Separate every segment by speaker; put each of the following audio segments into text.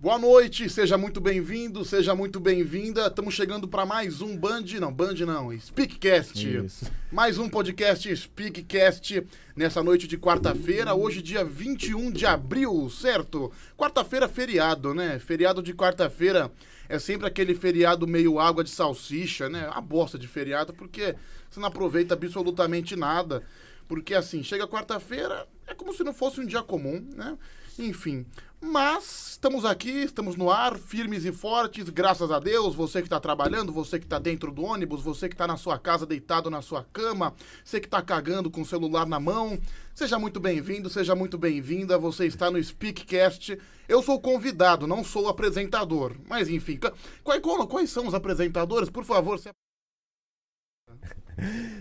Speaker 1: Boa noite, seja muito bem-vindo, seja muito bem-vinda. Estamos chegando para mais um Band, não, Band não, Speakcast.
Speaker 2: Isso.
Speaker 1: Mais um podcast Speakcast nessa noite de quarta-feira, hoje dia 21 de abril, certo? Quarta-feira feriado, né? Feriado de quarta-feira é sempre aquele feriado meio água de salsicha, né? A bosta de feriado, porque você não aproveita absolutamente nada. Porque assim, chega quarta-feira, é como se não fosse um dia comum, né? Enfim. Mas estamos aqui, estamos no ar, firmes e fortes, graças a Deus. Você que está trabalhando, você que está dentro do ônibus, você que está na sua casa deitado na sua cama, você que está cagando com o celular na mão, seja muito bem-vindo, seja muito bem-vinda. Você está no Speakcast. Eu sou convidado, não sou apresentador. Mas enfim, ca- quais, quais são os apresentadores? Por favor, se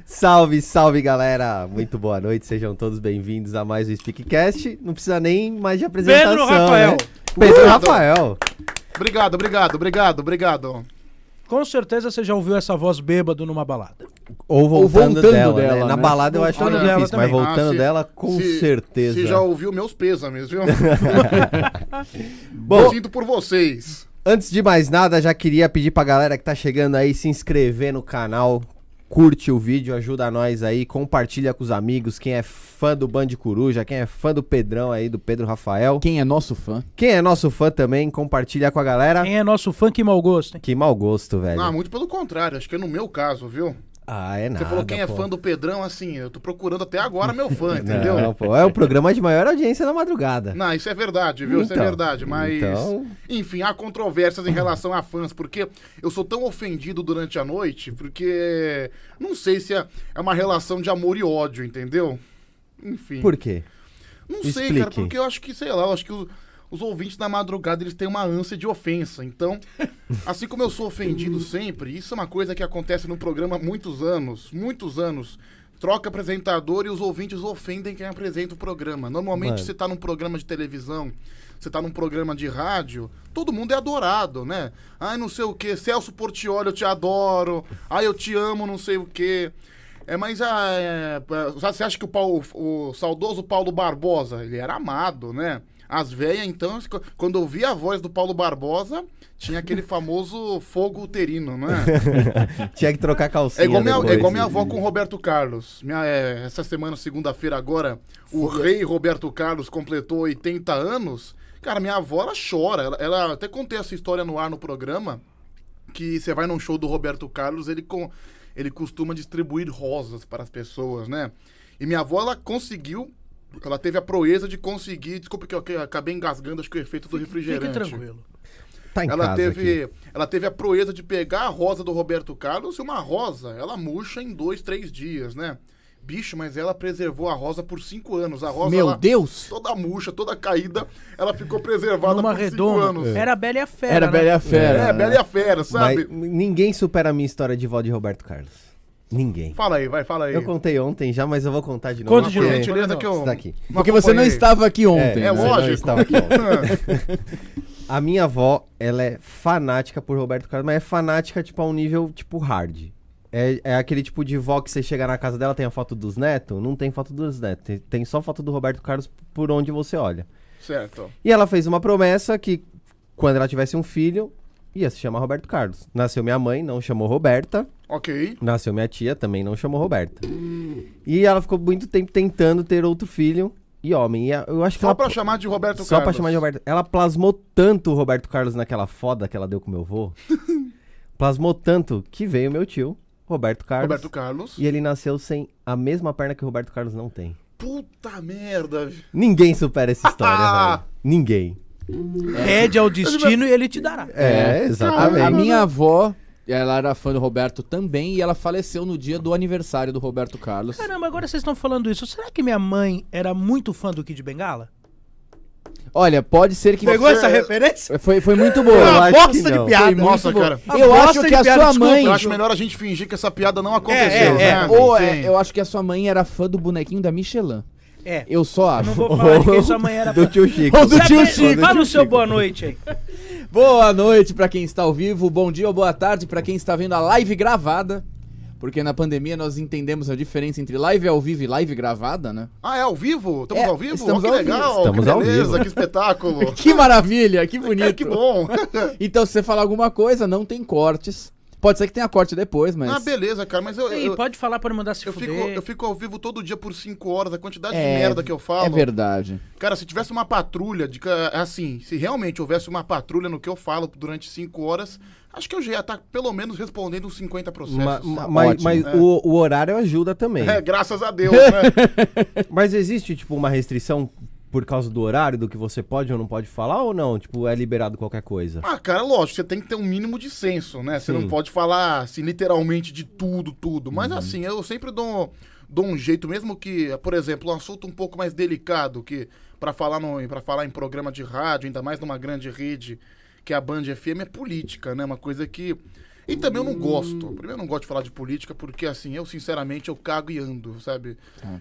Speaker 2: Salve, salve galera! Muito boa noite, sejam todos bem-vindos a mais um Speakcast. Não precisa nem mais de apresentação.
Speaker 3: Pedro Rafael.
Speaker 2: né? Pedro
Speaker 1: Uh!
Speaker 2: Rafael!
Speaker 1: Obrigado, obrigado, obrigado, obrigado.
Speaker 3: Com certeza você já ouviu essa voz bêbado numa balada.
Speaker 2: Ou voltando,
Speaker 4: voltando
Speaker 2: dela.
Speaker 4: dela,
Speaker 2: né? Na
Speaker 4: né?
Speaker 2: balada eu acho que
Speaker 3: Voltando
Speaker 2: é
Speaker 3: dela
Speaker 2: difícil, mas
Speaker 3: também.
Speaker 2: voltando
Speaker 1: Ah, se-
Speaker 2: dela, com
Speaker 1: se-
Speaker 2: certeza.
Speaker 1: Se já ouviu meus pêsames, viu?
Speaker 2: Bom,
Speaker 1: Eu sinto por vocês.
Speaker 2: Antes de mais nada, já queria pedir pra galera que tá chegando aí se inscrever no canal, curte o vídeo, ajuda nós aí, compartilha com os amigos, quem é fã do Band Coruja, quem é fã do Pedrão aí, do Pedro Rafael.
Speaker 4: Quem é nosso fã?
Speaker 2: Quem é nosso fã também, compartilha com a galera.
Speaker 3: Quem é nosso funk mau gosto, hein?
Speaker 2: Que mau gosto, velho.
Speaker 1: Ah, muito pelo contrário, acho que é no meu caso, viu?
Speaker 2: ah, é nada.
Speaker 1: Você falou quem é
Speaker 2: pô.
Speaker 1: fã do Pedrão, assim, eu tô procurando até agora meu fã, entendeu?
Speaker 2: Não,
Speaker 1: Não,
Speaker 2: pô, é o programa de maior audiência da madrugada.
Speaker 1: isso é verdade, viu? isso é
Speaker 2: Então,
Speaker 1: verdade, mas.
Speaker 2: então-
Speaker 1: Enfim, há controvérsias em relação a fãs, porque eu sou tão ofendido durante a noite, porque. Não sei se é, é uma relação de amor e ódio, entendeu? Enfim.
Speaker 2: Por quê?
Speaker 1: Não sei, cara,
Speaker 2: Explique.
Speaker 1: porque eu acho que, sei lá, eu acho que os, os ouvintes da madrugada eles têm uma ânsia de ofensa. Então, assim como eu sou ofendido sempre, isso é uma coisa que acontece no programa há muitos anos muitos anos. Troca apresentador e os ouvintes ofendem quem apresenta o programa. Normalmente
Speaker 2: Mano.
Speaker 1: você tá num programa de televisão, você tá num programa de rádio, todo mundo é adorado, né? Ai, não sei o quê, Celso Portioli, eu te adoro. Ai, eu te amo, não sei o quê. É, mas ah, é, pra- você acha que o, Paulo, o saudoso Paulo Barbosa, ele era amado, né? As velhas, então, as co- quando eu vi a voz do Paulo Barbosa, tinha aquele famoso fogo uterino, né?
Speaker 2: Tinha que trocar calcinha.
Speaker 1: É igual, minha,
Speaker 2: depois.
Speaker 1: é igual minha avó com o Roberto Carlos. Minha, é, essa semana, segunda-feira agora, o rei Roberto Carlos completou 80 anos. Cara, minha avó, ela chora. Ela, ela- até contei essa história no ar no programa, que você vai num show do Roberto Carlos, ele, com, ele costuma distribuir rosas para as pessoas, né? E minha avó, ela conseguiu... Ela teve a proeza de conseguir. Desculpa que eu que eu acabei engasgando, acho que o efeito do refrigerante
Speaker 3: Fique tranquilo.
Speaker 2: Tá em
Speaker 1: ela
Speaker 2: casa aqui.
Speaker 1: teve, ela teve a proeza de pegar a rosa do Roberto Carlos e uma rosa, ela murcha em dois, três dias, né? Bicho, mas ela preservou a rosa por cinco anos. A rosa,
Speaker 4: Meu
Speaker 1: ela-
Speaker 4: Deus!
Speaker 1: toda murcha, toda caída, ela ficou preservada
Speaker 3: numa
Speaker 1: por cinco
Speaker 3: redonda.
Speaker 1: anos.
Speaker 3: Era a Bela e a Fera.
Speaker 4: Era
Speaker 3: né?
Speaker 4: Bela e a Fera.
Speaker 1: É,
Speaker 4: né?
Speaker 1: bela e a fera,
Speaker 2: Mas
Speaker 1: sabe?
Speaker 2: ninguém supera a minha história de vó de Roberto Carlos. Ninguém.
Speaker 1: Fala aí, vai, fala aí.
Speaker 2: Eu contei ontem já, mas eu vou contar de novo.
Speaker 3: Conta de
Speaker 1: Por
Speaker 2: porque-
Speaker 3: novo.
Speaker 1: gentileza que eu-
Speaker 2: Está aqui.
Speaker 4: Porque você não
Speaker 1: acompanhei.
Speaker 4: estava aqui ontem.
Speaker 1: É
Speaker 4: né?
Speaker 2: Você não
Speaker 1: lógico.
Speaker 2: estava aqui ontem. A minha avó, ela é fanática por Roberto Carlos, mas é fanática, tipo, a um nível, tipo, hard. É, é aquele tipo de vó que você chega na casa dela, tem a foto dos netos? Não tem foto dos netos, tem, tem só foto do Roberto Carlos por onde você olha.
Speaker 1: Certo.
Speaker 2: E ela fez uma promessa que, quando ela tivesse um filho, ia se chamar Roberto Carlos. Nasceu minha mãe, não chamou Roberta.
Speaker 1: Ok.
Speaker 2: Nasceu minha tia, também não chamou Roberta. E ela ficou muito tempo tentando ter outro filho e homem. E a- eu acho que
Speaker 1: Só
Speaker 2: ela
Speaker 1: pra chamar de Roberto Carlos.
Speaker 2: só pra chamar de Roberto. Ela plasmou tanto o Roberto Carlos naquela foda que ela deu com meu vô. plasmou tanto que veio meu tio, Roberto Carlos.
Speaker 1: Roberto Carlos.
Speaker 2: E ele nasceu sem a mesma perna que o Roberto Carlos não tem.
Speaker 1: Puta merda. velho.
Speaker 2: Ninguém supera essa história, velho. Ninguém.
Speaker 3: Pede ao é destino e ele te dará.
Speaker 2: É,
Speaker 4: A, a
Speaker 2: exatamente.
Speaker 4: minha avó, ela era fã do Roberto também e ela faleceu no dia do aniversário do Roberto Carlos.
Speaker 3: Caramba, agora vocês estão falando isso. Será que minha mãe era muito fã do Kid Bengala?
Speaker 4: Olha, pode ser que
Speaker 1: Pegou essa
Speaker 3: referência?
Speaker 4: foi, foi muito boa.
Speaker 2: Uma
Speaker 3: Uma
Speaker 2: acho bosta
Speaker 3: bosta
Speaker 2: que de
Speaker 3: de
Speaker 2: não. piada.
Speaker 3: piada.
Speaker 1: Foi Nossa, muito cara.
Speaker 3: boa.
Speaker 4: Eu
Speaker 3: Uma
Speaker 4: acho
Speaker 3: bosta
Speaker 4: que
Speaker 3: de
Speaker 4: a
Speaker 3: piada,
Speaker 4: sua
Speaker 3: desculpa,
Speaker 4: mãe.
Speaker 1: Eu acho melhor a gente fingir que essa piada não aconteceu,
Speaker 3: É, é,
Speaker 1: né?
Speaker 4: Ou é-
Speaker 1: Sim.
Speaker 4: eu acho que a sua mãe era fã do bonequinho da Michelin.
Speaker 3: É.
Speaker 4: Eu só acho.
Speaker 3: Não vou falar de quem sua mãe era
Speaker 2: Do
Speaker 3: fã.
Speaker 2: tio Chico.
Speaker 4: Ou do
Speaker 3: Sabe-
Speaker 4: tio Chico.
Speaker 3: Fala o seu boa noite aí.
Speaker 4: Boa noite pra quem está ao vivo, bom dia ou boa tarde pra quem está vendo a live gravada. Porque na pandemia nós entendemos a diferença entre live ao vivo e live gravada, né?
Speaker 1: Ah, é ao vivo? Estamos
Speaker 4: É,
Speaker 1: ao vivo?
Speaker 4: estamos
Speaker 1: Ó, que
Speaker 4: ao
Speaker 1: legal,
Speaker 4: vivo.
Speaker 2: Estamos
Speaker 1: que
Speaker 2: ao
Speaker 1: beleza,
Speaker 2: vivo.
Speaker 1: que espetáculo.
Speaker 4: Que maravilha, que
Speaker 1: É,
Speaker 4: bonito.
Speaker 1: que bom.
Speaker 4: Então, se você falar alguma coisa, não tem cortes. Pode ser que tenha corte depois, mas.
Speaker 1: Ah, beleza, cara, mas eu,
Speaker 3: E
Speaker 1: eu,
Speaker 3: pode falar para mandar se
Speaker 1: eu fico,
Speaker 3: fuder.
Speaker 1: eu fico ao vivo todo dia por 5 horas, a quantidade
Speaker 4: É,
Speaker 1: de merda que eu falo.
Speaker 4: É verdade.
Speaker 1: Cara, se tivesse uma patrulha, de, ca- assim, se realmente houvesse uma patrulha no que eu falo durante 5 horas, acho que eu já ia estar pelo menos respondendo uns 50 processos.
Speaker 2: Ma-
Speaker 4: Tá
Speaker 2: ma- mas
Speaker 4: ótimo.
Speaker 2: mas
Speaker 1: É.
Speaker 2: o, o horário ajuda também.
Speaker 1: É, graças a Deus, né?
Speaker 2: Mas existe, tipo, uma restrição por causa do horário, do que você pode ou não pode falar, ou não? Tipo, é liberado qualquer coisa?
Speaker 1: ah, cara, lógico, você tem que ter um mínimo de senso, né? Você não
Speaker 2: Sim.
Speaker 1: pode falar, assim, literalmente de tudo, tudo. Mas, assim, eu sempre dou, dou um jeito, mesmo que, por exemplo, um assunto um pouco mais delicado, que pra falar, no, pra falar em programa de rádio, ainda mais numa grande rede, que é a Band FM, é política, né? Uma coisa que... E também eu não gosto. Primeiro, eu não gosto de falar de política, porque, assim, eu, sinceramente, eu cago e ando, sabe?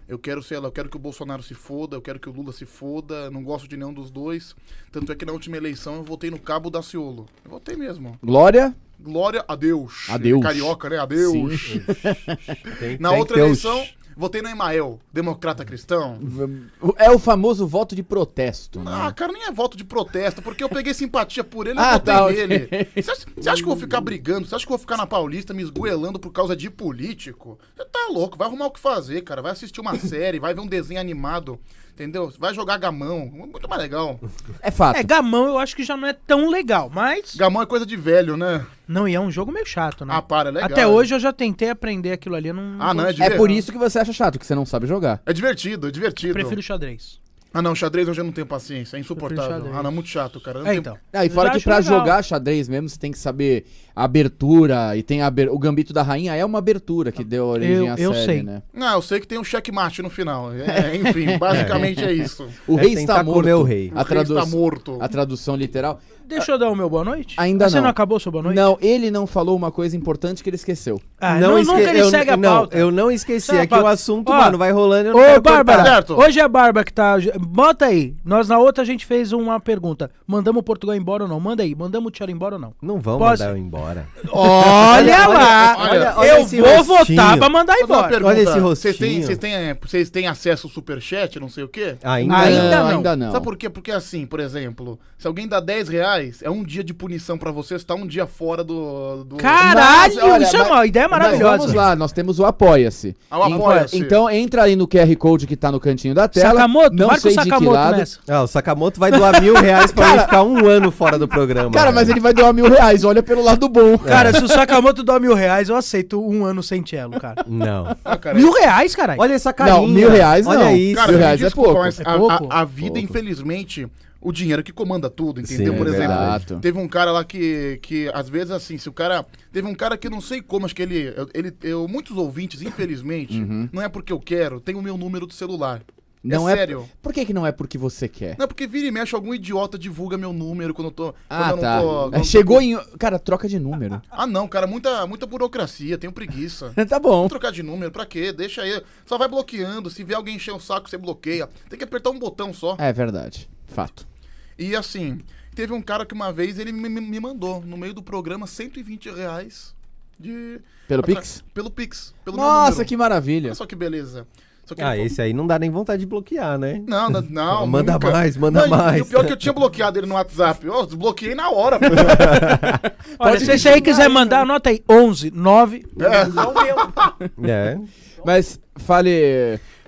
Speaker 1: Eu quero, sei lá, eu quero que o Bolsonaro se foda, eu quero que o Lula se foda, não gosto de nenhum dos dois. Tanto é que na última eleição eu votei no Cabo Daciolo. Eu votei mesmo.
Speaker 4: Glória,
Speaker 1: Glória a Deus.
Speaker 4: Adeus.
Speaker 1: É Carioca, né? Adeus.
Speaker 2: Tem-
Speaker 1: Na
Speaker 2: tem
Speaker 1: outra
Speaker 2: que ter os-
Speaker 1: eleição, votei no Emael, democrata cristão.
Speaker 4: é o famoso voto de protesto, né?
Speaker 3: Hum.
Speaker 1: Ah, cara, nem é voto de protesto, porque eu peguei simpatia por ele e
Speaker 4: Ah,
Speaker 1: votei
Speaker 4: tá, ok.
Speaker 1: nele. Você acha, você acha que eu vou ficar brigando? Você acha que eu vou ficar na Paulista me esgoelando por causa de político? Você tá louco, vai arrumar o que fazer, cara. Vai assistir uma série, vai ver um desenho animado, entendeu? Vai jogar gamão, muito mais legal.
Speaker 4: É fato.
Speaker 3: É, gamão eu acho que já não é tão legal, mas...
Speaker 1: Gamão é coisa de velho, né?
Speaker 3: Não, e é um jogo meio chato, né?
Speaker 1: Ah, para, é legal.
Speaker 3: Até hoje eu já tentei aprender aquilo ali, eu não...
Speaker 1: Ah, não, é
Speaker 4: É
Speaker 1: divertido.
Speaker 4: por isso que você acha chato, que você não sabe jogar.
Speaker 1: É divertido, é divertido.
Speaker 3: Prefiro xadrez.
Speaker 1: Ah, não, xadrez eu já não tenho paciência, é
Speaker 3: Prefiro
Speaker 1: insuportável.
Speaker 3: xadrez.
Speaker 1: Ah, não, é muito chato, cara. Eu não
Speaker 3: É,
Speaker 1: tenho-
Speaker 3: então.
Speaker 4: Ah, e
Speaker 3: Eu
Speaker 4: fora
Speaker 3: já
Speaker 4: que
Speaker 3: acho
Speaker 4: pra
Speaker 3: legal.
Speaker 4: jogar xadrez mesmo, você tem que saber a abertura. E tem a aber- o gambito da rainha é uma abertura que deu origem
Speaker 3: Eu-
Speaker 4: à
Speaker 3: eu
Speaker 4: série,
Speaker 3: sei.
Speaker 4: né?
Speaker 1: Ah, eu sei que tem um checkmate no final. É, enfim, basicamente é isso.
Speaker 4: O
Speaker 2: É
Speaker 4: rei está
Speaker 2: tentar
Speaker 4: morto.
Speaker 2: comer o rei.
Speaker 1: O
Speaker 4: A,
Speaker 1: rei está
Speaker 4: tradu-
Speaker 1: morto.
Speaker 4: a tradução literal.
Speaker 3: Deixa eu dar o meu boa noite?
Speaker 4: Ainda
Speaker 3: Ah, Você
Speaker 4: não.
Speaker 3: não acabou sua boa noite?
Speaker 4: Não, ele não falou uma coisa importante que ele esqueceu.
Speaker 3: Ah, não,
Speaker 2: esque-
Speaker 3: nunca ele
Speaker 2: eu,
Speaker 3: segue a
Speaker 2: não,
Speaker 3: pauta.
Speaker 2: eu não esqueci.
Speaker 3: Segue a
Speaker 2: é que o
Speaker 3: pauta.
Speaker 2: assunto,
Speaker 3: Ó,
Speaker 2: mano, vai rolando. eu não
Speaker 3: Ô,
Speaker 2: quero
Speaker 3: Bárbara,
Speaker 2: cortar.
Speaker 1: Certo.
Speaker 3: hoje é a Bárbara que tá. Bota aí. Nós na outra a gente fez uma pergunta. Mandamos Portugal embora ou não? Manda aí. Mandamos o Tchelo embora ou não?
Speaker 2: Não vão
Speaker 3: Posso-
Speaker 2: mandar eu embora.
Speaker 3: Olha lá!
Speaker 1: olha,
Speaker 2: olha
Speaker 3: eu
Speaker 2: esse
Speaker 3: vou
Speaker 2: rostinho.
Speaker 3: votar pra mandar
Speaker 1: Vou dar uma
Speaker 3: embora.
Speaker 1: pergunta.
Speaker 2: Olha esse
Speaker 1: Vocês têm,
Speaker 2: rostinho.
Speaker 1: vocês têm, é, vocês têm acesso ao superchat, não sei o quê?
Speaker 2: Ainda,
Speaker 3: Ainda
Speaker 2: não.
Speaker 4: não.
Speaker 3: não.
Speaker 4: Ainda não.
Speaker 1: Sabe por quê? Porque assim, por exemplo, se alguém dá 10 reais, é um dia de punição pra você estar um dia fora do... do...
Speaker 3: Caralho,
Speaker 4: Mas, olha,
Speaker 3: isso é
Speaker 4: mas-
Speaker 3: uma ideia
Speaker 4: Mas vamos
Speaker 3: maravilhosa.
Speaker 4: lá, nós temos o Apoia-se.
Speaker 1: Ah, o
Speaker 4: Em-
Speaker 1: Apoia-se.
Speaker 4: Então entra aí no QR Code que tá no cantinho da tela.
Speaker 3: Sakamoto,
Speaker 4: não
Speaker 3: marca o
Speaker 4: sei de que
Speaker 3: Sakamoto
Speaker 4: lado.
Speaker 3: nessa.
Speaker 2: Ah, o Sakamoto vai doar mil reais pra eu ficar um ano fora do programa.
Speaker 4: Cara, mas ele vai doar mil reais, olha pelo lado bom.
Speaker 3: Cara, se o Sakamoto dá mil reais, eu aceito um ano sem Cello, cara.
Speaker 2: Não.
Speaker 1: Ah, cara,
Speaker 3: Mil reais, caralho?
Speaker 2: Olha essa carinha.
Speaker 4: mil reais
Speaker 2: Olha
Speaker 4: não.
Speaker 2: isso.
Speaker 1: Cara,
Speaker 4: Mil
Speaker 1: me
Speaker 4: reais é
Speaker 1: desculpa,
Speaker 4: pouco.
Speaker 1: mas
Speaker 3: É
Speaker 1: a,
Speaker 3: pouco?
Speaker 1: a- a vida,
Speaker 2: Pouco.
Speaker 1: infelizmente, o dinheiro é que comanda tudo, entendeu?
Speaker 2: Sim,
Speaker 1: Por
Speaker 2: é
Speaker 1: exemplo,
Speaker 4: verdade.
Speaker 1: teve um cara lá que, que, às vezes, assim, se o cara. Teve um cara que não sei como, acho que ele. eu- ele eu, muitos ouvintes, infelizmente, não é porque eu quero, tem o meu número do celular.
Speaker 4: não
Speaker 1: é,
Speaker 4: é,
Speaker 1: sério.
Speaker 4: Por que, que não é porque você quer?
Speaker 1: Não é porque vira e mexe, algum idiota divulga meu número quando eu tô. quando
Speaker 4: Ah,
Speaker 1: eu não
Speaker 4: tá.
Speaker 1: tô-
Speaker 4: É,
Speaker 1: não-
Speaker 4: Chegou em. Cara, troca de número.
Speaker 1: Ah, não, cara, muita, muita burocracia, tenho preguiça.
Speaker 4: tá bom.
Speaker 1: Vou trocar de número, pra quê? Deixa aí. Só vai bloqueando. Se vê alguém encher o saco, você bloqueia. Tem que apertar um botão só.
Speaker 4: É verdade. Fato.
Speaker 1: E assim, teve um cara que uma vez ele me, me- me mandou no meio do programa 120 reais de.
Speaker 4: Pelo
Speaker 1: atra-
Speaker 4: Pix?
Speaker 1: Pelo Pix. Pelo meu
Speaker 4: Nossa,
Speaker 1: número.
Speaker 4: que maravilha.
Speaker 1: Olha só que beleza. Só que
Speaker 2: Ah,
Speaker 1: ele
Speaker 2: esse aí não dá nem vontade de bloquear, né?
Speaker 1: falou, Não, não, não.
Speaker 2: Manda
Speaker 1: nunca."
Speaker 2: mais,
Speaker 1: Não,
Speaker 2: manda
Speaker 1: e- E o
Speaker 2: mais.
Speaker 1: pior é que eu tinha bloqueado ele no WhatsApp. Eu desbloqueei na hora. pô.
Speaker 3: Olha, se esse aí quiser mandar, anota aí. 11, 9...
Speaker 2: É.
Speaker 4: Mas fale.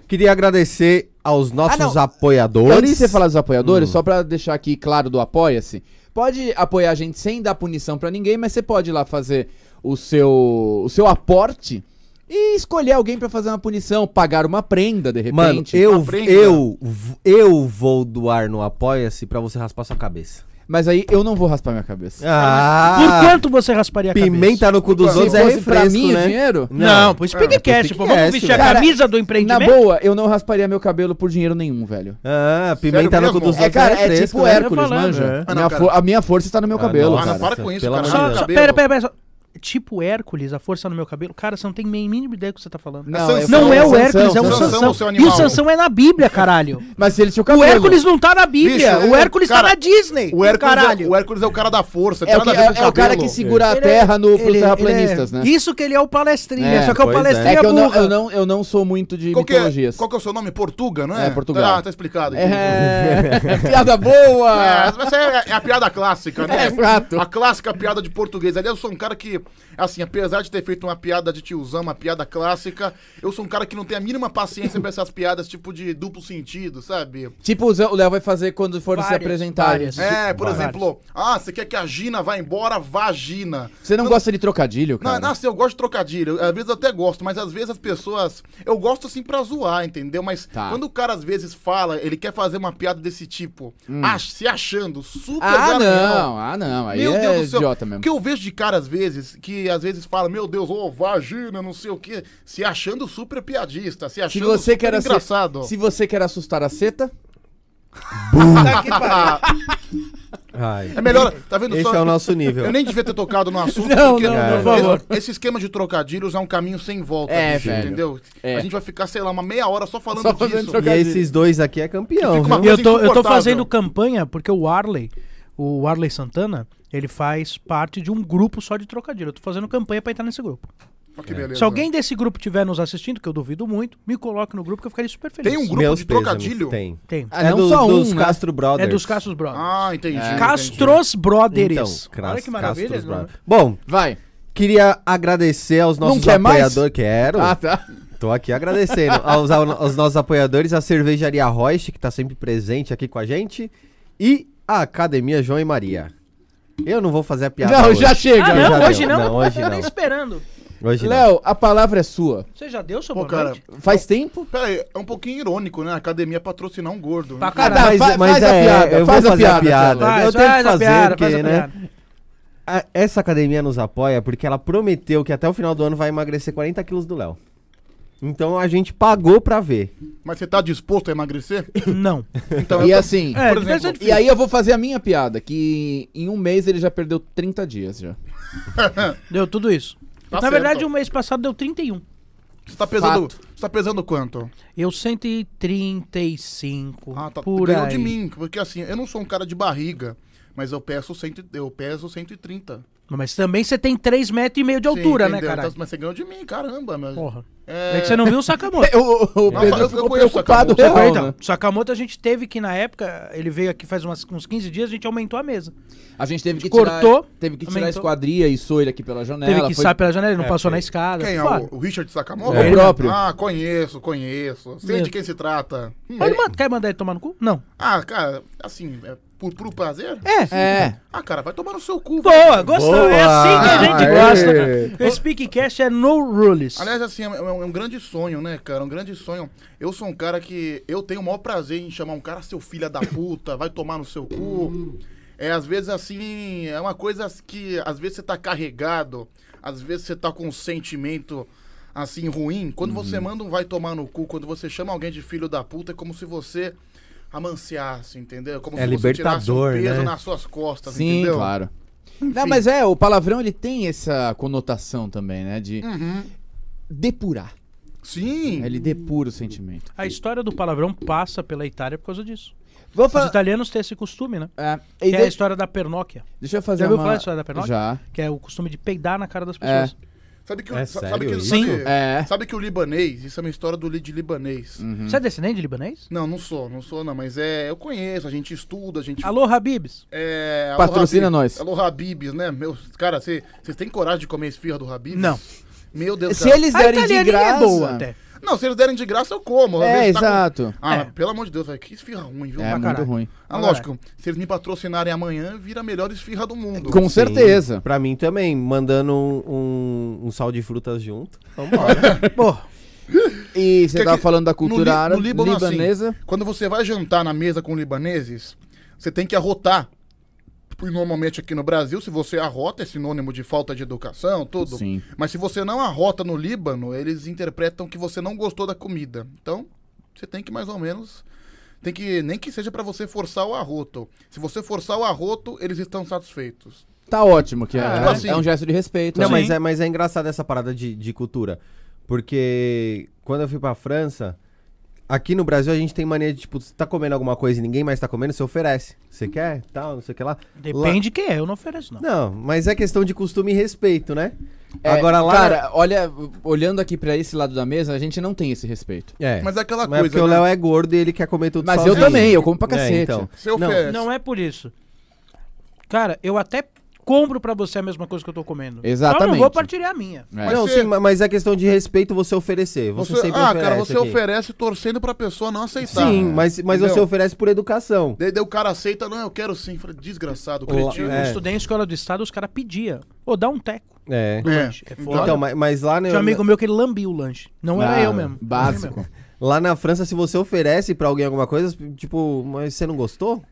Speaker 2: Queria agradecer aos nossos
Speaker 4: Ah, não.
Speaker 2: apoiadores.
Speaker 4: Antes de você falar dos apoiadores, só pra deixar aqui claro do Apoia-se, pode apoiar a gente sem dar punição pra ninguém, mas você pode ir lá fazer o seu, o seu aporte e escolher alguém pra fazer uma punição, pagar uma prenda de repente.
Speaker 2: Mano, eu,
Speaker 1: aprenda.
Speaker 2: eu, v- eu vou doar no Apoia-se pra você raspar sua cabeça.
Speaker 4: Mas aí eu não vou raspar minha cabeça.
Speaker 2: Ah,
Speaker 3: Por quanto você rasparia a cabeça?
Speaker 2: pimenta no cu dos
Speaker 1: Se
Speaker 2: outros é
Speaker 4: fosse pra
Speaker 2: refresco,
Speaker 4: mim o
Speaker 2: né?
Speaker 4: dinheiro?
Speaker 3: Não,
Speaker 4: Ah,
Speaker 3: pô, Speakcast, pô. tipo, Vamos
Speaker 2: Speakcast,
Speaker 3: vestir a
Speaker 2: velho.
Speaker 3: camisa do
Speaker 4: é, Na
Speaker 3: empreendimento?
Speaker 4: boa, eu não rasparia meu cabelo por dinheiro nenhum, velho.
Speaker 2: Ah, pimenta no
Speaker 1: mesmo?
Speaker 2: cu dos
Speaker 4: É,
Speaker 2: outros
Speaker 4: cara, é
Speaker 2: refresco,
Speaker 4: tipo
Speaker 2: né?
Speaker 4: Hércules,
Speaker 3: falando,
Speaker 4: manja.
Speaker 2: é.
Speaker 1: Ah, não,
Speaker 4: Minha
Speaker 1: cara.
Speaker 4: fo- a minha força está no meu
Speaker 2: Ah,
Speaker 4: cabelo,
Speaker 2: não,
Speaker 1: Ah,
Speaker 4: cara.
Speaker 1: não, para
Speaker 2: cara,
Speaker 1: com isso,
Speaker 2: pelo
Speaker 1: cara.
Speaker 2: amor
Speaker 1: Raspa
Speaker 2: de
Speaker 3: Só,
Speaker 1: o
Speaker 2: Deus.
Speaker 3: só,
Speaker 1: cabelo.
Speaker 3: pera, pera, pera. Só. tipo Hércules, a força no meu cabelo. Cara, você não tem nem mínima ideia do que você tá falando.
Speaker 4: Não,
Speaker 3: Não, é o
Speaker 4: é Sansão,
Speaker 3: Hércules, é o
Speaker 4: Sansão.
Speaker 3: Sansão.
Speaker 1: Sansão, seu
Speaker 3: e o
Speaker 1: animal.
Speaker 3: Sansão é na Bíblia, caralho.
Speaker 4: Mas ele tinha o
Speaker 3: o
Speaker 4: cabelo.
Speaker 3: Hércules não tá na Bíblia.
Speaker 1: Bicho,
Speaker 3: o
Speaker 1: é-
Speaker 3: Hércules tá
Speaker 1: cara,
Speaker 3: na Disney.
Speaker 1: O Hércules, é,
Speaker 3: caralho.
Speaker 1: o Hércules é o cara da força.
Speaker 4: é o, que- é- é o cara que segura a
Speaker 3: Ele é-
Speaker 4: terra no, pros
Speaker 3: ele-
Speaker 4: terraplanistas,
Speaker 3: ele é-
Speaker 4: né?
Speaker 3: Isso que ele é o palestrinha,
Speaker 4: É,
Speaker 3: só que é o
Speaker 2: pois é.
Speaker 4: É
Speaker 3: palestrinha
Speaker 4: que eu não,
Speaker 3: burra.
Speaker 4: eu, não, eu não sou muito de
Speaker 1: Qual que, é,
Speaker 4: mitologias.
Speaker 1: qual que é o seu nome? Portuga, não é?
Speaker 4: É, Portugal.
Speaker 1: Ah, tá explicado. aqui.
Speaker 4: É... Piada boa!
Speaker 1: É, mas essa é, é a piada clássica, né?
Speaker 4: É, exato.
Speaker 1: A clássica piada de português. Aliás, eu sou um cara que, assim, apesar de ter feito uma piada de tiozão, uma piada clássica, eu sou um cara que não tem a mínima paciência pra essas piadas tipo de duplo sentido, sabe?
Speaker 4: Tipo, o Zé- o Léo vai fazer quando for se
Speaker 3: Várias,
Speaker 4: apresentar.
Speaker 3: várias.
Speaker 1: É, por
Speaker 3: Vários.
Speaker 1: exemplo, ah, você quer que a Gina vá embora? Vá, Gina.
Speaker 4: Você não gosta de trocadilho,
Speaker 1: Não,
Speaker 4: cara?
Speaker 1: não, assim, eu gosto de trocadilho. Às vezes eu até gosto, mas às vezes as pessoas. Eu gosto assim pra zoar, entendeu? Mas
Speaker 4: Tá.
Speaker 1: quando o cara às vezes fala, ele quer fazer uma piada desse tipo, ach- se achando super
Speaker 4: Hum. Ah,
Speaker 1: garanhão.
Speaker 4: não. Ah, não. Aí
Speaker 1: Meu
Speaker 4: é
Speaker 1: Deus do céu.
Speaker 4: idiota mesmo.
Speaker 1: O que eu vejo de cara às vezes, que às vezes fala, meu Deus, ô, vagina, não sei o quê, se achando super piadista, se
Speaker 4: Se
Speaker 1: achando
Speaker 4: você,
Speaker 1: super
Speaker 4: quer assu-
Speaker 1: engraçado.
Speaker 4: se você quer assustar a seta,
Speaker 2: Ai,
Speaker 1: É melhor, tá vendo
Speaker 2: esse
Speaker 1: só?
Speaker 2: é o nosso nível.
Speaker 1: Eu nem devia ter tocado no assunto,
Speaker 4: Não,
Speaker 1: porque
Speaker 4: não,
Speaker 2: não,
Speaker 1: esse-
Speaker 2: por
Speaker 3: favor.
Speaker 1: esse esquema de trocadilhos é um caminho sem volta,
Speaker 4: É,
Speaker 1: bicho,
Speaker 4: velho.
Speaker 1: entendeu?
Speaker 4: É.
Speaker 1: A gente vai ficar, sei lá, uma meia hora só falando
Speaker 4: Só fazendo
Speaker 1: disso.
Speaker 4: trocadilho.
Speaker 2: E esses dois aqui é campeão.
Speaker 1: Fica uma
Speaker 2: viu?
Speaker 3: E eu tô, eu tô
Speaker 1: insuportável.
Speaker 3: fazendo campanha porque o Arley, o Arley Santana, ele faz parte de um grupo só de trocadilho. Eu tô fazendo campanha pra entrar nesse grupo.
Speaker 1: Olha que
Speaker 4: É.
Speaker 1: beleza.
Speaker 3: Se alguém desse grupo estiver nos assistindo, que eu duvido muito, me coloque no grupo que eu ficaria super feliz.
Speaker 1: Tem um grupo
Speaker 2: Meus
Speaker 1: de
Speaker 2: pêsames,
Speaker 1: trocadilho?
Speaker 2: Tem. É
Speaker 3: Tem.
Speaker 4: Ah, não
Speaker 2: do-
Speaker 4: só um,
Speaker 2: dos
Speaker 4: né?
Speaker 2: Castro Brothers.
Speaker 3: É dos Castros Brothers.
Speaker 1: Ah,
Speaker 4: É.
Speaker 1: entendi. entendi.
Speaker 3: Castros
Speaker 2: Então,
Speaker 3: Brothers. Olha
Speaker 2: Cras-
Speaker 3: que maravilha.
Speaker 2: Castros
Speaker 3: não- é?
Speaker 2: Brothers. Bom,
Speaker 4: vai.
Speaker 2: queria agradecer aos
Speaker 4: Não
Speaker 2: nossos
Speaker 4: quer mais?
Speaker 2: apoiadores. Quero.
Speaker 4: Ah, tá.
Speaker 2: Tô aqui agradecendo aos, aos nossos apoiadores, a cervejaria Roche, que tá sempre presente aqui com a gente, e a Academia João e Maria. Eu não vou fazer a piada.
Speaker 4: não,
Speaker 2: hoje.
Speaker 4: já chega.
Speaker 3: Ah,
Speaker 2: Já
Speaker 3: não,
Speaker 2: deu.
Speaker 3: hoje não.
Speaker 2: Não, hoje
Speaker 3: eu tô
Speaker 2: não.
Speaker 3: nem esperando.
Speaker 2: Hoje não.
Speaker 4: Léo, a palavra é sua.
Speaker 3: Você já deu seu
Speaker 1: Pô,
Speaker 3: boa
Speaker 1: cara,
Speaker 3: noite?
Speaker 4: Faz tempo?
Speaker 1: Pera aí, é um pouquinho irônico, né? A academia patrocinar um gordo.
Speaker 3: Pra
Speaker 1: né?
Speaker 3: caralho.
Speaker 4: Ah, tá, fa- faz a piada,
Speaker 2: é, eu
Speaker 4: faz a
Speaker 2: vou fazer a
Speaker 4: piada,
Speaker 2: piada.
Speaker 3: Faz,
Speaker 2: eu tenho que
Speaker 3: faz a
Speaker 2: fazer,
Speaker 3: piada,
Speaker 2: porque,
Speaker 3: faz a
Speaker 2: né?
Speaker 3: piada.
Speaker 2: a- essa academia nos apoia porque ela prometeu que até o final do ano vai emagrecer 40 quilos do Léo. Então a gente pagou pra ver.
Speaker 1: Mas você tá disposto a emagrecer?
Speaker 3: Não.
Speaker 1: Então,
Speaker 4: E
Speaker 1: eu tô-
Speaker 4: assim.
Speaker 3: É,
Speaker 1: Por
Speaker 3: deve ser
Speaker 1: exemplo,
Speaker 3: difícil.
Speaker 4: E aí eu vou fazer a minha piada, que em um mês ele já perdeu 30 dias já.
Speaker 3: Deu tudo isso.
Speaker 1: Tá
Speaker 3: Na
Speaker 1: certo.
Speaker 3: verdade, o mês passado deu 31.
Speaker 1: Você tá pesando,
Speaker 4: Fato.
Speaker 1: você tá pesando quanto?
Speaker 3: Eu 135.
Speaker 1: Ah, tá.
Speaker 3: Por
Speaker 1: ganhou
Speaker 3: aí.
Speaker 1: de mim, porque assim, eu não sou um cara de barriga, mas eu peso, cento, eu peso 130.
Speaker 3: Mas também você tem 3 metros e meio de
Speaker 1: Sim,
Speaker 3: altura, né,
Speaker 1: entendeu?
Speaker 3: cara?
Speaker 1: Então, mas você ganhou de mim, caramba. Mas...
Speaker 3: Porra.
Speaker 1: É...
Speaker 3: É... que você não viu o Sakamoto.
Speaker 4: Eu, o
Speaker 1: Não,
Speaker 4: Pedro
Speaker 1: eu- eu
Speaker 4: ficou
Speaker 1: conheço,
Speaker 4: preocupado
Speaker 1: acabou.
Speaker 4: real,
Speaker 3: então,
Speaker 4: né?
Speaker 3: o Sakamoto a gente teve que na época, ele veio aqui faz umas- uns 15 dias, a gente aumentou a mesa.
Speaker 4: A gente teve que
Speaker 3: Cortou,
Speaker 4: tirar, teve que tirar a
Speaker 3: aumentou.
Speaker 4: esquadria e soa ele aqui pela janela.
Speaker 3: teve que
Speaker 4: foi-
Speaker 3: sair pela janela, ele não passou na escada.
Speaker 1: Quem é?
Speaker 3: Foda.
Speaker 1: O, o Richard Sakamoto?
Speaker 4: É. O próprio.
Speaker 1: Ah, conheço, conheço. Sei
Speaker 3: Meu.
Speaker 1: de quem se trata. Hum,
Speaker 3: Pode mandar- quer mandar ele tomar no cu? Não.
Speaker 1: Ah, cara, assim, é por puro prazer?
Speaker 3: É.
Speaker 4: É.
Speaker 1: Ah, cara, vai tomar no seu cu.
Speaker 3: Boa,
Speaker 1: velho.
Speaker 3: gostou. É assim que a gente gosta. O Speakcast é no rules.
Speaker 1: Aliás, assim, é um, é um grande sonho, né, cara? Um grande sonho. Eu sou um cara que. Eu tenho o maior prazer em chamar um cara seu filha da puta, vai tomar no seu cu. É, às vezes, assim, é uma coisa que. Às vezes você tá carregado, às vezes você tá com um sentimento, assim, ruim. Quando
Speaker 2: Uhum.
Speaker 1: você manda um vai tomar no cu, quando você chama alguém de filho da puta, é como se você amanciasse, entendeu? Como se
Speaker 2: É
Speaker 1: você tirasse
Speaker 2: libertador,
Speaker 1: um peso
Speaker 2: né?
Speaker 1: nas suas costas,
Speaker 4: Sim,
Speaker 1: entendeu?
Speaker 4: claro. Não, mas é, o palavrão ele tem essa conotação também, né? De
Speaker 1: Uhum.
Speaker 4: depurar. É,
Speaker 1: Sim.
Speaker 4: Ele depura o sentimento.
Speaker 3: A história do palavrão passa pela Itália por causa disso.
Speaker 4: Vou
Speaker 3: Os
Speaker 4: falar.
Speaker 3: italianos têm esse costume, né?
Speaker 4: É, e
Speaker 3: Que é a
Speaker 4: de-
Speaker 3: história da pernóquia,
Speaker 4: Deixa eu fazer
Speaker 3: Já ouviu
Speaker 4: uma...
Speaker 3: falar da história da Pernocchio?
Speaker 4: Já.
Speaker 3: que é o costume de peidar na cara das
Speaker 4: É.
Speaker 3: pessoas.
Speaker 1: Sabe que, o-
Speaker 2: É
Speaker 1: sa- sabe
Speaker 2: sério
Speaker 1: que,
Speaker 2: isso?
Speaker 1: sabe-
Speaker 3: Sim.
Speaker 4: É. Hum.
Speaker 1: Sabe que o libanês, isso é uma história do li- de libanês.
Speaker 4: Uhum.
Speaker 3: Você é descendente de libanês?
Speaker 1: Não, não sou, não sou, não, mas é, eu conheço, a gente estuda, a gente.
Speaker 3: Alô, Habibs.
Speaker 1: É, alô,
Speaker 4: Patrocina
Speaker 1: Habib-
Speaker 4: nós.
Speaker 1: Alô, Habibs, né? Meus, cara, vocês têm coragem de comer esfirra do Habibs?
Speaker 3: Não.
Speaker 1: Meu Deus
Speaker 4: Se
Speaker 1: cara.
Speaker 4: eles
Speaker 3: A
Speaker 4: derem de
Speaker 3: italianinha
Speaker 4: graça.
Speaker 3: é boa até.
Speaker 1: Não, se eles derem de graça, eu como. Às
Speaker 4: É,
Speaker 1: vezes tá com-
Speaker 4: exato.
Speaker 1: Ah,
Speaker 3: É.
Speaker 1: pelo amor de Deus, velho, que esfirra ruim, viu?
Speaker 4: É
Speaker 1: Ah,
Speaker 4: muito
Speaker 3: caralho.
Speaker 4: ruim.
Speaker 1: Ah, lógico, se eles me patrocinarem amanhã, vira a melhor esfirra do mundo.
Speaker 4: Com certeza.
Speaker 2: Pra mim também, mandando um, um, um sal de frutas junto. Vambora.
Speaker 3: Pô,
Speaker 4: E você
Speaker 1: Porque
Speaker 4: tava
Speaker 1: aqui-
Speaker 4: falando da
Speaker 1: no Li-
Speaker 4: cultura árabe,
Speaker 1: no Líbano, assim,
Speaker 4: libanesa.
Speaker 1: quando você vai jantar na mesa com libaneses, você tem que arrotar. E normalmente aqui no Brasil, se você arrota, é sinônimo de falta de educação, tudo.
Speaker 4: Sim.
Speaker 1: Mas se você não arrota no Líbano, eles interpretam que você não gostou da comida. Então, você tem que mais ou menos. Tem que. Nem que seja pra você forçar o arroto. Se você forçar o arroto, eles estão satisfeitos.
Speaker 4: Tá ótimo, que é,
Speaker 3: Ah,
Speaker 1: assim-
Speaker 4: é um gesto de respeito.
Speaker 2: Não,
Speaker 4: né?
Speaker 2: mas
Speaker 3: Sim.
Speaker 2: é, mas é engraçado essa parada de, de cultura. Porque quando eu fui pra França, aqui no Brasil a gente tem mania de, tipo, você tá comendo alguma coisa e ninguém mais tá comendo, você oferece. Você quer? Tal, não sei o que lá.
Speaker 3: Depende de quem é, eu não ofereço, não.
Speaker 2: Não, mas é questão de costume e respeito, né?
Speaker 4: É,
Speaker 2: Agora lá.
Speaker 4: Cara, olha, olhando aqui pra esse lado da mesa, a gente não tem esse respeito.
Speaker 2: é. Mas,
Speaker 1: Mas é aquela
Speaker 2: é
Speaker 1: coisa.
Speaker 2: porque o
Speaker 1: né?
Speaker 2: Léo é gordo e ele quer comer tudo
Speaker 4: Mas
Speaker 2: sozinho.
Speaker 4: eu também, eu como pra cacete.
Speaker 2: É, então.
Speaker 1: Você
Speaker 2: Não,
Speaker 1: oferece.
Speaker 3: Não é por isso. Cara, eu até compro pra você a mesma coisa que eu tô comendo. Só não
Speaker 4: Exatamente.
Speaker 3: vou partilhar a minha.
Speaker 4: É.
Speaker 2: Não,
Speaker 1: você-
Speaker 2: sim, ma- mas é questão de respeito você oferecer. Você, sempre
Speaker 1: ah,
Speaker 2: oferece.
Speaker 1: cara, você
Speaker 2: aqui.
Speaker 1: oferece torcendo pra pessoa não aceitar.
Speaker 2: Sim, mas, mas você
Speaker 1: Tá. Entendeu?
Speaker 2: oferece por educação.
Speaker 1: Daí, daí o cara aceita, não, eu quero sim. Falei, desgraçado,
Speaker 2: Olá,
Speaker 1: cretino.
Speaker 3: Eu
Speaker 2: É.
Speaker 3: estudei em escola do estado, os caras pediam. Ô, dá um teco.
Speaker 2: É.
Speaker 3: no
Speaker 1: É.
Speaker 3: lanche. É foda.
Speaker 2: Então, mas, mas lá, na-
Speaker 3: Tinha um amigo meu que ele lambia o lanche. Não era
Speaker 4: Ah,
Speaker 3: um é eu mesmo.
Speaker 4: Básico.
Speaker 2: lá na França, se você oferece pra alguém alguma coisa, tipo, mas você não gostou?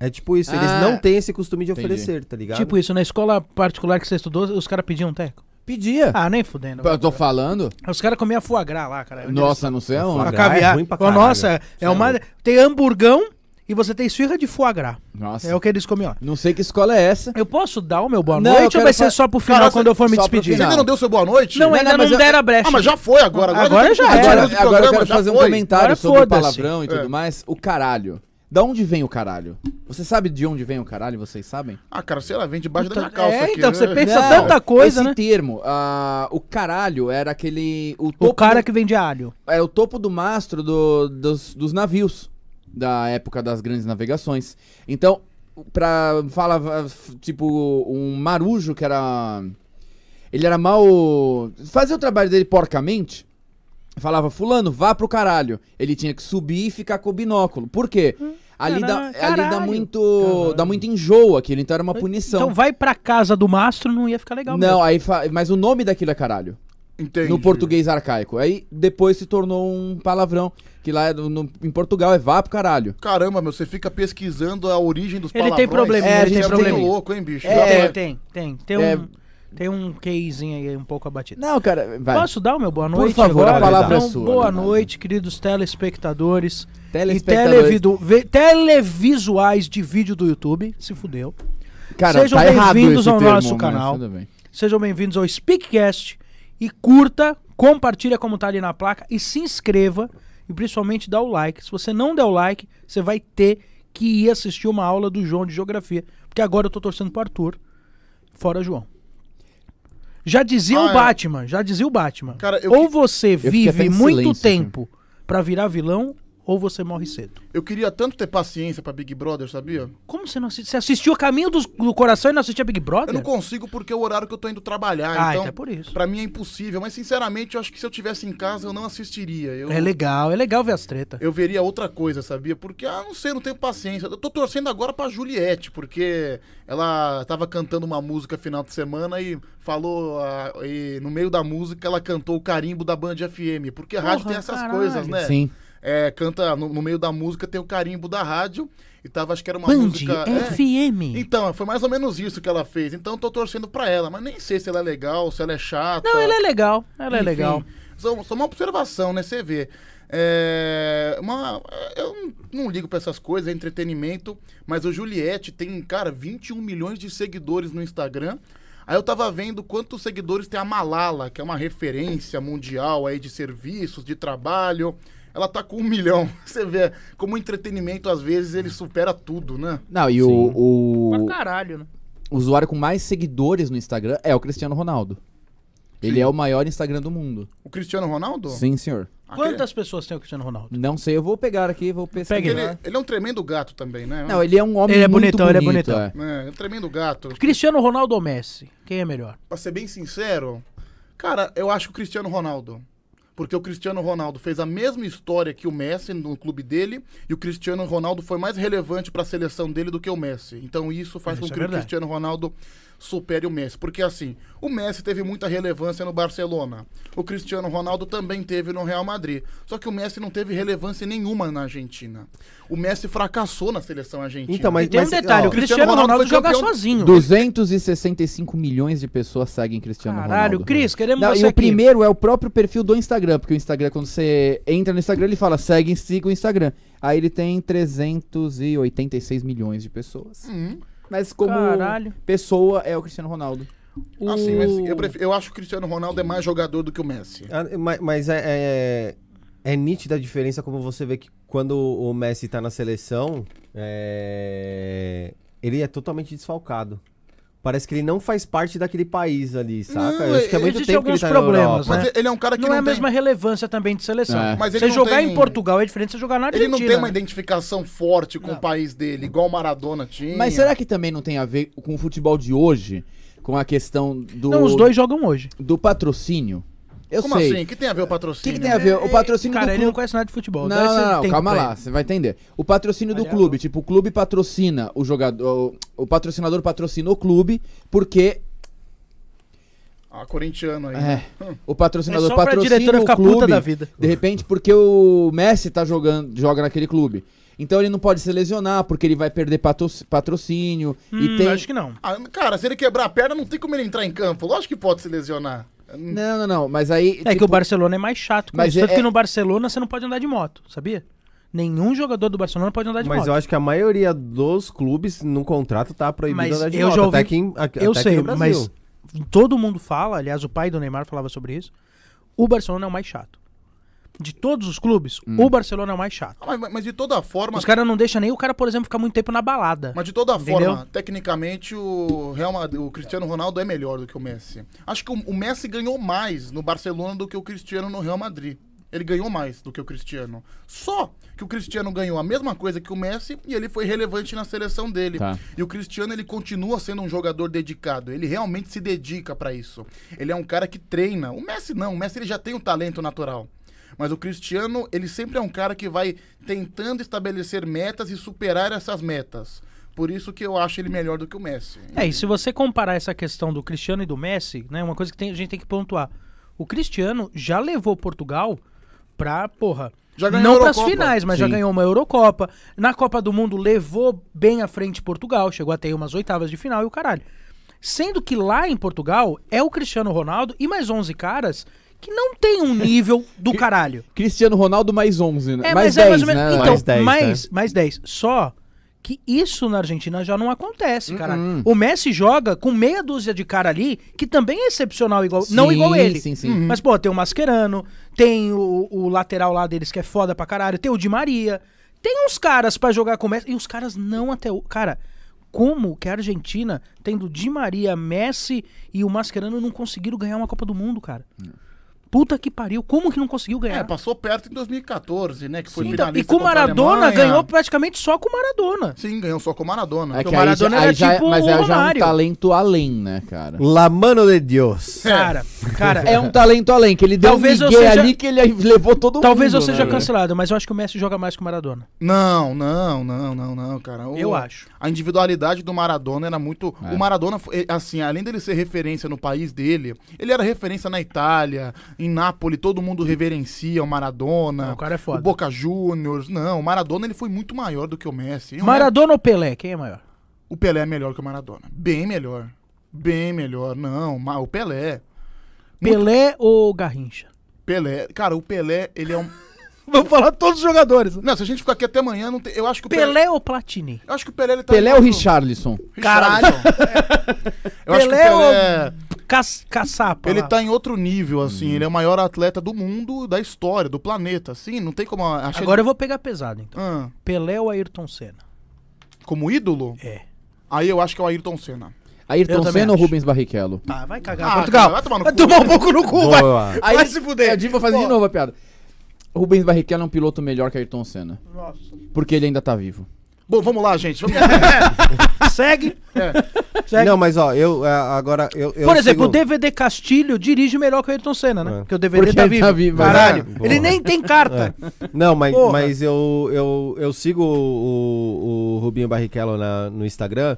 Speaker 2: É tipo isso, eles
Speaker 4: Ah.
Speaker 2: não têm esse costume de
Speaker 4: Entendi.
Speaker 2: oferecer, tá ligado?
Speaker 3: Tipo isso, na escola particular que você estudou, os caras pediam um teco.
Speaker 4: Pedia.
Speaker 3: Ah, nem fudendo.
Speaker 4: Eu tô falando?
Speaker 3: Os caras comiam foie gras lá, cara.
Speaker 4: Nossa, não sei
Speaker 3: Foie
Speaker 4: aonde.
Speaker 2: gras é
Speaker 3: caviar.
Speaker 2: ruim pra
Speaker 3: Fala,
Speaker 2: caralho.
Speaker 3: Nossa, é
Speaker 2: é
Speaker 3: uma... tem hamburgão e você tem esfirra de foie gras.
Speaker 4: Nossa.
Speaker 3: É o que eles comiam lá.
Speaker 4: Não sei que escola é essa.
Speaker 3: Eu posso dar o meu boa
Speaker 4: Não, eu
Speaker 3: noite ou
Speaker 4: quero
Speaker 3: vai ser
Speaker 4: fa-
Speaker 3: só pro final
Speaker 4: Cara,
Speaker 3: quando eu for me
Speaker 4: só pro
Speaker 3: despedir?
Speaker 1: Você ainda
Speaker 4: final.
Speaker 1: não deu seu boa noite?
Speaker 3: Não,
Speaker 1: é.
Speaker 3: ainda
Speaker 4: não,
Speaker 3: não,
Speaker 4: mas eu-
Speaker 3: deram a brecha.
Speaker 1: Ah, mas já foi agora.
Speaker 3: Agora
Speaker 1: tem
Speaker 3: já
Speaker 1: que
Speaker 3: era.
Speaker 1: continuar
Speaker 4: Agora,
Speaker 1: de
Speaker 4: agora
Speaker 1: É,
Speaker 4: eu
Speaker 1: programa,
Speaker 4: quero
Speaker 1: já
Speaker 4: fazer um
Speaker 1: foi.
Speaker 4: comentário
Speaker 3: Agora
Speaker 4: sobre o
Speaker 3: foda-se.
Speaker 4: palavrão e tudo
Speaker 1: É.
Speaker 4: mais. O caralho. Da onde vem o caralho? Você sabe de onde vem o caralho? Vocês sabem?
Speaker 1: Ah, cara, sei lá, vem debaixo da minha
Speaker 3: Puta,
Speaker 1: calça
Speaker 3: é,
Speaker 1: aqui.
Speaker 3: então,
Speaker 1: né?
Speaker 3: você pensa tanta coisa,
Speaker 4: esse
Speaker 3: né?
Speaker 4: termo, ah, o caralho era aquele. O, topo
Speaker 3: O cara
Speaker 4: do,
Speaker 3: que vende alho.
Speaker 4: era o topo do mastro do- dos, dos navios da época das grandes navegações. Então, pra falar, tipo, um marujo que era. Ele era mal. Fazia o trabalho dele porcamente. Falava, Fulano, vá pro caralho. Ele tinha que subir e ficar com o binóculo. Por quê? Ali, dá,
Speaker 3: caralho,
Speaker 4: ali dá
Speaker 3: Hum, caralho.
Speaker 4: muito. Dá muito enjoo aquilo, então era uma punição.
Speaker 3: Então vai pra casa do mastro, não ia ficar legal
Speaker 4: não,
Speaker 3: mesmo.
Speaker 4: aí fa- mas o nome daquilo é caralho.
Speaker 1: Entendi.
Speaker 4: No português arcaico. Aí depois se tornou um palavrão. Que lá no- no- em Portugal é vá pro caralho.
Speaker 1: Caramba, meu, você fica pesquisando a origem dos
Speaker 3: Ele tem
Speaker 1: palavrões.
Speaker 3: probleminha,
Speaker 4: É, ele tem
Speaker 1: é muito
Speaker 4: probleminha.
Speaker 1: louco, hein, bicho?
Speaker 4: É.
Speaker 3: Tem, tem, tem. Tem
Speaker 4: É.
Speaker 3: um, tem um casezinho aí um pouco abatido.
Speaker 4: Não, cara, vai.
Speaker 3: Posso dar o meu boa noite?
Speaker 4: favor,
Speaker 3: agora?
Speaker 2: a palavra
Speaker 3: então,
Speaker 4: é sua,
Speaker 3: Boa
Speaker 4: Leonardo.
Speaker 3: noite, queridos telespectadores e
Speaker 4: Telespectadores.
Speaker 3: televidu- ve- televisuais de vídeo do YouTube. Se fudeu.
Speaker 4: Cara,
Speaker 3: Sejam
Speaker 4: tá errado
Speaker 3: bem-vindos
Speaker 4: esse
Speaker 3: ao
Speaker 4: termo,
Speaker 3: nosso
Speaker 4: mas
Speaker 3: canal.
Speaker 4: tudo bem.
Speaker 3: Sejam bem-vindos ao Speakcast e curta, compartilha como tá ali na placa e se inscreva e principalmente dá o like. Se você não der o like, você vai ter que ir assistir uma aula do João de geografia, porque agora eu tô torcendo pro Arthur, fora João. Já dizia
Speaker 1: Ah,
Speaker 3: o
Speaker 1: é.
Speaker 3: Batman, já dizia o Batman.
Speaker 1: Cara, eu
Speaker 3: ou
Speaker 1: que-
Speaker 3: você
Speaker 4: fiquei
Speaker 3: vive
Speaker 4: até em
Speaker 3: muito
Speaker 4: silêncio, assim.
Speaker 3: tempo pra virar vilão ou você morre cedo.
Speaker 1: Eu queria tanto ter paciência pra Big Brother, sabia?
Speaker 3: Como você não assistiu? Você assistiu o Caminho dos- do Coração e não assistia Big
Speaker 1: Eu
Speaker 3: Brother?
Speaker 1: não consigo porque é o horário que eu tô indo trabalhar.
Speaker 3: Ah,
Speaker 1: então,
Speaker 3: então é por isso.
Speaker 1: Pra mim é impossível, mas sinceramente eu acho que se eu tivesse em casa eu não assistiria. Eu,
Speaker 3: É legal, é legal ver as tretas.
Speaker 1: eu veria outra coisa, sabia? Porque, ah, não sei, não tenho paciência. Eu tô torcendo agora pra Juliette, porque ela tava cantando uma música final de semana e falou. ah, e no meio da música ela cantou o carimbo da Band FM. Porque
Speaker 3: Porra,
Speaker 1: rádio tem essas
Speaker 3: caralho.
Speaker 1: coisas, né?
Speaker 4: Sim.
Speaker 1: É, canta no, no meio da música tem o carimbo da rádio e tava acho que era uma
Speaker 3: Band
Speaker 1: música é.
Speaker 3: FM.
Speaker 1: Então, foi mais ou menos isso que ela fez. Então tô torcendo pra ela, mas nem sei se ela é legal, se ela é chata.
Speaker 3: Não, ela é legal. Ela é
Speaker 1: Enfim,
Speaker 3: legal.
Speaker 1: Só, só uma observação, né? Você vê. É, uma- eu não- não ligo pra essas coisas, é entretenimento, mas o Juliette tem, cara, 21 milhões de seguidores no Instagram. Aí eu tava vendo quantos seguidores tem a Malala, que é uma referência mundial aí de serviços, de trabalho. Ela tá com um milhão. Você vê como o entretenimento, às vezes, ele supera tudo, né?
Speaker 4: Não, e o,
Speaker 3: Pra
Speaker 4: o
Speaker 3: caralho, né?
Speaker 4: usuário com mais seguidores no Instagram é o Cristiano Ronaldo. Ele
Speaker 1: Sim.
Speaker 4: é o maior Instagram do mundo.
Speaker 1: O Cristiano Ronaldo?
Speaker 4: Sim, senhor.
Speaker 1: Aquele-
Speaker 3: Quantas pessoas tem o Cristiano Ronaldo?
Speaker 4: Não sei, eu vou pegar aqui, vou pesquisar.
Speaker 3: Pegue.
Speaker 1: Ele, ele é um tremendo gato também, né?
Speaker 4: Não, ele é um homem
Speaker 3: Ele é
Speaker 4: muito
Speaker 3: bonitão, ele é
Speaker 4: bonito,
Speaker 3: bonitão.
Speaker 1: É, é um tremendo gato.
Speaker 3: Cristiano Ronaldo ou Messi? Quem é melhor?
Speaker 1: Pra ser bem sincero, cara, eu acho que o Cristiano Ronaldo. Porque o Cristiano Ronaldo fez a mesma história que o Messi no clube dele, e o Cristiano Ronaldo foi mais relevante pra seleção dele do que o Messi. Então isso faz
Speaker 3: Isso
Speaker 1: com
Speaker 3: é
Speaker 1: que o
Speaker 3: verdade.
Speaker 1: Cristiano Ronaldo supere o Messi. Porque assim, o Messi teve muita relevância no Barcelona. O Cristiano Ronaldo também teve no Real Madrid. Só que o Messi não teve relevância nenhuma na Argentina. O Messi fracassou na seleção argentina.
Speaker 2: Então, mas-
Speaker 3: E tem um detalhe,
Speaker 2: ó,
Speaker 3: o Cristiano, Ronaldo,
Speaker 1: foi
Speaker 3: joga
Speaker 1: campeão-
Speaker 4: é.
Speaker 3: sozinho.
Speaker 4: 265 milhões de pessoas seguem Cristiano
Speaker 3: Caralho,
Speaker 4: Ronaldo.
Speaker 3: Cris, queremos
Speaker 4: Não,
Speaker 3: você
Speaker 4: e o
Speaker 3: aqui.
Speaker 4: primeiro é o próprio perfil do Instagram, porque o Instagram, quando você entra no Instagram, ele fala, segue, siga o Instagram. Aí ele tem 386 milhões de pessoas.
Speaker 1: Uhum.
Speaker 4: Mas como
Speaker 3: Caralho.
Speaker 4: pessoa é o Cristiano Ronaldo.
Speaker 3: O...
Speaker 1: Assim, mas eu, prefiro- eu acho que o Cristiano Ronaldo é mais jogador do que o Messi.
Speaker 2: Ah, ma- Mas é, é, é nítida a diferença como você vê que quando o Messi tá na seleção, é, ele é totalmente desfalcado. Parece que ele não faz parte daquele país ali, saca?
Speaker 1: Não,
Speaker 2: Eu acho que é muito
Speaker 3: existem
Speaker 2: tempo que ele
Speaker 3: alguns
Speaker 2: tá
Speaker 3: problemas,
Speaker 2: na Europa.
Speaker 1: Mas
Speaker 3: né?
Speaker 1: ele é um cara que
Speaker 3: Não,
Speaker 1: não,
Speaker 3: é a
Speaker 1: tem,
Speaker 3: mesma relevância também de seleção.
Speaker 4: É.
Speaker 1: Mas ele
Speaker 3: Você
Speaker 1: não
Speaker 3: jogar
Speaker 1: tem-
Speaker 3: em Portugal é diferente de você jogar na
Speaker 1: Ele
Speaker 3: Argentina.
Speaker 1: não tem uma identificação forte com o país dele, igual o Maradona tinha.
Speaker 4: Mas será que também não tem a ver com o futebol de hoje? Com a questão do,
Speaker 3: Não, os dois jogam hoje.
Speaker 4: do patrocínio? Eu
Speaker 1: Como
Speaker 4: sei.
Speaker 1: assim? O que tem a ver o
Speaker 4: O que,
Speaker 1: patrocínio? né?
Speaker 4: que tem a ver? O patrocínio
Speaker 3: Cara,
Speaker 4: do
Speaker 3: ele
Speaker 4: clube...
Speaker 3: não conhece nada de futebol.
Speaker 4: Não,
Speaker 3: daí você
Speaker 4: não, não,
Speaker 3: tem
Speaker 4: calma
Speaker 3: pra
Speaker 4: lá,
Speaker 3: ele.
Speaker 4: você vai entender. O patrocínio do
Speaker 3: Aliás,
Speaker 4: clube, tipo, o clube patrocina o jogador, o patrocinador patrocina o clube porque
Speaker 1: Ah, corintiano aí.
Speaker 4: é, o
Speaker 3: É
Speaker 4: patrocinador
Speaker 3: só pra diretora
Speaker 4: patrocina
Speaker 3: ficar
Speaker 4: o
Speaker 3: puta
Speaker 4: clube.
Speaker 3: da vida.
Speaker 4: De repente, porque o Messi tá jogando, joga naquele clube. Então ele não pode se lesionar porque ele vai perder patro- patrocínio
Speaker 3: Hum,
Speaker 4: e tem
Speaker 3: Acho que não.
Speaker 1: Ah, cara, se ele quebrar a perna, não tem como ele entrar em campo. Lógico que pode se lesionar.
Speaker 4: Não, não, não, mas aí
Speaker 3: É que
Speaker 4: tipo,
Speaker 3: o Barcelona é mais chato. Com
Speaker 4: Mas
Speaker 3: isso. Tanto
Speaker 4: é-
Speaker 3: que no Barcelona você não pode andar de moto, sabia? Nenhum jogador do Barcelona pode andar de
Speaker 2: Mas
Speaker 3: moto.
Speaker 2: eu acho que a maioria dos clubes no contrato tá proibido
Speaker 3: Mas
Speaker 2: andar de
Speaker 3: eu
Speaker 2: moto,
Speaker 3: já ouvi-
Speaker 2: até aqui, em- a-
Speaker 3: Eu
Speaker 2: até aqui
Speaker 3: sei,
Speaker 2: no Brasil.
Speaker 3: mas todo mundo fala, aliás, o pai do Neymar falava sobre isso. O Barcelona é o mais chato. De todos os clubes,
Speaker 2: Hum.
Speaker 3: o Barcelona é o mais chato.
Speaker 1: Ah, Mas, mas de toda forma.
Speaker 3: Os caras não deixam nem o cara, por exemplo, ficar muito tempo na balada.
Speaker 1: Mas de toda
Speaker 3: Entendeu?
Speaker 1: forma, tecnicamente, o, Real Madrid, o Cristiano Ronaldo é melhor do que o Messi. Acho que o, o Messi ganhou mais no Barcelona do que o Cristiano no Real Madrid. Ele ganhou mais do que o Cristiano. Só que o Cristiano ganhou a mesma coisa que o Messi e ele foi relevante na seleção dele.
Speaker 4: Tá.
Speaker 1: E o Cristiano, ele continua sendo um jogador dedicado. Ele realmente se dedica pra isso. Ele é um cara que treina. O Messi não. O Messi ele já tem o talento natural. Mas o Cristiano, ele sempre é um cara que vai tentando estabelecer metas e superar essas metas. Por isso que eu acho ele melhor do que o Messi.
Speaker 3: É, e se você comparar essa questão do Cristiano e do Messi, né, uma coisa que tem- a gente tem que pontuar. O Cristiano já levou Portugal pra, porra,
Speaker 1: Já ganhou
Speaker 3: não
Speaker 1: a
Speaker 3: pras
Speaker 1: Eurocopa.
Speaker 3: finais, mas já
Speaker 4: Sim.
Speaker 3: ganhou uma Eurocopa. Na Copa do Mundo levou bem à frente Portugal, chegou até aí umas oitavas de final e o caralho. Sendo que lá em Portugal é o Cristiano Ronaldo e mais 11 caras que não tem um nível do caralho.
Speaker 4: Cristiano Ronaldo mais 11, né?
Speaker 3: É,
Speaker 4: mais
Speaker 3: mas
Speaker 4: 10,
Speaker 3: é mais ou menos.
Speaker 4: né?
Speaker 2: Mais
Speaker 3: Então, mais 10,
Speaker 2: 10,
Speaker 3: mais, 10. Só que isso na Argentina já não acontece, cara.
Speaker 4: Uhum.
Speaker 3: O Messi joga com meia dúzia de cara ali que também é excepcional, igual, não
Speaker 4: Sim,
Speaker 3: igual ele. Uhum.
Speaker 4: Sim, sim.
Speaker 3: Mas, pô, tem o Mascherano, tem o, o lateral lá deles que é foda pra caralho, tem o Di Maria, tem uns caras pra jogar com o Messi, e os caras não até o... Cara, como que a Argentina, tendo Di Maria, Messi e o Mascherano, não conseguiram ganhar uma Copa do Mundo, cara?
Speaker 4: Hum.
Speaker 3: Puta que pariu, como que não conseguiu ganhar?
Speaker 1: É, passou perto em 2014, né? Que foi
Speaker 3: Então,
Speaker 1: finalista
Speaker 3: e com o
Speaker 1: contra a
Speaker 3: Maradona
Speaker 1: Alemanha.
Speaker 3: ganhou praticamente só com o Maradona.
Speaker 1: Sim, ganhou só com o Maradona.
Speaker 4: É
Speaker 3: o
Speaker 4: que aí, já-
Speaker 3: Maradona era
Speaker 4: aí já, é-
Speaker 3: tipo
Speaker 4: mas
Speaker 3: o
Speaker 4: aí já é um
Speaker 3: Romário.
Speaker 4: talento além, né, cara?
Speaker 2: La mano de Deus.
Speaker 3: Cara, cara,
Speaker 4: É um talento além, que ele deu
Speaker 3: Talvez
Speaker 4: um
Speaker 3: eu
Speaker 4: migué
Speaker 3: seja-
Speaker 4: ali que ele levou todo
Speaker 3: talvez eu
Speaker 4: mundo.
Speaker 3: seja
Speaker 4: né, velho?
Speaker 3: cancelado, mas eu acho que o Messi joga mais que o Maradona.
Speaker 1: Não, não, não, não, não, cara. O-
Speaker 3: Eu acho.
Speaker 1: A individualidade do Maradona era muito.
Speaker 4: É.
Speaker 1: O Maradona, foi- assim, além dele ser referência no país dele, ele era referência na Itália, em Nápoles, todo mundo reverencia o Maradona.
Speaker 3: O cara é foda.
Speaker 1: O Boca Juniors. Não, o Maradona ele foi muito maior do que o Messi. E o
Speaker 3: Maradona ou Pelé, quem é maior?
Speaker 1: O Pelé é melhor que o Maradona. Bem melhor. Bem melhor. Não, ma- o Pelé. Muito-
Speaker 3: Pelé ou Garrincha?
Speaker 1: Pelé. Cara, o Pelé, ele é um.
Speaker 3: Vamos falar todos os jogadores.
Speaker 1: Não, se a gente ficar aqui até amanhã, não tem- eu acho que o Pelé.
Speaker 3: Pelé é ou Platini?
Speaker 1: Eu acho que o Pelé ele tá.
Speaker 4: Pelé ou
Speaker 1: enquanto-
Speaker 4: Richarlison?
Speaker 1: Caralho. Eu acho que o
Speaker 3: É. Pelé é ou-
Speaker 1: Pelé. é-
Speaker 3: Cas, caçapa.
Speaker 1: Ele
Speaker 3: lá.
Speaker 1: tá em outro nível, assim.
Speaker 4: Uhum.
Speaker 1: Ele é o maior atleta do mundo, da história, do planeta, assim. Não tem como achar.
Speaker 3: Agora eu vou pegar pesado, então.
Speaker 1: Ah,
Speaker 3: Pelé ou Ayrton Senna?
Speaker 1: como ídolo?
Speaker 3: É.
Speaker 1: Aí eu acho que é o Ayrton Senna.
Speaker 3: Eu
Speaker 4: Ayrton
Speaker 3: também
Speaker 4: Senna ou
Speaker 3: acho.
Speaker 4: Rubens Barrichello?
Speaker 3: Ah, vai cagar.
Speaker 1: Ah,
Speaker 3: Portugal.
Speaker 1: cara, vai tomar no cu.
Speaker 3: tomar um pouco no cu, vai.
Speaker 2: Boa.
Speaker 4: Aí,
Speaker 3: Vai se fuder.
Speaker 4: É, de- vou fazer de
Speaker 3: Pô.
Speaker 4: novo a piada. Rubens Barrichello é um piloto melhor que Ayrton Senna. Porque ele ainda tá vivo.
Speaker 1: Bom, vamos lá, gente. Vamos...
Speaker 3: Segue. Segue.
Speaker 2: Não, mas ó, eu é, agora eu, eu
Speaker 3: Por
Speaker 2: sigo-
Speaker 3: exemplo, o DVD Castilho dirige melhor que o Ayrton Senna, né?
Speaker 2: É.
Speaker 3: Porque o DVD
Speaker 4: Porque
Speaker 3: tá
Speaker 4: ele
Speaker 3: vivo.
Speaker 4: tá vivo,
Speaker 3: Caralho.
Speaker 2: né?
Speaker 3: Ele
Speaker 2: Porra.
Speaker 3: nem tem carta.
Speaker 2: Não, mas,
Speaker 3: Porra.
Speaker 2: mas eu, eu, eu sigo o, o Rubinho Barrichello na- no Instagram.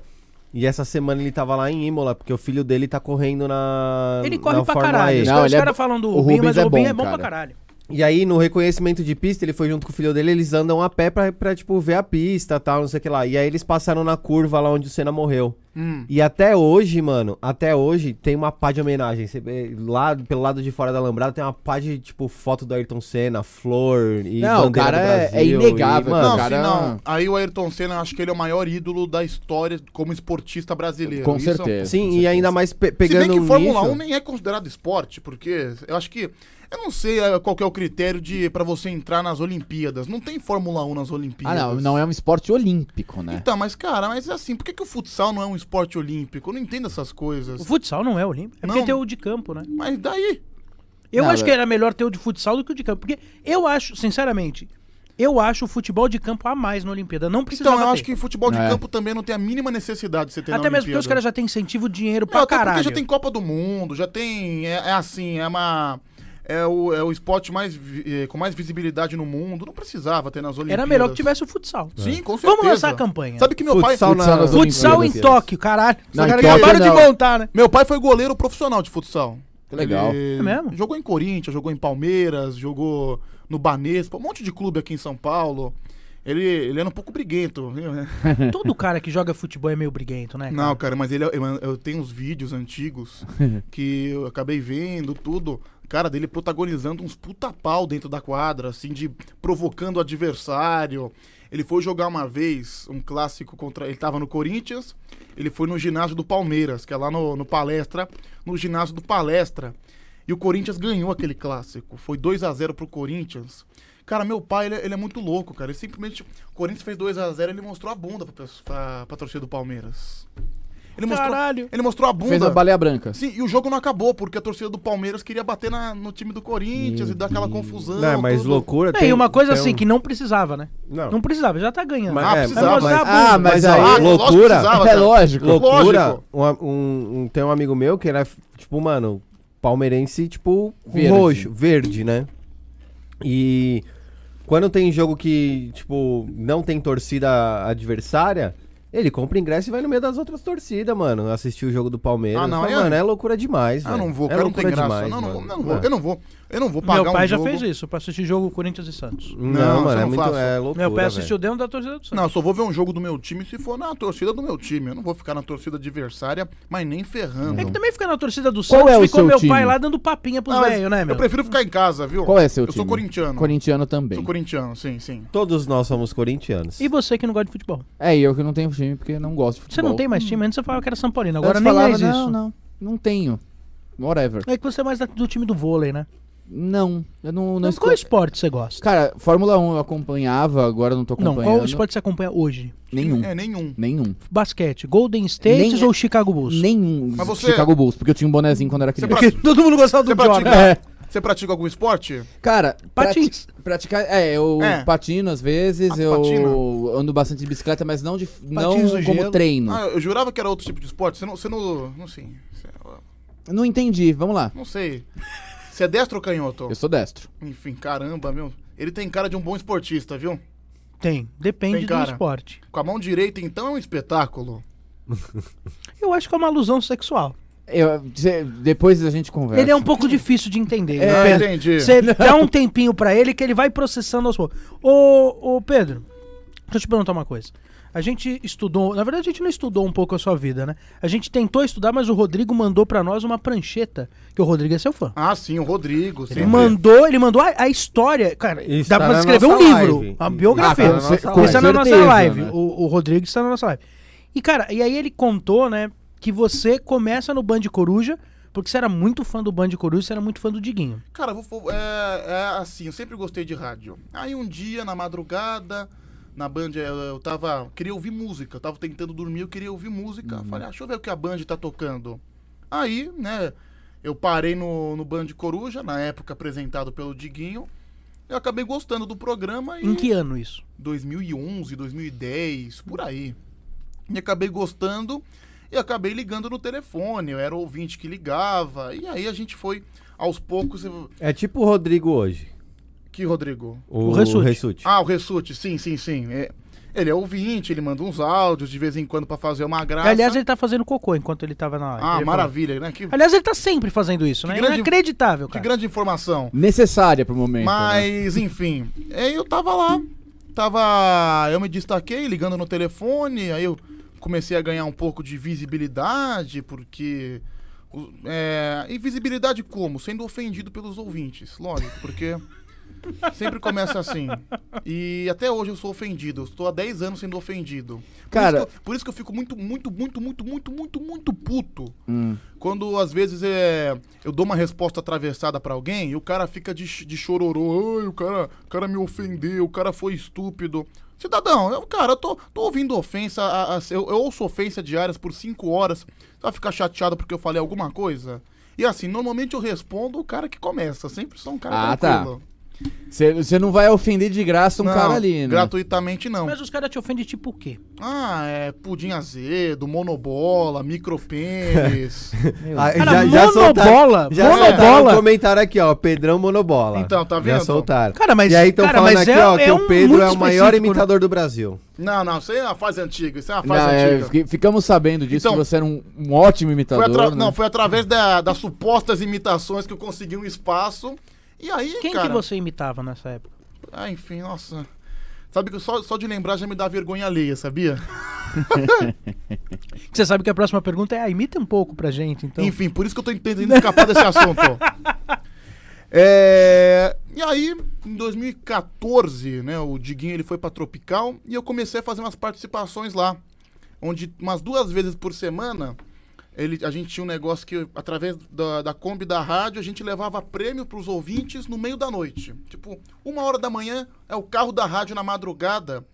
Speaker 2: E essa semana ele tava lá em Imola, porque o filho dele tá correndo na.
Speaker 3: Ele corre
Speaker 2: na
Speaker 3: pra
Speaker 2: Fórmula
Speaker 3: caralho.
Speaker 2: E.
Speaker 3: Os
Speaker 4: Não,
Speaker 3: caras
Speaker 4: ele é
Speaker 3: cara
Speaker 4: bo-
Speaker 3: falam do
Speaker 4: o
Speaker 3: Rubinho, mas
Speaker 4: Rubens
Speaker 3: o
Speaker 4: é
Speaker 3: Rubinho
Speaker 4: bom,
Speaker 3: é bom pra
Speaker 4: cara.
Speaker 3: caralho.
Speaker 2: E aí, no reconhecimento de pista, ele foi junto com o filho dele, eles andam a pé pra, pra tipo, ver a pista tal, não sei o que lá. E aí eles passaram na curva lá onde o Senna morreu.
Speaker 1: Hum.
Speaker 2: E até hoje, mano, até hoje tem uma pá de homenagem. Você vê lá pelo lado de fora da Lambrada tem uma pá de, tipo, foto do Ayrton Senna, flor e
Speaker 4: Não, o
Speaker 2: bandeira
Speaker 4: cara
Speaker 2: do
Speaker 4: é-
Speaker 2: Brasil.
Speaker 4: é inegável,
Speaker 2: e,
Speaker 1: Não,
Speaker 2: mano,
Speaker 4: cara- é um-
Speaker 1: sim, não. Aí o Ayrton Senna, acho que ele é o maior ídolo da história como esportista brasileiro.
Speaker 4: Com
Speaker 1: Isso- é um-
Speaker 4: certeza.
Speaker 2: sim,
Speaker 4: com
Speaker 2: e
Speaker 4: certeza.
Speaker 2: ainda mais pe-
Speaker 1: Se
Speaker 2: pegando
Speaker 1: bem que
Speaker 2: um
Speaker 1: Fórmula
Speaker 2: nicho-
Speaker 1: 1 nem é considerado esporte, porque eu acho que. Eu não sei eh, qual que é o critério de para você entrar nas Olimpíadas. Não tem Fórmula 1 nas
Speaker 4: Ah,
Speaker 1: Olimpíadas.
Speaker 4: não, não é um esporte olímpico, né?
Speaker 1: Então, mas cara, mas assim, por que, que o futsal não é um esporte olímpico? Eu não entendo essas
Speaker 3: O
Speaker 1: coisas.
Speaker 3: futsal não é olímpico. É porque
Speaker 1: Não.
Speaker 3: tem o de campo, né?
Speaker 1: Mas daí?
Speaker 3: Eu
Speaker 4: Não,
Speaker 3: acho que
Speaker 4: é-
Speaker 3: era melhor ter o de futsal do que o de campo. Porque eu acho, sinceramente, eu acho o futebol de campo a mais na Olimpíada. Não precisa.
Speaker 1: Então, eu acho que futebol de
Speaker 4: É.
Speaker 1: campo também não tem a mínima necessidade de você ter na
Speaker 3: Até mesmo porque
Speaker 1: Olimpíada.
Speaker 3: os caras já têm incentivo, dinheiro
Speaker 1: Não,
Speaker 3: pra
Speaker 1: até porque
Speaker 3: caralho.
Speaker 1: já tem Copa do Mundo, já tem. É, é assim, é uma. É o, é o esporte mais, vi- eh, com mais visibilidade no mundo. Não precisava ter nas Olimpíadas.
Speaker 3: Era melhor que tivesse o futsal.
Speaker 1: Sim, com certeza.
Speaker 3: Vamos lançar a campanha.
Speaker 1: Sabe que meu
Speaker 2: Futsal
Speaker 1: pai.
Speaker 2: na- assim.
Speaker 4: Futsal nas
Speaker 3: Futsal em
Speaker 4: Olimpíadas.
Speaker 3: Tóquio, caralho. Os
Speaker 4: Não, em
Speaker 3: caras
Speaker 4: Tóquio
Speaker 3: acabaram de
Speaker 4: não.
Speaker 3: montar, né?
Speaker 1: Meu pai foi goleiro profissional de futsal.
Speaker 4: Que legal.
Speaker 1: Ele
Speaker 3: É mesmo?
Speaker 1: Jogou em Corinthians, jogou em Palmeiras, jogou no Banespa, um monte de clube aqui em São Paulo. Ele, ele era um pouco briguento. viu?
Speaker 3: Todo cara que joga futebol é meio briguento, né? cara?
Speaker 1: Não, cara, mas ele, é- eu, eu tenho uns vídeos antigos que eu acabei vendo tudo. Cara, dele protagonizando uns puta pau dentro da quadra, assim, de provocando o adversário. Ele foi jogar uma vez um clássico contra. Ele tava no Corinthians, ele foi no ginásio do Palmeiras, que é lá no, no Palestra, no ginásio do Palestra. E o Corinthians ganhou aquele clássico. Foi 2 a 0 pro Corinthians. Cara, meu pai, ele, é- ele é muito louco, cara. Ele simplesmente. O Corinthians fez 2 a 0 ele mostrou a bunda pra, pessoa- pra, pra torcida do Palmeiras. Ele mostrou,
Speaker 3: Caralho.
Speaker 1: ele mostrou a bunda.
Speaker 4: Fez a baleia branca.
Speaker 1: Sim, e o jogo não acabou, porque a torcida do Palmeiras queria bater na- no time do Corinthians e dar aquela confusão.
Speaker 2: Não, mas
Speaker 1: tudo.
Speaker 2: loucura
Speaker 3: E uma coisa
Speaker 2: tem um-
Speaker 3: assim que não precisava, né?
Speaker 2: Não.
Speaker 3: Não precisava, já tá ganhando.
Speaker 2: Mas,
Speaker 1: Ah,
Speaker 2: é,
Speaker 1: precisava,
Speaker 2: mas-
Speaker 1: mas-
Speaker 4: Ah, mas
Speaker 2: ó,
Speaker 4: aí-
Speaker 1: Ah, lógico que
Speaker 2: loucura.
Speaker 1: precisava,
Speaker 4: É
Speaker 1: cara.
Speaker 4: lógico.
Speaker 2: Loucura.
Speaker 1: Lógico.
Speaker 2: Um, um- um- tem um amigo meu que era, tipo, mano, palmeirense, tipo,
Speaker 4: Verde.
Speaker 1: assim.
Speaker 2: roxo, verde, né? E quando tem jogo que, tipo, não tem torcida adversária, ele compra ingresso e vai no meio das outras torcidas, mano. Assistir o jogo do Palmeiras.
Speaker 1: Ah, não,
Speaker 2: Fala,
Speaker 1: eu-
Speaker 2: mano, é loucura demais,
Speaker 1: Ah,
Speaker 2: velho.
Speaker 1: não vou,
Speaker 2: é
Speaker 1: cara, não
Speaker 2: loucura
Speaker 1: tem graça.
Speaker 2: demais,
Speaker 1: não, não, vou,
Speaker 2: mano.
Speaker 1: não vou,
Speaker 4: É.
Speaker 2: Ah.
Speaker 1: eu não vou. Eu não vou pagar
Speaker 3: Meu pai
Speaker 1: um
Speaker 3: já
Speaker 1: jogo.
Speaker 3: fez isso pra assistir jogo Corinthians e Santos.
Speaker 1: Não,
Speaker 2: Não,
Speaker 1: isso eu
Speaker 2: mano, é
Speaker 1: não
Speaker 2: muito
Speaker 1: faço.
Speaker 2: é loucura,
Speaker 3: Meu pai
Speaker 2: velho.
Speaker 3: assistiu dentro da torcida do Santos.
Speaker 1: Não, eu só vou ver um jogo do meu time se for na torcida do meu time. Eu não vou ficar na torcida adversária, mas nem ferrando.
Speaker 3: É que também fica na torcida do
Speaker 4: Qual
Speaker 3: Santos,
Speaker 4: é o
Speaker 3: ficou
Speaker 4: seu
Speaker 3: meu
Speaker 4: time?
Speaker 3: pai lá dando papinha pros
Speaker 1: Não, mas
Speaker 3: velhos, né, meu?
Speaker 1: Eu prefiro ficar em casa, viu?
Speaker 4: Qual é seu
Speaker 1: eu
Speaker 4: time?
Speaker 1: sou corintiano.
Speaker 4: Corintiano também.
Speaker 1: Sou corintiano, sim, sim.
Speaker 2: Todos nós somos corintianos.
Speaker 3: E você que não gosta de futebol?
Speaker 4: É, e eu que não tenho time porque não gosto de
Speaker 3: Você
Speaker 4: futebol.
Speaker 3: não tem mais time, antes você falava que era São Paulino, agora
Speaker 4: Antes
Speaker 3: nem
Speaker 4: falava,
Speaker 3: mais
Speaker 4: não,
Speaker 3: isso.
Speaker 4: não, não tenho. Whatever.
Speaker 3: É que você é mais da- do time do vôlei, né?
Speaker 4: Não, eu não, não,
Speaker 3: Não,
Speaker 4: esco-
Speaker 3: qual esporte você gosta?
Speaker 4: Cara, Fórmula 1 eu acompanhava, agora eu não tô
Speaker 3: Não,
Speaker 4: acompanhando.
Speaker 3: qual esporte você acompanha hoje?
Speaker 4: Nenhum,
Speaker 1: É, nenhum.
Speaker 4: nenhum.
Speaker 3: Basquete, Golden State
Speaker 4: Nem-
Speaker 3: ou Chicago Bulls?
Speaker 4: Nenhum.
Speaker 1: Mas você-
Speaker 4: Chicago Bulls, porque eu tinha um bonezinho quando era
Speaker 1: Você
Speaker 4: criança.
Speaker 3: Porque todo mundo gostava do
Speaker 1: Você pratica,
Speaker 3: Jordan.
Speaker 1: você pratica algum esporte?
Speaker 4: Cara,
Speaker 3: Patins.
Speaker 4: prati- praticar. É, eu
Speaker 1: É.
Speaker 4: patino às vezes,
Speaker 1: Ah,
Speaker 4: eu
Speaker 1: patina.
Speaker 4: ando bastante de bicicleta, mas não, de, não
Speaker 3: Patins no
Speaker 4: como
Speaker 3: gelo.
Speaker 4: treino.
Speaker 1: Ah, eu jurava que era outro tipo de esporte. Você não. Você não, não sei. Você-
Speaker 4: Não entendi, vamos lá.
Speaker 1: Não sei. Você é destro ou canhoto?
Speaker 4: Eu sou destro.
Speaker 1: Enfim, caramba, meu. Ele tem cara de um bom esportista, viu?
Speaker 3: Tem, depende
Speaker 1: Tem
Speaker 3: do
Speaker 1: cara.
Speaker 3: esporte.
Speaker 1: Com a mão direita, então, é um espetáculo.
Speaker 3: Eu acho que é uma alusão sexual.
Speaker 4: Eu- cê- depois a gente conversa.
Speaker 3: Ele é um pouco difícil de entender.
Speaker 4: É.
Speaker 1: Ah,
Speaker 3: né?
Speaker 1: entendi.
Speaker 3: Você dá um tempinho pra ele que ele vai processando aos poucos. Ô, ô Pedro, deixa eu te perguntar uma coisa. A gente estudou, na verdade a gente não estudou um pouco a sua vida, né? A gente tentou estudar, mas o Rodrigo mandou pra nós uma prancheta, que o Rodrigo é seu fã.
Speaker 1: Ah, sim, o Rodrigo.
Speaker 3: Ele
Speaker 1: sempre.
Speaker 3: mandou, ele mandou a, a história, cara,
Speaker 2: Isso
Speaker 3: dá
Speaker 2: tá
Speaker 3: pra
Speaker 2: na
Speaker 3: escrever um
Speaker 2: nossa
Speaker 3: livro,
Speaker 2: live.
Speaker 3: uma
Speaker 2: Isso.
Speaker 3: biografia.
Speaker 2: Ah, tá na nossa
Speaker 4: Com
Speaker 2: live.
Speaker 3: está na nossa
Speaker 4: certeza,
Speaker 3: live.
Speaker 4: né?
Speaker 3: O, o Rodrigo está na nossa live. E, cara, e aí ele contou, né, que você começa no Band Coruja, porque você era muito fã do Band Coruja, você era muito fã do Diguinho.
Speaker 1: Cara, eu vou, é, é assim, eu sempre gostei de rádio. Aí um dia, na madrugada, na Band, eu, eu tava. Queria ouvir música. Eu tava tentando dormir, eu queria ouvir
Speaker 3: Uhum.
Speaker 1: música. Falei, ah, deixa eu ver o que a Band tá tocando. Aí, né, eu parei no, no Band Coruja, na época apresentado pelo Diguinho. Eu acabei gostando do programa e.
Speaker 3: Em que ano isso?
Speaker 1: 2011, 2010, por aí. E acabei gostando e acabei ligando no telefone. Eu era o ouvinte que ligava. E aí a gente foi aos poucos. eu-
Speaker 2: É tipo o Rodrigo hoje.
Speaker 1: Que Rodrigo?
Speaker 2: O,
Speaker 3: Ressute.
Speaker 2: Ressute.
Speaker 1: Ah, o Ressute, sim, sim, sim. É- ele é ouvinte, ele manda uns áudios de vez em quando pra fazer uma graça.
Speaker 3: Aliás, ele tá fazendo cocô enquanto ele tava na live.
Speaker 1: Ah,
Speaker 3: Ele
Speaker 1: maravilha, né? Que,
Speaker 3: falou. Aliás, ele tá sempre fazendo isso, né?
Speaker 1: Que grande-
Speaker 3: Inacreditável,
Speaker 1: que
Speaker 3: cara.
Speaker 1: grande informação.
Speaker 4: Necessária pro momento. né?
Speaker 1: Mas, enfim, é, eu tava lá. Tava. Eu me destaquei ligando no telefone, aí eu comecei a ganhar um pouco de visibilidade, porque. o- É, e visibilidade como? Sendo ofendido pelos ouvintes, lógico, porque sempre começa assim. E até hoje eu sou ofendido, eu estou há 10 anos sendo ofendido. Por
Speaker 4: Cara-
Speaker 1: isso que eu- por isso que eu fico muito, muito, muito, muito, muito, muito, muito puto
Speaker 4: Hum.
Speaker 1: quando às vezes é, eu dou uma resposta atravessada pra alguém e o cara fica de, ch- de chororô, ai, o cara, o cara me ofendeu, o cara foi estúpido. Cidadão, eu, cara, eu tô, tô ouvindo ofensa, a- a- eu, eu ouço ofensa diárias por cinco horas, você vai ficar chateado porque eu falei alguma coisa? E assim, normalmente eu respondo o cara que começa, sempre sou um cara
Speaker 4: Ah, tá.
Speaker 1: tranquilo.
Speaker 4: Você você não vai ofender de graça um
Speaker 1: Não,
Speaker 4: cara ali, né?
Speaker 1: Gratuitamente não.
Speaker 3: Mas os caras te ofendem tipo o quê?
Speaker 1: Ah, é pudim azedo, monobola, micropênis.
Speaker 2: Ah,
Speaker 3: Cara,
Speaker 2: soltaram-
Speaker 3: monobola,
Speaker 2: já
Speaker 3: monobola.
Speaker 2: soltaram um comentário aqui, ó. Pedrão Monobola.
Speaker 1: Então, tá
Speaker 2: Já
Speaker 1: vendo?
Speaker 2: soltaram.
Speaker 3: Cara, mas-
Speaker 2: E aí estão
Speaker 3: cara,
Speaker 2: falando
Speaker 3: mas
Speaker 2: aqui,
Speaker 3: é-
Speaker 2: ó, que
Speaker 3: é um
Speaker 2: o Pedro
Speaker 3: muito
Speaker 2: é o maior
Speaker 3: específico, né?
Speaker 2: imitador do Brasil.
Speaker 1: não, não, isso aí é uma fase antiga, isso é uma
Speaker 4: Não,
Speaker 1: fase
Speaker 4: é,
Speaker 1: antiga.
Speaker 4: fiquei- ficamos sabendo disso,
Speaker 1: Então,
Speaker 4: que você era um, um ótimo
Speaker 1: Foi
Speaker 4: imitador.
Speaker 1: atra-
Speaker 4: né?
Speaker 1: Não, foi através da- das supostas imitações que eu consegui um espaço. E aí,
Speaker 3: Quem
Speaker 1: cara.
Speaker 3: que você imitava nessa época?
Speaker 1: Ah, enfim, nossa. Sabe que só, só de lembrar já me dá vergonha alheia, sabia?
Speaker 3: Que Você sabe que a próxima pergunta é, ah, imita um pouco pra gente, então.
Speaker 1: Enfim, por isso que eu tô tentando escapar desse assunto. É, E aí, em 2014, né, o Diguinho ele foi pra Tropical e eu comecei a fazer umas participações lá. Onde umas duas vezes por semana ele, a gente tinha um negócio que, através da, da Kombi da rádio, a gente levava prêmio pros ouvintes no meio da noite. Tipo, uma hora da manhã é o carro da rádio na madrugada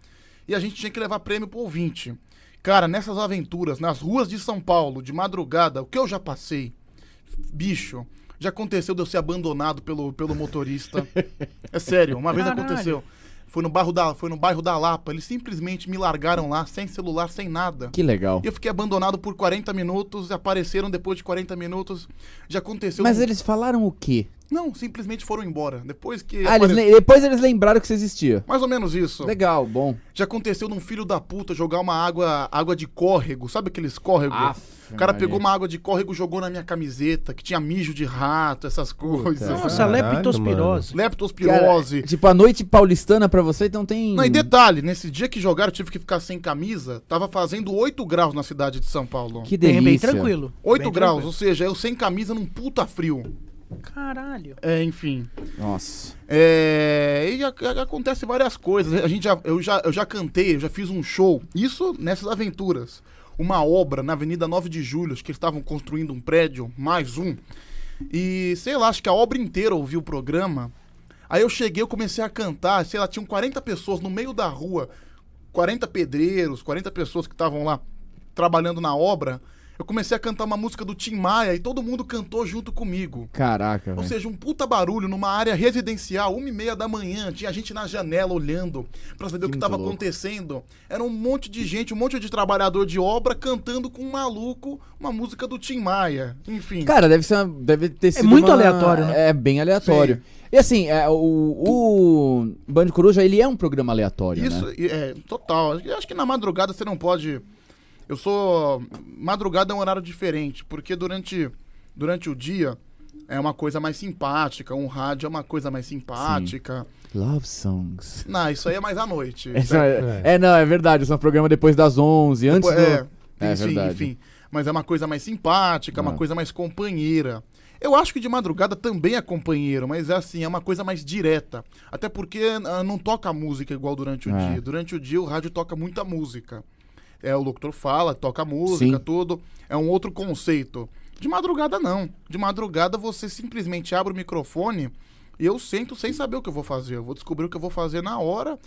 Speaker 1: e a gente tinha que levar prêmio pro ouvinte. Cara, nessas aventuras, nas ruas de São Paulo, de madrugada, o que eu já passei? Bicho, já aconteceu de eu ser abandonado pelo, pelo motorista. é sério, uma vez
Speaker 3: Caralho.
Speaker 1: aconteceu. Foi no, bairro da, foi no bairro da Lapa, eles simplesmente me largaram lá, sem celular, sem nada.
Speaker 4: Que legal.
Speaker 1: E eu fiquei abandonado por 40 minutos, apareceram depois de 40 minutos. Já aconteceu. um-
Speaker 4: Mas eles falaram o quê?
Speaker 1: Não, simplesmente foram embora. Depois que.
Speaker 4: Ah, eles
Speaker 1: apare-
Speaker 4: le- depois eles lembraram que você existia.
Speaker 1: Mais ou menos isso.
Speaker 4: Legal, bom.
Speaker 1: Já aconteceu num filho da puta jogar uma água, água de córrego, sabe aqueles córrego?
Speaker 4: Aff,
Speaker 1: o cara
Speaker 4: Maria.
Speaker 1: pegou uma água de córrego e jogou na minha camiseta, que tinha mijo de rato, essas coisas.
Speaker 3: Nossa,
Speaker 2: Caralho,
Speaker 3: leptospirose.
Speaker 1: Leptospirose.
Speaker 4: Cara, tipo, a noite paulistana pra você, então tem.
Speaker 1: Não, e detalhe, nesse dia que jogaram, eu tive que ficar sem camisa, tava fazendo 8 graus na cidade de São Paulo.
Speaker 4: Que
Speaker 3: Bem,
Speaker 4: delícia.
Speaker 3: bem tranquilo.
Speaker 1: 8
Speaker 3: Bem
Speaker 1: graus, ou seja, eu sem camisa num puta frio.
Speaker 3: tranquilo. Caralho.
Speaker 1: É, enfim.
Speaker 4: Nossa.
Speaker 1: É, e a- a- acontece várias coisas. A gente já, eu, já, eu já cantei, eu já fiz um show. Isso nessas aventuras. Uma obra na Avenida 9 de Julho, acho que eles estavam construindo um prédio, mais um. E sei lá, acho que a obra inteira ouviu o programa. Aí eu cheguei, eu comecei a cantar, sei lá, tinham 40 pessoas no meio da rua, 40 pedreiros, 40 pessoas que estavam lá trabalhando na obra. Eu comecei a cantar uma música do Tim Maia e todo mundo cantou junto comigo.
Speaker 4: Caraca,
Speaker 1: Ou
Speaker 4: velho.
Speaker 1: seja, um puta barulho numa área residencial, uma e meia da manhã, tinha gente na janela olhando pra saber o que
Speaker 4: muito
Speaker 1: tava
Speaker 4: louco.
Speaker 1: acontecendo. Era um monte de gente, um monte de trabalhador de obra cantando com um maluco uma música do Tim Maia. Enfim.
Speaker 4: Cara, deve, ser uma- deve ter sido.
Speaker 3: muito
Speaker 4: uma-
Speaker 3: aleatório, né?
Speaker 4: É bem aleatório. E assim, é, o, o Band Coruja, ele é um programa aleatório.
Speaker 1: Isso
Speaker 4: né?
Speaker 1: é total. Eu acho que na madrugada você não pode. Eu sou. Madrugada é um horário diferente, porque durante, durante o dia é uma coisa mais simpática, um rádio é uma coisa mais simpática.
Speaker 4: Love Songs.
Speaker 1: Não, isso aí é mais à noite.
Speaker 4: É, só- é- é, não, é verdade. Isso é um programa depois das 11, antes
Speaker 1: Pô, é,
Speaker 4: do. É
Speaker 1: enfim,
Speaker 4: verdade.
Speaker 1: enfim. Mas é uma coisa mais simpática, uma
Speaker 4: Ah.
Speaker 1: coisa mais companheira. Eu acho que de madrugada também é companheiro, mas é assim, é uma coisa mais direta. Até porque ah, não toca música igual durante o
Speaker 4: É.
Speaker 1: dia. Durante o dia o rádio toca muita música. É, o locutor fala, toca música,
Speaker 4: Sim.
Speaker 1: tudo. É um outro conceito. De madrugada, não. De madrugada, você simplesmente abre o microfone e eu sento sem saber o que eu vou fazer. Eu vou descobrir o que eu vou fazer na hora,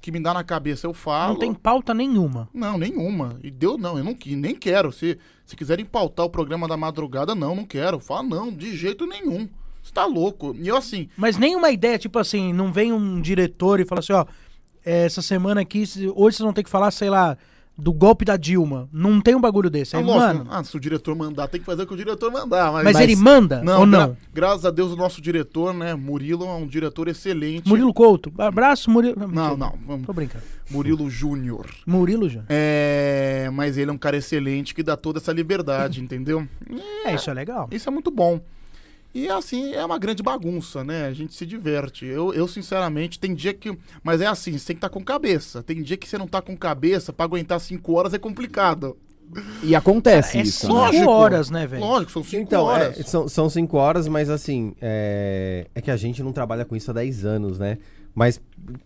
Speaker 1: que me dá na cabeça, eu falo.
Speaker 3: Não tem pauta nenhuma.
Speaker 1: Não, nenhuma. E deu não, eu não que- nem quero. Se, se quiserem pautar o programa da madrugada, não, não quero. Fala não, de jeito nenhum. Você tá louco. E eu assim,
Speaker 3: Mas nenhuma ideia, tipo assim, não vem um diretor e fala assim, ó, essa semana aqui, se- hoje vocês vão ter que falar, sei lá, do golpe da Dilma. Não tem um bagulho desse.
Speaker 1: é
Speaker 3: Aí,
Speaker 1: lógico,
Speaker 3: mano,
Speaker 1: ah, se o diretor mandar, tem que fazer o que o diretor mandar. Mas,
Speaker 3: mas, ele manda
Speaker 1: não,
Speaker 3: ou
Speaker 1: gra-
Speaker 3: não?
Speaker 1: graças a Deus o nosso diretor, né, Murilo, é um diretor excelente.
Speaker 3: Murilo Couto. Abraço, Murilo.
Speaker 1: Não,
Speaker 3: mentira.
Speaker 1: não, vamos-
Speaker 3: Tô brincando.
Speaker 1: Murilo Júnior.
Speaker 3: Murilo já.
Speaker 1: É, mas ele é um cara excelente que dá toda essa liberdade, entendeu?
Speaker 3: É, isso é legal.
Speaker 1: Isso é muito bom. E assim, é uma grande bagunça, né? A gente se diverte. Eu, eu sinceramente, tem dia que. Mas é assim, você tem que estar com cabeça. Tem dia que você não tá com cabeça, pra aguentar cinco horas é complicado.
Speaker 4: E acontece
Speaker 3: É
Speaker 4: isso.
Speaker 3: só-
Speaker 4: Né?
Speaker 3: Cinco horas, né, velho?
Speaker 1: Lógico, são cinco
Speaker 2: Então, é,
Speaker 1: horas.
Speaker 2: são, são cinco horas, mas assim, é, é que a gente não trabalha com isso há 10 anos, né? Mas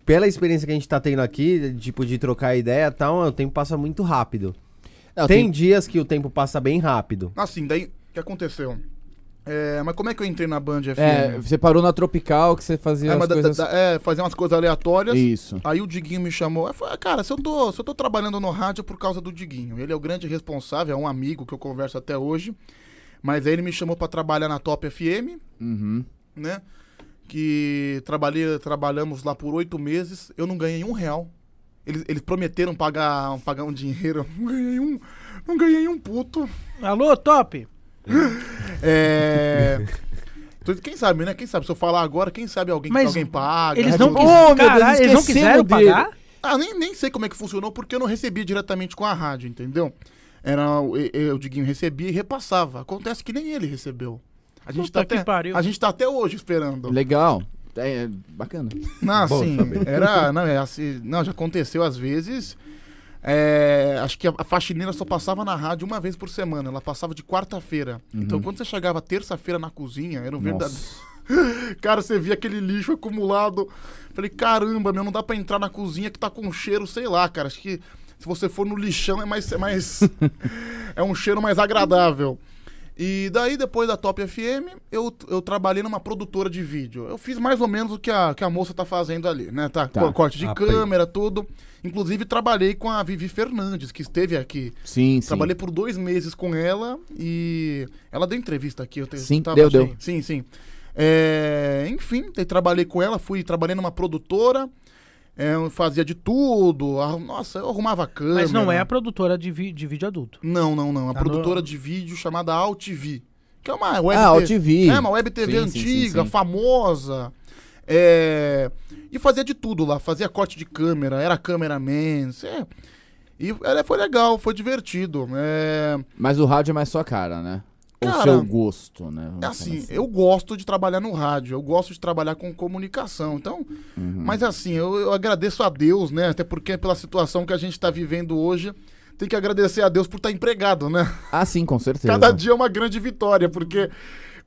Speaker 2: pela experiência que a gente tá tendo aqui, tipo, de trocar ideia e tal, o tempo passa muito rápido.
Speaker 1: É,
Speaker 4: Não,
Speaker 2: tem,
Speaker 4: tem-
Speaker 2: dias que o tempo passa bem rápido.
Speaker 1: Assim, daí, o que aconteceu? É, mas como é que eu entrei na Band FM?
Speaker 4: É, você parou na Tropical que você fazia
Speaker 1: né? É,
Speaker 4: as
Speaker 1: mas da-
Speaker 4: coisas...
Speaker 1: da- é, fazer umas coisas aleatórias.
Speaker 4: Isso.
Speaker 1: Aí o Diguinho me chamou. Eu falei, cara, se eu, tô, se eu tô trabalhando no rádio é por causa do Diguinho. Ele é o grande responsável, é um amigo que eu converso até hoje. Mas aí ele me chamou pra trabalhar na Top FM,
Speaker 4: Uhum.
Speaker 1: né? Que trabalhei, trabalhamos lá por oito meses. Eu não ganhei um real. Eles, eles prometeram pagar, pagar um dinheiro. Não ganhei um, não ganhei um puto.
Speaker 3: Alô, top?
Speaker 1: É. Então, Quem sabe, né? Quem sabe? Se eu falar agora, quem sabe alguém,
Speaker 3: Mas
Speaker 1: alguém paga.
Speaker 3: Eles
Speaker 1: alguém
Speaker 3: não, quis...
Speaker 4: Ô, meu Deus,
Speaker 3: Caralho, eles não
Speaker 4: esquecemos
Speaker 3: quiseram
Speaker 4: dele.
Speaker 3: pagar?
Speaker 1: Ah, nem, nem sei como é que funcionou, porque eu não recebia diretamente com a rádio, entendeu? Era, o- e- e- o Diguinho recebia e repassava. Acontece que nem ele recebeu. A gente, tá
Speaker 3: Puta que
Speaker 1: até,
Speaker 3: pariu.
Speaker 1: a gente tá até hoje esperando.
Speaker 4: Legal. É, é bacana.
Speaker 1: Não, assim, era. Não, é assim, não, já aconteceu às vezes. É, acho que a, a faxineira só passava na rádio uma vez por semana. Ela passava de quarta-feira. Então, quando você chegava terça-feira na cozinha, era um verdadeiro. Cara, você via aquele lixo acumulado. Falei, caramba, meu, não dá pra entrar na cozinha que tá com cheiro, sei lá, cara. Acho que se você for no lixão é mais. É, mais, é um cheiro mais agradável. E daí, depois da Top FM, eu, eu trabalhei numa produtora de vídeo. Eu fiz mais ou menos o que a, que a moça tá fazendo ali, né? Tá,
Speaker 4: Tá.
Speaker 1: corte de
Speaker 2: Ah, pai.
Speaker 1: câmera, tudo. Inclusive, trabalhei com a Vivi Fernandes, que esteve aqui.
Speaker 4: Sim, sim.
Speaker 1: Trabalhei por dois meses com ela e ela deu entrevista aqui. Eu te-
Speaker 4: Sim, deu,
Speaker 1: achei.
Speaker 4: deu.
Speaker 1: Sim, sim. É, enfim, te- trabalhei com ela, fui trabalhei numa produtora, é, eu fazia de tudo. arru- Nossa, eu arrumava câmera.
Speaker 3: Mas não é a produtora de, vi- de vídeo adulto.
Speaker 1: Não, não, não. A
Speaker 3: Tá
Speaker 1: produtora
Speaker 3: no-
Speaker 1: de vídeo chamada AltV. Que é uma web
Speaker 4: Ah,
Speaker 1: T-
Speaker 4: AltV.
Speaker 1: É, uma web TV
Speaker 4: Sim, sim, sim,
Speaker 1: antiga,
Speaker 4: sim.
Speaker 1: famosa. É, E fazia de tudo lá. Fazia corte de câmera, era cameraman. É... E é, foi legal, foi divertido. É...
Speaker 4: Mas o rádio é mais sua cara, né?
Speaker 1: Cara,
Speaker 4: o seu gosto, né? Vamos
Speaker 1: É
Speaker 4: falar
Speaker 1: assim, eu gosto de trabalhar no rádio, eu gosto de trabalhar com comunicação. Então, mas assim, eu, eu agradeço a Deus, né? Até porque pela situação que a gente está vivendo hoje, tem que agradecer a Deus por estar empregado, né?
Speaker 4: Ah, sim, com certeza.
Speaker 1: Cada dia é uma grande vitória, porque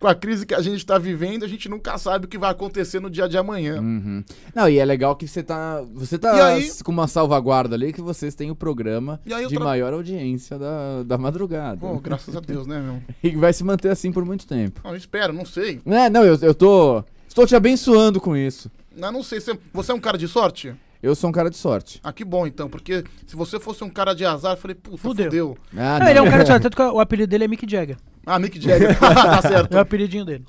Speaker 1: com a crise que a gente está vivendo, a gente nunca sabe o que vai acontecer no dia de amanhã.
Speaker 4: Uhum. Não, e é legal que você tá. Você
Speaker 1: E
Speaker 4: tá
Speaker 1: aí-
Speaker 4: com uma salvaguarda ali que vocês têm o programa
Speaker 1: E aí eu
Speaker 4: de
Speaker 1: tra-
Speaker 4: maior audiência da, da madrugada.
Speaker 1: Pô, graças a Deus, né, meu?
Speaker 4: E vai se manter assim por muito tempo.
Speaker 1: Ah, Eu espero, não sei.
Speaker 4: É, não, eu, eu tô. Estou te abençoando com isso.
Speaker 1: Ah, não sei. Você- Você é um cara de sorte?
Speaker 4: Eu sou um cara de sorte.
Speaker 1: Ah, que bom então, porque se você fosse um cara de azar, eu falei, puta,
Speaker 3: Fudeu.
Speaker 1: fudeu.
Speaker 4: Ah,
Speaker 3: Não, ele é um cara de tanto que o apelido dele é Mick Jagger.
Speaker 1: Ah, Mick Jagger, tá certo.
Speaker 3: É o apelidinho dele.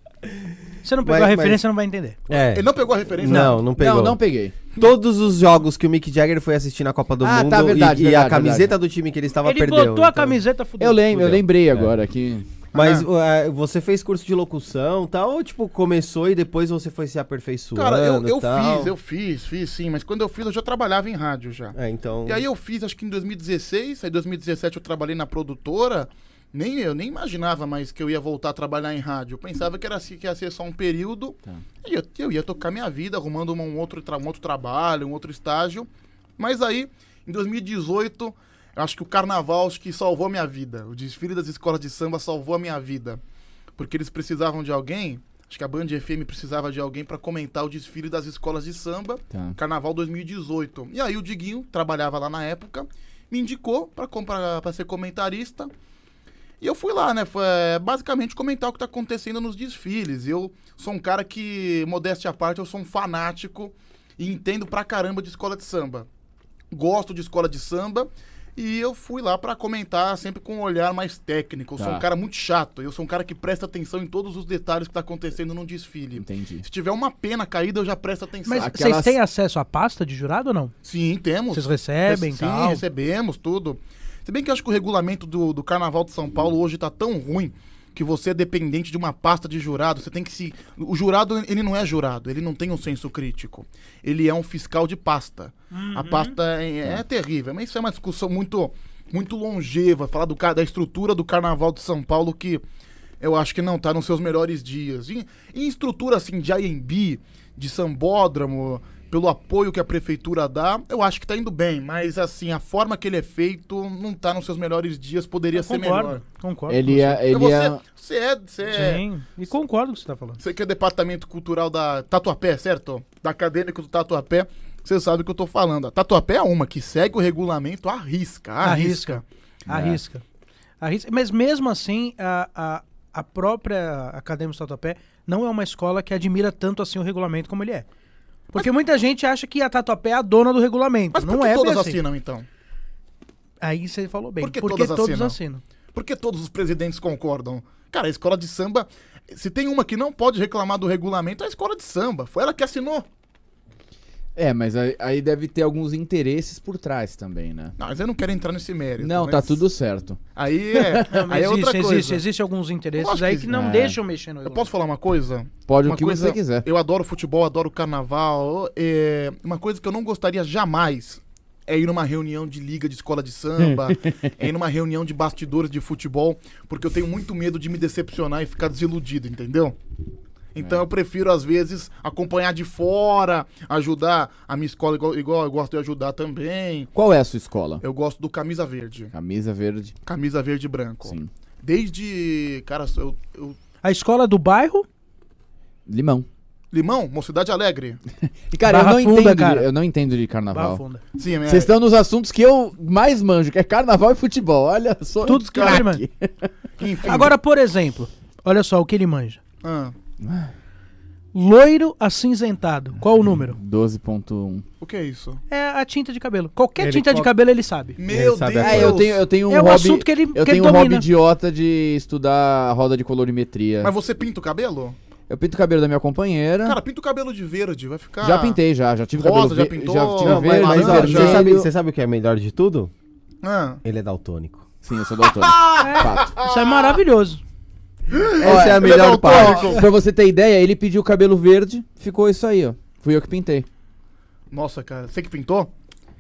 Speaker 3: Você não pegou
Speaker 2: Mas-
Speaker 3: a referência, não vai entender.
Speaker 2: É.
Speaker 1: Ele não pegou a referência?
Speaker 2: Não, não pegou.
Speaker 4: Não, não peguei.
Speaker 2: Todos os jogos que o Mick Jagger foi assistir na Copa do
Speaker 4: Ah,
Speaker 2: Mundo
Speaker 4: tá, verdade,
Speaker 2: e, e
Speaker 4: verdade,
Speaker 2: a camiseta do time que ele estava
Speaker 3: ele
Speaker 2: perdeu.
Speaker 3: botou a
Speaker 2: então.
Speaker 3: camiseta, fudeu. É.
Speaker 4: Eu lembro, eu
Speaker 2: Fudeu.
Speaker 4: lembrei agora que.
Speaker 2: Mas
Speaker 3: Ah.
Speaker 2: uh, você fez curso de locução e tal, ou tipo, começou e depois você foi se aperfeiçoando
Speaker 1: Cara, eu, eu
Speaker 2: e tal?
Speaker 1: fiz, eu fiz, fiz sim, mas quando eu fiz eu já trabalhava em rádio já.
Speaker 2: É, então...
Speaker 1: E aí eu fiz, acho que em 2016, aí em 2017 eu trabalhei na produtora, nem eu nem imaginava mais que eu ia voltar a trabalhar em rádio. Eu pensava que era assim, que ia ser só um período, e eu, eu ia tocar minha vida arrumando uma- um, outro, tra- um outro trabalho, um outro estágio. Mas aí, em 2018, eu acho que o carnaval acho que salvou a minha vida. O desfile das escolas de samba salvou a minha vida. Porque eles precisavam de alguém, acho que a Band FM precisava de alguém para comentar o desfile das escolas de samba.
Speaker 4: Tá.
Speaker 1: Carnaval 2018. E aí o Diguinho, trabalhava lá na época, me indicou pra com- pra pra ser comentarista. E eu fui lá, né? Foi, é, basicamente comentar o que tá acontecendo nos desfiles. Eu sou um cara que, modéstia à parte, eu sou um fanático e entendo pra caramba de escola de samba. Gosto de escola de samba e eu fui lá pra comentar sempre com um olhar mais técnico. Eu sou
Speaker 4: Tá.
Speaker 1: um cara muito chato, eu sou um cara que presta atenção em todos os detalhes que tá acontecendo num desfile.
Speaker 4: Entendi.
Speaker 1: Se tiver uma pena caída, eu já presto atenção.
Speaker 3: Mas vocês
Speaker 4: Aquelas-
Speaker 3: têm acesso à pasta de jurado ou não?
Speaker 1: Sim, temos.
Speaker 3: Vocês recebem e
Speaker 1: Sim,
Speaker 3: tal?
Speaker 1: recebemos tudo. Se bem que eu acho que o regulamento do, do Carnaval de São Paulo hoje tá tão ruim que você é dependente de uma pasta de jurado, você tem que se... O jurado, ele não é jurado, ele não tem um senso crítico. Ele é um fiscal de pasta. A pasta
Speaker 3: Tá.
Speaker 1: é, é terrível, mas isso é uma discussão muito, muito longeva, falar do, ca- da estrutura do Carnaval de São Paulo que eu acho que não tá nos seus melhores dias. Em, em estrutura assim de AMB, de sambódromo, pelo apoio que a prefeitura dá, eu acho que tá indo bem, mas assim, a forma que ele é feito não tá nos seus melhores dias, poderia ser melhor.
Speaker 3: Concordo, concordo.
Speaker 4: Ele
Speaker 3: com
Speaker 4: é.
Speaker 1: Porque
Speaker 4: Ele é...
Speaker 1: você, você é, você
Speaker 3: você.
Speaker 1: é,
Speaker 3: Sim, e concordo com o que você tá falando.
Speaker 1: você que é departamento cultural da Tatuapé, certo? Da acadêmico do Tatuapé, você sabe o que eu tô falando. A Tatuapé é uma que segue o regulamento à risca, à Ah, risca. É.
Speaker 3: Arrisca. Arrisca. Mas mesmo assim, a, a, a própria Academia do Tatuapé não é uma escola que admira tanto assim o regulamento como ele é. Porque muita gente acha que a Tatuapé é a dona do regulamento.
Speaker 1: Mas
Speaker 3: não
Speaker 1: por que
Speaker 3: é bem
Speaker 1: todas
Speaker 3: assim.
Speaker 1: assinam, então?
Speaker 3: Aí você falou bem.
Speaker 1: Por que
Speaker 3: porque
Speaker 1: todas
Speaker 3: todos, assinam?
Speaker 1: Por que todos os presidentes concordam? Cara, a escola de samba, se tem uma que não pode reclamar do regulamento, é a escola de samba. Foi ela que assinou.
Speaker 4: É, mas aí, aí deve ter alguns interesses por trás também, né?
Speaker 1: Não, mas eu não quero entrar nesse mérito.
Speaker 4: Não,
Speaker 1: mas
Speaker 4: tá tudo certo.
Speaker 1: Aí é, aí é
Speaker 3: existe,
Speaker 1: outra coisa.
Speaker 3: existe, existe alguns interesses
Speaker 1: Lógico
Speaker 3: aí
Speaker 1: que
Speaker 3: que não
Speaker 4: é.
Speaker 3: deixam mexer no
Speaker 1: Eu
Speaker 3: regulamento.
Speaker 1: posso falar uma coisa?
Speaker 4: Pode
Speaker 1: uma
Speaker 4: o que
Speaker 1: coisa,
Speaker 4: você quiser.
Speaker 1: Eu adoro futebol, adoro carnaval. é, uma coisa que eu não gostaria jamais é ir numa reunião de liga de escola de samba, é ir numa reunião de bastidores de futebol, porque eu tenho muito medo de me decepcionar e ficar desiludido, entendeu?
Speaker 4: É.
Speaker 1: Então eu prefiro, às vezes, acompanhar de fora, ajudar a minha escola, igual, igual eu gosto de ajudar também.
Speaker 4: Qual é a sua escola?
Speaker 1: Eu gosto do camisa verde.
Speaker 4: Camisa verde.
Speaker 1: Camisa verde e branco.
Speaker 4: Sim.
Speaker 1: Desde. Cara, eu- eu.
Speaker 3: A escola do bairro,
Speaker 4: Limão.
Speaker 1: Limão, Mocidade Alegre.
Speaker 4: E, cara,
Speaker 3: Barra
Speaker 4: eu, não
Speaker 3: Funda,
Speaker 4: entendo, de-
Speaker 3: cara.
Speaker 4: eu não entendo de
Speaker 3: Barra
Speaker 4: carnaval.
Speaker 3: Funda.
Speaker 1: Sim, é.
Speaker 4: Vocês estão nos assuntos que eu mais manjo, que é carnaval e futebol. Olha só.
Speaker 3: Tudo que
Speaker 4: craque.
Speaker 3: ele manja.
Speaker 1: Enfim.
Speaker 3: Agora, por exemplo, olha só o que ele manja.
Speaker 1: Ah,
Speaker 3: Loiro acinzentado. Qual o número?
Speaker 4: 12.1.
Speaker 1: o que é isso?
Speaker 3: É a tinta de cabelo. Qualquer
Speaker 2: Ele
Speaker 3: tinta de
Speaker 2: cobre-
Speaker 3: cabelo ele sabe.
Speaker 1: Meu
Speaker 2: sabe a
Speaker 1: Deus!
Speaker 4: É, eu tenho, eu tenho um
Speaker 3: É um
Speaker 4: hobby.
Speaker 3: assunto que ele-
Speaker 4: eu
Speaker 3: que ele
Speaker 4: tenho um hobby
Speaker 3: domina.
Speaker 4: idiota de estudar a roda de colorimetria.
Speaker 1: Mas você pinta o cabelo?
Speaker 4: Eu pinto o cabelo da minha companheira.
Speaker 1: Cara, pinta o cabelo de verde, vai ficar.
Speaker 4: Ah. já pintei, já. Já tive
Speaker 1: Rosa,
Speaker 4: cabelo
Speaker 1: já
Speaker 4: ve-
Speaker 1: pintou?
Speaker 4: Já tive
Speaker 1: Não,
Speaker 4: verde,
Speaker 1: mas- mas, ó,
Speaker 4: vermelho.
Speaker 2: você, sabe, você sabe o que é melhor de tudo?
Speaker 1: Ah,
Speaker 2: Ele é daltônico.
Speaker 4: Sim, eu sou doutor. Fato.
Speaker 3: Isso é maravilhoso.
Speaker 2: Essa é a
Speaker 1: ele é
Speaker 2: melhor parte.
Speaker 1: daltônico.
Speaker 4: pra você ter ideia, ele pediu o cabelo verde, ficou isso aí, ó. Fui eu que pintei.
Speaker 1: Nossa, cara, você que pintou?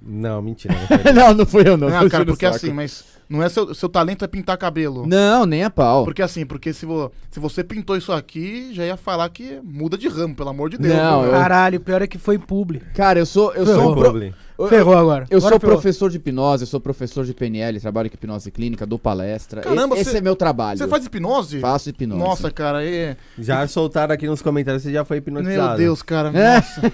Speaker 2: Não, mentira. você-
Speaker 4: não, não fui eu, não.
Speaker 1: Ah,
Speaker 4: Fui
Speaker 1: cara,
Speaker 4: no
Speaker 1: porque
Speaker 4: saco.
Speaker 1: assim, mas não é seu, seu talento é pintar cabelo.
Speaker 4: Não, nem a pau.
Speaker 1: Porque assim, porque se, vo- se você pintou isso aqui, já ia falar que muda de ramo, pelo amor de Deus.
Speaker 4: Não,
Speaker 1: né?
Speaker 4: Eu-
Speaker 3: Caralho, o pior é que foi publi.
Speaker 4: Cara, eu sou. Eu sou
Speaker 2: Não,
Speaker 4: um pro-
Speaker 2: Publi.
Speaker 4: eu-
Speaker 3: Ferrou agora.
Speaker 4: Eu
Speaker 3: Agora
Speaker 4: sou
Speaker 3: ferrou.
Speaker 4: professor de hipnose, eu sou professor de PNL, trabalho com hipnose clínica, dou palestra.
Speaker 1: Caramba,
Speaker 4: E- Esse
Speaker 1: você-
Speaker 4: é meu trabalho.
Speaker 1: Você faz hipnose?
Speaker 4: Faço hipnose.
Speaker 1: Nossa, cara, é.
Speaker 2: Já soltaram aqui nos comentários, você já foi hipnotizado.
Speaker 1: Meu Deus, cara.
Speaker 4: É.
Speaker 1: Nossa.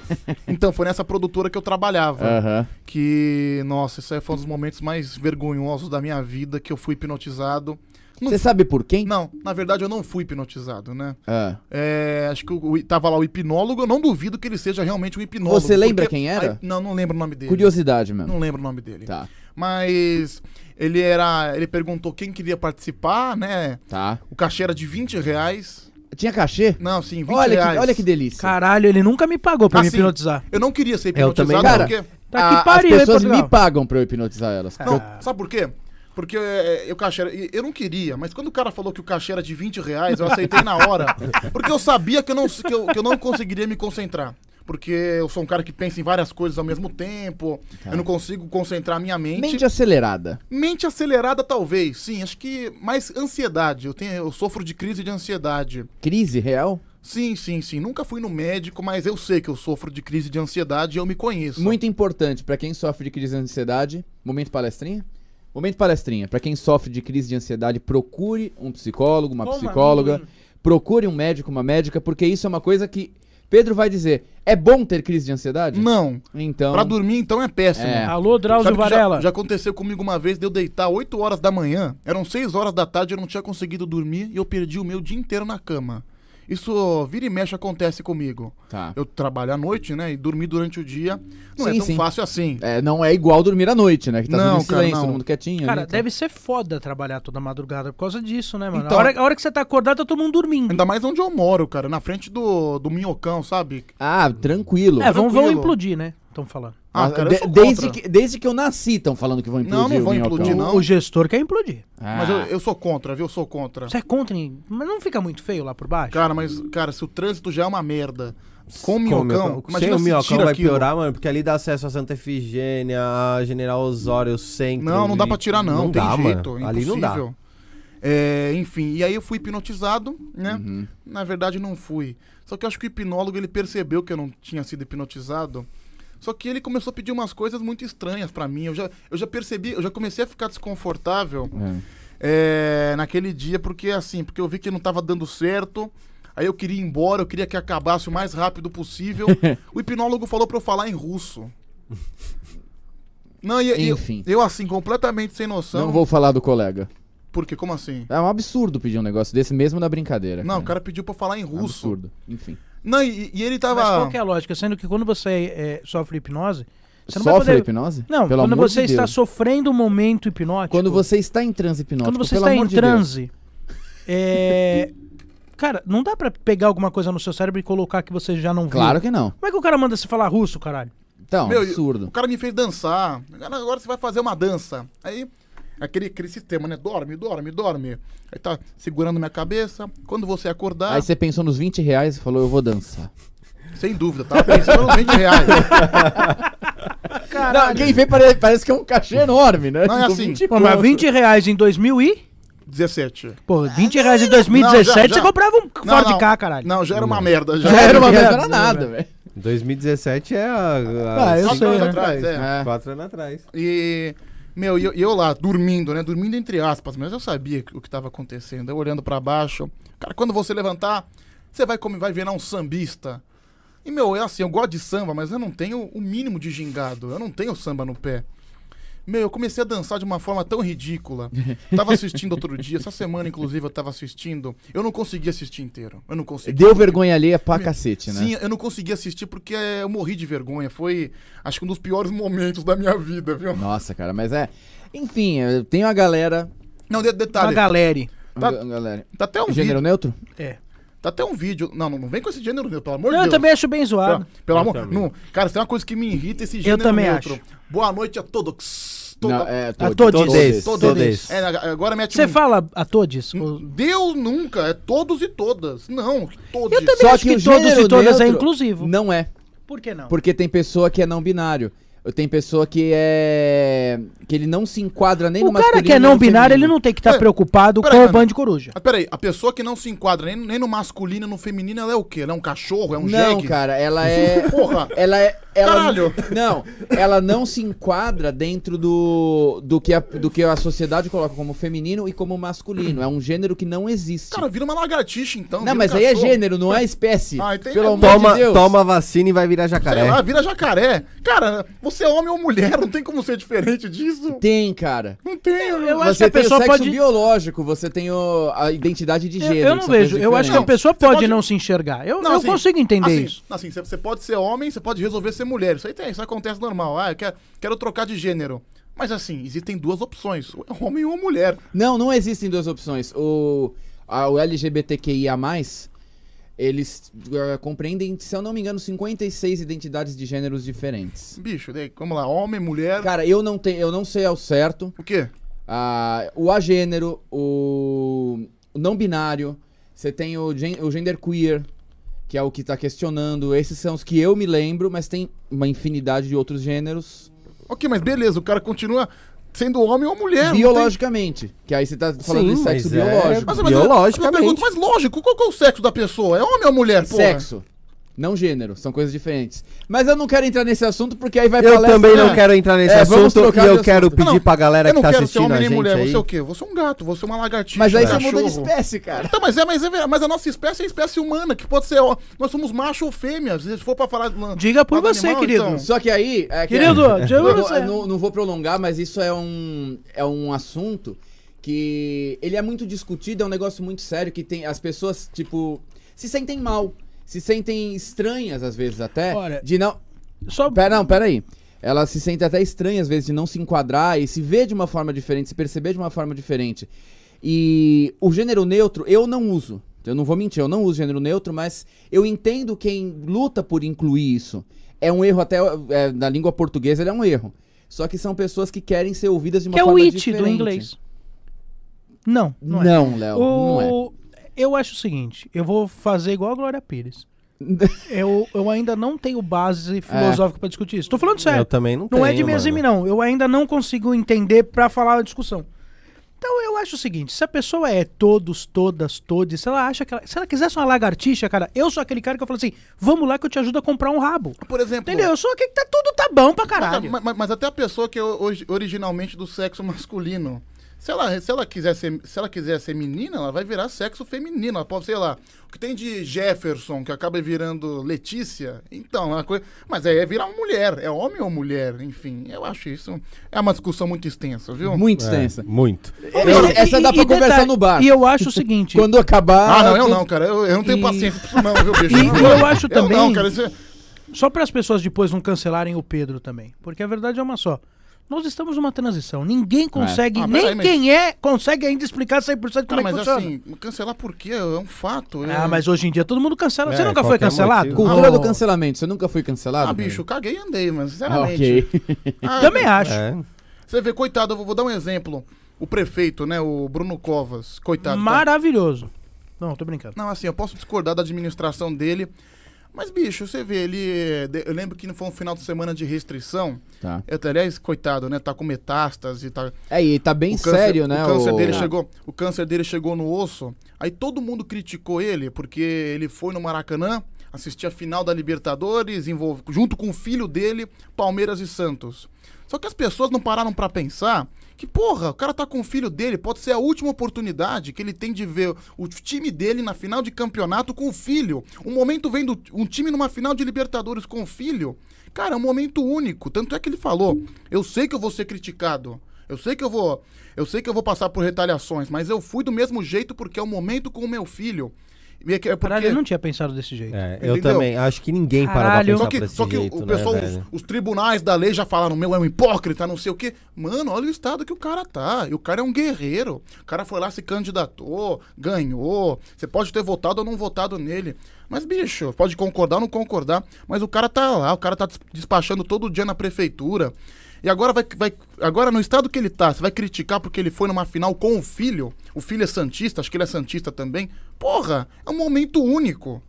Speaker 1: então, foi nessa produtora que eu trabalhava.
Speaker 4: Aham.
Speaker 1: Que, nossa, isso aí foi um dos momentos mais vergonhosos da minha vida, que eu fui hipnotizado. Não
Speaker 4: Você sabe por quem?
Speaker 1: Não, na verdade eu não fui hipnotizado, né?
Speaker 4: Ah,
Speaker 1: É, acho que o, o- tava lá o hipnólogo, eu não duvido que ele seja realmente um hipnólogo.
Speaker 4: Você lembra
Speaker 1: porque-
Speaker 4: quem era?
Speaker 1: Ai, não, não lembro o nome dele.
Speaker 4: curiosidade mesmo.
Speaker 1: Não lembro o nome dele.
Speaker 4: Tá,
Speaker 1: Mas ele era. Ele perguntou quem queria participar, né?
Speaker 4: tá.
Speaker 1: O cachê era de 20 reais.
Speaker 4: Tinha cachê?
Speaker 1: Não, sim, 20
Speaker 4: Olha
Speaker 1: reais.
Speaker 4: que, olha que delícia.
Speaker 3: Caralho, ele nunca me pagou pra
Speaker 1: Assim,
Speaker 3: me hipnotizar.
Speaker 1: Eu não queria ser
Speaker 2: Eu também
Speaker 1: hipnotizado
Speaker 4: não.
Speaker 1: porque.
Speaker 3: Tá que
Speaker 4: A-
Speaker 3: pariu, hein,
Speaker 4: Ah, As pessoas me
Speaker 3: Portugal?
Speaker 4: pagam pra eu hipnotizar elas.
Speaker 1: Não,
Speaker 4: É. Eu-
Speaker 1: sabe por quê? Porque é, é, o cachê era, e Eu não queria, mas quando o cara falou que o cachê era de 20 reais, eu aceitei na hora. Porque eu sabia que eu não, que eu, que eu não conseguiria me concentrar. Porque eu sou um cara que pensa em várias coisas ao mesmo tempo. Eu não consigo concentrar a minha mente.
Speaker 4: Tá. Mente acelerada.
Speaker 1: Mente acelerada, talvez. Sim, acho que mais ansiedade. Eu, tenho, eu sofro de crise de ansiedade.
Speaker 4: Crise real?
Speaker 1: Sim, sim, sim. Nunca fui no médico, mas eu sei que eu sofro de crise de ansiedade e eu me conheço.
Speaker 4: Muito importante pra quem sofre de crise de ansiedade. Momento palestrinha? Momento palestrinha. Pra quem sofre de crise de ansiedade, procure um psicólogo, uma
Speaker 3: Toma,
Speaker 4: psicóloga.
Speaker 3: hum.
Speaker 4: Procure um médico, uma médica, porque isso é uma coisa que Pedro vai dizer. É bom ter crise de ansiedade?
Speaker 1: Não.
Speaker 4: Então.
Speaker 1: Pra dormir, então, é péssimo.
Speaker 4: É.
Speaker 3: Alô, Drauzio
Speaker 1: Sabe que já-
Speaker 3: Varela.
Speaker 1: Já, aconteceu comigo uma vez de eu deitar 8 horas da manhã, eram 6 horas da tarde, eu não tinha conseguido dormir e eu perdi o meu dia inteiro na cama. Isso vira e mexe acontece comigo.
Speaker 4: Tá.
Speaker 1: Eu trabalho à noite, né? E dormir durante o dia não é
Speaker 4: Sim,
Speaker 1: tão
Speaker 4: sim.
Speaker 1: fácil assim.
Speaker 4: É, não é igual dormir à noite, né? Que tá
Speaker 1: Não,
Speaker 4: tudo em
Speaker 1: cara,
Speaker 4: silêncio,
Speaker 1: não.
Speaker 4: todo mundo quietinho.
Speaker 3: Cara,
Speaker 4: ali, tá.
Speaker 3: deve ser foda trabalhar toda madrugada por causa disso, né, mano?
Speaker 1: Então-
Speaker 3: a, hora, a hora que você tá acordado, tá todo mundo dormindo.
Speaker 1: Ainda mais onde eu moro, cara, na frente do, do minhocão, sabe?
Speaker 4: Ah, tranquilo.
Speaker 3: É, vão, vão
Speaker 1: tranquilo.
Speaker 3: implodir, né? Estão falando.
Speaker 1: Ah,
Speaker 4: Mas
Speaker 1: cara,
Speaker 4: de-
Speaker 1: eu sou contra.
Speaker 4: desde, que, desde que eu nasci, estão falando que vão implodir.
Speaker 1: Não, não
Speaker 4: o
Speaker 1: vão
Speaker 4: minhocão.
Speaker 1: implodir, não.
Speaker 3: O gestor quer implodir.
Speaker 4: Ah,
Speaker 1: Mas eu, eu sou contra, viu? Eu sou contra.
Speaker 3: Você é contra, em- mas não fica muito feio lá por baixo?
Speaker 1: Cara, mas, cara, se o trânsito já é uma merda, com o
Speaker 2: Com o
Speaker 1: minhocão,
Speaker 2: Minhocão. Sem
Speaker 1: imagina
Speaker 2: o
Speaker 1: se
Speaker 2: Minhocão
Speaker 1: tira
Speaker 2: vai
Speaker 1: aquilo.
Speaker 2: piorar, mano, porque ali dá acesso a Santa Efigênia, a General Osório, o centro.
Speaker 1: Não, não dá
Speaker 2: e-
Speaker 1: pra tirar, não. tem
Speaker 2: dá,
Speaker 1: jeito.
Speaker 2: mano. Ali não dá.
Speaker 1: impossível. É, enfim, e aí eu fui hipnotizado, né?
Speaker 2: Uhum.
Speaker 1: Na verdade, não fui. Só que eu acho que o hipnólogo ele percebeu que eu não tinha sido hipnotizado. Só que ele começou a pedir umas coisas muito estranhas pra mim. Eu já, eu já percebi, eu já comecei a ficar desconfortável é, naquele dia, porque assim, porque eu vi que não tava dando certo. Aí eu queria ir embora, eu queria que acabasse o mais rápido possível. o hipnólogo falou pra eu falar em russo. Não, e, e eu-
Speaker 4: Enfim.
Speaker 1: Eu, assim, completamente sem noção.
Speaker 4: Não vou falar do colega.
Speaker 1: Por quê? Como assim?
Speaker 4: É um absurdo pedir um negócio desse mesmo na brincadeira.
Speaker 1: Não, o
Speaker 4: cara.
Speaker 1: cara pediu pra eu falar em
Speaker 4: É um
Speaker 1: russo.
Speaker 4: É, Absurdo. Enfim.
Speaker 1: Não, e, e ele
Speaker 3: Mas
Speaker 1: tava.
Speaker 3: qual que é a lógica? Sendo que quando você é, sofre hipnose, você não
Speaker 4: Sofre a
Speaker 3: vai poder...
Speaker 4: hipnose?
Speaker 3: Não,
Speaker 4: Pelo
Speaker 3: quando
Speaker 4: amor
Speaker 3: você
Speaker 4: de
Speaker 3: está
Speaker 4: Deus.
Speaker 3: sofrendo um momento hipnótico...
Speaker 4: Quando você está em transe hipnótico,
Speaker 3: quando você
Speaker 4: pelo
Speaker 3: está
Speaker 4: amor
Speaker 3: em
Speaker 4: de Deus.
Speaker 3: transe, é, cara, não dá pra pegar alguma coisa no seu cérebro e colocar que você já não viu.
Speaker 4: Claro que não.
Speaker 3: Como é que o cara manda se falar russo, caralho?
Speaker 4: Então,
Speaker 1: Meu, O
Speaker 4: absurdo.
Speaker 1: cara me fez dançar. Agora agora você vai fazer uma dança. Aí, aquele, aquele sistema, né? Dorme, dorme, dorme. Aí tá segurando minha cabeça. Quando você acordar,
Speaker 4: Aí você pensou nos 20 reais e falou, eu vou dançar.
Speaker 1: sem dúvida, tá? Pensando nos 20 reais.
Speaker 4: Não, quem vê parece, parece que é um cachê enorme, né?
Speaker 1: Não, é
Speaker 4: Com
Speaker 1: assim.
Speaker 4: 20
Speaker 3: Pô, mas
Speaker 4: conto.
Speaker 3: 20 reais em 2000 e...
Speaker 1: 17.
Speaker 3: Pô, 20 reais em 2017
Speaker 1: Não, já, já.
Speaker 3: você comprava um
Speaker 1: Não,
Speaker 3: Ford
Speaker 1: não.
Speaker 3: K, caralho.
Speaker 1: Não, já era uma merda. Já,
Speaker 4: Já era uma
Speaker 3: Obrigado.
Speaker 4: merda, não era nada, velho.
Speaker 2: 2017 é a. a-
Speaker 4: Ah, eu
Speaker 2: cinco
Speaker 4: sei,
Speaker 2: anos
Speaker 4: né?
Speaker 2: atrás.
Speaker 1: É.
Speaker 2: né? Quatro anos atrás.
Speaker 1: E, meu, e eu, e eu lá, dormindo, né? Dormindo entre aspas, mas eu sabia o que tava acontecendo. Eu olhando pra baixo. Cara, quando você levantar, você vai como vai virar um sambista. E, meu, é assim, eu gosto de samba, mas eu não tenho o mínimo de gingado. Eu não tenho samba no pé. Meu, eu comecei a dançar de uma forma tão ridícula. Tava assistindo outro dia, essa semana, inclusive, eu tava assistindo. Eu não consegui assistir inteiro. Eu não consegui.
Speaker 4: Deu vergonha alheia pra cacete, né?
Speaker 1: Sim, eu não consegui assistir porque eu morri de vergonha. Foi, acho que um dos piores momentos da minha vida, viu?
Speaker 4: Nossa, cara, mas é. Enfim, eu tenho a galera.
Speaker 1: Não, de-
Speaker 3: Uma
Speaker 1: detalhe.
Speaker 3: galera.
Speaker 1: Tá-
Speaker 4: a galera.
Speaker 1: Tá até um
Speaker 4: Gênero né?
Speaker 1: vídeo.
Speaker 4: neutro?
Speaker 3: É.
Speaker 1: Tá até um vídeo. Não, não, não vem com esse gênero neutro, pelo amor de
Speaker 3: Não, eu
Speaker 1: Deus.
Speaker 3: também acho bem zoado.
Speaker 1: Pelo, pelo
Speaker 2: Eu
Speaker 1: amor.
Speaker 2: também.
Speaker 1: Não, cara, tem uma coisa que me irrita esse gênero
Speaker 3: também
Speaker 1: neutro.
Speaker 3: acho.
Speaker 1: Boa noite a todos.
Speaker 4: Não, é,
Speaker 3: A
Speaker 4: todos.
Speaker 3: Ah, todos.
Speaker 2: Todes.
Speaker 1: todos.
Speaker 2: Todes.
Speaker 1: É, agora mete
Speaker 3: Você
Speaker 1: um-
Speaker 3: fala a todos?
Speaker 1: Hum, Deus nunca, é todos e todas. Não, todos.
Speaker 3: Eu também acho que, todos
Speaker 4: gênero
Speaker 3: e todas é
Speaker 4: neutro
Speaker 3: inclusivo.
Speaker 4: Não é.
Speaker 3: Por que não?
Speaker 4: Porque tem pessoa que é não binário. Tem pessoa que é. que ele não se enquadra nem
Speaker 3: o
Speaker 4: no
Speaker 3: cara
Speaker 4: masculino.
Speaker 3: que é
Speaker 4: nem
Speaker 3: não
Speaker 4: no
Speaker 3: binário, ele
Speaker 4: feminino.
Speaker 3: não tem que estar
Speaker 1: Ué,
Speaker 3: preocupado
Speaker 1: peraí,
Speaker 3: com o
Speaker 1: mano.
Speaker 3: bando de coruja.
Speaker 1: Mas peraí, a pessoa que não se enquadra nem, nem no masculino, no feminino, ela é o quê? Ela é um cachorro? É um
Speaker 4: Não,
Speaker 1: jegue?
Speaker 4: cara, ela é.
Speaker 1: Porra.
Speaker 4: Ela é. Ela,
Speaker 1: Caralho.
Speaker 4: Não, ela não se enquadra dentro do, do, que a, do que a sociedade coloca como feminino e como masculino. É um gênero que não existe.
Speaker 1: Cara, vira uma lagartixa então.
Speaker 4: não,
Speaker 1: vira um
Speaker 4: mas aí é
Speaker 1: cachorro.
Speaker 4: gênero, não é espécie.
Speaker 1: Ah, entendi.
Speaker 4: Pelo amor
Speaker 2: Toma,
Speaker 4: de Deus.
Speaker 2: toma vacina e vai virar
Speaker 1: Sei
Speaker 2: jacaré.
Speaker 4: é.
Speaker 1: lá, vira jacaré. Cara, você é homem ou mulher, não tem como ser diferente disso.
Speaker 4: Tem, cara.
Speaker 1: Não tem.
Speaker 3: Eu acho que
Speaker 4: Você
Speaker 3: a
Speaker 4: tem o
Speaker 3: pessoa
Speaker 4: sexo
Speaker 3: pode.
Speaker 4: biológico, você tem o- a identidade de
Speaker 3: Eu,
Speaker 4: gênero.
Speaker 3: eu não
Speaker 4: que são coisas
Speaker 3: vejo. Eu acho que a
Speaker 4: diferentes.
Speaker 3: pessoa
Speaker 1: Você
Speaker 3: pode,
Speaker 1: pode-
Speaker 3: não se enxergar. Eu, eu
Speaker 1: assim,
Speaker 3: consigo entender
Speaker 1: assim,
Speaker 3: isso.
Speaker 1: Assim, você pode ser homem, você pode resolver ser mulher. Isso aí tem, isso acontece normal. Ah, eu quero, quero trocar de gênero. Mas assim, existem duas opções: ou é homem ou mulher.
Speaker 4: Não, não existem duas opções. O, a- o LGBTQIA, eles eh, compreendem, se eu não me engano, 56 identidades de gêneros diferentes.
Speaker 1: Bicho, daí, vamos lá, homem, mulher.
Speaker 4: Cara, eu não, tenho, eu não sei ao certo.
Speaker 1: O quê?
Speaker 4: Ah, o agênero, o o não binário, você tem o, gen, o genderqueer, que é o que tá questionando. Esses são os que eu me lembro, mas tem uma infinidade de outros gêneros.
Speaker 1: Ok, mas beleza, o cara continua sendo homem ou mulher. É, não tem-
Speaker 4: biologicamente. Que aí você tá falando de sexo
Speaker 2: mas é-
Speaker 4: biológico.
Speaker 1: Mas, mas,
Speaker 2: Biologicamente.
Speaker 1: Eu, eu pergunto, mas lógico, qual que é o sexo da pessoa? É homem ou mulher? porra?
Speaker 4: Sexo. Não gênero, são coisas diferentes. Mas eu não quero entrar nesse assunto porque aí vai
Speaker 2: Eu
Speaker 4: palestra,
Speaker 2: também não
Speaker 4: né?
Speaker 2: quero entrar nesse
Speaker 4: É, vamos
Speaker 2: assunto e
Speaker 4: trocar de
Speaker 2: eu
Speaker 4: assunto.
Speaker 2: quero
Speaker 1: Eu não-
Speaker 2: pedir pra galera
Speaker 1: eu
Speaker 2: que
Speaker 1: não
Speaker 2: tá
Speaker 1: quero ser
Speaker 2: assistindo
Speaker 1: homem
Speaker 2: a
Speaker 1: nem
Speaker 2: gente
Speaker 1: mulher,
Speaker 2: aí.
Speaker 1: você é o quê? Você é um gato, você é uma lagartixa.
Speaker 4: Mas aí
Speaker 1: um
Speaker 4: você muda de
Speaker 1: cachorro.
Speaker 4: espécie, cara.
Speaker 1: Então, mas é, mas é, ver- mas a nossa espécie é a espécie humana, que pode ser. ó, nós somos macho ou fêmea. Se for pra falar. lan-
Speaker 3: Diga por
Speaker 1: lado
Speaker 3: você, querido.
Speaker 4: Só que aí. é que-
Speaker 3: Querido, deixa eu
Speaker 4: eu
Speaker 3: ver você.
Speaker 4: não, não- não vou prolongar, mas isso é um, é um assunto que ele é muito discutido, é um negócio muito sério que tem as pessoas, tipo, se sentem mal, se sentem estranhas às vezes até
Speaker 3: Olha-
Speaker 4: de não,
Speaker 3: Só
Speaker 4: Pera, não, pera aí. Ela se sente até estranha às vezes de não se enquadrar e se ver de uma forma diferente, se perceber de uma forma diferente. E o gênero neutro eu não uso. Eu não vou mentir, eu não uso gênero neutro, mas eu entendo quem luta por incluir isso. É um erro até é, na língua portuguesa, ele é um erro. Só que são pessoas que querem ser ouvidas de uma
Speaker 3: que é o
Speaker 4: forma
Speaker 3: it
Speaker 4: diferente.
Speaker 3: do inglês. Não, não, é.
Speaker 4: Não, Léo, não é.
Speaker 3: O- Eu acho o seguinte, eu vou fazer igual a Glória Pires.
Speaker 4: é.
Speaker 3: eu, eu ainda não tenho base filosófica pra discutir isso. Tô falando sério.
Speaker 2: Eu também não
Speaker 3: Não
Speaker 2: tenho,
Speaker 3: é de me
Speaker 2: mano.
Speaker 3: eximir, não. Eu ainda não consigo entender pra falar a discussão. Então eu acho o seguinte, se a pessoa é todos, todas, todes, se ela acha que ela, se ela quisesse uma lagartixa, cara, eu sou aquele cara que eu falo assim, vamos lá que eu te ajudo a comprar um rabo.
Speaker 1: Por exemplo.
Speaker 3: Entendeu? Eu sou aquele que tá tudo tá bom pra caralho.
Speaker 1: Mas, mas- mas até a pessoa que é hoje- originalmente do sexo masculino. Se ela, se, ela quiser ser, se ela quiser ser menina, ela vai virar sexo feminino. Ela pode, sei lá, o que tem de Jefferson, que acaba virando Letícia. Então, é uma coisa. Mas é, é virar uma mulher. É homem ou mulher? Enfim, eu acho isso. É uma discussão muito extensa, viu?
Speaker 2: É,
Speaker 4: Muito extensa.
Speaker 2: muito.
Speaker 4: Eu- essa dá pra conversar
Speaker 3: detalhe-
Speaker 4: no bar.
Speaker 3: E eu acho o seguinte,
Speaker 4: Quando acabar.
Speaker 1: Ah, não, eu
Speaker 4: tudo-
Speaker 1: não, cara. Eu, eu não tenho
Speaker 3: E-
Speaker 1: paciência pra isso, não, viu, bicho?
Speaker 3: E
Speaker 1: Não,
Speaker 3: eu acho também-
Speaker 1: não, cara. Isso é-
Speaker 3: só para as pessoas depois não cancelarem o Pedro também, porque a verdade é uma só. Nós estamos numa transição.
Speaker 2: é.
Speaker 3: Ninguém consegue,
Speaker 1: Ah,
Speaker 3: nem
Speaker 1: peraí, mas-
Speaker 3: quem é, consegue ainda explicar 100% como
Speaker 4: Tá,
Speaker 1: Cara,
Speaker 3: é que
Speaker 1: mas
Speaker 3: funciona.
Speaker 1: assim, cancelar por quê? É um fato. é-
Speaker 3: Ah, mas hoje em dia todo mundo cancela. Você
Speaker 2: Né? É,
Speaker 3: nunca foi
Speaker 2: qualquer
Speaker 3: cancelado?
Speaker 2: motivo.
Speaker 3: Não.
Speaker 4: Cultura do cancelamento. Você nunca foi cancelado?
Speaker 1: Ah, bicho, caguei e andei, mas
Speaker 4: cara? Ah,
Speaker 1: sinceramente.
Speaker 4: ok.
Speaker 1: Ah,
Speaker 3: né? Também acho.
Speaker 2: É.
Speaker 1: Você vê, coitado, eu vou- vou dar um exemplo. O prefeito, né, o Bruno Covas, coitado. tá?
Speaker 3: Maravilhoso. Não, tô brincando.
Speaker 1: Não, assim, eu posso discordar da administração dele, mas, bicho, você vê, ele... eh, de- Eu lembro que não foi um final de semana de restrição.
Speaker 4: Tá.
Speaker 1: Eu, aliás, coitado, né, tá com metástase, tá...
Speaker 4: É, e tá bem
Speaker 1: o câncer-
Speaker 4: sério, né?
Speaker 1: O câncer,
Speaker 4: o-
Speaker 1: dele
Speaker 4: Ah.
Speaker 1: chegou, o câncer dele chegou no osso. Aí todo mundo criticou ele, porque ele foi no Maracanã, assistia a final da Libertadores, envolv- junto com o filho dele, Palmeiras e Santos. Só que as pessoas não pararam pra pensar que, porra, o cara tá com o filho dele, pode ser a última oportunidade que ele tem de ver o time dele na final de campeonato com o filho. Um momento vendo um time numa final de Libertadores com o filho. Cara, é um momento único. Tanto é que ele falou: "Eu sei que eu vou ser criticado, eu sei que eu vou, eu sei que eu vou passar por retaliações, mas eu fui do mesmo jeito porque é o momento com o meu filho. E é que- é porque-
Speaker 3: Caralho, eu não tinha pensado desse jeito.
Speaker 2: É, eu
Speaker 1: Entendeu?
Speaker 2: também. Acho que ninguém para pra
Speaker 3: Caralho.
Speaker 2: pensar
Speaker 1: só que,
Speaker 2: por esse
Speaker 1: só que
Speaker 2: jeito,
Speaker 1: o
Speaker 2: né,
Speaker 1: pessoal, os-
Speaker 2: velho?
Speaker 1: os, tribunais da lei já falaram, meu, é um hipócrita, não sei o quê. Mano, olha o estado que o cara tá. E o cara é um guerreiro. O cara foi lá, se candidatou, ganhou. Você pode ter votado ou não votado nele. Mas, bicho, pode concordar ou não concordar. Mas o cara tá lá, o cara tá des- despachando todo dia na prefeitura. E agora vai, vai. Agora, no estado que ele tá, você vai criticar porque ele foi numa final com o filho. O filho é santista, acho que ele é santista também. Porra, é um momento único.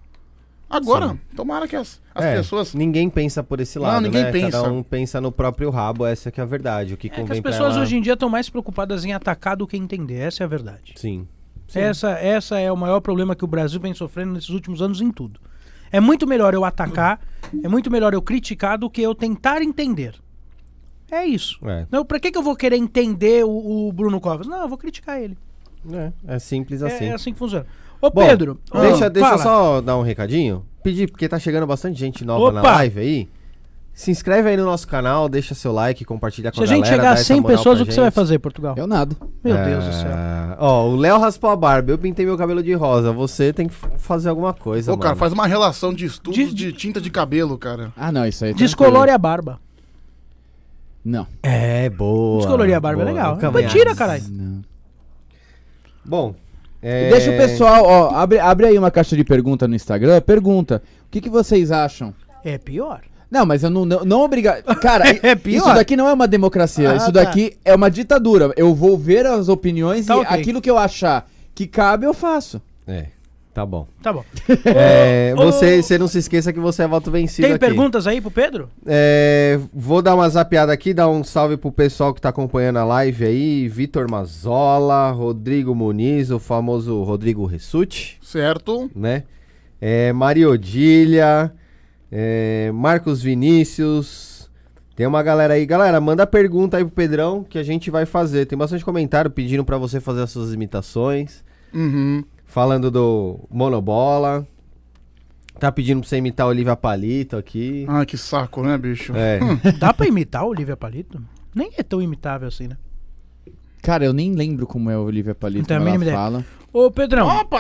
Speaker 1: Agora, tomara que as, as
Speaker 2: É,
Speaker 1: pessoas.
Speaker 2: Ninguém pensa por esse
Speaker 1: Não,
Speaker 2: lado,
Speaker 1: ninguém
Speaker 2: né?
Speaker 1: pensa.
Speaker 2: Cada um pensa no próprio rabo, essa que é a verdade. O que
Speaker 3: É
Speaker 2: convém
Speaker 3: que as
Speaker 2: pra
Speaker 3: pessoas
Speaker 2: ela-
Speaker 3: hoje em dia estão mais preocupadas em atacar do que entender. Essa é a verdade.
Speaker 2: Sim.
Speaker 3: Essa, essa é o maior problema que o Brasil vem sofrendo nesses últimos anos em tudo. É muito melhor eu atacar, é muito melhor eu criticar do que eu tentar entender. É isso.
Speaker 2: É.
Speaker 3: Não, pra que, que eu vou querer entender o, o Bruno Covas? Não, eu vou criticar ele.
Speaker 2: É, é simples
Speaker 3: É é
Speaker 2: assim.
Speaker 3: assim, que funciona. Ô,
Speaker 2: Bom,
Speaker 3: Pedro,
Speaker 2: deixa,
Speaker 3: ah,
Speaker 2: deixa eu
Speaker 3: fala.
Speaker 2: só dar um recadinho. Pedir, porque tá chegando bastante gente nova na
Speaker 3: Opa!
Speaker 2: live aí. Se inscreve aí no nosso canal, deixa seu like, compartilha com
Speaker 3: Se a
Speaker 2: galera.
Speaker 3: gente chegar a
Speaker 2: dá essa
Speaker 3: 100
Speaker 2: moral
Speaker 3: pessoas,
Speaker 2: pra
Speaker 3: o que você vai
Speaker 2: gente.
Speaker 3: fazer, Portugal?
Speaker 4: Eu nada.
Speaker 3: Meu Deus
Speaker 4: É.
Speaker 3: do céu.
Speaker 2: Ah, Ó, o Léo raspou a barba, eu pintei meu cabelo de rosa. Você tem que f- fazer alguma coisa,
Speaker 1: Ô, cara,
Speaker 2: mano.
Speaker 1: faz uma relação de estudos
Speaker 3: De-
Speaker 1: de, tinta de cabelo, cara.
Speaker 4: Ah, não, isso aí.
Speaker 3: Descolore
Speaker 4: tranquilo.
Speaker 3: a barba.
Speaker 4: Não.
Speaker 2: É, boa.
Speaker 3: Descolorir a barba é
Speaker 2: boa.
Speaker 3: legal.
Speaker 2: Nunca
Speaker 3: Mas
Speaker 2: mais.
Speaker 3: tira, caralho.
Speaker 4: não.
Speaker 2: Bom, é...
Speaker 4: Deixa o pessoal, ó, abre, abre aí uma caixa de pergunta no Instagram. Pergunta: o que, que vocês acham?
Speaker 3: É pior.
Speaker 4: Não, mas eu não, não, não obrigado. Cara,
Speaker 3: É pior.
Speaker 4: isso daqui não é uma democracia.
Speaker 3: Ah,
Speaker 4: isso
Speaker 3: tá.
Speaker 4: daqui é uma ditadura. Eu vou ver as opiniões
Speaker 3: Tá
Speaker 4: e
Speaker 3: ok.
Speaker 4: aquilo que eu achar que cabe, eu faço.
Speaker 2: É, tá bom.
Speaker 3: Tá bom.
Speaker 2: É,
Speaker 3: ô,
Speaker 2: você, você não se esqueça que você é voto vencido
Speaker 3: Tem
Speaker 2: aqui.
Speaker 3: perguntas aí pro Pedro?
Speaker 2: É, vou dar uma zapeada aqui, dar um salve pro pessoal que tá acompanhando a live aí. Vitor Mazola, Rodrigo Muniz, o famoso Rodrigo Ressuti,
Speaker 1: Certo?
Speaker 2: né? É, Mariodilha, é, Marcos Vinícius. Tem uma galera aí. Galera, manda pergunta aí pro Pedrão que a gente vai fazer. Tem bastante comentário pedindo pra você fazer as suas imitações.
Speaker 1: Uhum.
Speaker 2: Falando do Monobola. Tá pedindo pra você imitar o Olivia Palito aqui.
Speaker 1: Ai, que saco, né, bicho?
Speaker 2: É.
Speaker 3: Dá pra imitar o Olivia Palito? Nem é tão imitável assim, né?
Speaker 4: Cara, eu nem lembro como é o Olivia Palito.
Speaker 3: Então, a
Speaker 4: como ela
Speaker 3: mínima ideia.
Speaker 4: fala.
Speaker 3: Ô, Pedrão.
Speaker 1: Opa!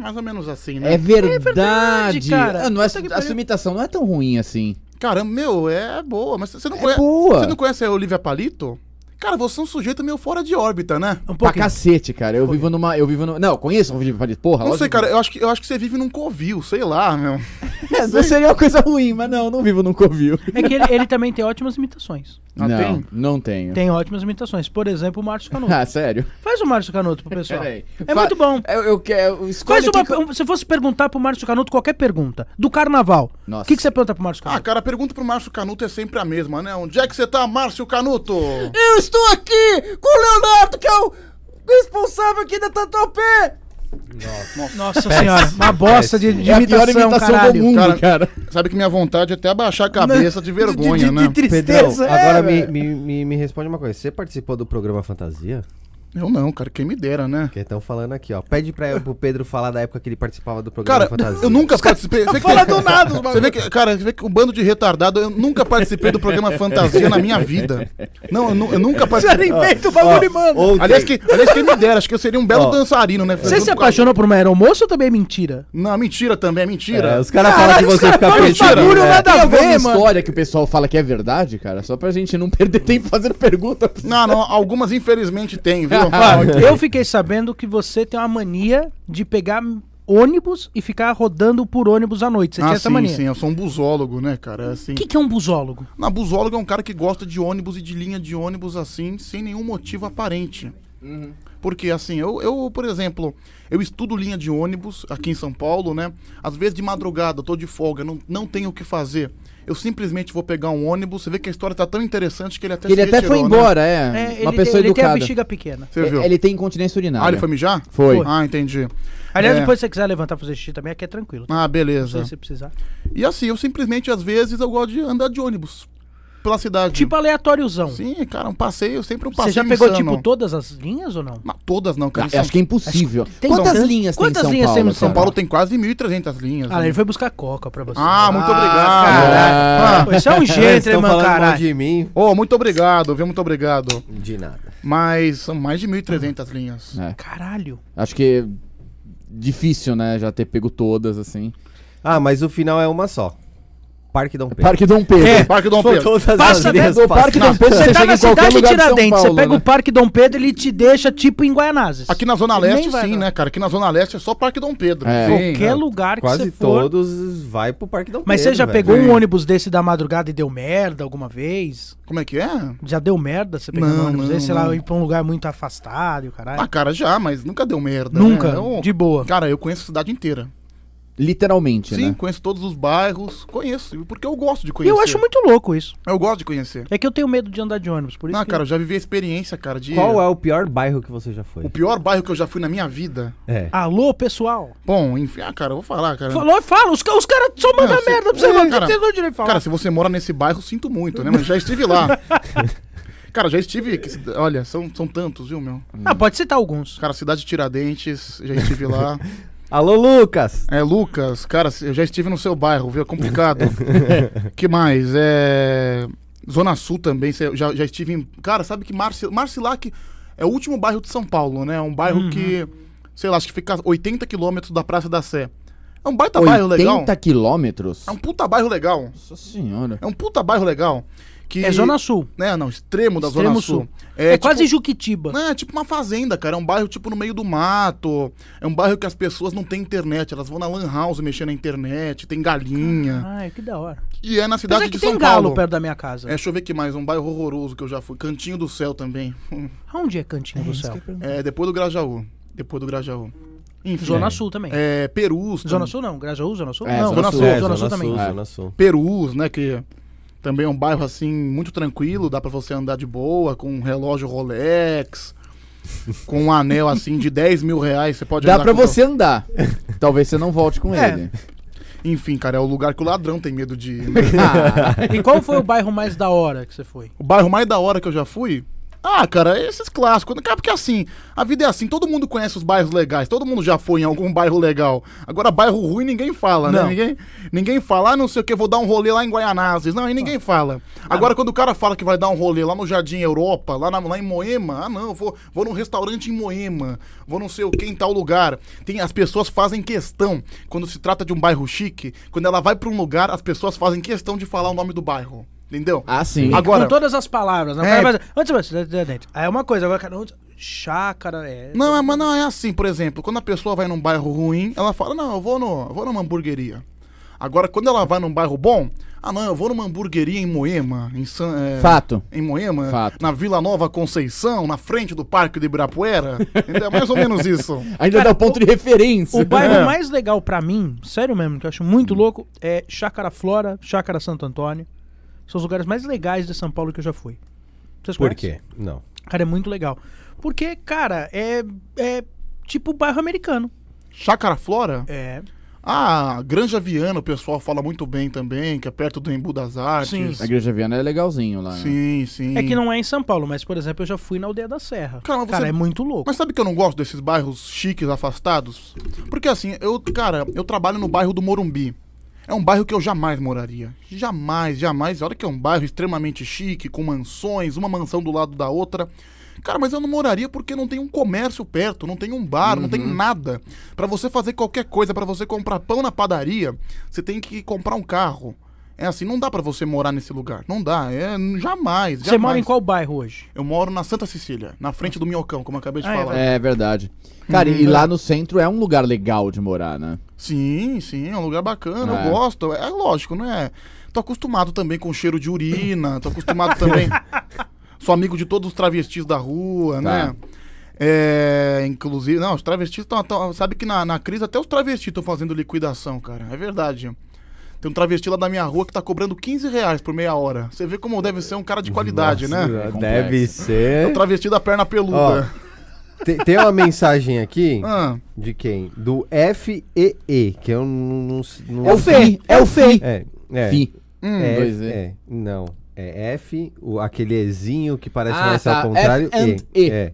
Speaker 1: Mais ou menos assim, né?
Speaker 4: É verdade.
Speaker 3: cara.
Speaker 4: Ah, não é,
Speaker 3: Puta que
Speaker 4: a
Speaker 3: pariu.
Speaker 4: sua imitação não é tão ruim assim.
Speaker 1: Caramba, meu, é boa. Mas você não,
Speaker 4: É
Speaker 1: conhece,
Speaker 4: boa.
Speaker 1: você não conhece a Olivia Palito? Cara, você é um sujeito meio fora de órbita, né?
Speaker 3: Um
Speaker 4: Pra
Speaker 3: pouquinho. Um
Speaker 4: cacete, cara. Eu vivo numa. Eu vivo numa. Não, eu conheço o Olivia Palito. Porra,
Speaker 1: Não sei,
Speaker 4: lógico.
Speaker 1: cara, eu acho, que, eu acho que você vive num covil, sei lá, meu.
Speaker 4: É, não seria uma coisa ruim, mas não, não vivo num covil.
Speaker 3: É que ele, ele também tem ótimas imitações.
Speaker 1: Ah,
Speaker 4: não,
Speaker 1: tem?
Speaker 4: não tenho.
Speaker 3: Tem ótimas imitações. Por exemplo, o Márcio Canuto.
Speaker 4: Ah, sério?
Speaker 3: Faz o Márcio Canuto pro pessoal.
Speaker 4: Peraí.
Speaker 3: É
Speaker 4: Fa-
Speaker 3: muito bom.
Speaker 4: Eu, eu quero. tipo- eu escolho
Speaker 3: Faz uma, um,
Speaker 4: aqui que eu-
Speaker 3: Se fosse perguntar pro Márcio Canuto qualquer pergunta, do carnaval, o
Speaker 4: Nossa.
Speaker 3: que, que você pergunta pro Márcio
Speaker 1: Ah,
Speaker 3: Canuto?
Speaker 1: cara, a pergunta pro Márcio Canuto é sempre a mesma, né? Onde é que você tá, Márcio Canuto?
Speaker 4: Eu
Speaker 5: Estou aqui com o Leonardo, que é o responsável aqui da Tatuapé.
Speaker 3: Nossa senhora, uma bosta de, de
Speaker 4: é a pior
Speaker 3: imitação,
Speaker 4: imitação
Speaker 3: caralho. tá
Speaker 4: do mundo,
Speaker 1: Cara,
Speaker 4: cara.
Speaker 1: Sabe que minha vontade é até abaixar a cabeça de vergonha,
Speaker 5: de, de,
Speaker 1: né?
Speaker 5: De tristeza,
Speaker 2: Pedrão, agora
Speaker 5: é,
Speaker 2: me,
Speaker 5: velho.
Speaker 2: me, me, me responde uma coisa. Você participou do programa Fantasia?
Speaker 1: Eu não, cara, quem me dera, né?
Speaker 2: Que estão falando aqui, ó. Pede pra, pro Pedro falar da época que ele participava do programa
Speaker 1: Cara,
Speaker 2: Fantasia.
Speaker 1: eu nunca participei. Você
Speaker 5: Fala do nada, os
Speaker 1: Você vê que, cara, você vê que um bando de retardado, eu nunca participei do programa Fantasia na minha vida. Não, eu, nu- eu nunca
Speaker 5: Já nem
Speaker 1: participei.
Speaker 2: Ah,
Speaker 5: inventa o bagulho e manda.
Speaker 2: Ontem-
Speaker 1: Aliás, que, aliás, quem me dera, acho que eu seria um belo
Speaker 2: Ó.
Speaker 1: dançarino, né?
Speaker 3: Você
Speaker 1: Junto
Speaker 3: se
Speaker 1: com a-
Speaker 3: apaixonou por uma aeromoça ou também é mentira?
Speaker 1: Não, mentira também, é mentira.
Speaker 2: É, os caras falam que você fica
Speaker 3: falam
Speaker 2: perdido.
Speaker 3: bagulho
Speaker 2: né?
Speaker 3: nada
Speaker 4: Tem
Speaker 3: a
Speaker 4: alguma
Speaker 3: ver, mano.
Speaker 4: história que o pessoal fala que é verdade, cara? Só pra gente não perder tempo fazendo pergunta.
Speaker 1: Não, não, algumas infelizmente tem, viu?
Speaker 4: Ah, ok.
Speaker 3: Eu fiquei sabendo que você tem uma mania de pegar ônibus e ficar rodando por ônibus à noite. Você tinha
Speaker 1: ah,
Speaker 3: essa
Speaker 1: sim,
Speaker 3: mania.
Speaker 1: sim, eu sou um busólogo, né, cara? É Assim.
Speaker 3: O que, que é um busólogo?
Speaker 1: Na busólogo é um cara que gosta de ônibus e de linha de ônibus assim, sem nenhum motivo aparente. Porque assim, eu, eu, por exemplo, eu estudo linha de ônibus aqui em São Paulo, né? Às vezes de madrugada, eu tô de folga, não, não tenho o que fazer. Eu simplesmente vou pegar um ônibus, você vê que a história tá tão interessante que ele até se
Speaker 4: Ele até foi
Speaker 1: retirou, né?
Speaker 4: embora,
Speaker 3: É,
Speaker 4: é.
Speaker 3: ele
Speaker 4: Uma
Speaker 3: tem-
Speaker 4: pessoa
Speaker 3: ele tem a
Speaker 4: educada.
Speaker 3: bexiga pequena.
Speaker 1: Você viu?
Speaker 4: É, Ele tem incontinência urinária.
Speaker 1: Ah, ele foi mijar?
Speaker 4: Foi.
Speaker 1: Ah, entendi.
Speaker 3: Aliás,
Speaker 1: É.
Speaker 3: depois se você quiser levantar pra fazer xixi também, aqui é tranquilo.
Speaker 1: Ah,
Speaker 3: Se
Speaker 1: beleza.
Speaker 3: você precisar.
Speaker 1: E assim, eu simplesmente, às vezes, eu gosto de andar de ônibus pela cidade.
Speaker 3: Tipo aleatóriozão.
Speaker 1: Sim, cara, um passeio, sempre um
Speaker 3: Você
Speaker 1: passeio
Speaker 3: já pegou,
Speaker 1: insano.
Speaker 3: tipo, todas as linhas ou não?
Speaker 1: Não, todas não, cara.
Speaker 4: Ah, eu acho que é impossível.
Speaker 3: tem
Speaker 4: Quantas
Speaker 3: tanto-
Speaker 4: linhas
Speaker 3: quantas
Speaker 4: tem em São
Speaker 3: linhas
Speaker 4: Paulo?
Speaker 3: temos em São
Speaker 1: São Paulo tem quase 1.300 linhas.
Speaker 3: Ah,
Speaker 1: né?
Speaker 3: ele foi buscar coca pra você.
Speaker 1: Ah, muito obrigado.
Speaker 4: caralho.
Speaker 1: Ah.
Speaker 3: Pô, Isso é um
Speaker 2: Eles
Speaker 3: jeito,
Speaker 2: tão
Speaker 3: irmão,
Speaker 2: falando mal
Speaker 3: caralho.
Speaker 2: de mim.
Speaker 1: Ô, muito obrigado, viu? Muito obrigado.
Speaker 2: De nada.
Speaker 1: Mas são mais de 1.300 linhas.
Speaker 4: É.
Speaker 3: Caralho.
Speaker 4: Acho que é difícil, né? Já ter pego todas, assim.
Speaker 2: Ah, mas o final é uma só. Parque Dom Pedro.
Speaker 4: Parque Dom Pedro.
Speaker 1: Parque Dom Pedro.
Speaker 3: Passa
Speaker 2: linhas
Speaker 3: dentro do
Speaker 2: passam.
Speaker 4: Parque Dom Pedro,
Speaker 3: Você
Speaker 4: você
Speaker 3: tá
Speaker 4: chega
Speaker 3: na
Speaker 4: em qualquer
Speaker 3: cidade de
Speaker 4: lugar de São
Speaker 3: Tiradentes, você
Speaker 4: Paulo,
Speaker 3: pega
Speaker 4: né?
Speaker 3: o Parque Dom Pedro, ele te deixa tipo em Guaianazes.
Speaker 1: Aqui na Zona
Speaker 3: Nem
Speaker 1: Leste,
Speaker 3: vai
Speaker 1: sim,
Speaker 3: lá.
Speaker 1: né, cara? Aqui na Zona Leste é só Parque Dom Pedro.
Speaker 4: É.
Speaker 1: Sim,
Speaker 3: Qualquer
Speaker 1: né?
Speaker 3: lugar que você
Speaker 2: Quase
Speaker 3: for.
Speaker 2: todos vai pro Parque Dom Pedro.
Speaker 3: Mas você já
Speaker 2: velho.
Speaker 3: pegou um ônibus desse da madrugada e deu merda alguma vez?
Speaker 1: Como é que é?
Speaker 3: Já deu merda você pegar
Speaker 1: Não,
Speaker 3: um ônibus
Speaker 1: não,
Speaker 3: desse, sei
Speaker 1: não.
Speaker 3: lá, ir pra um lugar muito afastado e o caralho?
Speaker 1: Ah, cara, já, mas nunca deu merda.
Speaker 3: Nunca,
Speaker 1: né? Eu-
Speaker 3: de boa.
Speaker 1: Cara, eu conheço a cidade inteira.
Speaker 4: Literalmente,
Speaker 1: Sim,
Speaker 4: né?
Speaker 1: conheço todos os bairros. Conheço, porque eu gosto de
Speaker 3: E
Speaker 1: conhecer.
Speaker 3: eu acho muito louco isso.
Speaker 1: Eu gosto de conhecer.
Speaker 3: É que eu tenho medo de andar de ônibus, por isso
Speaker 1: Não,
Speaker 3: que...
Speaker 1: cara, eu já vivi a experiência, cara, de...
Speaker 2: Qual é o pior bairro que você já foi?
Speaker 1: O pior bairro que eu já fui na minha vida.
Speaker 2: É.
Speaker 3: Alô, pessoal.
Speaker 1: Bom, enfim, ah, cara, eu vou falar, cara.
Speaker 3: Falou, fala. Os, ca- os caras só mandam
Speaker 1: Não, se-
Speaker 3: merda pra você,
Speaker 1: é,
Speaker 3: mano.
Speaker 1: cara.
Speaker 3: Você não tem direito de falar.
Speaker 1: Cara, se você mora nesse bairro, sinto muito, né? Mas já estive lá. cara, já estive. que cida- Olha, são, são tantos, viu, meu?
Speaker 3: Ah, pode citar alguns.
Speaker 1: Cara, Cidade de Tiradentes, já estive lá.
Speaker 2: Alô, Lucas!
Speaker 1: É, Lucas, cara, eu já estive no seu bairro, viu? É complicado. que mais? É. Zona Sul também, cê- já, já estive em. Cara, sabe que Marci- Marcilac é o último bairro de São Paulo, né? É um bairro
Speaker 3: Uhum.
Speaker 1: que, sei lá, acho que fica 80 quilômetros da Praça da Sé. É um baita bairro legal.
Speaker 4: 80 quilômetros?
Speaker 1: É um puta bairro legal.
Speaker 4: Nossa senhora.
Speaker 1: É um puta bairro legal. Que...
Speaker 3: É Zona Sul.
Speaker 1: Né, não, extremo da
Speaker 3: Extremo
Speaker 1: Zona
Speaker 3: Sul.
Speaker 1: Sul.
Speaker 3: É,
Speaker 1: tipo-
Speaker 3: quase Juquitiba.
Speaker 1: Não, é tipo uma fazenda, cara. É um bairro, tipo, no meio do mato. É um bairro que as pessoas não têm internet. Elas vão na lan house mexer na internet. Tem galinha.
Speaker 3: Ai, que da hora.
Speaker 1: E é na cidade
Speaker 3: Apesar que
Speaker 1: de
Speaker 3: tem
Speaker 1: São
Speaker 3: galo
Speaker 1: Paulo.
Speaker 3: perto da minha casa.
Speaker 1: É, deixa eu ver que mais. Um bairro horroroso que eu já fui. Cantinho do Céu também.
Speaker 3: Onde é Cantinho do Céu?
Speaker 1: É, depois do Grajaú. Depois do Grajaú. Enfim.
Speaker 3: Zona Sul também.
Speaker 1: É, Perus.
Speaker 3: Zona
Speaker 1: tam-
Speaker 3: Sul não. Grajaú, Zona Sul?
Speaker 4: É,
Speaker 3: não,
Speaker 4: Zona Sul.
Speaker 3: Zona, Sul também.
Speaker 2: Sul,
Speaker 4: É.
Speaker 2: Zona Sul.
Speaker 1: Perus, né? Que também é um bairro assim muito tranquilo, dá pra você andar de boa, com um relógio Rolex, com um anel assim de 10 mil reais, você pode
Speaker 4: Dá
Speaker 1: andar
Speaker 4: pra
Speaker 1: com-
Speaker 4: você andar. Talvez você não volte com
Speaker 3: É.
Speaker 4: ele.
Speaker 1: Enfim, cara, é o lugar que o ladrão tem medo de ir. né?
Speaker 4: Ah,
Speaker 3: E qual foi o bairro mais da hora que você foi?
Speaker 1: o bairro mais da hora que eu já fui. Ah, cara, esses clássicos. Cara, porque assim, a vida é assim, todo mundo conhece os bairros legais, todo mundo já foi em algum bairro legal. Agora, bairro ruim ninguém fala, né?
Speaker 3: Não.
Speaker 1: Ninguém, ninguém fala, ah, não sei o que, vou dar um rolê lá em Guaianazes. Não, aí ninguém fala. Agora, quando o cara fala que vai dar um rolê lá no Jardim Europa, lá, na- lá em Moema, ah, não, vou, vou num restaurante em Moema, vou não sei o que em tal lugar. Tem, as pessoas fazem questão, quando se trata de um bairro chique, quando ela vai pra um lugar, as pessoas fazem questão de falar o nome do bairro. Entendeu?
Speaker 4: ah, sim.
Speaker 1: Agora-
Speaker 3: Com todas as palavras. Né?
Speaker 1: É.
Speaker 3: Mas, onde você vai? Tiradentes. Aí é uma coisa. Agora, cara, onde... Chácara, é...
Speaker 1: Não, é, mas não é assim, por exemplo, quando a pessoa vai num bairro ruim, ela fala, não, eu vou, no, eu vou numa hamburgueria. Agora, quando ela vai num bairro bom, ah não, eu vou numa hamburgueria em Moema, em San, é,
Speaker 4: Fato.
Speaker 1: em Moema,
Speaker 4: Fato.
Speaker 1: na Vila Nova Conceição, na frente do Parque de Ibirapuera. Entendeu? É mais ou menos isso.
Speaker 4: Ainda
Speaker 3: Cara,
Speaker 4: dá o ponto de referência.
Speaker 3: O bairro mais legal pra mim, sério mesmo, que eu acho muito louco, é Chácara Flora, Chácara Santo Antônio. São os lugares mais legais de São Paulo que eu já fui. Vocês
Speaker 2: Por
Speaker 3: conhecem?
Speaker 2: quê? Não.
Speaker 3: Cara, é muito legal. Porque, cara, é, é tipo bairro americano.
Speaker 1: Chácara Flora?
Speaker 3: É.
Speaker 1: Ah, Granja Viana, o pessoal fala muito bem também, que é perto do Embu das Artes.
Speaker 3: Sim.
Speaker 4: A Igreja Viana é legalzinho lá. né?
Speaker 1: Sim, sim.
Speaker 3: É que não é em São Paulo, mas, por exemplo, eu já fui na Aldeia da Serra.
Speaker 1: Cara, mas você-
Speaker 3: é muito louco.
Speaker 1: Mas sabe que eu não gosto desses bairros chiques, afastados? Porque assim, eu, cara, eu trabalho no bairro do Morumbi. É um bairro que eu jamais moraria. Jamais, jamais. Olha que é um bairro extremamente chique, com mansões, uma mansão do lado da outra. Cara, mas eu não moraria porque não tem um comércio perto, não tem um bar, não tem nada. Pra você fazer qualquer coisa, pra você comprar pão na padaria, você tem que comprar um carro. É assim, não dá pra você morar nesse lugar. Não dá, é jamais.
Speaker 3: Você mora em
Speaker 1: jamais.
Speaker 3: qual bairro hoje?
Speaker 1: Eu moro na Santa Cecília, na frente do Minhocão, como eu acabei de
Speaker 3: Ah, é
Speaker 1: falar.
Speaker 4: É verdade. Cara, e lá no centro é um lugar legal de morar, né?
Speaker 1: Sim, sim, é um lugar bacana,
Speaker 4: É.
Speaker 1: eu gosto. É lógico, né? Tô acostumado também com cheiro de urina, tô acostumado também. Sou amigo de todos os travestis da rua, né? É, inclusive, não, os travestis estão. Sabe que na, na crise até os travestis estão fazendo liquidação, cara. É verdade. Tem um travesti lá da minha rua que tá cobrando 15 reais por meia hora. Você vê como deve ser um cara de qualidade, né?
Speaker 2: Nossa,
Speaker 4: É
Speaker 2: Deve
Speaker 4: complexo.
Speaker 1: O
Speaker 2: ser.
Speaker 1: travesti da perna peluda.
Speaker 2: Tem, tem uma mensagem aqui
Speaker 1: Ah,
Speaker 2: de quem? Do FEE, que eu não, não, não
Speaker 4: É o Fê, é o Fê.
Speaker 2: É, é.
Speaker 4: Fi.
Speaker 1: hum,
Speaker 2: É,
Speaker 4: dois E.
Speaker 2: é, não. É F, o, aquele Ezinho que parece
Speaker 4: Ah,
Speaker 2: mais
Speaker 4: tá.
Speaker 2: ao contrário.
Speaker 4: F and E.
Speaker 2: É.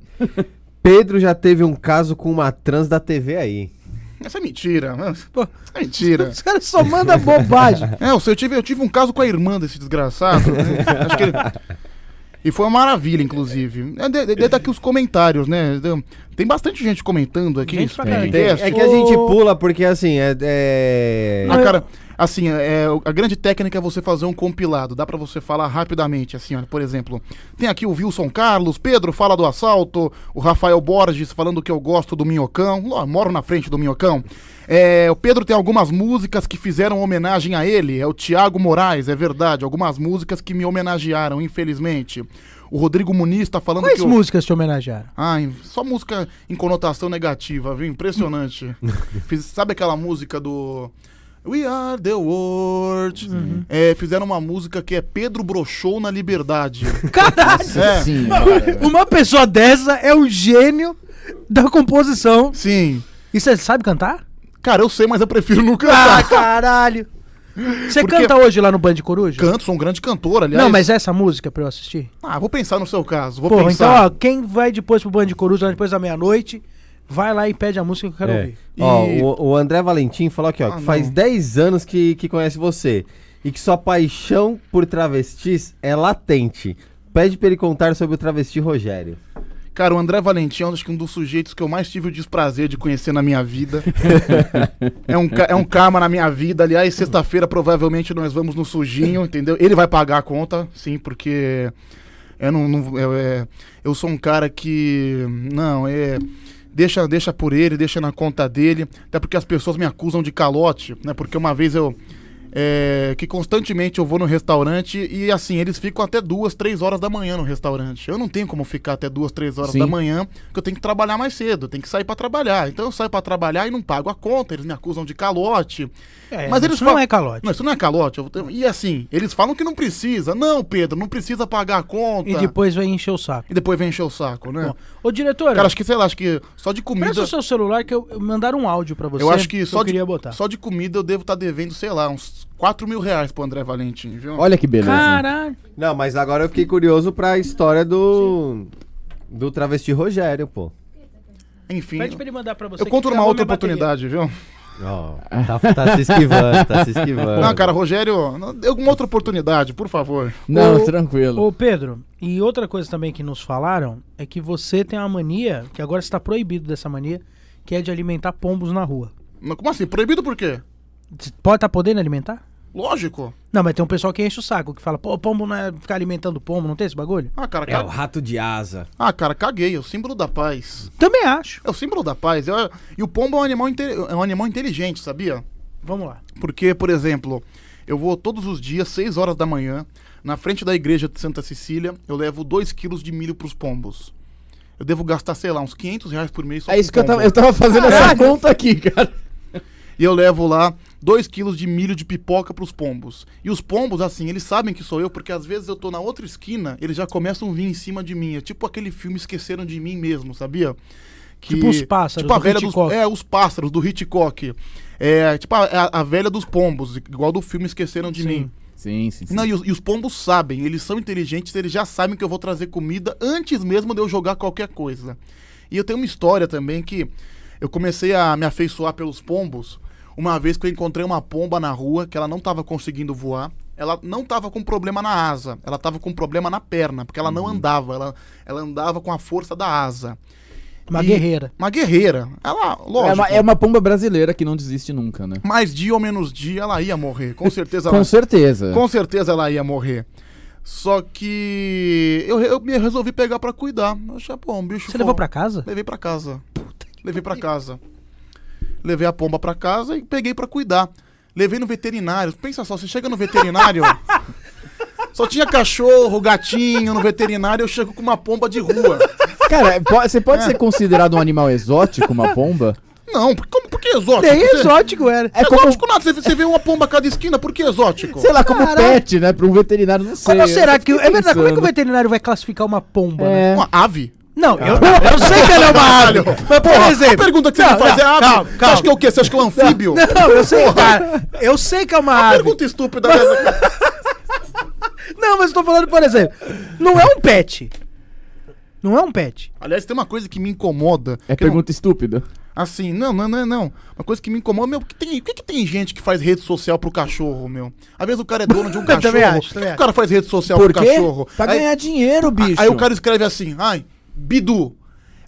Speaker 2: Pedro já teve um caso com uma trans da TV aí.
Speaker 1: essa é mentira, né?
Speaker 3: Pô.
Speaker 1: É mentira.
Speaker 3: Os caras só mandam bobagem.
Speaker 1: É, eu, sei, eu, tive, eu tive um caso com a irmã desse desgraçado. né? Acho que ele- E foi uma maravilha, inclusive. É, de, de, de- daqui os comentários, né? De- Tem bastante gente comentando aqui.
Speaker 3: Gente pra
Speaker 1: Tem-
Speaker 3: caralho.
Speaker 1: tem-
Speaker 2: É,
Speaker 1: é
Speaker 2: que
Speaker 1: que-
Speaker 2: a gente pula porque assim, é. é-
Speaker 1: Ah, cara, assim, é, o- a grande técnica é você fazer um compilado. Dá pra você falar rapidamente, assim, olha, por exemplo. Tem aqui o Wilson Carlos, Pedro fala do assalto, o Rafael Borges falando que eu gosto do Minhocão. Ó, moro na frente do Minhocão. É, o Pedro tem algumas músicas que fizeram homenagem a ele. É o Tiago Moraes, é verdade. Algumas músicas que me homenagearam, infelizmente. O Rodrigo Muniz tá falando
Speaker 3: Quais
Speaker 1: que. eu-
Speaker 3: músicas te homenagearam?
Speaker 1: Ai, Ah, só música em conotação negativa, viu? Impressionante. Fiz- sabe aquela música do We Are the World?
Speaker 3: Uhum.
Speaker 1: É, fizeram uma música que é Pedro Brochou na Liberdade.
Speaker 3: Caralho!
Speaker 1: É.
Speaker 4: Sim, cara.
Speaker 3: Uma pessoa dessa é um gênio da composição.
Speaker 1: Sim.
Speaker 3: E você sabe cantar?
Speaker 1: Cara, eu sei, mas eu prefiro não
Speaker 3: Ah,
Speaker 1: cantar.
Speaker 3: caralho! Você
Speaker 1: Porque-
Speaker 3: canta hoje lá no Band Coruja?
Speaker 1: Canto, sou um grande cantor, aliás.
Speaker 3: Não, mas essa música pra eu assistir?
Speaker 1: Ah, vou pensar no seu caso. Vou
Speaker 3: Porra, então,
Speaker 1: pensar.
Speaker 3: ó, quem vai depois pro Band Coruja, lá depois da meia-noite, vai lá e pede a música que eu quero
Speaker 2: é.
Speaker 3: ouvir.
Speaker 2: Ó,
Speaker 1: E-
Speaker 2: o, o André Valentim falou aqui, ó,
Speaker 1: Ah,
Speaker 2: que faz
Speaker 1: não.
Speaker 2: 10 anos que, que conhece você e que sua paixão por travestis é latente. Pede pra ele contar sobre o travesti Rogério.
Speaker 1: Cara, o André Valentim é um, acho que um dos sujeitos que eu mais tive o desprazer de conhecer na minha vida. é, um, ca- é um karma na minha vida. Aliás, sexta-feira provavelmente nós vamos no sujinho, entendeu? Ele vai pagar a conta, sim, porque. Eu, não, não- eu, é, eu sou um cara que. Não, é. Deixa, deixa por ele, deixa na conta dele. Até porque as pessoas me acusam de calote, né? Porque uma vez eu. é, que constantemente eu vou no restaurante e assim, eles ficam até duas, três horas da manhã no restaurante. Eu não tenho como ficar até duas, três horas
Speaker 4: Sim.
Speaker 1: da manhã, porque eu tenho que trabalhar mais cedo, eu tenho que sair pra trabalhar. Então eu saio pra trabalhar e não pago a conta, eles me acusam de calote.
Speaker 3: É,
Speaker 1: Mas eles
Speaker 3: isso não
Speaker 1: falam-
Speaker 3: é calote.
Speaker 1: Não, isso não é calote. eu tenho- E assim, eles falam que não precisa. Não, Pedro, não precisa pagar a conta.
Speaker 3: E depois vai encher o saco.
Speaker 1: E depois vem encher o saco, né?
Speaker 3: Bom, Ô, diretora,
Speaker 1: Cara, acho que, sei lá, acho que só de comida.
Speaker 3: presta o seu celular que eu eu mandar um áudio pra você.
Speaker 1: Eu acho que só,
Speaker 3: eu
Speaker 1: de,
Speaker 3: queria botar.
Speaker 1: só de comida eu devo estar devendo, sei lá, uns 4 mil reais pro André Valentim, viu?
Speaker 4: Olha que beleza.
Speaker 3: Caralho!
Speaker 2: Não, mas agora eu fiquei curioso pra história do. Do travesti Rogério, pô.
Speaker 1: Enfim,
Speaker 3: Pede pra ele mandar pra você.
Speaker 1: eu conto
Speaker 3: que
Speaker 1: numa
Speaker 3: acabou
Speaker 1: outra
Speaker 3: minha bateria.
Speaker 1: oportunidade, viu?
Speaker 2: Ó, tá, tá se esquivando, tá se esquivando.
Speaker 1: Não, cara, Rogério, não- dê alguma outra oportunidade, por favor.
Speaker 4: Não,
Speaker 3: Ô-
Speaker 4: tranquilo.
Speaker 3: Ô Pedro, e outra coisa também que nos falaram é que você tem uma mania, que agora está proibido dessa mania, que é de alimentar pombos na rua.
Speaker 1: Mas como assim? Proibido por quê?
Speaker 3: Você Pode estar podendo alimentar?
Speaker 1: Lógico.
Speaker 3: Não, mas tem um pessoal que enche o saco, que fala, pô, pombo não é ficar alimentando pombo, não tem esse bagulho?
Speaker 1: Ah, cara,
Speaker 2: É o
Speaker 1: ca...
Speaker 2: rato de asa.
Speaker 1: ah, cara caguei, é o símbolo da paz.
Speaker 3: Também acho.
Speaker 1: É o símbolo da paz. é- E o pombo é um animal, inte- é um animal inteligente, sabia?
Speaker 3: Vamos lá.
Speaker 1: Porque, por exemplo, eu vou todos os dias, 6 horas da manhã, na frente da igreja de Santa Cecília, eu levo 2 quilos de milho pros pombos. Eu devo gastar, sei lá, uns 500 reais por mês só
Speaker 4: É
Speaker 1: com
Speaker 4: isso que eu
Speaker 1: pombo.
Speaker 4: tava, eu tava fazendo essa conta aqui, cara.
Speaker 1: E e eu levo lá 2 quilos de milho de pipoca pros pombos. E os pombos, assim, eles sabem que sou eu, porque às vezes eu tô na outra esquina, eles já começam a vir em cima de mim. É tipo aquele filme Esqueceram de Mim mesmo, sabia? Que,
Speaker 3: Tipo os pássaros
Speaker 1: tipo a
Speaker 3: do
Speaker 1: velha dos,
Speaker 3: Hitchcock.
Speaker 1: É, os pássaros do Hitchcock. É, tipo a, a- a velha dos pombos, igual do filme Esqueceram de
Speaker 3: Sim.
Speaker 1: Mim.
Speaker 4: Sim, sim, sim.
Speaker 1: Não, e os, e os pombos sabem, eles são inteligentes, eles já sabem que eu vou trazer comida antes mesmo de eu jogar qualquer coisa. E eu tenho uma história também que eu comecei a me afeiçoar pelos pombos uma vez que eu encontrei uma pomba na rua que ela não estava conseguindo voar. Ela não estava com problema na asa, ela estava com problema na perna, porque ela
Speaker 4: Uhum.
Speaker 1: não andava, ela, ela andava com a força da asa.
Speaker 3: Uma
Speaker 1: E-
Speaker 3: guerreira.
Speaker 1: Uma guerreira. Ela, lógico.
Speaker 4: é, uma, é uma pomba brasileira que não desiste nunca, né?
Speaker 1: Mais dia ou menos dia ela ia morrer, com certeza
Speaker 4: Com
Speaker 1: ela
Speaker 4: certeza.
Speaker 1: Com certeza ela ia morrer. Só que eu, eu me resolvi pegar pra cuidar. Eu Achei, pô, um bicho
Speaker 3: Você levou
Speaker 1: fo-
Speaker 3: pra casa?
Speaker 1: Levei pra casa. Levei pra casa. Levei a pomba pra casa e peguei pra cuidar. Levei no veterinário. Pensa só, você chega no veterinário. só tinha cachorro, gatinho no veterinário, eu chego com uma pomba de rua.
Speaker 4: Cara, é, po- você pode ser considerado um animal exótico, uma pomba?
Speaker 1: Não, por- como, por que exótico?
Speaker 3: Nem
Speaker 1: Você-
Speaker 3: exótico era.
Speaker 4: É como-
Speaker 1: Exótico nada, você, você vê uma pomba a cada esquina, por que exótico?
Speaker 4: Sei lá, como
Speaker 3: Caraca.
Speaker 4: pet, né? Pra um veterinário, não sei.
Speaker 3: Como será
Speaker 4: eu
Speaker 3: que.
Speaker 4: fiquei
Speaker 3: É verdade, como é que o
Speaker 4: pensando.
Speaker 3: veterinário vai classificar uma pomba? né?
Speaker 4: É.
Speaker 1: Uma ave.
Speaker 3: Não, eu, eu sei que ela é uma ave. Mas, por
Speaker 1: A
Speaker 3: exemplo.
Speaker 1: pergunta que você
Speaker 3: Não,
Speaker 1: me faz é
Speaker 3: não,
Speaker 1: ave.
Speaker 3: calma,
Speaker 1: Você acha que é o quê? Você acha que é um anfíbio?
Speaker 3: Não, eu sei, cara. Eu sei que é uma ave.
Speaker 1: Pergunta estúpida
Speaker 4: né?
Speaker 1: dessa.
Speaker 3: Não, mas eu tô falando, por exemplo, não é um pet. Não é um pet.
Speaker 1: Aliás, tem uma coisa que me incomoda.
Speaker 4: É
Speaker 1: que eu não-
Speaker 4: pergunta estúpida.
Speaker 1: Assim, não, não, não, não. Uma coisa que me incomoda, meu, que tem, por que, que tem gente que faz rede social pro cachorro, meu? Às vezes o cara é dono de um cachorro.
Speaker 3: também acho,
Speaker 1: por que
Speaker 3: também
Speaker 1: que o cara faz rede social
Speaker 4: Por
Speaker 1: pro
Speaker 4: quê?
Speaker 1: é um cachorro?
Speaker 4: Pra
Speaker 1: Aí-
Speaker 4: ganhar dinheiro, bicho.
Speaker 1: Aí o cara escreve assim, ai, Bidu,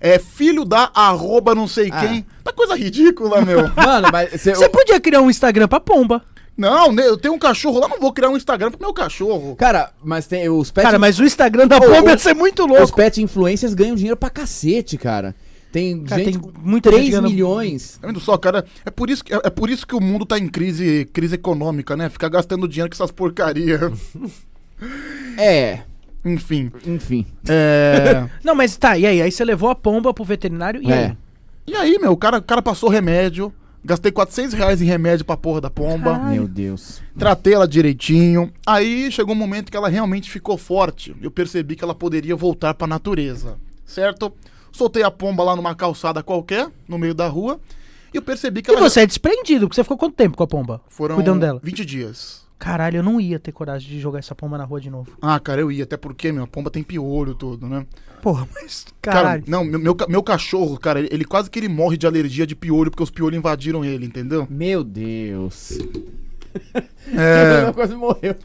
Speaker 1: é filho da arroba não
Speaker 4: Ah.
Speaker 1: sei quem. Tá coisa ridícula, meu.
Speaker 4: Mano, mas você-
Speaker 3: Você podia criar um Instagram pra pomba.
Speaker 1: não, né, eu tenho um cachorro lá, não vou criar um Instagram pro meu cachorro.
Speaker 4: Cara, mas tem os pet
Speaker 3: Cara, mas o Instagram da pomba
Speaker 4: ô,
Speaker 3: ia ser muito
Speaker 4: Os
Speaker 3: louco.
Speaker 4: pet influencers ganham dinheiro pra cacete, cara. Tem
Speaker 3: Cara,
Speaker 4: gente
Speaker 3: tem
Speaker 4: com
Speaker 3: muita gente
Speaker 4: 3
Speaker 3: ganhando-
Speaker 4: milhões.
Speaker 1: Tá vendo só, cara? É por isso que, é, é por isso que o mundo tá em crise, crise econômica, né? Ficar gastando dinheiro com essas porcarias.
Speaker 4: É,
Speaker 1: Enfim.
Speaker 4: enfim.
Speaker 1: É.
Speaker 3: Não, mas tá, e aí? Aí você levou a pomba pro veterinário e
Speaker 4: É.
Speaker 3: aí?
Speaker 1: e aí, meu, o cara, o cara passou remédio. Gastei 400 reais em remédio pra porra da pomba.
Speaker 4: Meu Deus.
Speaker 1: Tratei ela direitinho. Aí chegou um momento que ela realmente ficou forte. Eu percebi que ela poderia voltar pra natureza, certo? Soltei a pomba lá numa calçada qualquer, no meio da rua. E eu percebi que
Speaker 3: E
Speaker 1: ela.
Speaker 3: você é desprendido, porque você ficou quanto tempo com a pomba?
Speaker 1: Foram
Speaker 3: cuidando dela?
Speaker 1: 20 dias.
Speaker 3: Caralho, eu não ia ter coragem de jogar essa pomba na rua de novo.
Speaker 1: Ah, cara, eu ia, até porque, meu, a pomba tem piolho todo, né?
Speaker 3: Porra, mas.
Speaker 1: Cara,
Speaker 3: Caralho.
Speaker 1: não, meu, meu, ca- meu cachorro, cara, ele, ele quase que ele morre de alergia de piolho, porque os piolhos invadiram ele, entendeu?
Speaker 4: Meu Deus.
Speaker 1: É.
Speaker 4: Quase morreu.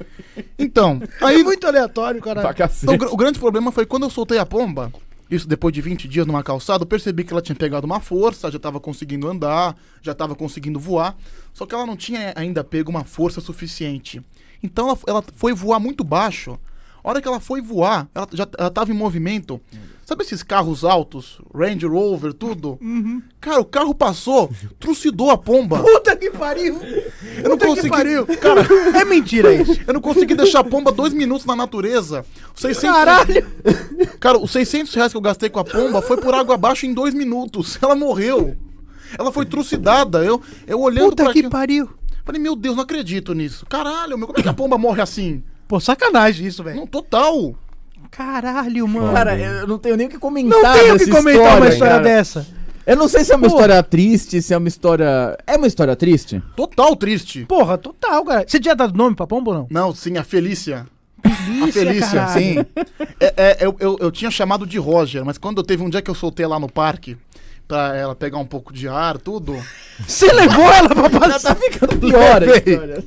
Speaker 1: Então, aí.
Speaker 3: É muito aleatório,
Speaker 4: Pra
Speaker 3: caralho.
Speaker 1: então, o
Speaker 4: cacete.
Speaker 1: gr- o grande problema foi quando eu soltei a pomba, isso depois de 20 dias numa calçada, eu percebi que ela tinha pegado uma força, já tava conseguindo andar, já tava conseguindo voar, só que ela não tinha ainda pego uma força suficiente. Então ela, f- ela foi voar muito baixo. A hora que ela foi voar, ela já t- ela tava em movimento. Sabe esses carros altos, Range Rover, tudo?
Speaker 3: Uhum.
Speaker 1: Cara, o carro passou, trucidou a pomba.
Speaker 3: Puta que pariu!
Speaker 1: Eu não consegui. Cara,
Speaker 3: É mentira isso.
Speaker 1: eu não consegui deixar a pomba dois minutos na natureza. Os 600
Speaker 3: Caralho!
Speaker 1: Cara, os 600 reais que eu gastei com a pomba foi por água abaixo em dois minutos. Ela morreu. Ela foi trucidada. Eu, eu olhando
Speaker 3: Puta
Speaker 1: pra
Speaker 3: que
Speaker 1: aquilo-
Speaker 3: pariu!
Speaker 1: Falei, meu Deus, não acredito nisso. Caralho, meu, como é que a pomba morre assim?
Speaker 3: Pô, sacanagem isso, velho.
Speaker 1: Não, total.
Speaker 3: Caralho, mano.
Speaker 4: Cara, eu não tenho nem o que comentar.
Speaker 3: Não tenho o que
Speaker 4: dessa
Speaker 3: comentar uma história
Speaker 4: cara.
Speaker 3: dessa.
Speaker 4: Eu não sei se é uma
Speaker 3: Pô.
Speaker 4: história triste, se é uma história. É uma história triste?
Speaker 1: Total triste.
Speaker 3: Porra, total, cara. Você tinha dado nome pra pomba ou não?
Speaker 1: Não, sim, a Felícia. A
Speaker 3: Isso,
Speaker 1: Felícia,
Speaker 3: caralho.
Speaker 1: sim. É, é, eu, eu, eu tinha chamado de Roger, mas quando eu teve um dia que eu soltei lá no parque pra ela pegar um pouco de ar, tudo.
Speaker 3: Você levou ela tá pra passar.
Speaker 4: Pior a
Speaker 1: Levei.
Speaker 4: história.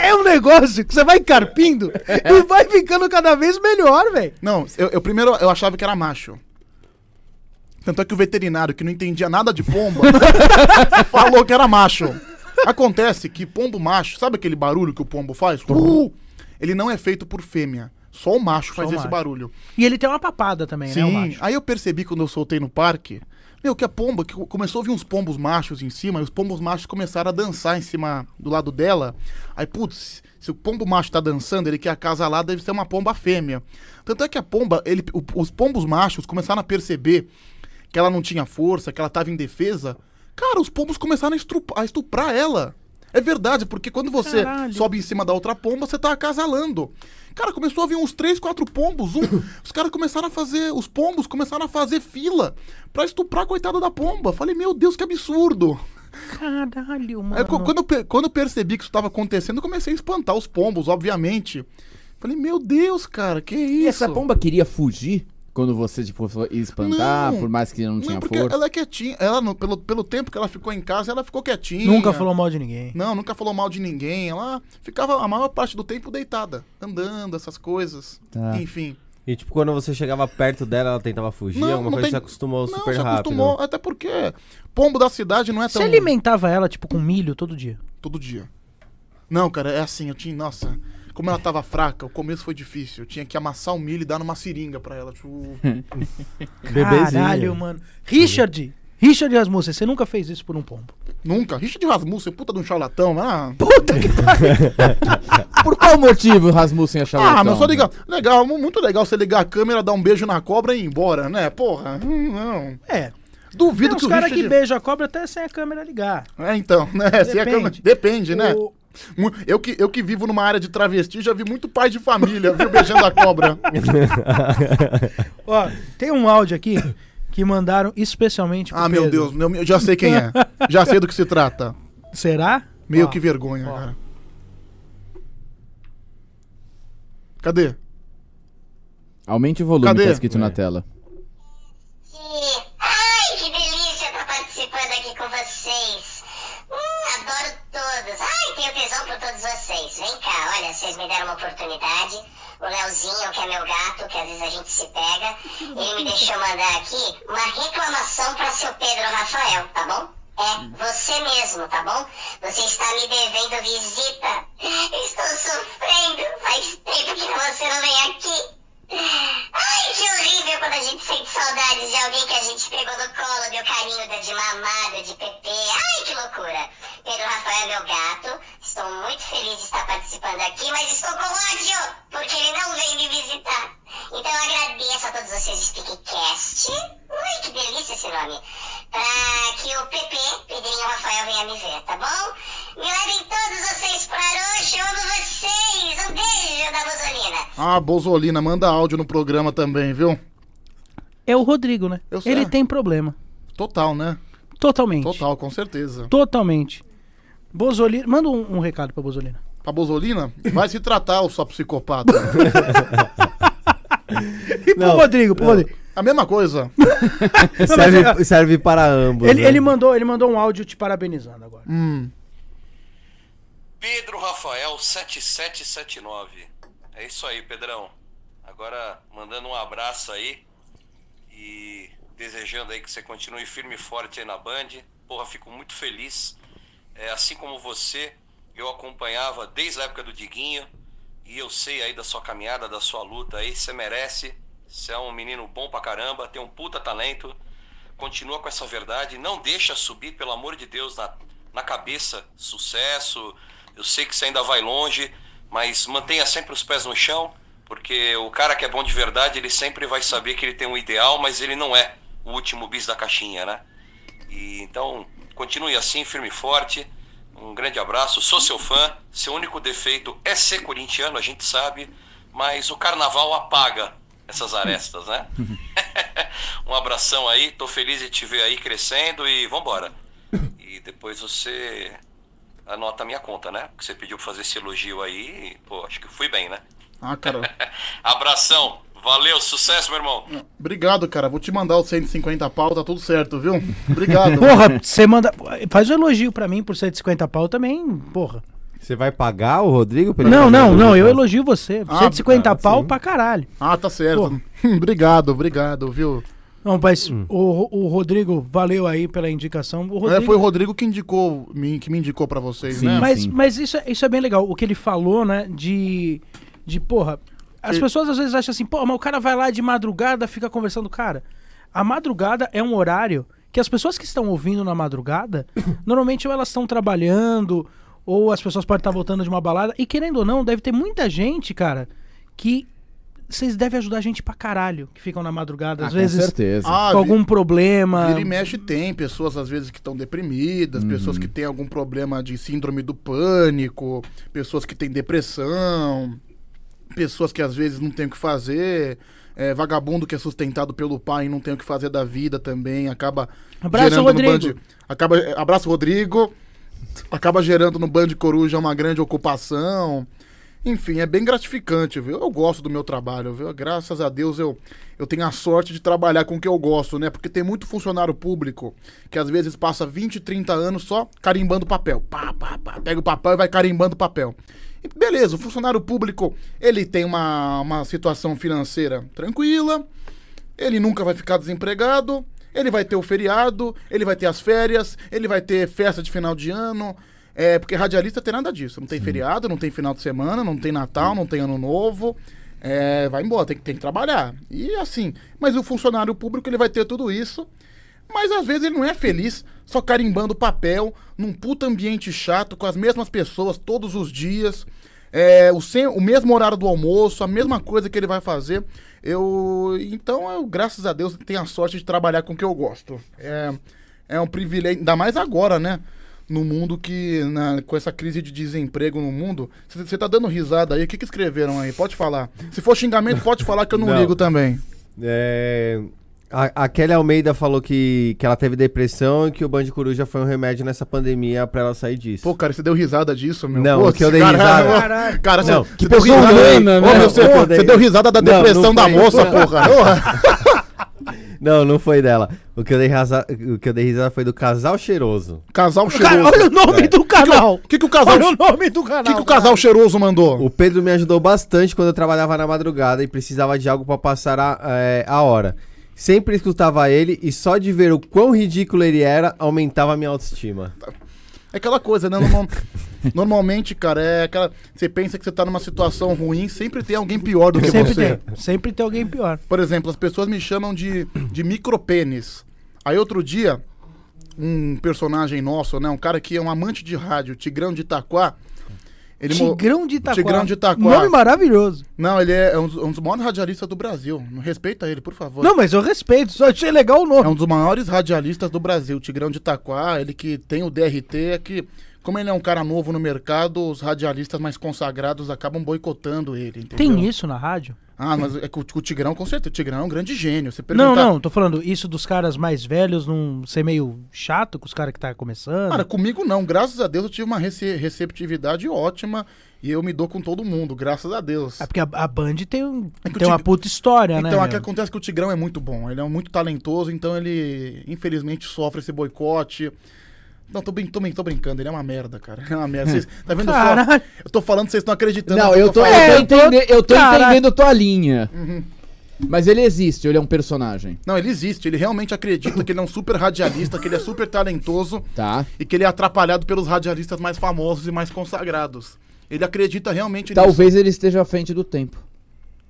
Speaker 3: É um negócio que você vai encarpindo e vai ficando cada vez melhor, velho.
Speaker 1: Não, eu, eu primeiro eu achava que era macho. Tanto é que o veterinário, que não entendia nada de pomba, falou que era macho. Acontece que pombo macho, sabe aquele barulho que o pombo faz? Uh! ele não é feito por fêmea. Só o macho faz
Speaker 3: o
Speaker 1: esse
Speaker 3: macho.
Speaker 1: barulho.
Speaker 3: E ele tem uma papada também, né? o
Speaker 1: Sim.
Speaker 3: macho?
Speaker 1: Aí eu percebi quando eu soltei no parque, meu, que a pomba, que começou a vir uns pombos machos em cima, e os pombos machos começaram a dançar em cima do lado dela. Aí, putz, se o pombo macho tá dançando, ele quer acasalar, deve ser uma pomba fêmea. Tanto é que a pomba, ele, o- os pombos machos começaram a perceber que ela não tinha força, que ela tava indefesa. Cara, os pombos começaram a estrup- a estuprar, ela. É verdade, porque quando você
Speaker 3: Caralho.
Speaker 1: sobe em cima da outra pomba, você tá acasalando. Cara, começou a vir uns três, quatro pombos. Um, os caras começaram a fazer. Os pombos começaram a fazer fila pra estuprar a coitada da pomba. Falei, meu Deus, que absurdo.
Speaker 3: Caralho, mano.
Speaker 1: Aí, co- quando, eu, pe- quando eu percebi que isso tava acontecendo, eu comecei a espantar os pombos, obviamente. Falei, meu Deus, cara, que isso?
Speaker 4: E essa pomba queria fugir quando você tipo, foi espantar,
Speaker 1: Não.
Speaker 4: por mais que não tinha
Speaker 1: Não, porque
Speaker 4: força?
Speaker 1: ela é quietinha. Ela, não- pelo, pelo tempo que ela ficou em casa, ela ficou quietinha.
Speaker 3: Nunca falou mal de ninguém.
Speaker 1: Não, nunca falou mal de ninguém. Ela ficava a maior parte do tempo deitada, andando, essas coisas.
Speaker 4: Tá.
Speaker 1: Enfim.
Speaker 2: E tipo, quando você chegava perto dela, ela tentava fugir,
Speaker 1: Não,
Speaker 2: alguma
Speaker 1: não
Speaker 2: coisa
Speaker 1: tem-
Speaker 2: se acostumou
Speaker 1: não,
Speaker 2: super
Speaker 1: se
Speaker 2: rápido.
Speaker 1: acostumou. Até porque pombo da cidade não é
Speaker 3: Você
Speaker 1: tão.
Speaker 3: alimentava ela, tipo, com milho todo dia?
Speaker 1: Todo dia. Não, cara, é assim. Eu tinha. Nossa. Como ela tava fraca, o começo foi difícil. Eu tinha que amassar o milho e dar numa seringa pra ela. Tipo,
Speaker 2: Bebezinho.
Speaker 3: Caralho, mano. Richard! Richard Rasmussen, você nunca fez isso por um pombo.
Speaker 1: nunca. Richard Rasmussen, puta de um charlatão. Ah,
Speaker 3: Puta que
Speaker 4: Por qual motivo o Rasmussen achava
Speaker 1: Ah, mas só
Speaker 2: né?
Speaker 1: ligar. Legal, mu- muito legal você ligar a câmera, dar um beijo na cobra e ir embora, né? Porra, hum, não.
Speaker 3: É. Tem
Speaker 1: Duvido
Speaker 3: uns
Speaker 1: que o
Speaker 3: caras
Speaker 1: Richard...
Speaker 3: que beijam a cobra até sem a câmera ligar.
Speaker 1: É, então, né? Se a
Speaker 3: Depende.
Speaker 1: câmera- Depende, né?
Speaker 3: O-
Speaker 1: Mu- Eu que, eu que vivo numa área de travesti, já vi muito pai de família, viu? Beijando a cobra.
Speaker 3: Ó, tem um áudio aqui que mandaram especialmente pro
Speaker 1: ah, meu
Speaker 3: Pedro.
Speaker 1: Deus, meu- eu já sei quem é. Já sei do que se trata.
Speaker 3: Será?
Speaker 1: Meio
Speaker 3: Ó,
Speaker 1: que vergonha,
Speaker 3: ó.
Speaker 1: cara. Cadê?
Speaker 4: Aumente o volume,
Speaker 1: Cadê?
Speaker 4: tá escrito
Speaker 2: É.
Speaker 4: na tela.
Speaker 6: E- Ai, que delícia estar participando aqui com vocês. Hum, adoro todos. Ai, tenho tesão por todos vocês. Vem cá, olha, vocês me deram uma oportunidade. O Leozinho, que é meu gato, que às vezes a gente se pega, ele me deixou mandar aqui uma reclamação para seu Pedro Rafael, tá bom? É você mesmo, tá bom? Você está me devendo visita. Estou sofrendo. Faz tempo que você não vem aqui. Ai, que horrível quando a gente sente saudades de alguém que a gente pegou no colo, deu carinho, deu de mamada, de PP. Ai, que loucura. Pedro Rafael é meu gato. Estou muito feliz de estar participando aqui, mas estou com ódio, porque ele não vem me visitar. Então eu agradeço a todos vocês do Speakcast. Ui, que delícia esse nome. Pra que o PP, Pedrinho Rafael, venha me ver, tá bom? Me levem todos vocês para Arocha, eu amo vocês. Um beijo da Bozolina.
Speaker 1: Ah, Bozolina, manda áudio no programa também, viu?
Speaker 3: É o Rodrigo, né?
Speaker 1: Eu sei.
Speaker 3: Ele tem problema.
Speaker 1: Total, né?
Speaker 3: Totalmente.
Speaker 1: Total, com certeza.
Speaker 3: Totalmente. Bozolina. Manda um, um recado pra Bozolina.
Speaker 1: Pra Bozolina, vai se tratar, o só psicopata.
Speaker 3: E pro Rodrigo, pro Rodrigo.
Speaker 1: A mesma coisa.
Speaker 2: Serve, serve para ambos.
Speaker 3: Ele,
Speaker 2: né?
Speaker 3: ele mandou, ele mandou um áudio te parabenizando agora.
Speaker 1: Hum.
Speaker 7: Pedro Rafael 7779. É isso aí, Pedrão. Agora mandando um abraço aí e desejando aí que você continue firme e forte aí na Band. Porra, fico muito feliz. É, assim como você, eu acompanhava desde a época do Diguinho e eu sei aí da sua caminhada, da sua luta aí. Você merece. Você é um menino bom pra caramba, tem um puta talento. Continua com essa verdade, não deixa subir, pelo amor de Deus, na, na cabeça. Sucesso. Eu sei que você ainda vai longe, mas mantenha sempre os pés no chão, porque o cara que é bom de verdade, ele sempre vai saber que ele tem um ideal, mas ele não é o último bis da caixinha, né? E então, continue assim, firme e forte. Um grande abraço, sou seu fã. Seu único defeito é ser corintiano, a gente sabe, mas o carnaval apaga essas arestas, né? um abração aí, tô feliz de te ver aí crescendo e vambora. E depois você anota a minha conta, né? Porque você pediu pra fazer esse elogio aí, e, pô, acho que fui bem, né?
Speaker 1: Ah, cara.
Speaker 7: Abração, valeu, sucesso, meu irmão.
Speaker 1: Obrigado, cara. Vou te mandar os 150 pau, tá tudo certo, viu? Obrigado.
Speaker 3: Porra, você manda. Faz um elogio pra mim por 150 pau também, porra.
Speaker 2: Você vai pagar o Rodrigo? pra ele
Speaker 3: Não,
Speaker 2: fazer
Speaker 3: não,
Speaker 2: o
Speaker 3: não, eu
Speaker 2: podcast?
Speaker 3: elogio você.
Speaker 1: Ah,
Speaker 3: 150
Speaker 1: cara,
Speaker 3: pau
Speaker 2: sim.
Speaker 3: pra caralho.
Speaker 1: Ah, tá certo.
Speaker 3: Porra.
Speaker 1: obrigado, oogado, viu?
Speaker 3: Não, mas o, o Rodrigo, valeu aí pela indicação. O Rodrigo,
Speaker 1: É, foi o Rodrigo que indicou, mim- que me indicou pra vocês,
Speaker 4: Sim.
Speaker 1: né?
Speaker 3: Mas,
Speaker 4: Sim.
Speaker 3: mas isso, é- isso é bem legal. O que ele falou, né? De. De porra. As
Speaker 1: E-
Speaker 3: pessoas às vezes acham assim, pô, mas o cara vai lá de madrugada, fica conversando. Cara, a madrugada é um horário que as pessoas que estão ouvindo na madrugada, normalmente ou elas estão trabalhando, ou as pessoas podem estar voltando de uma balada. E querendo ou não, deve ter muita gente, cara, que vocês devem ajudar a gente pra caralho, que ficam na madrugada,
Speaker 4: Ah,
Speaker 3: às vezes
Speaker 4: Com certeza.
Speaker 1: Ah,
Speaker 3: com
Speaker 1: vi-
Speaker 3: algum problema.
Speaker 1: Vira e mexe tem pessoas às vezes que estão deprimidas, pessoas que têm algum problema de síndrome do pânico, pessoas que têm depressão, pessoas que às vezes não tem o que fazer, é, vagabundo que é sustentado pelo pai e não tem o que fazer da vida também, acaba
Speaker 3: Abraço,
Speaker 1: gerando no
Speaker 3: Rodrigo.
Speaker 1: band, acaba é, abraço Rodrigo, acaba gerando no band coruja uma grande ocupação. Enfim, é bem gratificante, viu? Eu gosto do meu trabalho, viu? Graças a Deus eu, eu tenho a sorte de trabalhar com o que eu gosto, né? Porque tem muito funcionário público que às vezes passa 20, 30 anos só carimbando papel. Pá, pá, pá. Pega o papel e vai carimbando papel. E beleza, o funcionário público, ele tem uma, uma situação financeira tranquila, ele nunca vai ficar desempregado, ele vai ter o feriado, ele vai ter as férias, ele vai ter festa de final de ano. É, porque radialista tem nada disso. Não tem feriado, não tem final de semana, não tem Natal, não tem Ano Novo. É, vai embora, tem, que- tem que trabalhar. E assim, mas o funcionário público ele vai ter tudo isso. Mas às vezes ele não é feliz, só carimbando papel, num puta ambiente chato, com as mesmas pessoas todos os dias, é, o, sem- o mesmo horário do almoço, a mesma coisa que ele vai fazer. Eu. Então, eu, graças a Deus, tenho a sorte de trabalhar com o que eu gosto. É, é um privilégio, ainda mais agora, né? No mundo que. na- com essa crise de desemprego no mundo. Você tá dando risada aí. O que, que escreveram aí? Pode falar. Se for xingamento, pode falar que eu não,
Speaker 2: Não.
Speaker 1: ligo também.
Speaker 2: É, a, a Kelly Almeida falou que, que ela teve depressão e que o Band Coruja foi um remédio nessa pandemia pra ela sair disso.
Speaker 1: Pô, cara, você deu risada disso, meu.
Speaker 2: Não,
Speaker 1: Pô,
Speaker 2: o que eu dei
Speaker 1: cara,
Speaker 2: risada-
Speaker 1: Caralho. Cara,
Speaker 2: Não,
Speaker 1: assim, você,
Speaker 2: que
Speaker 1: você deu
Speaker 2: pessoa
Speaker 1: risada.
Speaker 2: humana,
Speaker 1: Ô,
Speaker 2: né?
Speaker 1: meu, você,
Speaker 2: Não, eu
Speaker 1: você
Speaker 2: dei-
Speaker 1: deu risada da
Speaker 2: Não, não
Speaker 1: depressão da
Speaker 2: foi-
Speaker 1: moça,
Speaker 2: não.
Speaker 1: porra. Porra.
Speaker 2: Não, não foi dela. O que eu dei, rasa- o que eu dei risada foi do casal cheiroso.
Speaker 1: Casal
Speaker 3: Cara,
Speaker 1: cheiroso.
Speaker 3: olha o nome do canal!
Speaker 1: O que, que o casal.
Speaker 3: Olha o nome do
Speaker 1: que, que
Speaker 3: canal!
Speaker 1: o casal cheiroso mandou?
Speaker 2: O Pedro me ajudou bastante quando eu trabalhava na madrugada e precisava de algo pra passar a, é, a hora. Sempre escutava ele e só de ver o quão ridículo ele era, aumentava a minha autoestima.
Speaker 1: É aquela coisa, né? Normal- Normalmente, cara, é aquela. Você pensa que você tá numa situação ruim, sempre tem alguém pior do que
Speaker 3: Sempre
Speaker 1: você.
Speaker 3: tem, sempre tem alguém pior.
Speaker 1: Por exemplo, as pessoas me chamam de, de micropênis. Aí outro dia, um personagem nosso, né? Um cara que é um amante de rádio, Tigrão de Itaquá. Ele mo-
Speaker 3: Tigrão de Itaquá.
Speaker 1: Tigrão de Itaquá.
Speaker 3: Nome maravilhoso.
Speaker 1: Não, ele é um dos, um dos maiores radialistas do Brasil. Respeita ele, por favor.
Speaker 3: Não, mas eu respeito, só achei legal o
Speaker 1: É
Speaker 3: nome.
Speaker 1: um dos maiores radialistas do Brasil, Tigrão de Itaquá, ele que tem o DRT, é que, como ele é um cara novo no mercado, os radialistas mais consagrados acabam boicotando ele, um entendeu?
Speaker 3: Tem isso na rádio?
Speaker 1: Ah, mas é que o, o Tigrão, com certeza, o Tigrão é um grande gênio. Você pergunta,
Speaker 3: Não, não, tô falando isso dos caras mais velhos não ser meio chato com os caras que tá começando.
Speaker 1: Cara, comigo não, graças a Deus eu tive uma rece- receptividade ótima e eu me dou com todo mundo, graças a Deus.
Speaker 3: é porque a, a Band tem, um,
Speaker 1: É que o
Speaker 3: tem uma
Speaker 1: Tig-
Speaker 3: puta história, né?
Speaker 1: Então, o
Speaker 3: meu?
Speaker 1: que acontece é que o Tigrão é muito bom, ele é muito talentoso, então ele, infelizmente, sofre esse boicote. Não, tô, brin tô, brin tô brincando, ele é uma merda, cara. É uma merda. Vocês, tá vendo
Speaker 3: Caralho.
Speaker 1: só? Eu tô falando, vocês estão acreditando. no
Speaker 4: Não,
Speaker 1: que
Speaker 4: eu tô,
Speaker 1: falando.
Speaker 3: É,
Speaker 4: eu tô,
Speaker 3: eu tô-
Speaker 4: entende- eu tô
Speaker 3: Cara.
Speaker 4: entendendo tua linha.
Speaker 1: Uhum.
Speaker 4: Mas ele existe, ele é um personagem.
Speaker 1: Não, ele existe, ele realmente acredita que ele é um super radialista, que ele é super talentoso
Speaker 4: Tá.
Speaker 1: e que ele é atrapalhado pelos radialistas mais famosos e mais consagrados. Ele acredita realmente
Speaker 4: Talvez ele esteja à frente do tempo.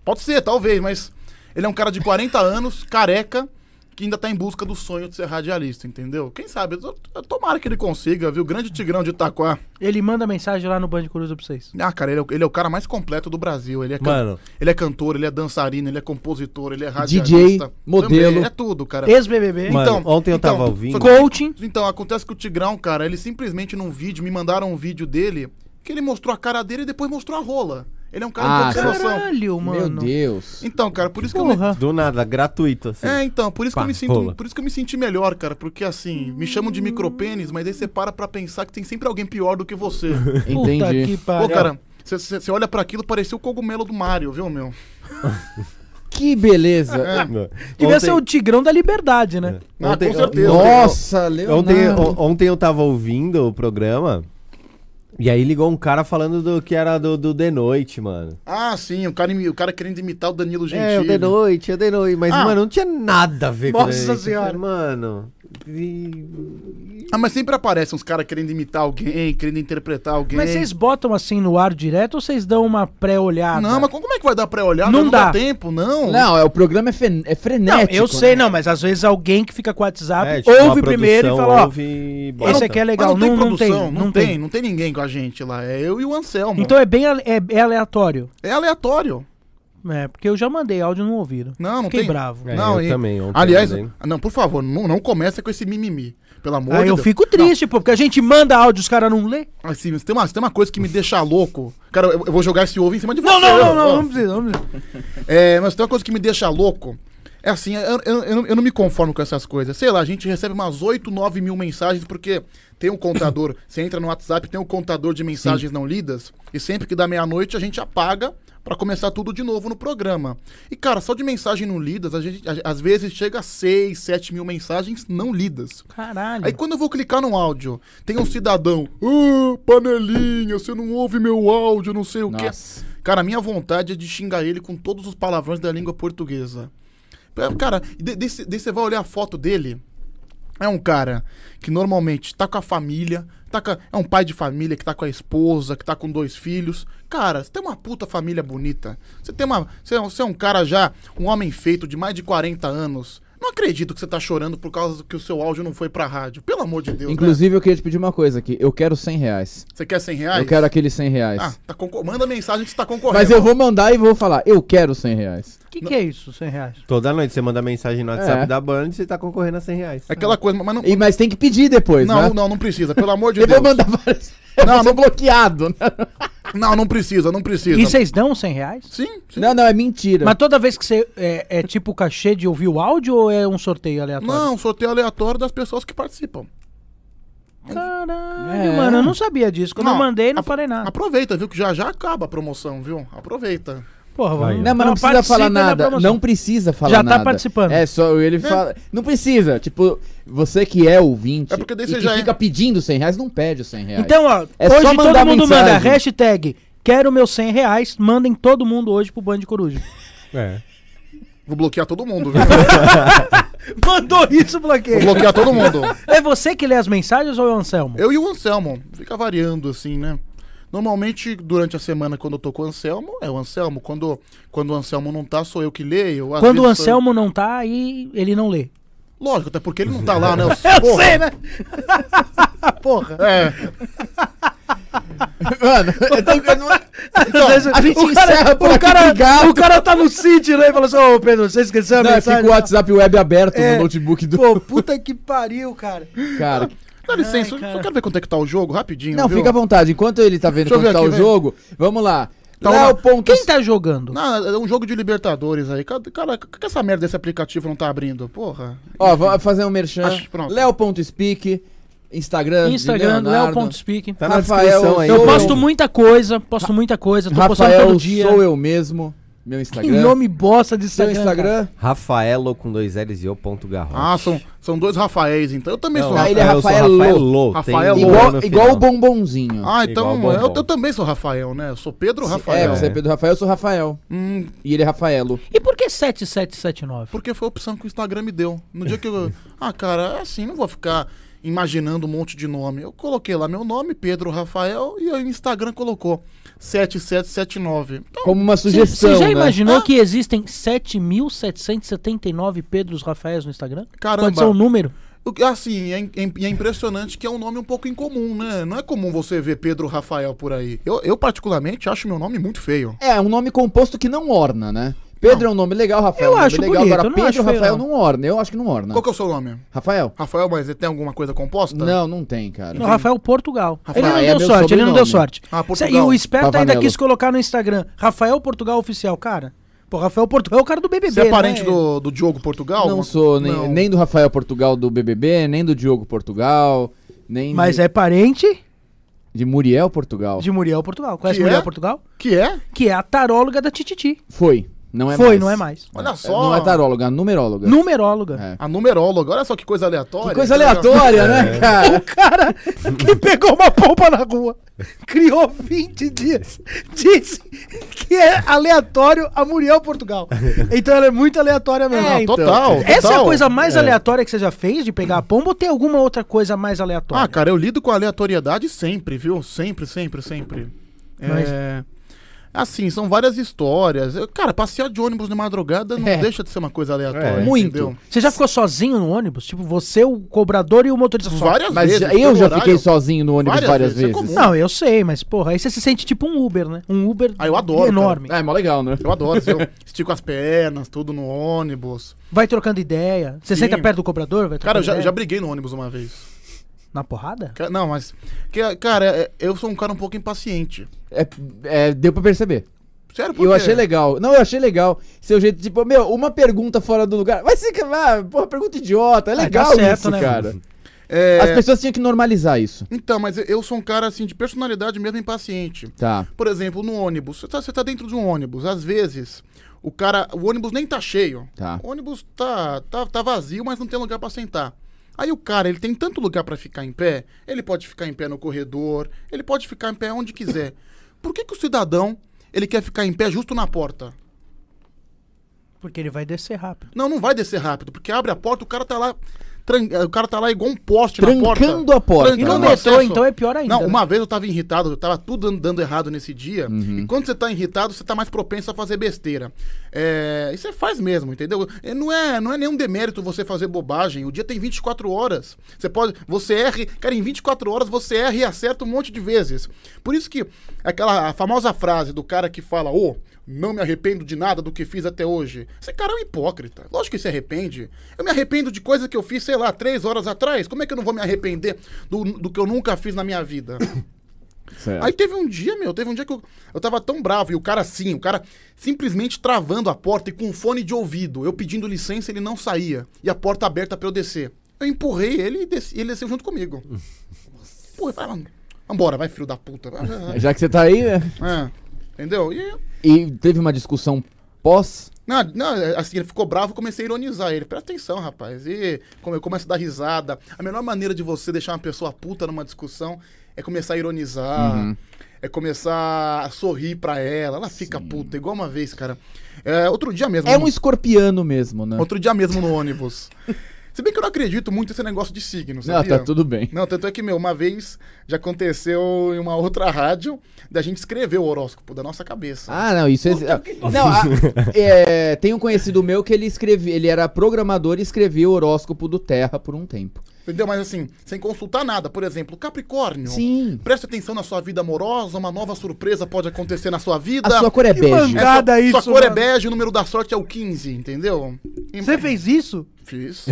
Speaker 1: Pode ser, talvez, mas ele é um cara de 40 anos, careca, que ainda tá em busca do sonho de ser radialista, entendeu? Quem sabe? Eu- eu- Tomara que ele consiga, viu? Grande Tigrão de Itaquá.
Speaker 3: Ele manda mensagem lá no Band Coruja pra vocês.
Speaker 1: Ah, cara, ele é, o- ele é o cara mais completo do Brasil. Ele é, can-
Speaker 2: Mano.
Speaker 1: ele é cantor, ele é dançarino, ele é compositor, ele é
Speaker 4: DJ,
Speaker 1: radialista.
Speaker 4: modelo.
Speaker 1: Também, ele é tudo, cara.
Speaker 3: Ex-BBB,
Speaker 2: Mano,
Speaker 1: Então,
Speaker 2: ontem eu
Speaker 1: então,
Speaker 2: tava
Speaker 1: só-
Speaker 2: ouvindo.
Speaker 3: coaching.
Speaker 1: Então, acontece que o Tigrão, cara, ele simplesmente num vídeo, me mandaram um vídeo dele, que ele mostrou a cara dele e depois mostrou a rola. Ele é um cara
Speaker 4: Ah,
Speaker 1: de observação.
Speaker 3: Caralho, mano.
Speaker 4: Meu Deus.
Speaker 1: Então, cara, por isso que eu... me-
Speaker 3: Porra.
Speaker 2: Do nada, gratuito, assim.
Speaker 1: É, então, por isso que
Speaker 2: Pá,
Speaker 1: eu me sinto,
Speaker 2: rola.
Speaker 1: por isso que eu me senti melhor, cara, porque assim, me chamam de micropênis, mas aí você para pra pensar que tem sempre alguém pior do que você.
Speaker 3: Puta
Speaker 4: Entendi.
Speaker 3: que pariu.
Speaker 1: Pô, cara, você- você você olha pra aquilo, parecia o cogumelo do Mario, viu, meu?
Speaker 4: Que beleza.
Speaker 1: É,
Speaker 2: Não.
Speaker 3: Devia
Speaker 2: Ontem-
Speaker 3: ser o Tigrão da Liberdade, né?
Speaker 1: Ah,
Speaker 2: Ontem-
Speaker 1: com certeza.
Speaker 4: Nossa, Leonardo.
Speaker 2: Ontem, on- ontem eu tava ouvindo o programa e aí ligou um cara falando do que era do, do The Noite, mano.
Speaker 1: Ah, sim, o cara, imi- o cara querendo imitar o Danilo Gentili.
Speaker 2: É, o The Noite, é o The Noite. Mas,
Speaker 1: Ah.
Speaker 2: mano, não tinha nada a ver com o The
Speaker 3: Nossa
Speaker 2: Noite.
Speaker 3: Senhora.
Speaker 2: Mano. e-
Speaker 1: Ah, mas sempre aparecem uns caras querendo imitar alguém, querendo interpretar alguém.
Speaker 3: Mas vocês botam assim no ar direto ou vocês dão uma pré-olhada?
Speaker 1: Não, mas como é que vai dar pra olhar?
Speaker 3: Não dá.
Speaker 1: tempo, não.
Speaker 4: Não, é, o programa é, fen- é
Speaker 3: Não,
Speaker 4: frenético.
Speaker 3: eu sei,
Speaker 4: né?
Speaker 3: não, mas às vezes alguém que fica com o WhatsApp
Speaker 2: É, tipo, uma
Speaker 3: ouve primeiro e
Speaker 2: produção
Speaker 3: fala, ó,
Speaker 2: ouve e
Speaker 1: Mas
Speaker 2: bota.
Speaker 3: esse aqui é
Speaker 1: mas
Speaker 3: legal. Não, não, tem, não,
Speaker 1: não
Speaker 3: tem.
Speaker 1: tem, não tem ninguém com a gente lá. É eu e o Anselmo.
Speaker 3: Então é bem ale- é, é aleatório.
Speaker 1: É aleatório.
Speaker 3: É, porque eu já mandei áudio e não ouviram.
Speaker 1: Não, não
Speaker 3: Fiquei
Speaker 1: tem.
Speaker 3: bravo.
Speaker 2: É,
Speaker 1: não,
Speaker 2: eu
Speaker 1: e-
Speaker 2: também, ontem
Speaker 1: Aliás,
Speaker 2: também.
Speaker 1: não, por favor, não, não começa com esse mimimi. Pelo amor de
Speaker 3: Aí Ah, eu
Speaker 1: Deus.
Speaker 3: fico triste, pô, porque a gente manda áudio e os caras não lê.
Speaker 1: Não, assim, se tem, uma, se tem uma coisa que me deixa louco. Cara, eu, eu vou jogar esse ovo em cima de você.
Speaker 3: Não, não, não, não,
Speaker 1: ó.
Speaker 3: não precisa, não precisa.
Speaker 1: É, mas tem uma coisa que me deixa louco. É assim, eu, eu, eu não- eu não me conformo com essas coisas. Sei lá, a gente recebe umas 8, 9 mil mensagens, porque tem um contador. você entra no WhatsApp, tem um contador de mensagens não lidas. E sempre que dá meia-noite, a gente apaga pra começar tudo de novo no programa. E, cara, só de mensagem não lidas, a gente, a- às vezes chega a 6, 7 mil mensagens não lidas.
Speaker 3: Caralho.
Speaker 1: Aí quando eu vou clicar no áudio, tem um cidadão. Ah, panelinha, você não ouve meu áudio, não sei o quê.
Speaker 4: Nossa.
Speaker 1: Cara, a minha vontade é de xingar ele com todos os palavrões da língua portuguesa. Pe- Cara, de- desse- daí você vai olhar a foto dele. É um cara que normalmente tá com a família, tá com a- é um pai de família que tá com a esposa, que tá com dois filhos. Cara, você tem uma puta família bonita. Você tem uma. Você é, um- você é um cara já, um homem feito de mais de 40 anos. Não acredito que você tá chorando por causa que o seu áudio não foi pra rádio. Pelo amor de Deus, né?
Speaker 4: Inclusive, eu queria te pedir uma coisa aqui. Eu quero 100 reais.
Speaker 1: Você quer 100 reais?
Speaker 4: Eu quero aqueles 100 reais.
Speaker 1: Ah, tá concor- manda mensagem que você tá concorrendo.
Speaker 4: Mas eu vou mandar e vou falar. Eu quero 100 reais.
Speaker 3: O que, que é isso, 100 reais?
Speaker 2: Toda noite você manda mensagem no WhatsApp
Speaker 4: É.
Speaker 2: da Band e você tá concorrendo a 100 reais.
Speaker 1: É aquela coisa, mas não.
Speaker 4: E, mas tem que pedir depois,
Speaker 1: Não,
Speaker 4: né?
Speaker 1: não, não precisa, pelo amor de
Speaker 4: Eu
Speaker 1: Deus.
Speaker 4: vou mandar várias.
Speaker 1: Não,
Speaker 4: Não, não bloqueado. né?
Speaker 1: Não, não precisa, não precisa.
Speaker 3: E vocês dão 100 reais?
Speaker 1: Sim, sim.
Speaker 4: é Não, não, é mentira.
Speaker 3: Mas toda vez que você. É, é tipo cachê de ouvir o áudio ou é um sorteio aleatório?
Speaker 1: Não, sorteio aleatório das pessoas que participam.
Speaker 3: Caralho,
Speaker 4: É.
Speaker 3: mano, eu não sabia disso. Quando eu mandei, não
Speaker 1: apro-
Speaker 3: falei nada.
Speaker 1: Aproveita, viu? Que já já acaba a promoção, viu? Aproveita.
Speaker 3: Porra, vamos.
Speaker 4: Não, mas não precisa
Speaker 3: participa
Speaker 4: falar
Speaker 3: da
Speaker 4: nada.
Speaker 3: promoção.
Speaker 4: Não precisa falar
Speaker 3: Já tá
Speaker 4: nada.
Speaker 3: participando.
Speaker 4: É, só ele fala. Não precisa. Tipo, você que é ouvinte
Speaker 1: É porque daí
Speaker 4: e
Speaker 1: você
Speaker 4: que
Speaker 1: já é-
Speaker 4: fica pedindo 100 reais, não pede os 100 reais.
Speaker 3: Então, ó,
Speaker 4: É só
Speaker 3: hoje todo
Speaker 4: mandar
Speaker 3: mundo
Speaker 4: mensagem.
Speaker 3: manda hashtag quero meus 100 reais, mandem todo mundo hoje pro Band Coruja.
Speaker 2: É.
Speaker 1: Vou bloquear todo mundo, viu?
Speaker 3: Mandou isso,
Speaker 1: Vou
Speaker 3: bloqueio.
Speaker 1: bloquear todo mundo.
Speaker 3: É você que lê as mensagens ou é o Anselmo?
Speaker 1: Eu e o Anselmo. Fica variando, assim, né? Normalmente, durante a semana, quando eu tô com o Anselmo, é o Anselmo. Quando, quando o Anselmo não tá, sou eu que leio. Às
Speaker 3: Quando o
Speaker 1: vezes sou eu-
Speaker 3: Anselmo não tá, aí ele não lê.
Speaker 1: Lógico, até porque ele não tá lá, né? Eu
Speaker 3: sei, né?
Speaker 1: porra. É.
Speaker 4: Mano, eu tô- eu não- Então,
Speaker 3: Às vezes
Speaker 4: a gente
Speaker 3: o cara,
Speaker 4: encerra por
Speaker 3: o
Speaker 4: aqui,
Speaker 3: cara,
Speaker 4: obrigado.
Speaker 3: o cara tá no sítio, né? E fala assim, ô Pedro, você esqueceu a
Speaker 4: Não,
Speaker 3: mensagem?
Speaker 4: fica o WhatsApp web aberto
Speaker 3: É.
Speaker 4: no notebook do
Speaker 3: Pô, puta que pariu, cara.
Speaker 4: cara.
Speaker 1: Dá licença, eu
Speaker 3: cara.
Speaker 1: só quero ver quanto é que tá o jogo, rapidinho.
Speaker 4: Não,
Speaker 1: viu?
Speaker 4: fica à vontade. Enquanto ele tá vendo
Speaker 1: Deixa eu
Speaker 4: como
Speaker 1: ver
Speaker 4: tá
Speaker 1: aqui,
Speaker 4: o
Speaker 1: vem.
Speaker 4: jogo, vamos lá.
Speaker 1: Então,
Speaker 4: Léo
Speaker 1: lá.
Speaker 4: Pontes.
Speaker 3: Quem tá jogando?
Speaker 1: Não, é um jogo de Libertadores aí. Cadê- Cara, por que essa merda desse aplicativo não tá abrindo? Porra.
Speaker 4: Ó, vou fazer um merchan.
Speaker 1: Acho- pronto.
Speaker 4: Léo.speak, Instagram. de
Speaker 3: Instagram,
Speaker 4: Leonardo.
Speaker 3: Léo.speak.
Speaker 2: Tá na
Speaker 4: Rafael,
Speaker 2: descrição aí.
Speaker 4: eu
Speaker 3: Eu
Speaker 2: né?
Speaker 3: posto muita coisa, posto muita coisa, tô postando
Speaker 4: Rafael,
Speaker 3: todo dia.
Speaker 4: sou eu mesmo. Meu
Speaker 3: Que
Speaker 4: Instagram.
Speaker 3: nome bosta de
Speaker 4: Seu
Speaker 3: Instagram. cara.
Speaker 4: um Instagram?
Speaker 2: Rafaelo com dois L's e O ponto garro.
Speaker 1: Ah, são, são dois Rafaéis, então. Eu também
Speaker 2: Não,
Speaker 1: sou
Speaker 4: Ah, ele
Speaker 1: Rafael.
Speaker 4: é
Speaker 2: eu sou
Speaker 4: Rafaelo.
Speaker 2: Rafaelo. tem
Speaker 1: Rafaelo.
Speaker 2: um no
Speaker 4: Igual,
Speaker 2: final.
Speaker 4: igual o bombonzinho.
Speaker 1: Ah,
Speaker 2: Igual
Speaker 1: então
Speaker 2: o
Speaker 1: eu,
Speaker 2: bombom.
Speaker 1: eu também sou Rafael, né? Eu sou Pedro
Speaker 4: É,
Speaker 1: Rafael.
Speaker 4: você é Pedro Rafael, eu sou Rafael.
Speaker 1: Hum,
Speaker 4: E ele é Rafaelo.
Speaker 3: E por que 7779?
Speaker 1: porque foi a opção que o Instagram me deu. No dia que eu. Ah, cara, é assim, não vou ficar imaginando um monte de nome. Eu coloquei lá meu nome, Pedro Rafael, e aí o Instagram colocou 7779. Então,
Speaker 4: Como uma sugestão.
Speaker 3: Você já
Speaker 4: né?
Speaker 3: imaginou que existem 7.779 Pedros Rafaéis no Instagram?
Speaker 1: Caramba.
Speaker 3: Pode ser um número?
Speaker 1: o que- assim, é, im- é im- e é impressionante que é um nome um pouco incomum, né? Não é comum você ver Pedro Rafael por aí. Eu, eu particularmente, acho meu nome muito feio.
Speaker 4: É, um nome composto que não orna, né? Pedro é um nome legal, Rafael
Speaker 3: Eu
Speaker 4: é um nome
Speaker 3: acho
Speaker 4: legal.
Speaker 3: bonito, eu
Speaker 4: Agora,
Speaker 3: não
Speaker 4: Pedro
Speaker 3: acho feio,
Speaker 4: Rafael
Speaker 3: não.
Speaker 4: não orna. Eu acho que não orna.
Speaker 1: Qual que é o seu nome?
Speaker 4: Rafael?
Speaker 1: Rafael, mas tem alguma coisa composta?
Speaker 4: Ah. Não, não tem, cara.
Speaker 3: Não, Rafael Portugal.
Speaker 4: Rafael
Speaker 3: ele não
Speaker 4: é
Speaker 3: deu
Speaker 4: meu
Speaker 3: sorte, ele não deu
Speaker 4: sobrenome.
Speaker 3: sorte.
Speaker 1: Ah, Portugal.
Speaker 3: E o esperto ainda
Speaker 4: Pavanello.
Speaker 3: quis colocar no Instagram, Rafael Portugal Oficial, cara. Pô, Rafael Portugal é o cara do BBB,
Speaker 1: Você é
Speaker 3: não
Speaker 1: parente do, do Diogo Portugal?
Speaker 4: né? Não sou nem,
Speaker 1: Não.
Speaker 4: nem do Rafael Portugal do BBB, nem do Diogo Portugal, nem
Speaker 3: Mas
Speaker 4: de,
Speaker 3: é parente
Speaker 4: de Muriel Portugal.
Speaker 3: de Muriel Portugal. Conhece
Speaker 1: Que
Speaker 3: Muriel
Speaker 1: é?
Speaker 3: Portugal?
Speaker 1: Que é?
Speaker 3: Que é a taróloga da Tititi.
Speaker 4: Foi, não é
Speaker 3: Foi,
Speaker 4: mais.
Speaker 3: não é mais.
Speaker 1: Olha
Speaker 4: É,
Speaker 1: só.
Speaker 4: Não é taróloga, é numeróloga.
Speaker 3: Numeróloga.
Speaker 4: É.
Speaker 1: A numeróloga, olha só que coisa aleatória. Então,
Speaker 4: Que coisa aleatória,
Speaker 3: É.
Speaker 4: né, cara?
Speaker 3: cara que pegou uma polpa na rua, criou 20 dias, disse que é aleatório a Muriel Portugal. Então ela é muito aleatória mesmo.
Speaker 1: Não, total, total.
Speaker 3: Essa é a coisa mais aleatória que você já fez de pegar a pomba ou tem alguma outra coisa mais aleatória?
Speaker 1: Ah, cara, eu lido com aleatoriedade sempre, viu? Sempre, sempre, sempre. É... Assim, são várias histórias. Eu- Cara, passear de ônibus de madrugada não
Speaker 4: É.
Speaker 1: deixa de ser uma coisa aleatória.
Speaker 2: É.
Speaker 4: Muito.
Speaker 1: entendeu?
Speaker 3: Você já ficou sozinho no ônibus? Tipo, você, o cobrador e o motorista só?
Speaker 1: Várias
Speaker 4: Mas
Speaker 1: vezes.
Speaker 4: já- eu
Speaker 1: pelo
Speaker 4: já
Speaker 1: horário.
Speaker 4: fiquei sozinho no ônibus
Speaker 1: várias
Speaker 4: várias,
Speaker 1: vezes,
Speaker 4: vezes.
Speaker 1: isso é comum.
Speaker 3: Não, eu sei, mas porra, aí você se sente tipo um Uber, né? Um Uber
Speaker 1: Ah, eu adoro,
Speaker 3: enorme.
Speaker 4: Ah, é mó legal, né?
Speaker 1: Eu adoro, assim, eu estico as pernas, tudo no ônibus.
Speaker 3: Vai trocando ideia. Você
Speaker 1: Sim.
Speaker 3: senta perto do cobrador, vai
Speaker 1: Cara,
Speaker 3: trocando
Speaker 1: eu já, eu
Speaker 4: É.
Speaker 3: ideia.
Speaker 1: já briguei no ônibus uma vez.
Speaker 3: Na porrada?
Speaker 1: Ca- Não, mas. que- Cara, é- eu sou um cara um pouco impaciente.
Speaker 4: É- é, deu pra perceber.
Speaker 1: Sério, por
Speaker 4: Eu
Speaker 1: quê?
Speaker 4: achei legal. Não, eu achei legal. Seu jeito, tipo, meu, uma pergunta fora do lugar. Vai ser que vai, porra, pergunta idiota. É
Speaker 3: tá
Speaker 4: legal
Speaker 3: certo,
Speaker 4: isso,
Speaker 3: né?
Speaker 4: cara.
Speaker 1: É,
Speaker 4: As pessoas tinham que normalizar isso.
Speaker 1: Então, mas eu sou um cara, assim, de personalidade mesmo impaciente.
Speaker 4: Tá.
Speaker 1: Por exemplo, no ônibus. Você tá, você tá dentro de um ônibus. Às vezes, o cara. O ônibus nem tá cheio.
Speaker 4: Tá.
Speaker 1: O ônibus tá, tá, tá vazio, mas não tem lugar pra sentar. Aí o cara, ele tem tanto lugar pra ficar em pé, ele pode ficar em pé no corredor, ele pode ficar em pé onde quiser. Por que, que o cidadão ele quer ficar em pé justo na porta?
Speaker 3: Porque ele vai descer rápido.
Speaker 1: Não, não vai descer rápido, porque abre a porta, o cara tá lá. tran- O cara tá lá igual um poste na porta.
Speaker 4: Trancando a porta.
Speaker 3: E
Speaker 1: Trancando o
Speaker 3: no
Speaker 4: Não,
Speaker 3: metrô,
Speaker 1: acesso.
Speaker 3: então, é pior ainda.
Speaker 1: Não,
Speaker 3: né?
Speaker 1: uma vez eu tava irritado, eu tava tudo an- dando errado nesse dia. E quando você tá irritado, você tá mais propenso a fazer besteira. É, e você faz mesmo, entendeu? E não, é, não é nenhum demérito você fazer bobagem. O dia tem 24 horas. Você pode. Você erra. e- Cara, em 24 horas você erra e acerta um monte de vezes. Por isso que aquela a famosa frase do cara que fala, ô. não me arrependo de nada do que fiz até hoje. Esse cara é um hipócrita. Lógico que se arrepende. Eu me arrependo de coisa que eu fiz, sei lá, três horas atrás. Como é que eu não vou me arrepender do, do que eu nunca fiz na minha vida?
Speaker 4: Certo.
Speaker 1: Aí teve um dia, meu, teve um dia que eu, eu tava tão bravo e o cara assim, o cara simplesmente travando a porta e com um fone de ouvido. Eu pedindo licença, ele não saía. E a porta aberta pra eu descer. Eu empurrei ele e desci- ele desceu junto comigo. Pô, eu falei, "Mano, vambora, vai, filho da puta.
Speaker 4: Já que você tá aí. é.
Speaker 1: É, entendeu? E.
Speaker 4: E teve uma discussão pós.
Speaker 1: Não, não, assim, ele ficou bravo, eu comecei a ironizar ele. Presta atenção, rapaz. E como eu começo a dar risada. A melhor maneira de você deixar uma pessoa puta numa discussão é começar a ironizar,
Speaker 4: Uhum.
Speaker 1: é começar a sorrir pra ela. Ela fica puta, igual uma vez, cara. É, outro dia mesmo.
Speaker 4: É
Speaker 1: no-
Speaker 4: um escorpiano mesmo, né?
Speaker 1: Outro dia mesmo no ônibus. Se bem que eu não acredito muito nesse negócio de signos,
Speaker 4: Não,
Speaker 1: sabia?
Speaker 4: tá tudo bem.
Speaker 1: Não, tanto é que, meu, uma vez já aconteceu em uma outra rádio da gente escrever o horóscopo da nossa cabeça.
Speaker 4: Ah, não, isso é. Não, a- é, tem um conhecido meu que ele escrevia, ele era programador e escrevia o horóscopo do Terra por um tempo.
Speaker 1: Entendeu? Mas assim, sem consultar nada. Por exemplo, Capricórnio.
Speaker 4: Sim.
Speaker 1: Preste atenção na sua vida amorosa, uma nova surpresa pode acontecer na sua vida.
Speaker 4: A sua cor é
Speaker 3: Que
Speaker 4: bege.
Speaker 3: manga-
Speaker 1: sua-
Speaker 3: Cada isso,
Speaker 1: Sua cor é
Speaker 3: mano.
Speaker 1: bege, o número da sorte é o 15, entendeu? E-
Speaker 3: Você fez isso? Ah,
Speaker 1: Fiz.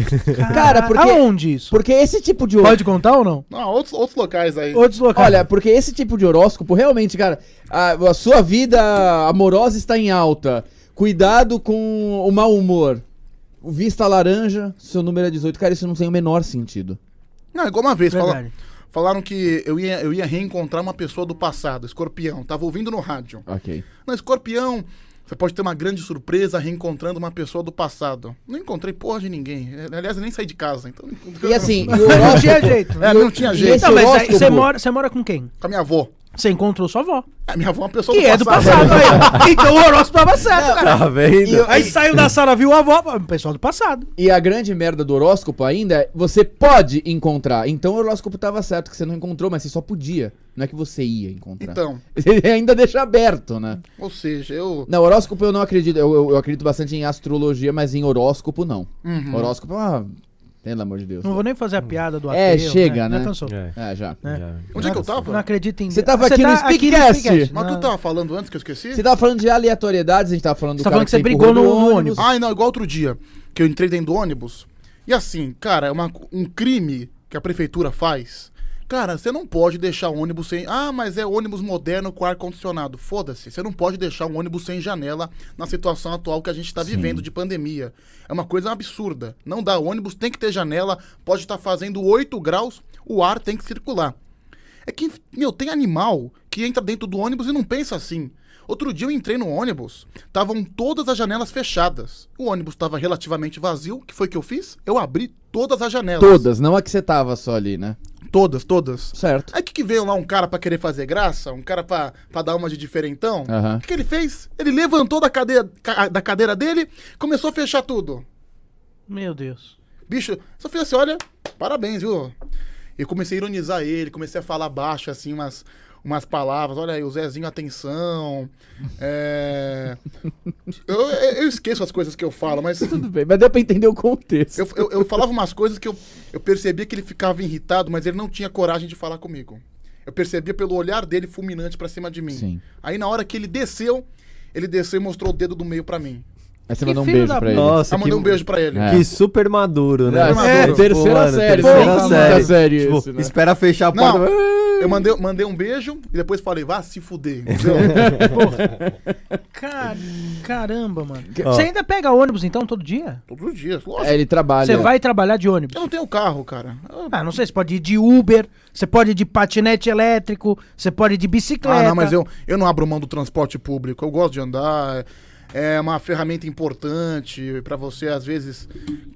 Speaker 4: Cara, porque-
Speaker 3: Aonde isso?
Speaker 4: Porque esse tipo de
Speaker 3: Pode contar ou não?
Speaker 1: Não, outros, outros locais aí.
Speaker 3: Ou deslocar?
Speaker 4: Olha, porque esse tipo de horóscopo, realmente, cara, a, a sua vida amorosa está em alta. Cuidado com o mau humor. Vista laranja, seu número é 18. Cara, isso não tem o menor sentido.
Speaker 1: Não, igual uma vez. Fala,
Speaker 3: É Verdade.
Speaker 1: falaram que eu ia, eu ia reencontrar uma pessoa do passado, escorpião. Tava ouvindo no rádio.
Speaker 4: Ok.
Speaker 1: Não, escorpião, você pode ter uma grande surpresa reencontrando uma pessoa do passado. Não encontrei porra de ninguém. Aliás, eu nem saí de casa, então.
Speaker 4: E assim, e o
Speaker 3: Não
Speaker 4: horóscopo...
Speaker 3: tinha jeito.
Speaker 1: É, não tinha
Speaker 4: e
Speaker 1: jeito.
Speaker 4: esse
Speaker 3: Não, Então, mas aí
Speaker 4: horóscopo-
Speaker 3: você mora, você mora com quem?
Speaker 1: Com a minha avó.
Speaker 3: Você encontrou sua avó.
Speaker 1: É, minha avó é uma pessoa
Speaker 3: Que é do passado. aí. Então o horóscopo tava certo, cara.
Speaker 2: Tá vendo?
Speaker 4: E eu-
Speaker 3: Aí saiu da sala, viu a avó. Pessoal do passado.
Speaker 4: E a grande merda do horóscopo ainda é você pode encontrar. Então o horóscopo tava certo que você não encontrou, mas você só podia. Não é que você ia encontrar.
Speaker 1: Então,
Speaker 4: Ele ainda deixa aberto, né?
Speaker 1: ou seja, eu.
Speaker 4: Não, horóscopo eu não acredito. Eu, eu- eu acredito bastante em astrologia, mas em horóscopo não. Horóscopo, ah, pelo amor de Deus.
Speaker 3: Uhum. Não vou nem fazer a piada do
Speaker 4: É,
Speaker 3: ateu,
Speaker 4: chega, né?
Speaker 3: Já cansou.
Speaker 2: É,
Speaker 4: É, já.
Speaker 3: né?
Speaker 2: já-
Speaker 1: Onde é que eu
Speaker 3: Não
Speaker 1: tava?
Speaker 3: acredito em... tá
Speaker 4: Você tava aqui no Speakcast.
Speaker 1: Mas tá- o que eu
Speaker 3: Não. tá
Speaker 1: tava falando antes que eu esqueci?
Speaker 4: Você tava falando de aleatoriedades, a gente tava falando
Speaker 3: Você
Speaker 4: do
Speaker 3: tá
Speaker 4: cara
Speaker 3: falando que você
Speaker 4: sempre
Speaker 3: brigou
Speaker 4: rodou
Speaker 3: no- no ônibus.
Speaker 1: Ai, Ah, não, igual outro dia, que eu entrei dentro do ônibus. E assim, cara, é uma, um crime que a prefeitura faz. Cara, você não pode deixar o ônibus sem. Ah, mas é ônibus moderno com ar-condicionado. Foda-se. Você não pode deixar um ônibus sem janela na situação atual que a gente tá vivendo de pandemia. É uma coisa absurda. Não dá. Ônibus tem que ter janela, pode estar fazendo 8 graus, o ar tem que circular. É que, meu, tem animal que entra dentro do ônibus e não pensa assim. Outro dia eu entrei no ônibus, estavam todas as janelas fechadas. O ônibus estava relativamente vazio, o que foi que eu fiz? Eu abri todas as janelas.
Speaker 4: Todas, não a que você tava só ali, né?
Speaker 1: Todas, todas.
Speaker 4: Certo.
Speaker 1: Aí o que, que veio lá um cara pra querer fazer graça, um cara pra, pra dar uma de diferentão. O
Speaker 4: Aham.
Speaker 1: que, que ele fez? Ele levantou da cadeira, ca- da cadeira dele, começou a fechar tudo.
Speaker 3: Meu Deus.
Speaker 1: Bicho, só fiz assim, olha, parabéns, viu? Eu comecei a ironizar ele, comecei a falar baixo, assim, umas, umas palavras. Olha aí, o Zezinho, atenção. É... eu, eu esqueço as coisas que eu falo, mas
Speaker 4: Tudo bem, mas deu pra entender o contexto.
Speaker 1: eu, eu, eu falava umas coisas que eu, eu percebia que ele ficava irritado, mas ele não tinha coragem de falar comigo. Eu percebia pelo olhar dele fulminante pra cima de mim.
Speaker 4: Sim.
Speaker 1: Aí na hora que ele desceu, ele desceu e mostrou o dedo do meio pra mim.
Speaker 4: Aí você
Speaker 3: Que
Speaker 4: mandou um
Speaker 3: filho
Speaker 4: beijo
Speaker 3: da
Speaker 4: pra ele.
Speaker 2: puta.
Speaker 1: Aí eu mandei um beijo pra ele.
Speaker 4: É.
Speaker 2: Que super maduro, né?
Speaker 4: É,
Speaker 2: Tipo,
Speaker 1: é,
Speaker 4: terceira
Speaker 2: mano,
Speaker 4: série,
Speaker 2: Terceira
Speaker 4: né? Tá
Speaker 2: série.
Speaker 4: muito sério
Speaker 2: Tipo,
Speaker 4: isso, né?
Speaker 2: Espera fechar a
Speaker 1: Não.
Speaker 2: porta.
Speaker 1: Eu mandei, mandei um beijo e depois falei, vá se fuder. entendeu?
Speaker 3: Car- Caramba, mano.
Speaker 2: Ó.
Speaker 3: Você ainda pega ônibus então todo dia?
Speaker 1: Todos os dias, lógico.
Speaker 4: É, ele trabalha.
Speaker 3: Você vai trabalhar de ônibus?
Speaker 1: Eu não tenho carro, cara. Eu-
Speaker 3: Ah, não sei, você pode ir de Uber, você pode ir de patinete elétrico, você pode ir de bicicleta.
Speaker 1: Ah, não, mas eu, eu não abro mão do transporte público. Eu gosto de andar. É uma ferramenta importante pra você, às vezes,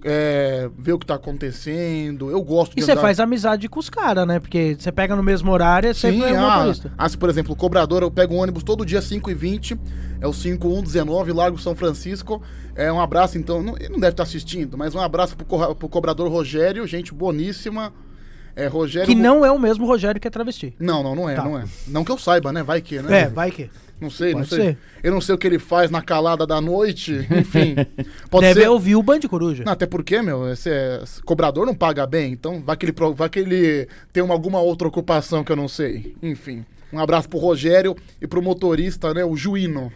Speaker 1: é, ver o que tá acontecendo. Eu gosto de
Speaker 3: E
Speaker 1: andar.
Speaker 3: você faz amizade com os caras, né? Porque você pega no mesmo horário, você
Speaker 1: Sim,
Speaker 3: é um
Speaker 1: ah,
Speaker 3: motorista.
Speaker 1: ah, se, por exemplo, o cobrador, eu pego um ônibus todo dia 5h20, é o 5119, Largo São Francisco. É um abraço, então, não, ele não deve estar assistindo, mas um abraço pro, corra- pro cobrador Rogério, gente boníssima. É, Rogério.
Speaker 3: Que não é o mesmo Rogério que é travesti.
Speaker 1: Não, não, não é,
Speaker 3: Tá.
Speaker 1: não é. Não que eu saiba, né? Vai que, né?
Speaker 3: É, vai que.
Speaker 1: Não sei, não
Speaker 3: Pode
Speaker 1: sei.
Speaker 3: ser.
Speaker 1: Eu não sei o que ele faz na calada da noite, enfim. Pode
Speaker 3: Deve
Speaker 1: ser.
Speaker 3: ouvir o Band Coruja.
Speaker 1: Não, até porque, meu, esse, é- esse cobrador não paga bem, então vai que ele, pro- vai que ele tem uma, alguma outra ocupação que eu não sei. Enfim. Um abraço pro Rogério e pro motorista, né? O Juíno.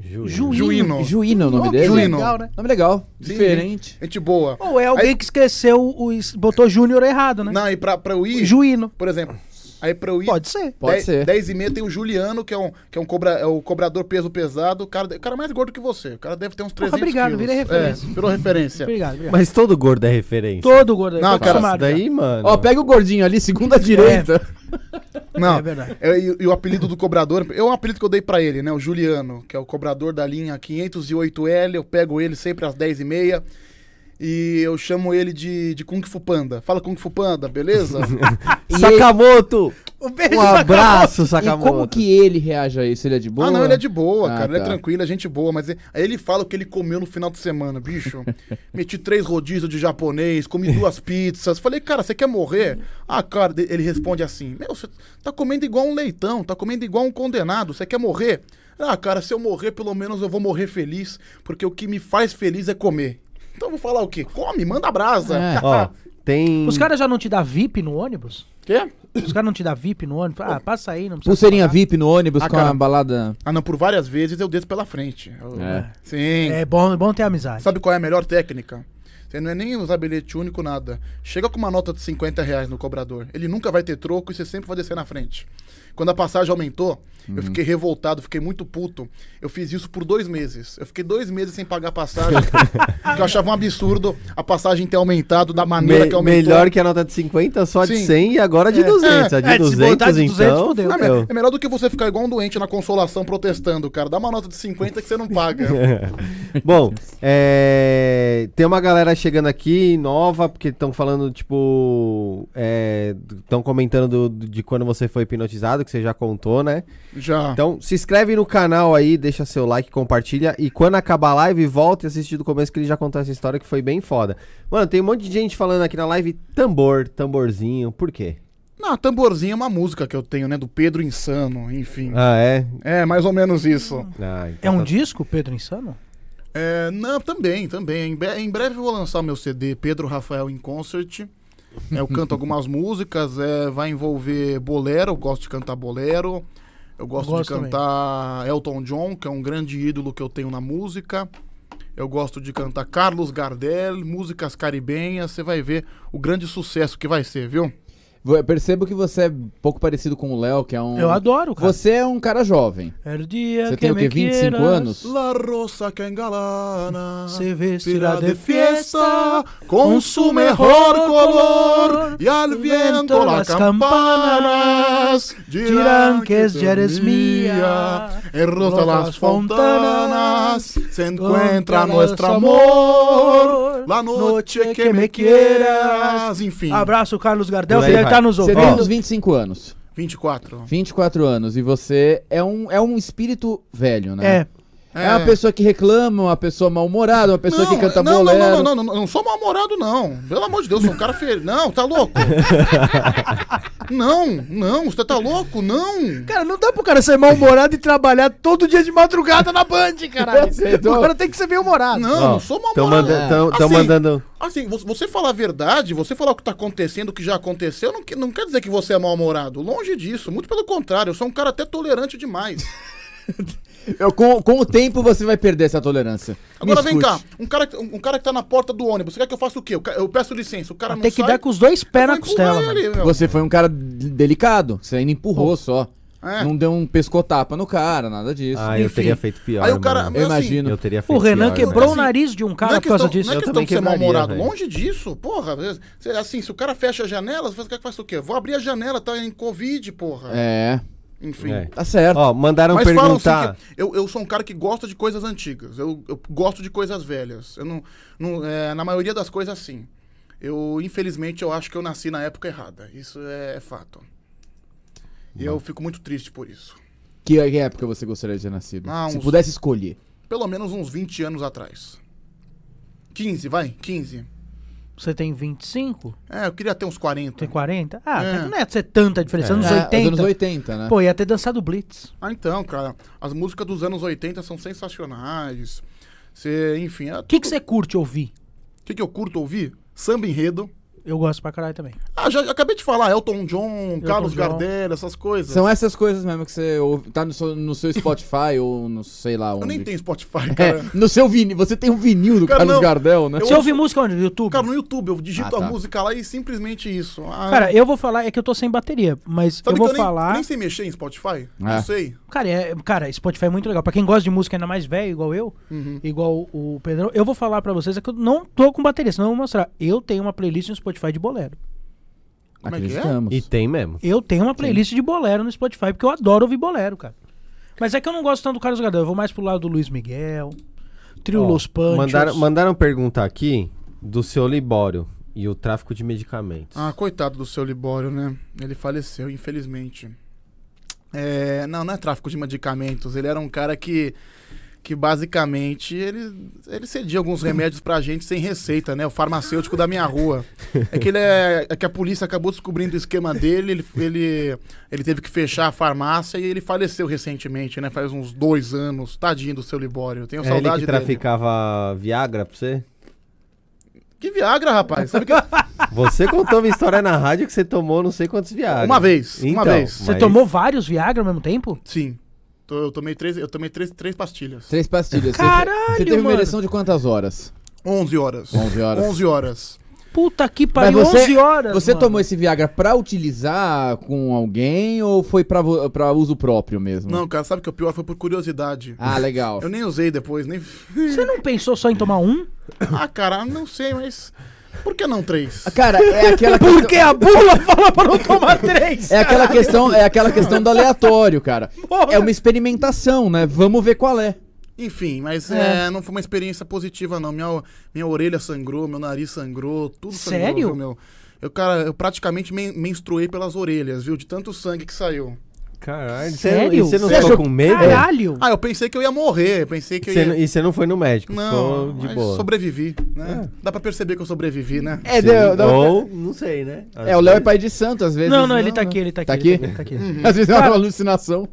Speaker 3: Juíno.
Speaker 1: Juíno.
Speaker 4: Juína é o nome
Speaker 3: Oh,
Speaker 4: dele?
Speaker 3: que
Speaker 1: Juíno.
Speaker 3: legal, né?
Speaker 4: Nome legal.
Speaker 1: Sim,
Speaker 4: Diferente.
Speaker 1: Gente boa.
Speaker 3: Ou é alguém que esqueceu, o, botou Júnior errado, né?
Speaker 1: Não, e pra, pra eu ir,
Speaker 3: Juíno.
Speaker 1: por exemplo. Aí pra eu ir.
Speaker 3: Pode ser.
Speaker 4: Pode
Speaker 1: dez-
Speaker 4: ser.
Speaker 1: 10 e meia tem o Juliano, que é um, que é um cobra, é o cobrador peso pesado. O cara, o cara é mais gordo que você. O cara deve ter uns 300
Speaker 3: obrigado,
Speaker 1: quilos.
Speaker 3: virei referência.
Speaker 1: É, virou referência.
Speaker 3: Obrigado, obrigado.
Speaker 2: Mas todo gordo é referência.
Speaker 3: Todo gordo.
Speaker 1: Não,
Speaker 3: tô
Speaker 1: cara,
Speaker 2: Isso
Speaker 3: acostumado,
Speaker 2: daí, mano.
Speaker 4: Ó, pega o gordinho ali, segunda direita.
Speaker 1: Não,
Speaker 3: É verdade.
Speaker 1: é, e, e o apelido do cobrador, é um apelido que eu dei pra ele, né? O Juliano, que é o cobrador da linha 508L. Eu pego ele sempre às 10h30 e eu chamo ele de, de Kung Fu Panda. Fala Kung Fu Panda, beleza?
Speaker 2: Sakamoto!
Speaker 3: Um beijo,
Speaker 2: Um abraço,
Speaker 4: E
Speaker 2: Sakamoto.
Speaker 4: como que ele reage a isso? Ele é de boa?
Speaker 1: Ah, não, ele é de boa,
Speaker 4: Ah,
Speaker 1: cara. Ele é
Speaker 4: tá.
Speaker 1: tranquilo, é gente boa. Mas ele- aí ele fala o que ele comeu no final de semana, bicho. Meti três rodízios de japonês, comi duas pizzas. Falei, cara, você quer morrer? Ah, cara, de- ele responde assim: Meu, você tá comendo igual um leitão, tá comendo igual um condenado, você quer morrer? Ah, cara, se eu morrer, pelo menos eu vou morrer feliz, porque o que me faz feliz é comer. Então eu vou falar o quê? Come, manda brasa.
Speaker 4: É.
Speaker 2: Ó, tem.
Speaker 3: Os caras já não te dá VIP no ônibus?
Speaker 1: Quê?
Speaker 3: Os caras não te dá VIP no ônibus? Ah, passa aí, não precisa.
Speaker 4: Pulseirinha
Speaker 3: pagar.
Speaker 4: VIP no ônibus
Speaker 1: Ah,
Speaker 4: com
Speaker 1: cara.
Speaker 4: a balada.
Speaker 1: Ah, não, por várias vezes eu desço pela frente. Eu-
Speaker 4: É.
Speaker 1: Sim.
Speaker 3: É bom, é bom ter amizade.
Speaker 1: Sabe qual é a melhor técnica? Você não é nem usar bilhete único, nada. Chega com uma nota de 50 reais no cobrador. Ele nunca vai ter troco e você sempre vai descer na frente. Quando a passagem aumentou, eu fiquei
Speaker 2: Uhum.
Speaker 1: revoltado, fiquei muito puto. Eu fiz isso por dois meses. Eu fiquei dois meses sem pagar a passagem. porque eu achava um absurdo a passagem ter aumentado da maneira
Speaker 2: Me-
Speaker 1: que aumentou.
Speaker 2: melhor que a nota de 50, só de
Speaker 1: Sim.
Speaker 2: 100 e agora de 200. a de
Speaker 3: É, se
Speaker 2: 200,
Speaker 3: botar de 200,
Speaker 2: então.
Speaker 3: fodeu.
Speaker 1: Ah,
Speaker 2: fodeu.
Speaker 1: é melhor do que você ficar igual um doente na consolação protestando, cara. Dá uma nota de 50 que você não
Speaker 2: É.
Speaker 1: paga.
Speaker 2: Bom, é, tem uma galera chegando aqui nova, porque estão falando, tipo. Estão comentando do- do- de quando você foi hipnotizado, que você já contou, né?
Speaker 1: Já.
Speaker 2: Então, se inscreve no canal aí, deixa seu like, compartilha. E quando acabar a live, volta e assiste do começo que ele já contou essa história que foi bem foda. Mano, tem um monte de gente falando aqui na live tambor, tamborzinho, por quê?
Speaker 1: Não, tamborzinho é uma música que eu tenho, né? Do Pedro Insano, enfim.
Speaker 2: Ah, é?
Speaker 1: É, mais ou menos isso.
Speaker 2: Ah,
Speaker 3: É
Speaker 2: então
Speaker 3: um
Speaker 2: tá-
Speaker 3: disco, Pedro Insano?
Speaker 1: É, não, também, também. Em, bre- em breve eu vou lançar o meu CD Pedro Rafael em Concert. É, eu canto algumas músicas, é, vai envolver bolero, eu gosto de cantar bolero. Eu gosto,
Speaker 3: Gosto
Speaker 1: de
Speaker 3: também.
Speaker 1: cantar Elton John, que é um grande ídolo que eu tenho na música. Eu gosto de cantar Carlos Gardel, músicas caribenhas. Você vai ver o grande sucesso que vai ser, viu?
Speaker 4: Vo- Eu percebo que você é um pouco parecido com o Léo, que é um.
Speaker 3: Eu adoro, cara.
Speaker 4: Você é um cara jovem.
Speaker 3: Era o dia
Speaker 4: Você tem o
Speaker 3: me
Speaker 4: quê? 25
Speaker 3: quieras,
Speaker 4: anos?
Speaker 1: La rosa que engalana
Speaker 3: Se vestirá
Speaker 1: Será
Speaker 3: de fiesta
Speaker 1: com su mejor color e al viento las campanas dirán que ya eres mía. En rosa las fontanas se encuentra nuestro amor. La noche que me quieras. Enfim,
Speaker 3: Abraço, Carlos Gardel,
Speaker 2: Por
Speaker 3: que
Speaker 2: aí
Speaker 3: deve
Speaker 2: vai.
Speaker 3: estar nos
Speaker 4: Você
Speaker 3: ouvindo.
Speaker 4: tem uns 25 anos.
Speaker 1: 24.
Speaker 4: 24 anos. E você é um, é um espírito velho, né?
Speaker 3: É,
Speaker 4: É. uma pessoa que reclama, uma pessoa mal-humorada, uma pessoa que canta
Speaker 1: não,
Speaker 4: bolero.
Speaker 1: Não, não, não, não, não, não sou mal-humorado, não. Pelo amor de Deus, sou um cara feio. Não, tá louco? não, não, você tá louco? Não.
Speaker 3: Cara, não dá pro cara ser mal-humorado e trabalhar todo dia de madrugada na Band, caralho.
Speaker 4: Acertou.
Speaker 3: O cara tem que ser bem-humorado.
Speaker 1: Não, não sou
Speaker 2: Estão
Speaker 1: mal-humorado.
Speaker 2: mandando, tão, tão
Speaker 1: Assim,
Speaker 2: mandando.
Speaker 1: Assim, vo- você falar a verdade, você falar o que tá acontecendo, o que já aconteceu, não, que- não quer dizer que você é mal-humorado. Longe disso, muito pelo contrário, eu sou um cara até tolerante demais.
Speaker 4: Eu- com, com o tempo você vai perder essa tolerância. Me
Speaker 1: Agora vem cá,
Speaker 4: escute.
Speaker 1: um cara, que- um um cara que tá na porta do ônibus, você quer que eu faça o quê? Eu, ca- eu peço licença, o cara não
Speaker 3: Tem que
Speaker 1: sai,
Speaker 3: dar com os dois
Speaker 1: eu
Speaker 3: pés
Speaker 1: vou
Speaker 3: na costela.
Speaker 1: empurrar
Speaker 3: mano.
Speaker 1: ele, meu.
Speaker 4: Você foi um cara d- delicado, você ainda empurrou só.
Speaker 1: É.
Speaker 4: Não deu um pescotapa no cara, nada disso.
Speaker 2: Ah, eu
Speaker 1: Enfim.
Speaker 2: teria feito pior.
Speaker 1: Aí o cara-
Speaker 2: mano.
Speaker 4: eu
Speaker 1: assim,
Speaker 4: imagino.
Speaker 2: Eu teria feito
Speaker 3: O Renan
Speaker 2: pior, né?
Speaker 3: quebrou
Speaker 2: mano.
Speaker 3: o nariz de um cara
Speaker 1: não é
Speaker 3: por causa
Speaker 1: questão,
Speaker 3: disso.
Speaker 1: não é
Speaker 2: Eu
Speaker 1: questão
Speaker 2: também
Speaker 1: de ser
Speaker 2: quebraria,
Speaker 1: mal-humorado.
Speaker 2: velho.
Speaker 1: Longe disso, porra. Você- Assim, se o cara fecha a janela, você quer que faça o quê? Eu vou abrir a janela, tá em Covid, porra.
Speaker 4: É,
Speaker 1: Enfim.
Speaker 2: É.
Speaker 4: tá certo.
Speaker 2: Ó, mandaram
Speaker 1: Mas falam
Speaker 2: perguntar.
Speaker 1: assim que eu, eu sou um cara que gosta de coisas antigas. Eu, eu gosto de coisas velhas. Eu não, não- é, na maioria das coisas, sim. Eu, infelizmente, eu acho que eu nasci na época errada. Isso é fato. E eu fico muito triste por isso.
Speaker 4: Que que época você gostaria de ter nascido?
Speaker 1: Ah,
Speaker 4: Se
Speaker 1: uns-
Speaker 4: pudesse escolher.
Speaker 1: Pelo menos uns 20 anos atrás. 15, vai, 15.
Speaker 3: Você tem 25?
Speaker 1: É, eu queria ter uns 40.
Speaker 3: Tem 40? Ah,
Speaker 1: É.
Speaker 3: não ia ser tanta diferença. Anos
Speaker 4: É, os
Speaker 3: 80.
Speaker 4: anos 80, né?
Speaker 3: Pô, ia ter dançado Blitz.
Speaker 1: Ah, então, cara. As músicas dos anos 80 são sensacionais. Você, enfim. é
Speaker 3: O que
Speaker 1: tudo-
Speaker 3: que você curte ouvir?
Speaker 1: que, que eu curto ouvir? Samba enredo.
Speaker 3: Eu gosto pra caralho também.
Speaker 1: Ah, já, já acabei de falar, Elton John, Carlos
Speaker 3: John.
Speaker 1: Gardel, essas coisas.
Speaker 4: São essas coisas mesmo que você ouve, tá no seu, no seu Spotify ou no sei lá onde.
Speaker 1: Eu nem tenho Spotify,
Speaker 4: É,
Speaker 1: cara.
Speaker 4: no seu vinil, você tem um vinil do
Speaker 1: Cara,
Speaker 4: Carlos
Speaker 1: não.
Speaker 4: Gardel, né?
Speaker 1: Eu
Speaker 3: você
Speaker 1: ouço-
Speaker 3: ouve música onde? No YouTube?
Speaker 1: Cara, no YouTube, eu digito
Speaker 4: Ah, tá.
Speaker 1: a música lá e simplesmente isso. Ah,
Speaker 3: Cara, eu vou falar, é que eu tô sem bateria, mas eu
Speaker 1: sabe
Speaker 3: vou
Speaker 1: que eu Tá nem,
Speaker 3: falar.
Speaker 1: nem sei mexer em Spotify?
Speaker 4: É.
Speaker 1: Não sei.
Speaker 3: Cara, é, cara, Spotify é muito legal. Pra quem gosta de música ainda mais velho, igual eu,
Speaker 2: Uhum.
Speaker 3: igual o Pedrão, eu vou falar pra vocês é que eu não tô com bateria, senão eu vou mostrar. Eu tenho uma playlist no Spotify de bolero.
Speaker 1: Como é que é?
Speaker 4: Acreditamos.
Speaker 2: E tem mesmo.
Speaker 3: Eu tenho uma playlist de bolero no Spotify, porque eu adoro ouvir bolero, cara. Mas é que eu não gosto tanto do Carlos Gardel, eu vou mais pro lado do Luiz Miguel, Trio
Speaker 2: Ó,
Speaker 3: Los Panchos.
Speaker 2: mandaram, mandaram perguntar aqui do seu Libório e o tráfico de medicamentos.
Speaker 1: Ah, coitado do seu Libório, né? Ele faleceu, infelizmente. É, não, não é tráfico de medicamentos. Ele era um cara que, que basicamente, ele, ele cedia alguns remédios pra gente sem receita, né? O farmacêutico da minha rua. É que, ele é, é que a polícia acabou descobrindo o esquema dele, ele, ele, ele teve que fechar a farmácia e ele faleceu recentemente, né? Faz uns dois anos. Tadinho do seu Libório. Tenho
Speaker 2: é ele
Speaker 1: saudade
Speaker 2: que
Speaker 1: dele.
Speaker 2: traficava Viagra pra você?
Speaker 1: Que Viagra, rapaz. Sabe que...
Speaker 2: Você contou uma história na rádio que você tomou não sei quantos Viagra.
Speaker 1: Uma vez, uma
Speaker 2: Então,
Speaker 1: vez.
Speaker 2: mas-
Speaker 3: Você tomou vários Viagra ao mesmo tempo?
Speaker 1: Sim. Tô- eu tomei três, eu tomei três, três pastilhas.
Speaker 4: Três pastilhas. Você-
Speaker 3: Caralho,
Speaker 4: Você teve uma
Speaker 3: mano.
Speaker 4: ereção de quantas horas?
Speaker 1: 11 horas.
Speaker 4: 11 horas.
Speaker 1: 11 horas.
Speaker 3: Puta que pariu,
Speaker 4: você,
Speaker 3: 11 horas.
Speaker 4: Você
Speaker 3: mano.
Speaker 4: tomou esse Viagra pra utilizar com alguém ou foi pra, vo- pra uso próprio mesmo?
Speaker 1: Não, cara, sabe que é o pior foi por curiosidade.
Speaker 4: Hum. Ah, legal.
Speaker 1: Eu nem usei depois, nem.
Speaker 3: Você não pensou só em tomar um?
Speaker 1: ah, cara, não sei, mas. Por que não três?
Speaker 4: Cara, é aquela questão-
Speaker 3: Porque a bula fala pra não tomar três.
Speaker 4: É aquela questão, é aquela questão do aleatório, cara.
Speaker 3: Porra.
Speaker 4: É uma experimentação, né? Vamos ver qual é.
Speaker 1: Enfim, mas é, não foi uma experiência positiva, não. Minha, minha orelha sangrou, meu nariz sangrou, tudo
Speaker 3: Sério?
Speaker 1: sangrou. viu, meu? Eu, cara, eu praticamente men- menstruei pelas orelhas, viu? De tanto sangue que saiu.
Speaker 2: Caralho,
Speaker 3: Sério?
Speaker 2: Você, e você não
Speaker 3: Você
Speaker 2: ficou
Speaker 3: achou-
Speaker 2: com medo?
Speaker 3: Caralho.
Speaker 1: Ah, eu pensei que eu ia morrer, pensei que eu
Speaker 2: Você não-
Speaker 1: ia.
Speaker 2: e você não foi no médico,
Speaker 1: Não,
Speaker 2: ficou de
Speaker 1: mas
Speaker 2: boa.
Speaker 1: sobrevivi, né? Dá pra perceber que eu sobrevivi, né?
Speaker 4: É,
Speaker 2: Sim, Ou, não sei, né?
Speaker 4: é o Léo é pai de santo, às vezes.
Speaker 3: Não, não, ele tá aqui, ele tá aqui.
Speaker 4: Tá
Speaker 3: ele
Speaker 4: aqui?
Speaker 3: Tá aqui.
Speaker 4: Às vezes é uma alucinação.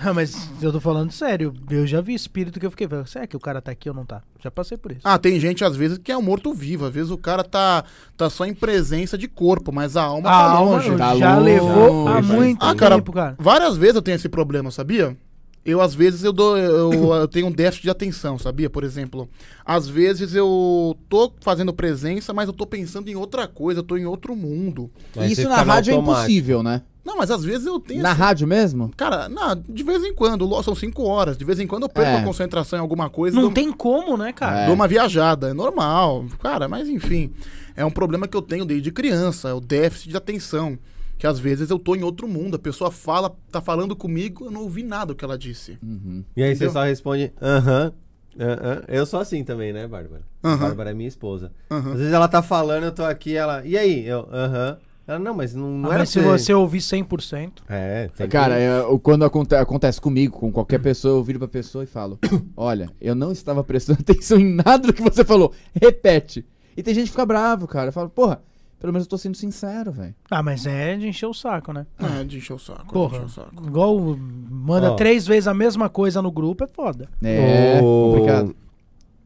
Speaker 3: Ah, mas eu tô falando sério. Eu já vi espírito que eu fiquei. falando, Será que o cara tá aqui ou não tá? Já passei por isso.
Speaker 1: Ah, tem gente às vezes que é um morto-vivo. Às vezes o cara tá, tá só em presença de corpo, mas a alma tá longe.
Speaker 4: tá
Speaker 3: já
Speaker 4: longe,
Speaker 3: levou
Speaker 4: tá
Speaker 3: há
Speaker 4: longe.
Speaker 3: muito
Speaker 1: Ah, cara,
Speaker 3: tempo, cara.
Speaker 1: várias vezes eu tenho esse problema, sabia? Eu, às vezes, eu, dou, eu, eu tenho um déficit de atenção, sabia? Por exemplo, às vezes eu tô fazendo presença, mas eu tô pensando em outra coisa, eu tô em outro mundo.
Speaker 2: Mas você
Speaker 4: Isso na
Speaker 2: fica no
Speaker 4: rádio é
Speaker 2: automático.
Speaker 4: impossível, né?
Speaker 1: Não, mas às vezes eu tenho.
Speaker 4: Na
Speaker 1: esse-
Speaker 4: rádio mesmo?
Speaker 1: Cara, na- de vez em quando, lo- são cinco horas. De vez em quando eu perco
Speaker 4: É.
Speaker 1: a concentração em alguma coisa. e
Speaker 3: Não
Speaker 1: dou-
Speaker 3: tem como, né, cara?
Speaker 4: É.
Speaker 1: Dou uma viajada, é normal. Cara, mas enfim, é um problema que eu tenho desde criança, é o déficit de atenção. Que às vezes eu tô em outro mundo, a pessoa fala, tá falando comigo, eu não ouvi nada do que ela disse.
Speaker 4: Uhum.
Speaker 2: E aí
Speaker 1: Entendeu?
Speaker 2: você só responde, aham. aham." Eu sou assim também, né, Bárbara? A
Speaker 1: Aham.
Speaker 2: Bárbara é minha esposa. Às vezes ela tá falando, eu tô aqui, ela. E aí? Eu, aham. aham." Ela, não, mas não,
Speaker 3: Ah,
Speaker 2: não era
Speaker 3: mas se
Speaker 2: pra
Speaker 3: você ouvir 100%,
Speaker 2: É, tem que-
Speaker 4: Cara, eu- quando aconte- acontece comigo, com qualquer pessoa, eu viro pra pessoa e falo: Olha, eu não estava prestando atenção em nada do que você falou. Repete. E tem gente que fica bravo, cara. Eu falo, porra, pelo menos eu tô sendo sincero, velho.
Speaker 3: ah, mas é de encher o saco, né?
Speaker 1: É, de encher o saco. de
Speaker 3: Porra,
Speaker 1: encher o saco.
Speaker 3: igual manda
Speaker 2: Ó.
Speaker 3: três vezes a mesma coisa no grupo, é foda.
Speaker 4: É, complicado.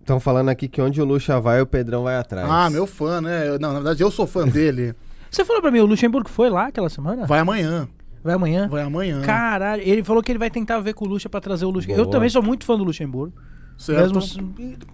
Speaker 2: Estão falando aqui que onde o Lucha vai, o Pedrão vai
Speaker 3: É
Speaker 2: atrás.
Speaker 1: Ah, meu fã, né? Eu- Não, na verdade eu sou fã dele.
Speaker 3: Você falou pra mim, o Luxemburgo foi lá aquela semana?
Speaker 1: Vai amanhã.
Speaker 3: Vai amanhã?
Speaker 1: Vai amanhã.
Speaker 3: Caralho, ele falou que ele vai tentar ver com o Lucha pra trazer o Luxemburgo. Eu
Speaker 2: Boa.
Speaker 3: também sou muito fã do Luxemburgo.
Speaker 1: certo?
Speaker 3: Mesmo,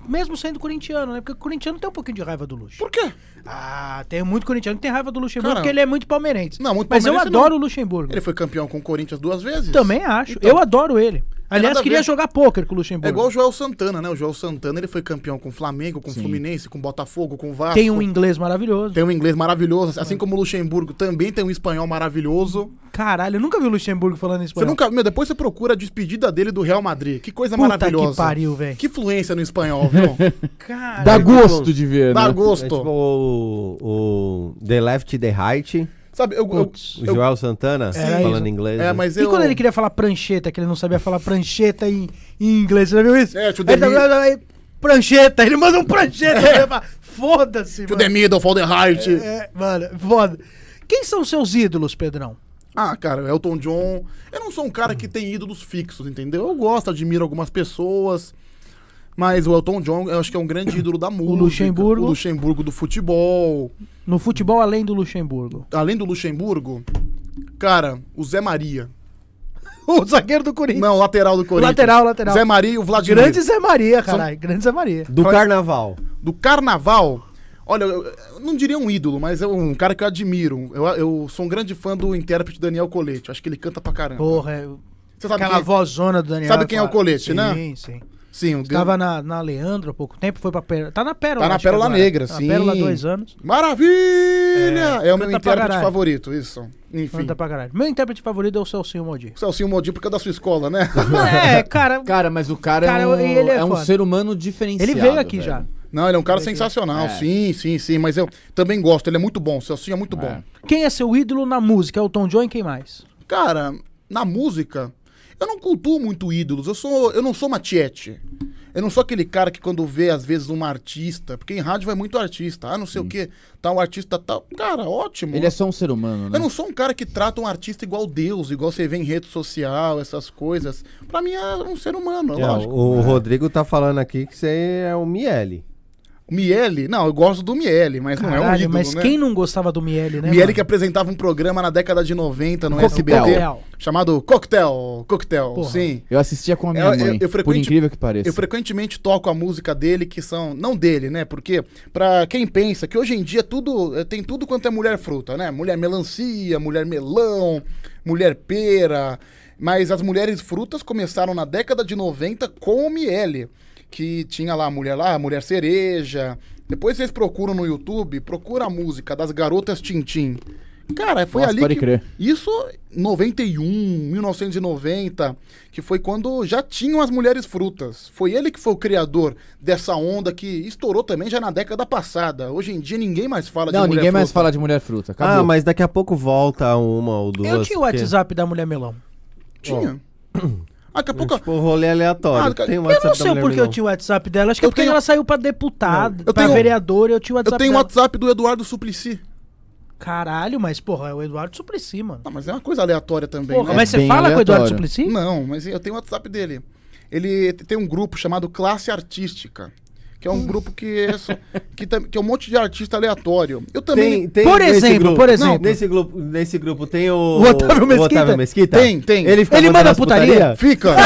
Speaker 3: mesmo sendo corintiano, né? Porque o corintiano tem um pouquinho de raiva do Luxo.
Speaker 1: Por quê?
Speaker 3: Ah, tem muito corintiano que tem raiva do Luxemburgo
Speaker 1: Cara,
Speaker 3: porque ele é muito palmeirense.
Speaker 1: não, muito
Speaker 3: Mas eu
Speaker 1: palmeirense não.
Speaker 3: adoro o Luxemburgo.
Speaker 1: Ele foi campeão com o Corinthians duas vezes.
Speaker 3: Também é acho.
Speaker 1: Então.
Speaker 3: eu adoro ele.
Speaker 1: nada
Speaker 3: Aliás,
Speaker 1: a
Speaker 3: queria
Speaker 1: ver.
Speaker 3: jogar pôquer com o Luxemburgo.
Speaker 1: É igual o Joel Santana, né? O Joel Santana, ele foi campeão com o Flamengo, com o Fluminense, com o Botafogo, com o Vasco.
Speaker 3: Tem um inglês maravilhoso.
Speaker 1: Tem um inglês maravilhoso,
Speaker 3: É.
Speaker 1: assim como o Luxemburgo também tem um espanhol maravilhoso.
Speaker 3: Caralho, eu nunca vi o Luxemburgo falando
Speaker 1: Você
Speaker 3: espanhol.
Speaker 1: nunca, meu, depois você procura a despedida dele do Real Madrid. Que coisa
Speaker 3: Puta
Speaker 1: maravilhosa.
Speaker 3: que pariu, velho.
Speaker 1: Que fluência no espanhol, viu?
Speaker 3: Caralho.
Speaker 4: Dá gosto de ver,
Speaker 1: Dá
Speaker 4: né?
Speaker 1: gosto.
Speaker 2: É tipo o, o The Left e The Right,
Speaker 1: Sabe, eu, eu-
Speaker 2: o
Speaker 1: eu-
Speaker 2: Joel Santana
Speaker 3: Era
Speaker 2: falando
Speaker 3: isso.
Speaker 2: inglês.
Speaker 1: É,
Speaker 2: né?
Speaker 1: mas
Speaker 3: E
Speaker 1: eu
Speaker 3: quando ele queria falar prancheta, que ele não sabia falar prancheta em, em inglês, você já viu isso?
Speaker 1: É, to the
Speaker 3: Aí ele
Speaker 1: mi-
Speaker 3: tá- aí, prancheta, ele manda um prancheta.
Speaker 1: É.
Speaker 3: ele fala, Foda-se,
Speaker 1: To the
Speaker 3: mano.
Speaker 1: middle, for the right.
Speaker 3: É, mano, foda. Quem são seus ídolos, Pedrão?
Speaker 1: Ah, cara, o Elton John. Eu não sou um cara que tem ídolos fixos, entendeu? Eu gosto, admiro algumas pessoas. Mas o Elton John, eu acho que é um grande ídolo da música.
Speaker 3: Luxemburgo.
Speaker 1: O Luxemburgo do futebol.
Speaker 3: No futebol, além do Luxemburgo.
Speaker 1: Além do Luxemburgo, cara, o Zé Maria.
Speaker 3: O zagueiro do Corinthians.
Speaker 1: Não, lateral do Corinthians.
Speaker 3: Lateral, lateral.
Speaker 1: Zé Maria e o Vladimir.
Speaker 3: Grande Zé Maria, caralho. Grande Zé Maria.
Speaker 2: Do carnaval.
Speaker 1: do carnaval. Olha, eu, eu não diria um ídolo, mas é um cara que eu admiro. Eu, eu sou um grande fã do intérprete Daniel Colete. Acho que ele canta pra caramba.
Speaker 3: Porra, eu-
Speaker 1: Você sabe
Speaker 3: aquela
Speaker 1: quem? é?
Speaker 3: voz zona do Daniel.
Speaker 1: Sabe quem é o colete,
Speaker 3: sim,
Speaker 1: né?
Speaker 3: Sim, sim.
Speaker 1: Sim, o
Speaker 3: Tava na, na Leandro há pouco tempo, foi pra Pérola. Tá na Pérola.
Speaker 1: Tá na
Speaker 3: acho que
Speaker 1: Pérola
Speaker 3: agora.
Speaker 1: Negra,
Speaker 3: Tá
Speaker 1: sim.
Speaker 3: Na Pérola há dois anos.
Speaker 1: Maravilha! É, o meu
Speaker 3: canta pra
Speaker 1: intérprete
Speaker 3: caralho.
Speaker 1: favorito, isso. Enfim.
Speaker 3: Canta pra caralho. Meu intérprete favorito é o Celcinho Modir.
Speaker 1: O Celcinho Modinho por causa da sua escola, né?
Speaker 3: é, cara.
Speaker 4: Cara, mas o cara,
Speaker 3: Cara,
Speaker 4: é um,
Speaker 3: ele é
Speaker 4: é um
Speaker 3: foda.
Speaker 4: ser humano diferenciado.
Speaker 3: Ele veio aqui
Speaker 4: velho.
Speaker 3: já.
Speaker 1: não, ele é um cara sensacional. Sim, sim, sim. Mas eu também gosto. Ele é muito bom. O Celcinho é muito bom.
Speaker 3: Quem é seu ídolo na música? É o Tom John e quem mais?
Speaker 1: Cara, na música, eu não cultuo muito ídolos. Eu sou, eu não sou matiete. Eu não sou aquele cara que quando vê, às vezes, uma artista, porque em rádio vai muito artista. Ah, não sei o quê, tá um artista tal. Cara, ótimo.
Speaker 4: Ele é só um ser humano, né?
Speaker 1: Eu não sou um cara que trata um artista igual Deus, igual você vê em rede social, essas coisas. Pra mim é um ser humano, é
Speaker 2: Ó,
Speaker 1: lógico.
Speaker 2: o Rodrigo tá falando aqui que você é um Miele.
Speaker 1: O Miele, não, eu gosto do Miele, mas não é um ídolo,
Speaker 3: mas
Speaker 1: né?
Speaker 3: quem não gostava do Miele, né?
Speaker 1: Miele
Speaker 3: mano?
Speaker 1: que apresentava um programa na década de 90 no
Speaker 3: Coquetel.
Speaker 1: SBT, chamado Coquetel, Coquetel,
Speaker 3: Porra.
Speaker 1: sim.
Speaker 4: Eu assistia com a minha
Speaker 1: Eu- eu-
Speaker 4: mãe,
Speaker 1: eu
Speaker 4: por
Speaker 1: frequente-
Speaker 4: incrível que pareça.
Speaker 1: Eu frequentemente toco a música dele, que são. Não dele, né? Porque, pra quem pensa que hoje em dia tudo. eh, Tem tudo quanto é mulher fruta, né? Mulher melancia, mulher melão, mulher pera. Mas as mulheres frutas começaram na década de 90 com o Miele. Que tinha lá a mulher lá, a mulher cereja. Depois vocês procuram no YouTube, procura a música das garotas Tintim. Cara, foi
Speaker 4: Nossa,
Speaker 1: ali
Speaker 4: pode
Speaker 1: que
Speaker 4: crer.
Speaker 1: isso 91, 1990, que foi quando já tinham as mulheres frutas. Foi ele que foi o criador dessa onda que estourou também já na década passada. Hoje em dia ninguém mais fala
Speaker 4: Não,
Speaker 1: de mulher
Speaker 4: ninguém mais
Speaker 1: fruta.
Speaker 4: fala de mulher fruta.
Speaker 2: Ah,
Speaker 4: Acabou.
Speaker 2: mas daqui a pouco volta uma ou duas.
Speaker 3: Eu tinha o
Speaker 2: porque-
Speaker 3: WhatsApp da Mulher Melão.
Speaker 1: Tinha. Ah, Daqui a pouco...
Speaker 2: Tipo, rolê aleatório.
Speaker 1: Ah, cara,
Speaker 2: tem
Speaker 1: eu
Speaker 2: um
Speaker 3: Eu não
Speaker 2: WhatsApp da
Speaker 3: sei
Speaker 2: mulher
Speaker 3: porque
Speaker 2: não.
Speaker 3: eu tinha o WhatsApp dela. Acho que é
Speaker 1: Eu
Speaker 3: porque
Speaker 1: tenho-
Speaker 3: ela saiu pra deputado,
Speaker 1: Eu
Speaker 3: pra
Speaker 1: tenho-
Speaker 3: vereador e eu tinha o
Speaker 1: Eu
Speaker 3: WhatsApp
Speaker 1: tenho o
Speaker 3: dela.
Speaker 1: WhatsApp do Eduardo Suplicy.
Speaker 3: Caralho, mas porra, é o Eduardo Suplicy, mano.
Speaker 1: Ah, mas é uma coisa aleatória também.
Speaker 3: Porra,
Speaker 1: né?
Speaker 3: mas você
Speaker 4: bem
Speaker 3: fala com o Eduardo
Speaker 4: aleatório.
Speaker 3: Suplicy?
Speaker 1: Não, mas eu tenho o WhatsApp dele. Ele tem um grupo chamado Classe Artística, que é um grupo que é, só- que, tam- que é um monte de artista aleatório. Eu também...
Speaker 2: Tem, tem
Speaker 3: um Por
Speaker 2: nesse
Speaker 3: exemplo,
Speaker 2: grupo-
Speaker 3: por exemplo.
Speaker 2: Não, nesse, grupo, nesse grupo tem o.
Speaker 3: O Otávio Mesquita?
Speaker 2: Otávio Mesquita?
Speaker 1: Tem, tem.
Speaker 2: Ele, fica
Speaker 3: Ele
Speaker 2: mandando
Speaker 3: manda
Speaker 2: as
Speaker 3: putaria?
Speaker 1: Fica!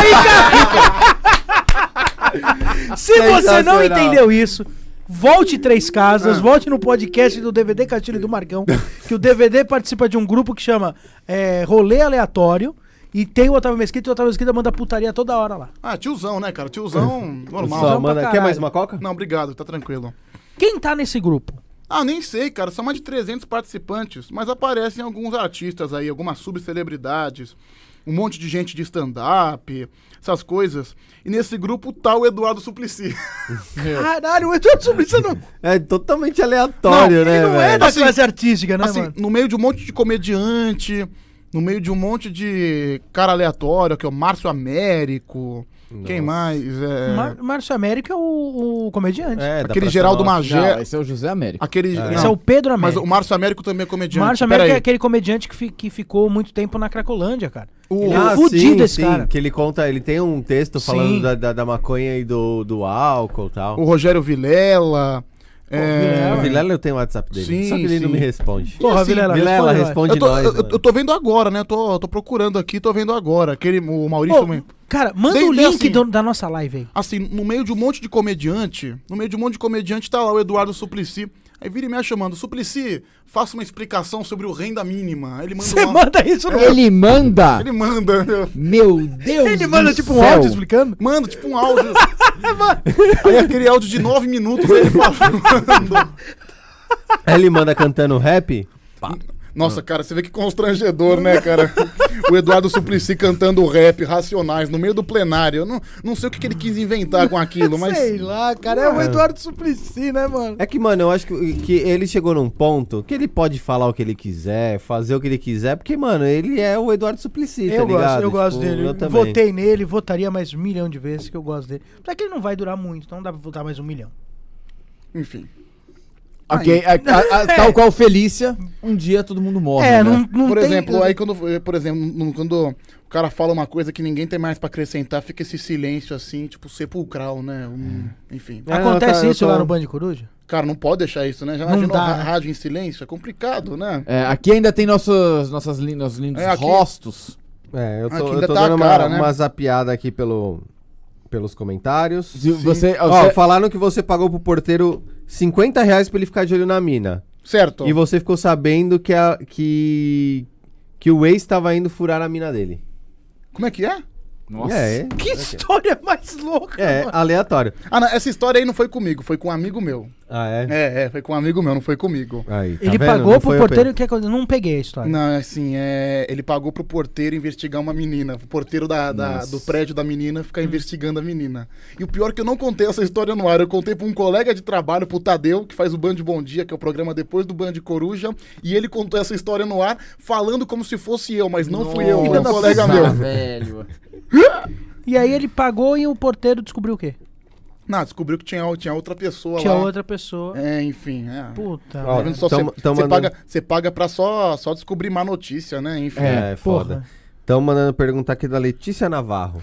Speaker 3: Se você não
Speaker 2: Sensacional.
Speaker 3: entendeu isso, volte três casas, volte no podcast do DVD Catilho do Margão, que o DVD participa de um grupo que chama é, Rolê Aleatório. E tem o Otávio Mesquita e o Otávio Mesquita manda putaria toda hora lá.
Speaker 1: Ah, tiozão, né, cara? Tiozão normal.
Speaker 2: Só,
Speaker 3: pra
Speaker 2: manda... Quer
Speaker 3: caralho.
Speaker 2: mais uma coca?
Speaker 1: Não, obrigado, tá tranquilo.
Speaker 3: Quem tá nesse grupo?
Speaker 1: Ah, nem sei, cara. São mais de 300 participantes, mas aparecem alguns artistas aí, algumas subcelebridades. um monte de gente de stand-up, essas coisas. E nesse grupo tá o Eduardo Suplicy.
Speaker 3: É, né, Caralho, o Eduardo Suplicy não.
Speaker 2: É totalmente aleatório,
Speaker 1: Não,
Speaker 2: né,
Speaker 1: ele não é
Speaker 2: velho?
Speaker 3: Da
Speaker 1: Assim,
Speaker 3: classe artística, né,
Speaker 1: assim,
Speaker 3: mano?
Speaker 1: no meio de um monte de comediante, no meio de um monte de cara aleatório, que é o Márcio Américo. Quem mais? É,
Speaker 3: Mar- Márcio Américo é o, o comediante.
Speaker 2: É, da
Speaker 1: aquele
Speaker 2: Praça
Speaker 1: Geraldo
Speaker 2: Nossa.
Speaker 1: Magé.
Speaker 4: Não, esse é o José Américo.
Speaker 1: Aquele. não,
Speaker 3: Esse é o Pedro
Speaker 1: Mas
Speaker 3: Américo.
Speaker 1: o Márcio Américo também é comediante.
Speaker 3: Márcio
Speaker 1: Pera
Speaker 3: Américo é
Speaker 1: aí.
Speaker 3: aquele comediante que, fi- que ficou muito tempo na Cracolândia, cara.
Speaker 1: O-
Speaker 3: Ele é
Speaker 2: Ah,
Speaker 3: fudido
Speaker 2: sim,
Speaker 3: esse
Speaker 2: sim,
Speaker 3: cara.
Speaker 2: que ele conta, ele tem um texto
Speaker 3: Sim.
Speaker 2: falando da, da, da maconha e do, do álcool e tal.
Speaker 1: O Rogério Vilela. é,
Speaker 2: O Vilela eu tenho o WhatsApp dele,
Speaker 1: Sim,
Speaker 2: só que ele não
Speaker 1: sim.
Speaker 2: me responde.
Speaker 3: Porra,
Speaker 1: assim,
Speaker 3: Vilela,
Speaker 2: Vilela, responde,
Speaker 3: responde,
Speaker 1: Eu tô,
Speaker 2: um nós.
Speaker 1: eu-
Speaker 2: mano.
Speaker 1: eu tô vendo agora, né? Tô, tô procurando aqui, tô vendo agora. Aquele, o Maurício.
Speaker 3: Ô, Cara, manda
Speaker 1: Tem-
Speaker 3: o
Speaker 1: tem
Speaker 3: link
Speaker 1: assim-
Speaker 3: do- da nossa live aí.
Speaker 1: Assim, no meio de um monte de comediante, no meio de um monte de comediante tá lá o Eduardo Suplicy. Aí vira e mexe chamando, Suplicy, faça uma explicação sobre o renda mínima. Aí ele manda
Speaker 3: Você
Speaker 1: uma-
Speaker 3: manda isso no.
Speaker 4: é Ele manda!
Speaker 1: Ele manda, né?
Speaker 4: Meu Deus
Speaker 3: Ele
Speaker 4: do
Speaker 3: manda tipo um
Speaker 4: céu.
Speaker 3: áudio explicando?
Speaker 1: Manda, tipo um áudio. Aí aquele áudio de nove minutos ele falando.
Speaker 2: Aí ele manda cantando rap.
Speaker 1: Nossa, cara, você vê que constrangedor, né, cara? O Eduardo Suplicy cantando rap, Racionais, no meio do plenário. Eu não, não sei o que, que ele quis inventar com aquilo, mas...
Speaker 3: Sei
Speaker 4: Ah,
Speaker 3: lá, cara. É o Eduardo Suplicy, né, mano?
Speaker 2: É que, mano, eu acho que, que ele chegou num ponto que ele pode falar o que ele quiser, fazer o que ele quiser, porque, mano, ele é o Eduardo Suplicy, tá
Speaker 3: eu
Speaker 2: ligado?
Speaker 3: gosto, eu
Speaker 2: Tipo,
Speaker 3: gosto dele.
Speaker 2: Eu também.
Speaker 3: Votei nele, votaria mais um milhão de vezes que eu gosto dele. Só que ele não vai durar muito, então não dá pra votar mais um milhão.
Speaker 1: Enfim.
Speaker 4: Ok, a- a- a- tal qual Felícia, um dia todo mundo morre.
Speaker 3: é,
Speaker 4: né?
Speaker 3: não, não
Speaker 1: por
Speaker 3: tem...
Speaker 1: exemplo, aí quando, eh, por exemplo, num- quando o cara fala uma coisa que ninguém tem mais pra acrescentar, fica esse silêncio assim, tipo sepulcral, né? Um- enfim.
Speaker 2: Ah, não,
Speaker 3: Acontece
Speaker 2: tá, eu
Speaker 3: isso
Speaker 2: tô-
Speaker 3: lá no Band Coruja?
Speaker 1: Cara, não pode deixar isso, né? Já
Speaker 3: Não
Speaker 1: imaginou
Speaker 3: dá,
Speaker 1: a
Speaker 3: né?
Speaker 1: rádio em silêncio? É complicado, né?
Speaker 4: É, aqui ainda tem nossos, nossas lin- nossos lindos
Speaker 1: É, aqui-
Speaker 4: rostos.
Speaker 2: É, eu
Speaker 1: Aqui
Speaker 2: tô, eu
Speaker 1: ainda
Speaker 2: tô
Speaker 1: tá a
Speaker 2: dando uma,
Speaker 1: cara, né?
Speaker 2: uma zapiada aqui pelo, pelos comentários.
Speaker 4: Se Você,
Speaker 2: Ó,
Speaker 4: você-
Speaker 2: falaram que você pagou pro porteiro 50 reais pra ele ficar de olho na mina.
Speaker 1: Certo.
Speaker 2: E você ficou sabendo que, a, que, que o ex tava indo furar a mina dele.
Speaker 1: Como é que é?
Speaker 4: Nossa.
Speaker 2: É, é,
Speaker 3: Que história mais louca,
Speaker 2: é
Speaker 3: mano.
Speaker 2: aleatório.
Speaker 1: Ah, não, essa história aí não foi comigo, foi com um amigo meu.
Speaker 2: Ah, é?
Speaker 1: É, é, foi com um amigo meu, não foi comigo.
Speaker 2: Aí, tá
Speaker 3: Ele
Speaker 2: vendo?
Speaker 3: pagou
Speaker 2: Não
Speaker 3: pro
Speaker 2: foi
Speaker 3: porteiro que eu não peguei a história.
Speaker 1: Não, assim, é, ele pagou pro porteiro investigar uma menina. O porteiro da, da- do prédio da menina ficar investigando a menina. E o pior é que eu não contei essa história no ar. Eu contei pra um colega de trabalho, pro Tadeu, que faz o Band Bom Dia, que é o programa depois do Band Coruja. E ele contou essa história no ar, falando como se fosse eu, mas não fui eu, foi um
Speaker 4: Nossa,
Speaker 1: colega meu.
Speaker 4: velho.
Speaker 3: E aí ele pagou e o porteiro descobriu o quê?
Speaker 1: Não, descobriu que tinha, tinha outra pessoa
Speaker 3: Tinha
Speaker 1: lá.
Speaker 3: outra pessoa.
Speaker 1: É, enfim. É.
Speaker 3: Puta.
Speaker 2: Ó,
Speaker 1: Tá
Speaker 3: merda.
Speaker 1: vendo só?
Speaker 2: Tamo-
Speaker 1: Você
Speaker 2: tamo
Speaker 1: você
Speaker 2: andando-
Speaker 1: paga, você paga pra só, só descobrir má notícia, né? Enfim.
Speaker 2: É, é
Speaker 3: porra.
Speaker 2: foda. Estão mandando perguntar aqui da Letícia Navarro.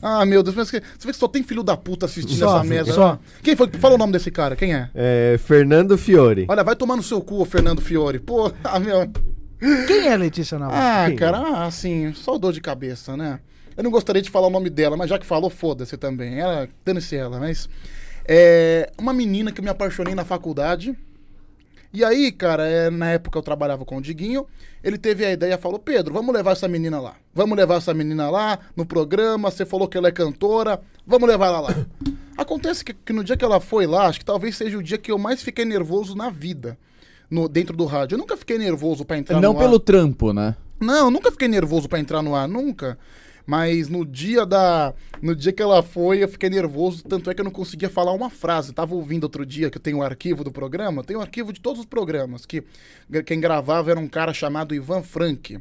Speaker 1: Ah, meu Deus, mas que- você vê que só tem filho da puta assistindo
Speaker 3: Só,
Speaker 1: essa merda.
Speaker 3: só.
Speaker 1: né? Quem foi? que- Fala o nome desse cara, quem é?
Speaker 2: É, Fernando Fiore.
Speaker 1: Olha, vai tomar no seu cu, ô Fernando Fiore. Pô, ah, meu.
Speaker 3: Quem é Letícia Navarro?
Speaker 1: Ah, cara, ah, assim, só dor de cabeça, né? Eu não gostaria de falar o nome dela, mas já que falou, foda-se também. Ela, dane-se ela, mas. É uma menina que eu me apaixonei na faculdade. E aí, cara, é, na época eu trabalhava com o Diguinho, ele teve a ideia, falou, Pedro, vamos levar essa menina lá. Vamos levar essa menina lá no programa, você falou que ela é cantora, vamos levar ela lá. Acontece que, que no dia que ela foi lá, acho que talvez seja o dia que eu mais fiquei nervoso na vida, no, dentro do rádio. Eu nunca fiquei nervoso pra entrar
Speaker 4: Não
Speaker 1: no ar.
Speaker 4: pelo trampo, né?
Speaker 1: Não, eu nunca fiquei nervoso pra entrar no ar, nunca. Mas no dia da. No dia que ela foi, eu fiquei nervoso, tanto é que eu não conseguia falar uma frase. Tava ouvindo outro dia que eu tenho o arquivo do programa, tem o arquivo de todos os programas. Que gra- quem gravava era um cara chamado Ivan Frank,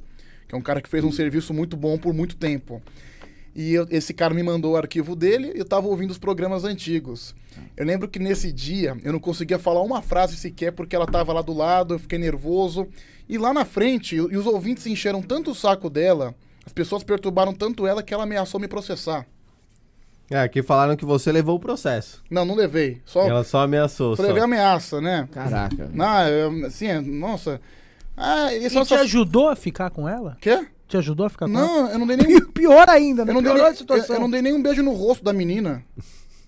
Speaker 1: que é um cara que fez um serviço muito bom por muito tempo. E eu- esse cara me mandou o arquivo dele e eu tava ouvindo os programas antigos. Eu lembro que nesse dia eu não conseguia falar uma frase sequer porque ela tava lá do lado, eu fiquei nervoso. E lá na frente, e os ouvintes encheram tanto o saco dela, as pessoas perturbaram tanto ela que ela ameaçou me processar.
Speaker 2: É, aqui falaram que você levou o processo.
Speaker 1: Não, não levei. Só,
Speaker 2: Ela só ameaçou.
Speaker 1: só
Speaker 2: Só.
Speaker 1: levei ameaça, né?
Speaker 4: Caraca.
Speaker 1: Não, eu- assim, é- nossa. Ah, e
Speaker 3: E
Speaker 1: só
Speaker 3: te
Speaker 1: essas...
Speaker 3: ajudou a ficar com ela?
Speaker 1: Quê?
Speaker 3: Te ajudou a ficar com ela?
Speaker 1: Não, eu não dei nenhum.
Speaker 3: Pior ainda, né?
Speaker 1: Eu não, dei
Speaker 3: Piorou
Speaker 1: nem,
Speaker 3: a situação.
Speaker 1: eu- eu não dei nenhum beijo no rosto da menina.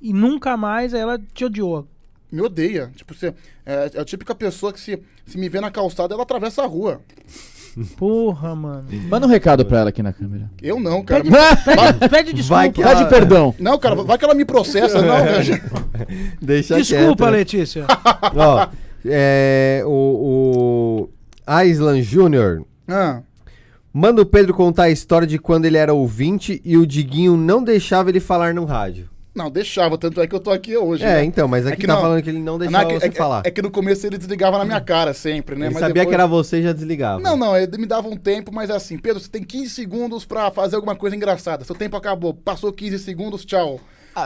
Speaker 3: E nunca mais ela te odiou.
Speaker 1: me odeia. Tipo, você, é, é a típica pessoa que se, se me vê na calçada, ela atravessa a rua.
Speaker 3: Porra, mano.
Speaker 4: Manda um recado pra ela aqui na câmera.
Speaker 1: Eu não, cara.
Speaker 3: Pede, pede desculpa.
Speaker 2: Vai que
Speaker 4: Pede
Speaker 2: ela...
Speaker 4: perdão.
Speaker 1: Não, cara, vai que ela me processa, não.
Speaker 2: É.
Speaker 1: velho.
Speaker 2: Deixa
Speaker 1: é
Speaker 3: Desculpa,
Speaker 2: quieto.
Speaker 3: Letícia.
Speaker 2: Ó, é, o, o Island Júnior
Speaker 1: Ah,
Speaker 2: Manda o Pedro contar a história de quando ele era ouvinte e o Diguinho não deixava ele falar no rádio.
Speaker 1: Não, deixava, tanto é que eu tô aqui hoje.
Speaker 2: É,
Speaker 1: né?
Speaker 2: então, mas aqui
Speaker 1: que
Speaker 2: tá
Speaker 1: não-
Speaker 2: falando que ele não deixava
Speaker 1: é, que-
Speaker 2: você
Speaker 1: é que-
Speaker 2: falar. Hum.
Speaker 1: É, que no começo ele desligava na minha cara sempre, né?
Speaker 2: ele
Speaker 1: Mas
Speaker 2: sabia
Speaker 1: depois-
Speaker 2: que era você e já desligava.
Speaker 1: Não, não, ele me dava um tempo, mas assim, Pedro, você tem 15 segundos pra fazer alguma coisa engraçada. Seu tempo acabou, passou 15 segundos, tchau.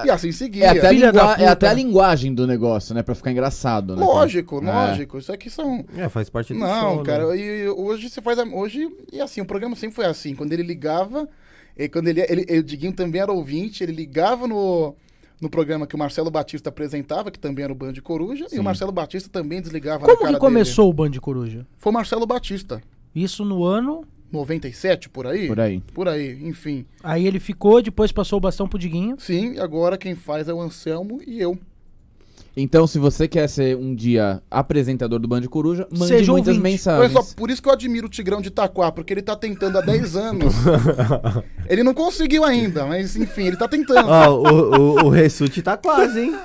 Speaker 1: e assim seguia.
Speaker 4: É até, a
Speaker 3: Filha da
Speaker 4: lingua-
Speaker 3: puta.
Speaker 4: é até a linguagem do negócio, né? Pra ficar engraçado, né? cara?
Speaker 1: Lógico,
Speaker 4: É.
Speaker 1: lógico. Isso aqui são.
Speaker 2: É, faz parte do
Speaker 1: Não,
Speaker 2: show, né?
Speaker 1: cara, e hoje você faz. a- Hoje, e assim, o programa sempre foi assim. Quando ele ligava, e quando ele, ele, ele- O Diguinho também era ouvinte, ele ligava no, no programa que o Marcelo Batista apresentava, que também era o Band Coruja, e o Marcelo Batista também desligava na
Speaker 3: Como
Speaker 1: cara
Speaker 3: que começou o Band Coruja?
Speaker 1: dele. Foi o Marcelo Batista.
Speaker 3: Isso no ano.
Speaker 1: 97, por aí?
Speaker 4: Por aí.
Speaker 1: Por aí, enfim.
Speaker 3: Aí ele ficou, depois passou o bastão pro Diguinho.
Speaker 1: Sim, e agora quem faz é o Anselmo e eu.
Speaker 4: Então, se você quer ser um dia apresentador do Band Coruja, mande
Speaker 3: Seja
Speaker 4: muitas
Speaker 3: ouvinte.
Speaker 1: Olha
Speaker 4: mensagens.
Speaker 1: só, por isso que eu admiro o Tigrão de Itaquá, porque ele tá tentando há 10 anos. ele não conseguiu ainda, mas enfim, ele tá tentando.
Speaker 2: Ó, o, o, o Ressute tá quase, hein?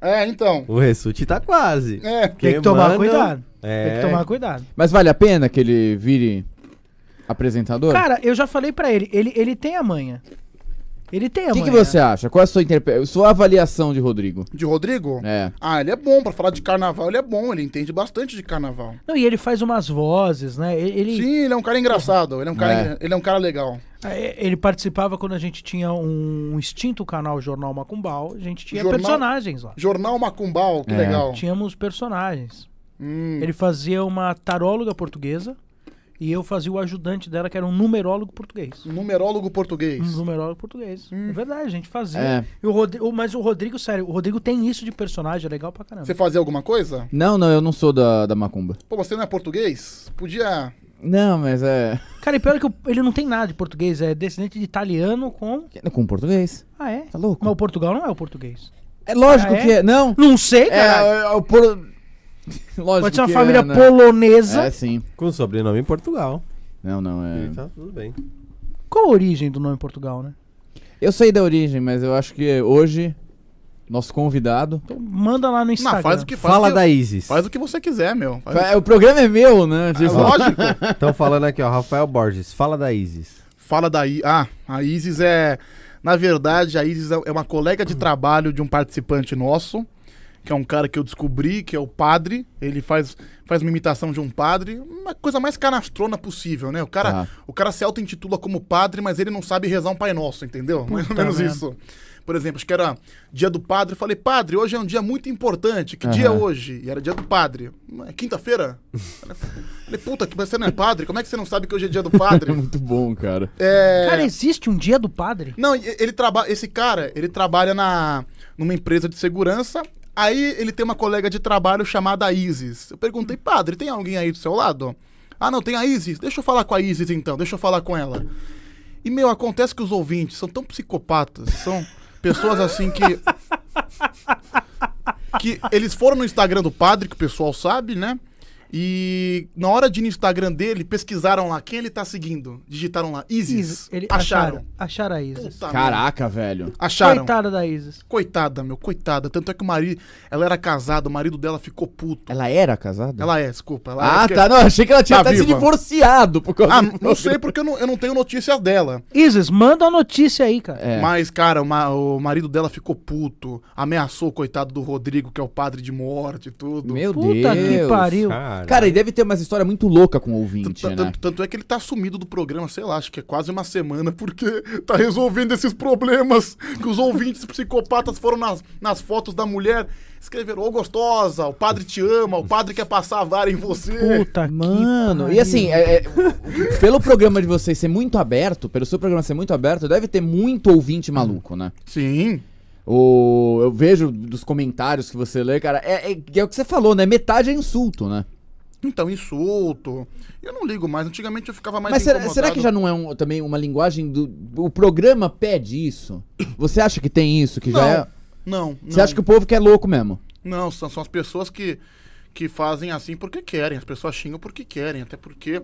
Speaker 1: É, então.
Speaker 2: O Ressute tá quase.
Speaker 1: É,
Speaker 3: Tem que tomar
Speaker 2: manda-
Speaker 3: cuidado.
Speaker 2: É.
Speaker 3: Tem que tomar cuidado.
Speaker 4: Mas vale a pena que ele vire apresentador?
Speaker 3: Cara, eu já falei pra ele, ele, ele tem a manha. Ele tem a
Speaker 4: o que,
Speaker 3: manha.
Speaker 4: que você acha? Qual é a sua, interpe- sua avaliação de Rodrigo?
Speaker 1: de Rodrigo?
Speaker 4: É.
Speaker 1: Ah, ele é bom, pra falar de carnaval, ele é bom, ele entende bastante de carnaval.
Speaker 3: Não, e ele faz umas vozes, né? E- Ele,
Speaker 1: Sim, ele é um cara engraçado, ele é um cara,
Speaker 4: É.
Speaker 1: engra- ele é um cara legal.
Speaker 3: Ah, e- ele participava quando a gente tinha um extinto canal Jornal Macumbal, a gente tinha
Speaker 1: Jornal-
Speaker 3: personagens lá.
Speaker 1: Jornal Macumbal, que
Speaker 4: É.
Speaker 1: legal.
Speaker 3: Tínhamos personagens.
Speaker 1: Hum,
Speaker 3: Ele fazia uma taróloga portuguesa e eu fazia o ajudante dela, que era um numerólogo português.
Speaker 1: numerólogo português.
Speaker 3: Um numerólogo português. É verdade, a gente fazia.
Speaker 4: É.
Speaker 3: E o Rodri- o- Mas o Rodrigo, sério, o Rodrigo tem isso de personagem, é legal pra caramba.
Speaker 1: Você fazia alguma coisa?
Speaker 4: Não, não, eu não sou da, da Macumba.
Speaker 1: Pô, você não é português? Podia.
Speaker 4: Não, mas é.
Speaker 3: Cara, e pior é que o- ele não tem nada de português, é descendente de italiano com.
Speaker 4: Com português.
Speaker 3: Ah, é?
Speaker 4: Tá louco?
Speaker 3: Mas o Portugal não é o português.
Speaker 4: É lógico
Speaker 3: Ah, é?
Speaker 4: que é. Não?
Speaker 3: Não sei,
Speaker 4: É,
Speaker 3: cara.
Speaker 4: é, o por... Lógico
Speaker 3: Pode ser uma
Speaker 4: que
Speaker 3: família
Speaker 4: é, né?
Speaker 3: polonesa.
Speaker 4: É, sim.
Speaker 2: Com sobrenome em Portugal.
Speaker 4: Não, não, é.
Speaker 2: Tá tudo bem.
Speaker 3: Qual a origem do nome Portugal, né?
Speaker 4: Eu sei da origem, mas eu acho que hoje, nosso convidado.
Speaker 3: Então manda lá no Instagram.
Speaker 1: Não, faz o que faz.
Speaker 2: Fala
Speaker 1: o que,
Speaker 2: da Isis.
Speaker 1: Faz o que você quiser, meu. Faz o que-
Speaker 4: É, O programa é meu,
Speaker 3: Ah,
Speaker 4: né?
Speaker 1: É
Speaker 4: Tipo,
Speaker 1: lógico.
Speaker 2: Estão falando aqui, ó, Rafael Borges. Fala da Isis.
Speaker 1: Fala da I... Ah, a Isis é. Na verdade, a Isis é uma colega de trabalho de um participante nosso, que é um cara que eu descobri, que é o padre. Ele faz, faz uma imitação de um padre. Uma coisa mais canastrona possível, né? O cara,
Speaker 3: Tá.
Speaker 4: Ah.
Speaker 1: o cara se auto-intitula como padre, mas ele não sabe rezar um Pai Nosso, entendeu? Mais ou menos
Speaker 3: merda.
Speaker 1: isso. Por exemplo, acho que era dia do padre. Eu falei, padre, hoje é um dia muito importante. Que dia é
Speaker 4: Aham.
Speaker 1: hoje? E era dia do padre. "Mas Quinta-feira? falei, puta, que você não é padre? Como é que você não sabe que hoje é dia do
Speaker 4: é
Speaker 1: padre? É,
Speaker 4: muito bom, cara.
Speaker 1: Tá
Speaker 3: Cara, existe um dia do padre?
Speaker 1: Não, e- ele trabalha. Esse cara, ele trabalha na numa empresa de segurança. Aí ele tem uma colega de trabalho chamada Isis. Eu perguntei, padre, tem alguém aí do seu lado? Ah, não, tem a Isis. Deixa eu falar com a Isis então, deixa eu falar com ela. E, meu, acontece que os ouvintes são tão psicopatas, são pessoas assim que. que eles foram no Instagram do padre, que o pessoal sabe, né? E na hora de ir no Instagram dele, pesquisaram lá quem ele tá seguindo. Digitaram lá, Isis.
Speaker 3: Ele-
Speaker 1: acharam.
Speaker 3: Acharam a Isis.
Speaker 1: Puta merda.
Speaker 4: Caraca, velho.
Speaker 1: Acharam. Coitada.
Speaker 3: Coitada da Isis.
Speaker 1: meu, coitada. Tanto é que o marido. Ela era casada, o marido dela ficou puto.
Speaker 4: Ela era casada?
Speaker 1: Ela é, desculpa. Ela
Speaker 4: Ah,
Speaker 1: é, porque-
Speaker 4: tá. Não, achei que ela tinha
Speaker 1: Tá
Speaker 4: até se
Speaker 1: viva.
Speaker 4: divorciado por causa
Speaker 1: Ah,
Speaker 4: do
Speaker 1: não
Speaker 4: programa.
Speaker 1: sei porque eu não, eu não tenho notícias dela.
Speaker 3: Isis, manda a notícia aí, cara.
Speaker 4: É.
Speaker 1: Mas, cara, o ma- o marido dela ficou puto. Ameaçou o coitado do Rodrigo, que é o padre de morte e tudo.
Speaker 4: Meu
Speaker 3: Puta
Speaker 4: Deus.
Speaker 3: que pariu.
Speaker 2: Cara,
Speaker 4: Cara, e deve ter umas histórias muito louca com o
Speaker 1: Tan-
Speaker 4: ouvinte,
Speaker 1: tan-
Speaker 4: né?
Speaker 1: Tanto, tanto é que ele tá sumido do programa, sei lá, acho que é quase uma semana, porque tá resolvendo esses problemas que os ouvintes psicopatas foram nas, nas fotos da mulher, escreveram, ô gostosa, o padre te ama, o padre quer passar a vara em você.
Speaker 3: Puta
Speaker 4: Mano,
Speaker 3: que
Speaker 4: e assim, é- é- pelo programa de vocês ser muito aberto, pelo seu programa ser muito aberto, deve ter muito ouvinte maluco, né?
Speaker 1: Sim.
Speaker 4: O, eu vejo dos comentários que você lê, cara, é, é- é o que você falou, né? Metade é insulto, né?
Speaker 1: Então, insulto. Eu não ligo mais. Antigamente eu ficava mais
Speaker 4: Mas será, será
Speaker 1: incomodado.
Speaker 4: que já não é um- também uma linguagem do. O programa pede isso? Você acha que tem isso? Que já é.
Speaker 1: Não,
Speaker 4: Você acha que o povo que é louco mesmo?
Speaker 1: Não, são, são as pessoas que, que fazem assim porque querem. As pessoas xingam porque querem. Até porque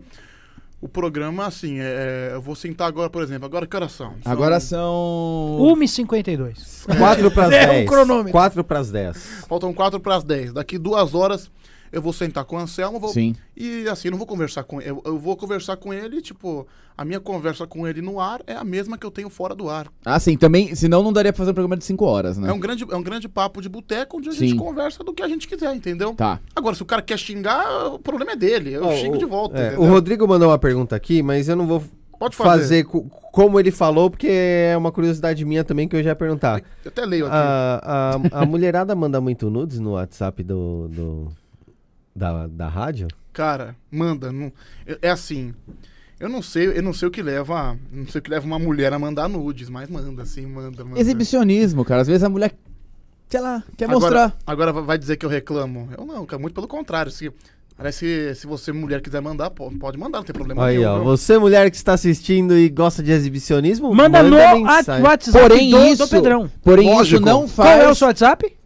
Speaker 1: o programa, assim, é, é, eu vou sentar agora, por exemplo. Agora que horas são? São-
Speaker 4: Agora são.
Speaker 3: 1h52.
Speaker 2: 4 pras
Speaker 3: É um
Speaker 2: 10.
Speaker 3: cronômetro.
Speaker 2: 4 pras 10.
Speaker 1: Faltam 4 para as 10. Daqui duas horas eu vou sentar com o Anselmo, vou,
Speaker 4: Sim.
Speaker 1: e assim, eu não vou conversar com eu, eu vou conversar com ele, tipo, a minha conversa com ele no ar é a mesma que eu tenho fora do ar.
Speaker 4: Ah, sim, também, senão não daria pra fazer um programa de 5 horas, né?
Speaker 1: É um grande é um grande papo de boteco onde a
Speaker 4: Sim.
Speaker 1: gente conversa do que a gente quiser, entendeu?
Speaker 4: Tá.
Speaker 1: Agora se o cara quer xingar, o problema é dele, eu
Speaker 2: Ó,
Speaker 1: xingo
Speaker 2: o-
Speaker 1: de volta,
Speaker 2: é,
Speaker 1: entendeu?
Speaker 2: o Rodrigo mandou uma pergunta aqui, mas eu não vou
Speaker 1: Pode fazer.
Speaker 2: fazer co- como ele falou, porque é uma curiosidade minha também que eu já ia perguntar.
Speaker 1: Eu até leio aqui.
Speaker 2: A, a, a mulherada manda muito nudes no WhatsApp do, do- da, da rádio?
Speaker 1: Cara, manda. Não, é- é assim. Eu não sei, eu não sei o que leva. Não sei o que leva uma mulher a mandar nudes, mas manda, sim, manda, manda.
Speaker 4: Exibicionismo, cara. Às vezes a mulher, sei lá, quer
Speaker 1: Uhum. Agora,
Speaker 4: mostrar.
Speaker 1: agora vai dizer que eu reclamo. Eu não, cara, muito pelo contrário. Se, aliás, se, se você, mulher, quiser mandar, po- pode mandar, não tem problema
Speaker 2: Aí,
Speaker 1: nenhum.
Speaker 2: ó.
Speaker 1: viu?
Speaker 2: Você, mulher que está assistindo e gosta de exibicionismo,
Speaker 3: Manda, no
Speaker 2: mensagem.
Speaker 3: a- WhatsApp
Speaker 4: Porém
Speaker 3: do,
Speaker 4: isso-
Speaker 3: do Pedrão.
Speaker 4: Porém, isso
Speaker 1: Lógico.
Speaker 4: não
Speaker 3: Qual é o
Speaker 4: faz.
Speaker 3: seu WhatsApp?
Speaker 1: Tá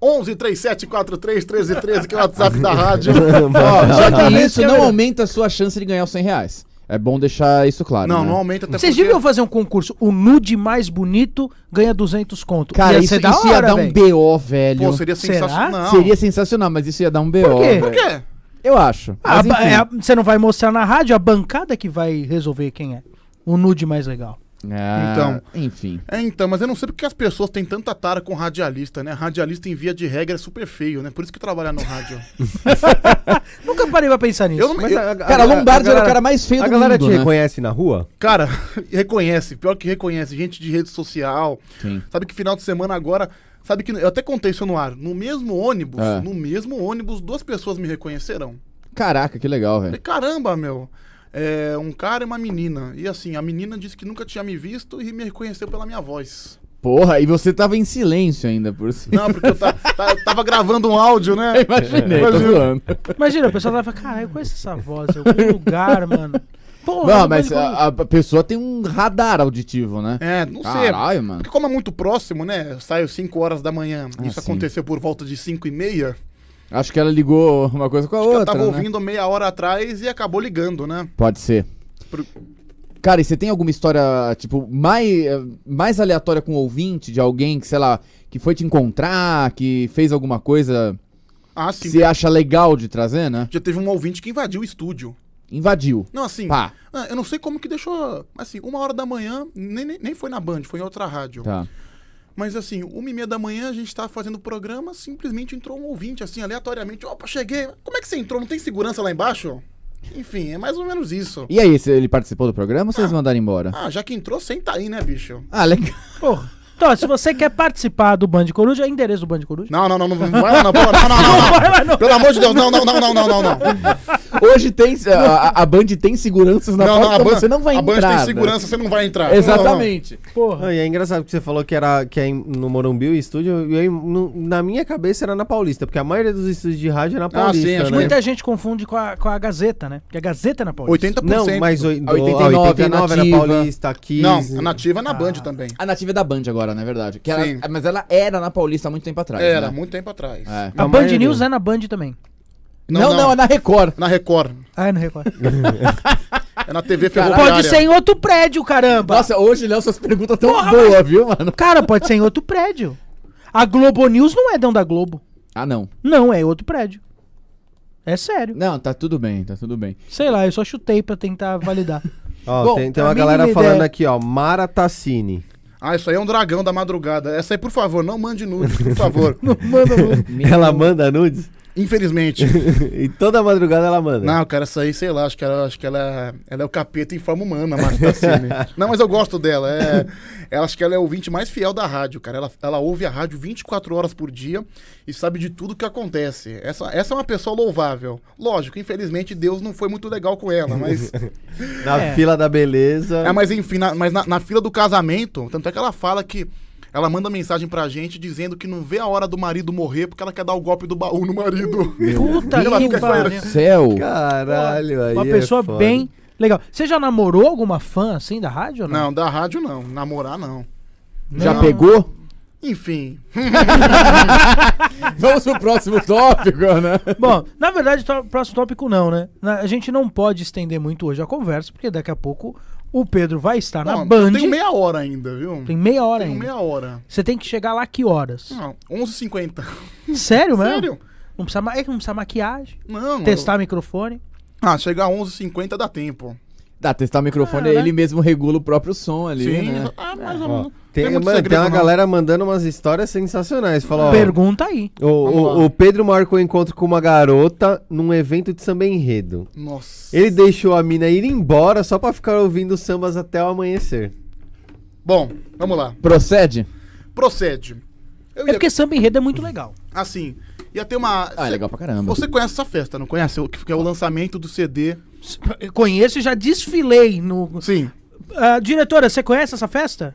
Speaker 1: 11 37 43 13 13, que é o WhatsApp da rádio.
Speaker 4: Ó, só que
Speaker 3: Exatamente,
Speaker 4: isso não
Speaker 3: câmera.
Speaker 4: aumenta a sua chance de ganhar os 100 reais. É bom deixar isso claro.
Speaker 1: não,
Speaker 4: né?
Speaker 1: não aumenta até
Speaker 3: Vocês
Speaker 1: porque-
Speaker 3: deviam fazer um concurso. O nude mais bonito ganha 200 conto.
Speaker 4: Cara,
Speaker 3: Ia
Speaker 4: isso,
Speaker 3: ser da
Speaker 4: isso ia
Speaker 3: hora,
Speaker 4: dar um
Speaker 3: velho.
Speaker 4: BO, velho.
Speaker 1: Pô, seria
Speaker 3: Será?
Speaker 1: sensacional.
Speaker 4: Seria sensacional, mas isso ia dar um BO.
Speaker 3: Por quê?
Speaker 1: Por
Speaker 4: velho.
Speaker 1: quê?
Speaker 4: Eu acho.
Speaker 1: Ah,
Speaker 3: A
Speaker 4: Mas,
Speaker 3: ba-
Speaker 4: enfim.
Speaker 3: é a- Você não vai mostrar na rádio a bancada que vai resolver quem é. O nude mais legal.
Speaker 4: Ah,
Speaker 1: Então.
Speaker 4: Enfim.
Speaker 1: É, então, mas eu não sei porque as pessoas têm tanta tara com radialista, né? Radialista em via de regra é super feio, né? Por isso que trabalhar no rádio.
Speaker 3: Nunca parei pra pensar nisso.
Speaker 1: Eu não, eu-
Speaker 4: Cara,
Speaker 2: é
Speaker 4: Lombardi era o cara mais feio
Speaker 2: A
Speaker 4: do
Speaker 2: galera
Speaker 4: mundo,
Speaker 2: te
Speaker 4: né?
Speaker 2: reconhece na rua?
Speaker 1: Cara, reconhece, pior que reconhece, gente de rede social.
Speaker 4: Sim.
Speaker 1: Sabe que final de semana agora. Sabe que. Eu até contei isso no ar. No mesmo ônibus,
Speaker 4: É.
Speaker 1: no mesmo ônibus, duas pessoas me reconheceram.
Speaker 4: Caraca, que legal, velho.
Speaker 1: Falei, caramba, meu. É, um cara e uma menina. E assim, a menina disse que nunca tinha me visto e me reconheceu pela minha voz.
Speaker 4: Porra, e você tava em silêncio ainda, por si.
Speaker 1: Não, porque eu, ta- ta- eu tava gravando um áudio, né?
Speaker 4: Imaginei, tô zoando.
Speaker 3: Imagina, o pessoal vai falar, cara, eu conheço essa voz, em algum lugar, mano. Porra,
Speaker 4: Não,
Speaker 3: eu
Speaker 4: mas ah,
Speaker 3: conheço-
Speaker 4: a, a pessoa tem um radar auditivo, né?
Speaker 1: É, não sei.
Speaker 4: Caralho, mano.
Speaker 1: Porque como é muito próximo, né? Eu saio 5 horas da manhã.
Speaker 4: Ah,
Speaker 1: Isso
Speaker 4: sim.
Speaker 1: aconteceu por volta de 5 e meia.
Speaker 4: Acho que ela ligou uma coisa com a
Speaker 1: Acho que eu
Speaker 4: outra.
Speaker 1: tava
Speaker 4: né?
Speaker 1: ouvindo meia hora atrás e acabou ligando, né?
Speaker 4: Pode ser.
Speaker 1: Pro-
Speaker 4: Cara, e você tem alguma história, tipo, mais, mais aleatória com o ouvinte, de alguém que, sei lá, que foi te encontrar, que fez alguma coisa
Speaker 1: Ah,
Speaker 4: que
Speaker 1: sim.
Speaker 4: você acha legal de trazer, né?
Speaker 1: Já teve um ouvinte que invadiu o estúdio.
Speaker 4: Invadiu.
Speaker 1: Não, assim,
Speaker 4: Pá.
Speaker 1: ah, eu não sei como que deixou. Assim, uma hora da manhã, nem, nem, nem foi na Band, foi em outra rádio.
Speaker 4: Tá.
Speaker 1: Mas assim, uma e meia da manhã a gente tava fazendo o programa, simplesmente entrou um ouvinte, assim, aleatoriamente. Opa, cheguei. Como é que você entrou? Não tem segurança lá embaixo? Enfim, é mais ou menos isso.
Speaker 4: E aí, cê- ele participou do programa ou vocês mandaram embora?
Speaker 1: Ah, já que entrou, senta aí, né, bicho?
Speaker 4: Ah, legal.
Speaker 3: Porra. Então, se você quer participar do Band Coruja, é endereço do Band Coruja.
Speaker 1: Não, não, não, não, não vai lá, não, pô, não, não, não, não, Pelo amor de Deus, não, não, não, não, não, não, não.
Speaker 4: Hoje tem. A, a- a Band tem seguranças na
Speaker 1: Não, não, a
Speaker 4: porta, então
Speaker 1: Band,
Speaker 4: você não vai
Speaker 1: a Band
Speaker 4: entrar.
Speaker 1: tem
Speaker 4: né?
Speaker 1: segurança, você não vai entrar.
Speaker 4: Exatamente.
Speaker 3: Porra.
Speaker 2: Ah, e é engraçado que você falou que era que é em- no Morumbi o estúdio, e aí no- na minha cabeça era na Paulista, porque a maioria dos estúdios de rádio é na Paulista,
Speaker 1: sim, acho
Speaker 2: né?
Speaker 3: Muita gente confunde com a, com a Gazeta, né? Porque a Gazeta é na
Speaker 1: Não, não.
Speaker 3: Paulista.
Speaker 1: 80%.
Speaker 2: Não, mas oi- do-
Speaker 4: A
Speaker 2: a
Speaker 4: 89
Speaker 2: 89, era
Speaker 4: nativa.
Speaker 2: Paulista, aqui.
Speaker 1: Não, a nativa é
Speaker 2: Ah.
Speaker 1: na Band também.
Speaker 4: A nativa é da Band agora, na verdade. Que ela-
Speaker 1: Sim.
Speaker 4: mas ela era na Paulista há muito tempo atrás.
Speaker 1: Era,
Speaker 4: né?
Speaker 1: muito tempo atrás.
Speaker 4: É.
Speaker 3: A
Speaker 2: A
Speaker 3: Band
Speaker 2: maioria.
Speaker 3: News é na Band também.
Speaker 4: Não, não, é na Record.
Speaker 1: Na Record.
Speaker 3: Ah, não recordo.
Speaker 1: É na TV Ferroviária.
Speaker 3: Pode ser em outro prédio, caramba.
Speaker 4: Nossa, hoje, Léo, suas perguntas tão
Speaker 3: Porra,
Speaker 4: boas, viu, mano?
Speaker 3: Cara, pode ser em outro prédio. A Globo News não é dentro da Globo.
Speaker 4: Ah, não.
Speaker 3: Não, é outro prédio. É sério.
Speaker 4: Não, tá tudo bem, tá tudo bem.
Speaker 3: Sei lá, eu só chutei pra tentar validar.
Speaker 2: Ó,
Speaker 4: Bom,
Speaker 2: tem, tem
Speaker 3: a
Speaker 2: uma
Speaker 3: mínima
Speaker 2: galera
Speaker 3: ideia.
Speaker 2: falando aqui, ó, Mara Tassini.
Speaker 1: Ah, isso aí é um dragão da madrugada. Essa aí, por favor, não mande nudes, por favor.
Speaker 3: Manda nude.
Speaker 2: Ela manda nudes
Speaker 1: Infelizmente.
Speaker 2: e toda madrugada ela manda.
Speaker 1: Não, cara, essa aí, sei lá, acho que ela, acho que ela, ela é o capeta em forma humana, Mara Tassini. Não, mas eu gosto dela. É, ela, acho que ela é o ouvinte mais fiel da rádio, cara. Ela, ela ouve a rádio 24 horas por dia e sabe de tudo que acontece. Essa, essa é uma pessoa louvável. Lógico, infelizmente Deus não foi muito legal com ela, mas.
Speaker 2: Na
Speaker 3: É.
Speaker 2: fila da beleza.
Speaker 1: É, mas enfim, na, mas na, na fila do casamento, tanto é que ela fala que. Ela manda mensagem pra gente dizendo que não vê a hora do marido morrer porque ela quer dar o golpe do baú no marido.
Speaker 3: Puta
Speaker 1: Ela
Speaker 3: que
Speaker 1: fica
Speaker 3: pariu.
Speaker 4: Céu.
Speaker 2: Caralho, aí
Speaker 3: Uma
Speaker 2: é
Speaker 3: pessoa
Speaker 2: foda.
Speaker 3: bem legal. Você já namorou alguma fã assim da rádio? ou
Speaker 1: Não, da rádio não. Namorar não.
Speaker 4: Já
Speaker 3: Não.
Speaker 4: pegou?
Speaker 1: Enfim.
Speaker 4: Vamos pro próximo tópico, né?
Speaker 3: Bom, na verdade, tó- próximo tópico não, né? Na- a gente não pode estender muito hoje a conversa, porque daqui a pouco o Pedro vai estar na
Speaker 1: Bom,
Speaker 3: Band.
Speaker 1: eu tenho meia hora ainda, viu?
Speaker 3: Tem meia hora
Speaker 1: Tenho
Speaker 3: ainda.
Speaker 1: meia hora.
Speaker 3: Você tem que chegar lá que horas?
Speaker 1: Não, 11h50.
Speaker 3: Sério, mesmo?
Speaker 1: Sério?
Speaker 3: Não precisa, ma- é que não precisa maquiagem.
Speaker 1: Não,
Speaker 3: Testar microfone.
Speaker 1: Ah, chegar a 11h50 dá tempo.
Speaker 4: Dá, testar o microfone,
Speaker 3: Ah, né?
Speaker 4: ele mesmo regula o próprio som ali,
Speaker 1: Sim,
Speaker 4: né?
Speaker 1: ah, mais ou
Speaker 2: Ó,
Speaker 1: menos.
Speaker 2: tem,
Speaker 1: muito
Speaker 2: mano,
Speaker 1: segredo,
Speaker 2: tem uma
Speaker 1: não.
Speaker 2: galera mandando umas histórias sensacionais. Fala, ó,
Speaker 3: Pergunta aí.
Speaker 2: o, o-
Speaker 1: lá.
Speaker 2: o Pedro marcou um encontro com uma garota num evento de samba enredo.
Speaker 1: Nossa.
Speaker 2: Ele deixou a mina ir embora só pra ficar ouvindo sambas até o amanhecer.
Speaker 1: Bom, vamos lá.
Speaker 4: Procede?
Speaker 1: Procede. Eu
Speaker 3: É
Speaker 1: ia-
Speaker 3: porque samba enredo é muito legal.
Speaker 1: Assim, ia ter uma.
Speaker 4: Ah, é
Speaker 1: cê-
Speaker 4: legal pra caramba.
Speaker 1: Você conhece essa festa, não conhece? O que que é o lançamento do CD.
Speaker 3: Eu conheço e já desfilei no.
Speaker 1: Sim.
Speaker 3: Ah, diretora, você conhece essa festa?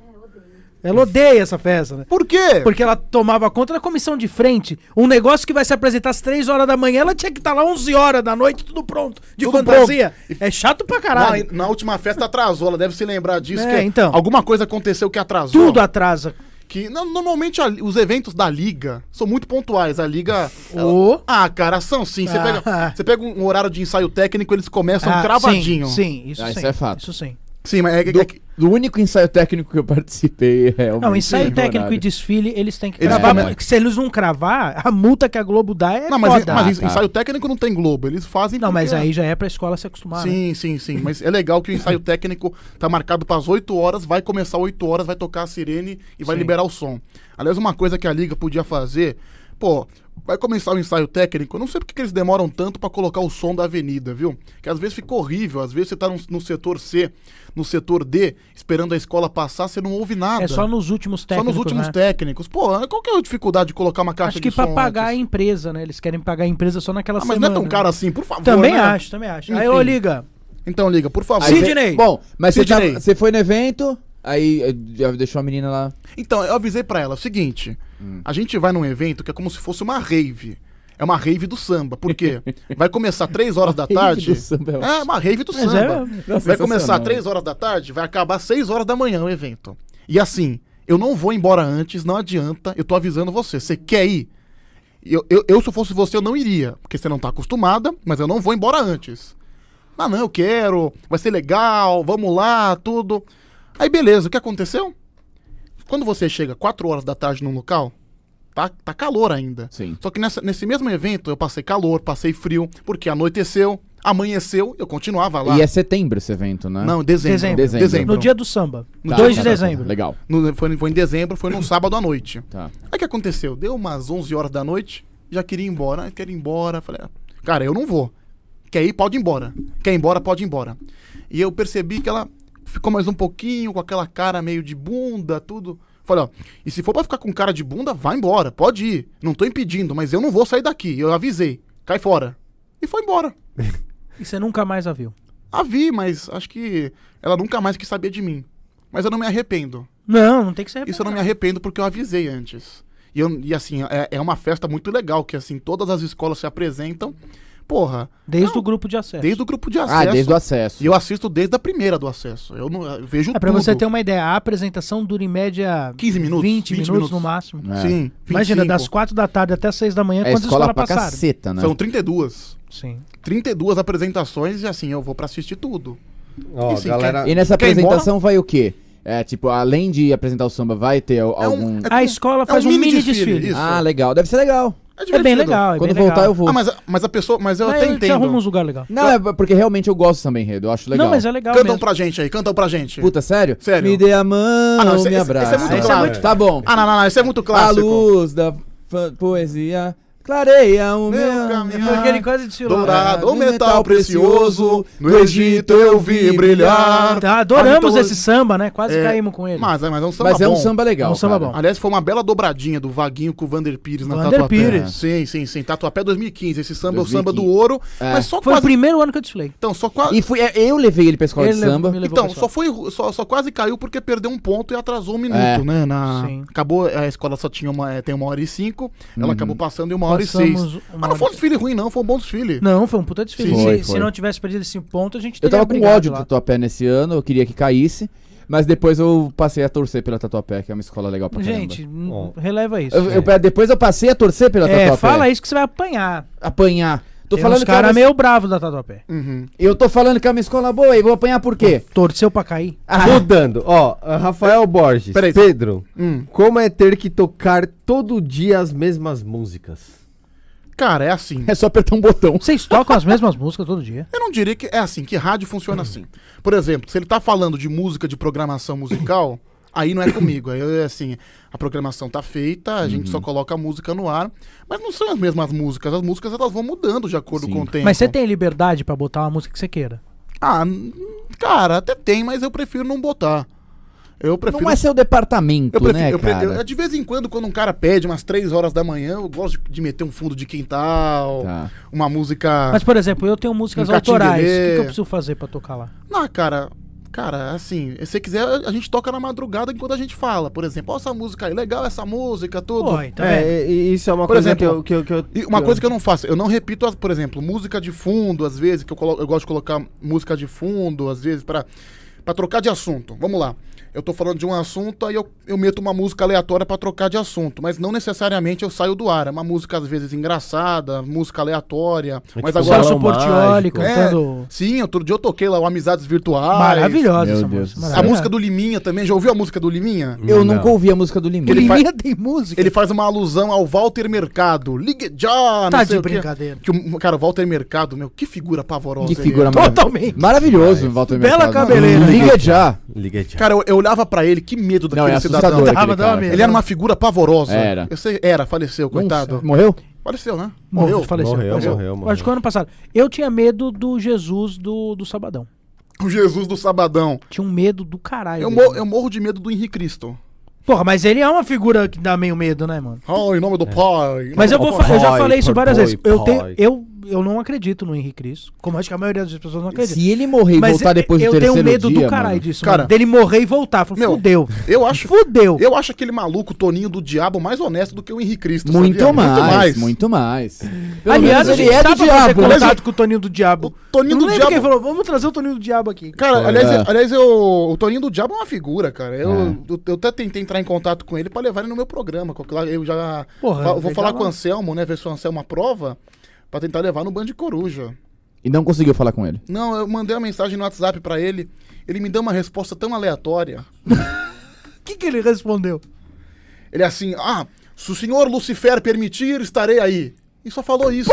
Speaker 3: Ela odeia essa festa, né?
Speaker 1: Por quê?
Speaker 3: Porque ela tomava conta da comissão de frente. Um negócio que vai se apresentar às 3 horas da manhã, ela tinha que estar lá 11 horas da noite, tudo pronto, de
Speaker 1: Tudo
Speaker 3: fantasia. É chato pra
Speaker 1: na,
Speaker 3: caralho.
Speaker 1: na última festa atrasou, ela deve se lembrar disso.
Speaker 3: É,
Speaker 1: que
Speaker 3: então.
Speaker 1: Alguma coisa aconteceu que atrasou.
Speaker 3: Tudo atrasa.
Speaker 1: Que não, normalmente a- os eventos da liga são muito pontuais. A liga.
Speaker 3: Ô.
Speaker 1: Ah, cara, são sim. Você
Speaker 3: Ah.
Speaker 1: pega, você pega um horário de ensaio técnico, eles começam
Speaker 3: Ah,
Speaker 1: cravadinho.
Speaker 3: Sim, sim, isso
Speaker 4: Ah,
Speaker 3: sim.
Speaker 4: isso é fato.
Speaker 3: Isso sim.
Speaker 1: Sim, mas é, que-
Speaker 4: Do,
Speaker 1: é que
Speaker 4: do único ensaio técnico que eu participei, é realmente.
Speaker 3: Não, ensaio
Speaker 4: no
Speaker 3: técnico
Speaker 4: horário.
Speaker 3: e desfile, eles têm que
Speaker 1: Eles
Speaker 3: cravar.
Speaker 4: vão-
Speaker 3: porque Se eles não cravar, a multa que a Globo dá é
Speaker 1: Não, mas,
Speaker 3: foda.
Speaker 1: mas
Speaker 4: Ah,
Speaker 1: isso-
Speaker 4: tá.
Speaker 1: ensaio técnico não tem Globo, eles fazem.
Speaker 3: não, mas
Speaker 1: porque-
Speaker 3: aí já é pra escola se acostumar. né?
Speaker 1: Sim, sim, sim. Mas é legal que o ensaio técnico tá marcado para as 8 horas, vai começar 8 horas, vai tocar a sirene e vai
Speaker 3: Sim.
Speaker 1: liberar o som. Aliás, uma coisa que a liga podia fazer, pô, vai começar o ensaio técnico. Eu não sei porque que eles demoram tanto para colocar o som da avenida, viu? Que às vezes fica horrível, às vezes você tá no, no setor C, no setor D, esperando a escola passar, você não ouve nada.
Speaker 3: É só nos últimos
Speaker 1: Só
Speaker 3: técnicos.
Speaker 1: nos últimos
Speaker 3: né?
Speaker 1: técnicos. Pô, qual que é a dificuldade de colocar uma caixa
Speaker 3: Acho
Speaker 1: de
Speaker 3: que pra
Speaker 1: som
Speaker 3: pagar a
Speaker 1: antes?
Speaker 3: empresa, né? Eles querem pagar a empresa só naquela
Speaker 1: Ah, mas
Speaker 3: semana.
Speaker 1: não é tão caro assim, por favor.
Speaker 3: Também
Speaker 1: né?
Speaker 3: acho, tá? também acho. Aí,
Speaker 1: Enfim.
Speaker 3: ô, liga.
Speaker 1: Então, liga, por favor.
Speaker 4: Aí cê-
Speaker 3: Sidney!
Speaker 4: Bom, mas é- você
Speaker 1: Sidney.
Speaker 4: tava- você foi no evento, aí eh, já deixou a menina lá.
Speaker 1: Então, eu avisei pra ela o seguinte:
Speaker 4: Hum.
Speaker 1: a gente vai num evento que é como se fosse uma rave. É uma rave do samba, por quê? Vai começar três horas da
Speaker 4: Rave
Speaker 1: tarde.
Speaker 4: do samba, eu
Speaker 1: é, uma rave do
Speaker 3: Mas
Speaker 1: samba.
Speaker 3: é-
Speaker 4: Não,
Speaker 1: vai
Speaker 4: sensacional.
Speaker 1: começar três horas da tarde, vai acabar seis horas da manhã o evento. E assim, eu não vou embora antes, não adianta, eu tô avisando você. Você quer ir? Eu, eu, eu, se eu fosse você, eu não iria, porque você não tá acostumada, mas eu não vou embora antes. Ah, não, eu quero, vai ser legal, vamos lá, tudo. Aí, beleza, o que aconteceu? Quando você chega 4 horas da tarde num local, tá, tá calor ainda.
Speaker 4: Sim.
Speaker 1: Só que nessa- nesse mesmo evento eu passei calor, passei frio, porque anoiteceu, amanheceu, eu continuava lá.
Speaker 4: E é setembro esse evento, né?
Speaker 1: Não, dezembro.
Speaker 3: Dezembro.
Speaker 1: Dezembro.
Speaker 4: Dezembro.
Speaker 3: No dia do samba.
Speaker 4: Tá,
Speaker 3: 2
Speaker 4: tá,
Speaker 3: de
Speaker 4: tá, tá.
Speaker 3: dezembro.
Speaker 4: Legal.
Speaker 1: No- foi, foi em dezembro, foi num sábado à noite.
Speaker 4: Tá.
Speaker 1: Aí o que aconteceu? Deu umas 11 horas da noite, já queria ir embora, ah, quero ir embora. Falei, ah, cara, eu não vou. Quer ir, pode ir embora. Quer ir embora, pode ir embora. E eu percebi que ela ficou mais um pouquinho com aquela cara meio de bunda, tudo. Falei, ó, e se for pra ficar com cara de bunda, vai embora, pode ir. Não tô impedindo, mas eu não vou sair daqui. Eu avisei. Cai fora. E foi embora.
Speaker 3: E você nunca mais a viu.
Speaker 1: A vi, mas acho que ela nunca mais quis saber de mim. Mas eu não me arrependo.
Speaker 3: Não, não tem que ser.
Speaker 1: Isso eu não me arrependo porque eu avisei antes. E, eu- e assim, é, é uma festa muito legal, que assim, todas as escolas se apresentam. Porra,
Speaker 3: Desde o grupo de acesso.
Speaker 1: desde o grupo de acesso.
Speaker 4: Ah, desde o acesso.
Speaker 1: E eu assisto desde a primeira do acesso. Eu, não, eu vejo
Speaker 3: É pra
Speaker 1: tudo.
Speaker 3: você ter uma ideia, a apresentação dura em média
Speaker 1: 15 minutos,
Speaker 3: 20,
Speaker 1: 20
Speaker 3: minutos,
Speaker 1: minutos.
Speaker 3: no máximo.
Speaker 4: É.
Speaker 1: Sim,
Speaker 3: um- Imagina,
Speaker 1: 25.
Speaker 3: das 4 da tarde até 6 da manhã,
Speaker 4: É
Speaker 3: quantas
Speaker 4: escola
Speaker 3: escolas
Speaker 4: pra
Speaker 3: passaram?
Speaker 4: caceta, né?
Speaker 1: São 32.
Speaker 3: Sim.
Speaker 1: 32 apresentações e assim, eu vou pra assistir tudo.
Speaker 2: Ó,
Speaker 1: Isso,
Speaker 2: galera.
Speaker 4: E nessa
Speaker 1: Quem
Speaker 4: apresentação vai o quê? É, tipo, além de apresentar o samba, vai ter al-
Speaker 1: É um-
Speaker 4: algum...
Speaker 1: é-
Speaker 3: A escola
Speaker 1: um
Speaker 3: faz um,
Speaker 1: mini
Speaker 3: mini
Speaker 1: desfile,
Speaker 3: desfile.
Speaker 1: isso.
Speaker 4: Ah, legal. Deve ser legal.
Speaker 3: É bem
Speaker 1: divertido.
Speaker 3: legal, é
Speaker 4: Quando
Speaker 3: bem
Speaker 4: voltar
Speaker 3: legal.
Speaker 4: eu vou.
Speaker 1: Ah, mas, a- mas a pessoa. Mas eu
Speaker 3: Mas
Speaker 1: até
Speaker 3: eu te
Speaker 1: entendo.
Speaker 3: arrumo uns lugar legal.
Speaker 4: Não, é porque realmente eu gosto também, enredo. Eu acho legal.
Speaker 3: Não, mas é legal
Speaker 1: Cantam
Speaker 3: mesmo.
Speaker 1: pra gente aí, cantam pra gente.
Speaker 4: Puta, sério?
Speaker 1: Sério.
Speaker 4: Me dê a mão,
Speaker 1: Ah, não, esse- esse- esse
Speaker 4: me
Speaker 1: é
Speaker 4: abraça.
Speaker 1: muito
Speaker 4: Esse
Speaker 1: claro.
Speaker 4: Tá bom.
Speaker 1: Ah, não, não, não, isso é muito clássico.
Speaker 4: A luz da fa- poesia clareia o
Speaker 1: Meu
Speaker 4: meu
Speaker 1: caminho.
Speaker 4: caminho.
Speaker 3: Aquele coisa de desfile.
Speaker 1: Dourado, o metal precioso, no Egito eu vi brilhar.
Speaker 3: Tá, adoramos
Speaker 1: Ah, então-
Speaker 3: esse samba, né? Quase
Speaker 1: É,
Speaker 3: caímos com ele.
Speaker 1: Mas, mas é um samba
Speaker 4: Mas é um
Speaker 1: bom.
Speaker 4: samba legal.
Speaker 3: É um samba
Speaker 4: cara.
Speaker 3: bom.
Speaker 1: Aliás, foi uma bela dobradinha do Vaguinho com o Vander Pires na
Speaker 3: Vander
Speaker 1: Tatuapé. É.
Speaker 3: Pires.
Speaker 1: Sim, sim, sim. Tatuapé 2015. Esse samba é o samba
Speaker 4: 2015.
Speaker 1: do ouro.
Speaker 4: É.
Speaker 1: Mas só
Speaker 3: Foi o
Speaker 1: quase.
Speaker 3: primeiro ano que eu desfilei.
Speaker 1: Então, só quase.
Speaker 4: E fui, é, eu levei ele pra escola
Speaker 3: Ele
Speaker 4: de
Speaker 3: levou-
Speaker 4: samba.
Speaker 3: me levou
Speaker 1: Então,
Speaker 3: pra
Speaker 1: só, foi, só, só quase caiu porque perdeu um ponto e atrasou um minuto,
Speaker 4: É.
Speaker 1: né? Na...
Speaker 3: Sim.
Speaker 1: Acabou, a escola só tinha uma, é, tem uma hora e cinco,
Speaker 4: Uhum.
Speaker 1: ela acabou passando em uma hora e
Speaker 3: Passamos
Speaker 1: seis.
Speaker 3: uma
Speaker 1: Mas
Speaker 3: hora
Speaker 1: não foi um
Speaker 3: e-
Speaker 1: desfile ruim, não, foi um bom desfile.
Speaker 3: Não, foi um puta desfile.
Speaker 1: Sim.
Speaker 3: Se-
Speaker 4: Foi,
Speaker 3: se,
Speaker 4: foi.
Speaker 3: não tivesse perdido esse ponto, a gente
Speaker 4: Eu
Speaker 3: teria
Speaker 4: tava com
Speaker 3: brigado
Speaker 4: ódio do
Speaker 3: lá.
Speaker 4: Tatuapé nesse ano, eu queria que caísse. Mas depois eu passei a torcer pela Tatuapé, que é uma escola legal pra caramba.
Speaker 3: Gente, n-
Speaker 2: Ó.
Speaker 3: releva isso.
Speaker 4: Eu- eu- depois eu passei a torcer pela
Speaker 3: É,
Speaker 4: Tatuapé.
Speaker 3: fala isso que você vai apanhar.
Speaker 4: Apanhar. Tô
Speaker 3: Tem
Speaker 4: falando
Speaker 3: uns
Speaker 4: que é uma-
Speaker 3: caras meio bravos da Tatuapé.
Speaker 1: Uhum.
Speaker 4: Eu tô falando que é uma escola boa e vou apanhar por quê? Ah,
Speaker 3: Torceu pra cair.
Speaker 2: Mudando, ó, Rafael Borges,
Speaker 1: Peraí.
Speaker 2: Pedro,
Speaker 1: Hum.
Speaker 2: como é ter que tocar todo dia as mesmas músicas?
Speaker 1: Cara, é assim.
Speaker 4: É só apertar um botão.
Speaker 3: Vocês tocam as mesmas músicas todo dia?
Speaker 1: Eu não diria que é assim, que rádio funciona assim. Por exemplo, se ele tá falando de música, de programação musical, aí não é comigo. Aí é assim, a programação tá feita, a gente
Speaker 4: Uhum.
Speaker 1: só coloca a música no ar, mas não são as mesmas músicas. As músicas elas vão mudando de acordo
Speaker 4: Sim.
Speaker 1: com o tempo.
Speaker 3: Mas você tem liberdade pra botar uma música que você queira.
Speaker 1: Ah, n- cara, até tem, mas eu prefiro não botar. Eu prefiro.
Speaker 4: Não é seu departamento,
Speaker 1: Eu prefiro,
Speaker 4: né,
Speaker 1: eu pre-
Speaker 4: cara?
Speaker 1: eu- de vez em quando, quando um cara pede umas três horas da manhã, eu gosto de, de meter um fundo de quintal,
Speaker 4: Tá.
Speaker 1: uma música.
Speaker 3: Mas, por exemplo, eu tenho músicas
Speaker 1: Um
Speaker 3: autorais. O que,
Speaker 1: catinguelê.
Speaker 3: que eu preciso fazer pra tocar lá?
Speaker 1: Não, cara. Cara, assim, se você quiser, a gente toca na madrugada enquanto a gente fala. Por exemplo, ó, essa música aí, legal essa música, tudo.
Speaker 3: Pô, então,
Speaker 2: É,
Speaker 3: é,
Speaker 2: e- e isso é uma
Speaker 1: Por
Speaker 2: coisa
Speaker 1: exemplo,
Speaker 2: que eu. Que eu,
Speaker 1: E uma coisa que eu não faço, eu não repito, as- por exemplo, música de fundo, às vezes, que eu, colo- eu gosto de colocar música de fundo, às vezes, pra, pra trocar de assunto. Vamos lá. Eu tô falando de um assunto, aí eu, eu meto uma música aleatória pra trocar de assunto, mas não necessariamente eu saio do ar. É uma música, às vezes, engraçada, música aleatória. mas
Speaker 2: tipo
Speaker 1: agora.
Speaker 2: Salão
Speaker 3: Celso Portioli
Speaker 2: Mágico.
Speaker 3: cantando...
Speaker 1: É, sim, outro dia eu toquei lá o Amizades Virtuais.
Speaker 3: Maravilhosa
Speaker 4: É. Meu
Speaker 3: essa
Speaker 4: Deus
Speaker 3: música.
Speaker 4: do céu.
Speaker 1: A música do Liminha também, já ouviu a música do Liminha?
Speaker 4: Eu nunca ouvi a música do Liminha.
Speaker 1: Ele
Speaker 3: Ele
Speaker 1: faz-
Speaker 3: tem música.
Speaker 1: Ele faz uma alusão ao Walter Mercado. Ligue já, não
Speaker 3: Tá
Speaker 1: sei
Speaker 3: de
Speaker 1: o quê.
Speaker 3: brincadeira.
Speaker 1: Que o, cara, o Walter Mercado, meu, que figura pavorosa.
Speaker 4: Que
Speaker 1: ele
Speaker 4: figura
Speaker 1: é.
Speaker 4: maravilhosa.
Speaker 3: Totalmente.
Speaker 4: Maravilhoso, Walter
Speaker 3: Bela
Speaker 4: Mercado.
Speaker 3: cabeleira.
Speaker 4: Liga já.
Speaker 2: Liga já.
Speaker 1: Cara, eu, eu olhava pra ele, que medo
Speaker 4: Não,
Speaker 1: daquele
Speaker 4: é assustador.
Speaker 1: cidadão.
Speaker 4: aquele
Speaker 3: Tava, dava
Speaker 4: cara.
Speaker 3: medo.
Speaker 1: Ele era uma figura pavorosa.
Speaker 4: Era.
Speaker 1: Eu sei, era, faleceu, coitado.
Speaker 4: Nossa, Morreu?
Speaker 1: Faleceu, né?
Speaker 3: Morreu,
Speaker 1: Morreu.
Speaker 3: faleceu.
Speaker 2: Morreu,
Speaker 3: faleceu.
Speaker 2: morreu, morreu.
Speaker 3: Acho que foi ano passado. Eu tinha medo do Jesus do, do Sabadão.
Speaker 1: O Jesus do Sabadão.
Speaker 3: Tinha um medo do caralho.
Speaker 1: Eu,
Speaker 4: é
Speaker 3: dele.
Speaker 1: mo- eu morro de medo do Henrique Cristo.
Speaker 3: Porra, mas ele é uma figura que dá meio medo, né, mano?
Speaker 1: Oh, em nome
Speaker 2: É.
Speaker 1: do pai. em nome
Speaker 3: Mas eu,
Speaker 1: do
Speaker 3: vou,
Speaker 1: pai.
Speaker 3: fa- eu já
Speaker 2: Pai,
Speaker 3: falei isso
Speaker 2: pai,
Speaker 3: várias vezes.
Speaker 2: pai,
Speaker 3: Eu, tenho,
Speaker 2: pai.
Speaker 3: eu, eu não acredito no Henrique Cristo, como acho que a maioria das pessoas não acredita.
Speaker 4: Se ele morrer e
Speaker 3: mas é,
Speaker 4: voltar depois do
Speaker 3: eu
Speaker 4: terceiro
Speaker 3: tenho medo
Speaker 4: dia,
Speaker 3: do caralho
Speaker 4: mano.
Speaker 3: disso,
Speaker 1: Cara-
Speaker 3: mano. Dele morrer e voltar. Falei,
Speaker 1: Meu,
Speaker 3: fudeu.
Speaker 1: Eu acho,
Speaker 3: Fudeu.
Speaker 1: eu acho aquele maluco, Toninho do Diabo, mais honesto do que o Henrique Cristo.
Speaker 4: Muito
Speaker 1: sabia?
Speaker 4: mais, muito mais. Pelo
Speaker 3: Aliás,
Speaker 4: menos
Speaker 3: a gente
Speaker 4: ele é do
Speaker 3: tava fazendo
Speaker 4: diabo.
Speaker 3: contato com o Toninho do Diabo.
Speaker 1: O Toninho
Speaker 3: Eu não
Speaker 1: do
Speaker 3: lembro
Speaker 1: Diabo.
Speaker 3: quem falou, vamos trazer o Toninho do Diabo aqui.
Speaker 1: Cara,
Speaker 4: Foi,
Speaker 1: aliás,
Speaker 4: é.
Speaker 1: aliás eu, o Toninho do Diabo é uma figura, cara. Eu,
Speaker 4: É.
Speaker 1: eu, eu até tentei entrar em contato com ele pra levar ele no meu programa. que eu- claro, Eu já.
Speaker 3: Porra,
Speaker 1: fa-
Speaker 3: ele
Speaker 1: vou
Speaker 3: já
Speaker 1: falar
Speaker 3: lá.
Speaker 1: com o Anselmo, né? Ver se o Anselmo aprova. Pra tentar levar no Band de Coruja.
Speaker 4: E não conseguiu falar com ele.
Speaker 1: Não, eu mandei uma mensagem no WhatsApp pra ele. Ele me deu uma resposta tão aleatória.
Speaker 3: O que, que ele respondeu?
Speaker 1: Ele é assim: Ah, se o senhor Lucifer permitir, estarei aí. E só falou isso.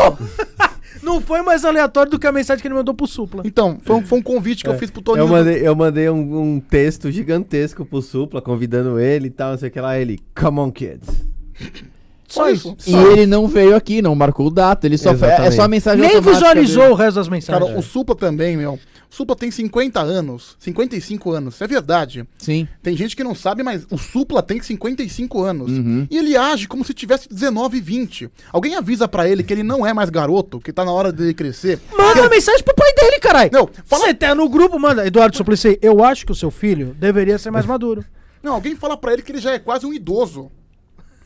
Speaker 3: Não foi mais aleatório do que a mensagem que ele mandou pro Supla.
Speaker 1: Então, foi um, foi um convite que eu fiz pro Toninho.
Speaker 2: É. Eu mandei, eu mandei um, um texto gigantesco pro Supla, convidando ele e tal, não sei o que lá. Ele, come on, kids.
Speaker 1: Só isso.
Speaker 4: E ele não veio aqui, não marcou data. Ele só foi, é
Speaker 2: Exatamente.
Speaker 4: só a mensagem
Speaker 3: Nem
Speaker 4: automática
Speaker 3: visualizou
Speaker 4: dele.
Speaker 3: o resto das mensagens.
Speaker 1: Cara, o Supla também, meu. O Supla tem 50 anos. 55 anos. Isso é verdade.
Speaker 4: Sim.
Speaker 1: Tem gente que não sabe, mas o Supla tem 55 anos.
Speaker 2: Uhum.
Speaker 1: E ele age como se tivesse 19 e 20. Alguém avisa pra ele que ele não é mais garoto, que tá na hora dele crescer.
Speaker 3: Manda mensagem pro pai dele, caralho.
Speaker 1: Não, fala-
Speaker 3: Você tá no grupo, manda. Eduardo Suplicy, eu acho que o seu filho deveria ser mais maduro.
Speaker 1: Não, alguém fala pra ele que ele já é quase um idoso.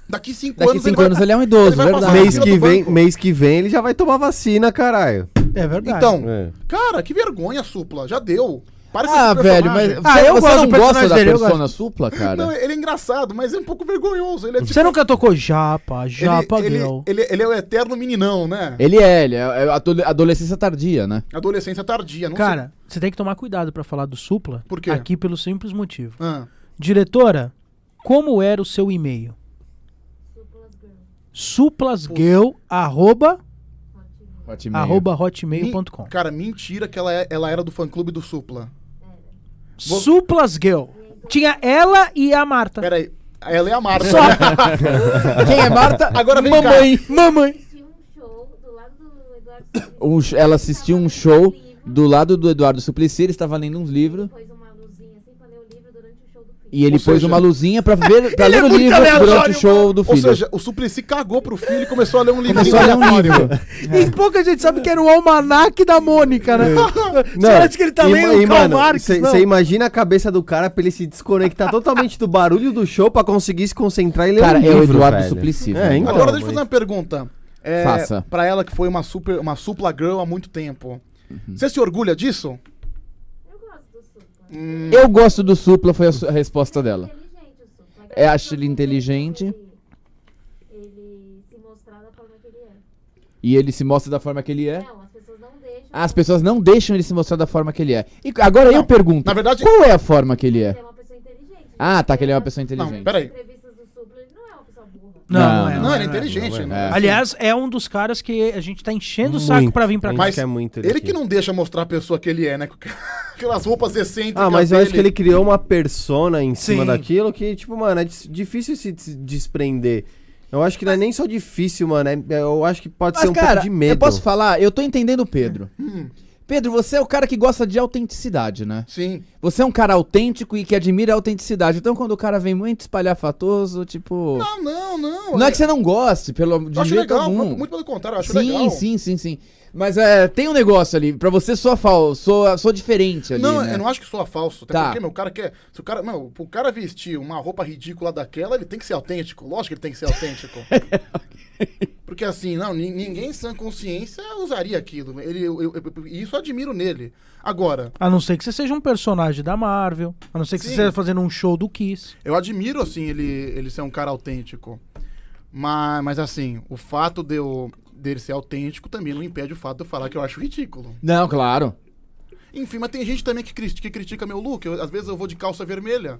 Speaker 1: Daqui 5
Speaker 4: Daqui
Speaker 1: anos,
Speaker 4: cinco anos ele é um idoso,
Speaker 1: vai passar
Speaker 4: verdade.
Speaker 1: na
Speaker 2: mês,
Speaker 1: fila
Speaker 2: que
Speaker 1: do
Speaker 2: vem,
Speaker 1: Ah, banco.
Speaker 2: mês que vem ele já vai tomar vacina, caralho.
Speaker 3: É verdade.
Speaker 1: Então,
Speaker 2: É.
Speaker 1: cara, que vergonha, Supla. Já deu. Para com
Speaker 4: Ah,
Speaker 1: esse
Speaker 4: velho, mas
Speaker 1: personagem.
Speaker 3: Ah, eu
Speaker 4: você
Speaker 3: gosto
Speaker 4: não
Speaker 3: do
Speaker 4: gosta
Speaker 3: personagem
Speaker 4: da
Speaker 3: dele, eu
Speaker 4: persona supla, cara?
Speaker 1: Não, ele é engraçado, mas é um pouco vergonhoso. Ele é tipo...
Speaker 3: Você nunca tocou japa,
Speaker 1: Ele,
Speaker 3: japa
Speaker 1: ele,
Speaker 3: girl.
Speaker 1: ele- ele é o eterno meninão, né?
Speaker 4: Ele é, ele é, é adole- adolescência tardia, né?
Speaker 1: Adolescência tardia, não
Speaker 3: Cara, você tem que tomar cuidado pra falar do Supla.
Speaker 1: Por quê?
Speaker 3: Aqui pelo simples motivo.
Speaker 1: sei. Ah.
Speaker 3: Diretora, como era o seu e-mail? Suplasgirl, arroba, arroba hotmail.com.
Speaker 1: Mi- Cara, mentira que ela, é- ela era do fã clube do Supla.
Speaker 3: Suplasgirl. Tinha ela e a Marta.
Speaker 1: Pera aí. Ela é a Marta.
Speaker 3: Só.
Speaker 1: né?
Speaker 4: Quem é Marta?
Speaker 1: Agora vem
Speaker 4: Mamãe.
Speaker 3: Mamãe.
Speaker 8: assisti um show do lado do Eduardo
Speaker 4: Um sh- ela assistiu um show do lado do Eduardo Suplicy, ele estava lendo uns livros.
Speaker 8: pôs uma luzinha assim pra ler o livro durante o show do filho.
Speaker 4: E ele
Speaker 1: Ou
Speaker 4: pôs
Speaker 1: seja-
Speaker 4: uma luzinha pra, ver, pra
Speaker 3: Ele
Speaker 4: ler
Speaker 3: é
Speaker 4: o
Speaker 3: muito
Speaker 4: livro
Speaker 3: aleatório,
Speaker 4: durante o show do
Speaker 1: Ou
Speaker 4: filho.
Speaker 1: seja, o Suplicy cagou pro filho e começou a ler um livrinho
Speaker 4: Começou a ler um
Speaker 1: aleatório. É.
Speaker 3: E pouca gente sabe que era o almanac da Mônica, né? Você acha que ele tá
Speaker 2: e-
Speaker 3: lendo
Speaker 2: e,
Speaker 3: o Karl
Speaker 2: mano,
Speaker 3: Marx?
Speaker 2: cê-
Speaker 3: não?
Speaker 2: cê imagina a cabeça do cara pra ele se desconectar totalmente do barulho do show pra conseguir se concentrar e ler
Speaker 4: Cara,
Speaker 2: um
Speaker 4: é o
Speaker 2: livro,
Speaker 4: Eduardo
Speaker 2: velho.
Speaker 4: Suplicy,
Speaker 2: É,
Speaker 4: velho.
Speaker 2: então,
Speaker 1: Agora deixa eu
Speaker 2: mas-
Speaker 1: fazer uma pergunta. É,
Speaker 4: Faça.
Speaker 1: Pra ela que foi uma super, uma supla girl há muito tempo.
Speaker 4: Uhum.
Speaker 1: Você se orgulha disso?
Speaker 8: Eu gosto do Supla.
Speaker 4: Eu gosto do supla, foi a, su- a resposta dela.
Speaker 8: Inteligente o Supla.
Speaker 4: É, acho ele inteligente.
Speaker 8: Ele, ele se mostrar da forma que ele é.
Speaker 4: E ele se mostra da forma que ele é.
Speaker 8: Não, as pessoas não deixam.
Speaker 4: As pessoas não deixam ele se mostrar da forma que ele é. E agora eu pergunto,
Speaker 1: na verdade-
Speaker 4: qual é a forma que ele é?
Speaker 8: Ele é uma pessoa inteligente.
Speaker 4: Ah, tá, que ele é uma pessoa
Speaker 1: Não,
Speaker 4: inteligente.
Speaker 1: peraí.
Speaker 8: Entrevistas do Supla, ele não é uma pessoa burra.
Speaker 3: Não, não, é.
Speaker 4: Não,
Speaker 1: Não, ele é
Speaker 2: não
Speaker 1: inteligente.
Speaker 2: é.
Speaker 1: né?
Speaker 3: Aliás, é um dos caras que a gente tá enchendo o saco
Speaker 2: Muito.
Speaker 3: pra vir pra cá.
Speaker 2: A
Speaker 1: Mas
Speaker 2: gente quer muito ele
Speaker 1: ele
Speaker 2: aqui.
Speaker 1: que não deixa mostrar a pessoa que ele é, né? Com Aquelas roupas excêntricas
Speaker 2: Ah, mas eu acho que
Speaker 1: dele.
Speaker 2: ele criou uma persona em cima
Speaker 3: Sim.
Speaker 2: daquilo que, tipo, mano, é dis- difícil se des- desprender. Eu acho que não é nem só difícil, mano. é- eu acho que pode ser um pouco de medo.
Speaker 4: eu posso falar? Eu tô entendendo o Pedro. Pedro, você é o cara que gosta de autenticidade, né?
Speaker 1: Sim.
Speaker 4: Você é um cara autêntico e que admira a autenticidade. Então, quando o cara vem muito espalhafatoso, tipo... Não,
Speaker 1: Não, Ah, não, não.
Speaker 4: é que você não goste, pelo de
Speaker 1: Eu acho
Speaker 4: jeito
Speaker 1: legal,
Speaker 4: algum.
Speaker 1: muito pelo contrário, eu acho
Speaker 4: sim,
Speaker 1: legal.
Speaker 4: sim, sim, sim. Mas é, tem um negócio ali. Pra você, sou falso, sou, sou diferente ali,
Speaker 1: não,
Speaker 4: né?
Speaker 1: eu não acho que soa falso. Até
Speaker 4: Tá.
Speaker 1: porque, meu, o cara quer. Se o cara. Meu, pro cara vestir uma roupa ridícula daquela, ele tem que ser autêntico. Lógico que ele tem que ser autêntico.
Speaker 4: É,
Speaker 1: porque assim, não, ni- ninguém em sã consciência usaria aquilo. Ele, eu, eu- eu- isso eu admiro nele. Agora,
Speaker 3: A não ser que você seja um personagem da Marvel. A não ser que
Speaker 1: Sim.
Speaker 3: você esteja fazendo um show do Kiss.
Speaker 1: eu admiro, assim, ele, ele ser um cara autêntico. Mas, mas assim, o fato de eu, dele ser autêntico também não impede o fato de eu falar que eu acho ridículo.
Speaker 4: Não, claro.
Speaker 1: Enfim, mas tem gente também que, cris- que critica meu look. Eu- às vezes eu vou de calça vermelha.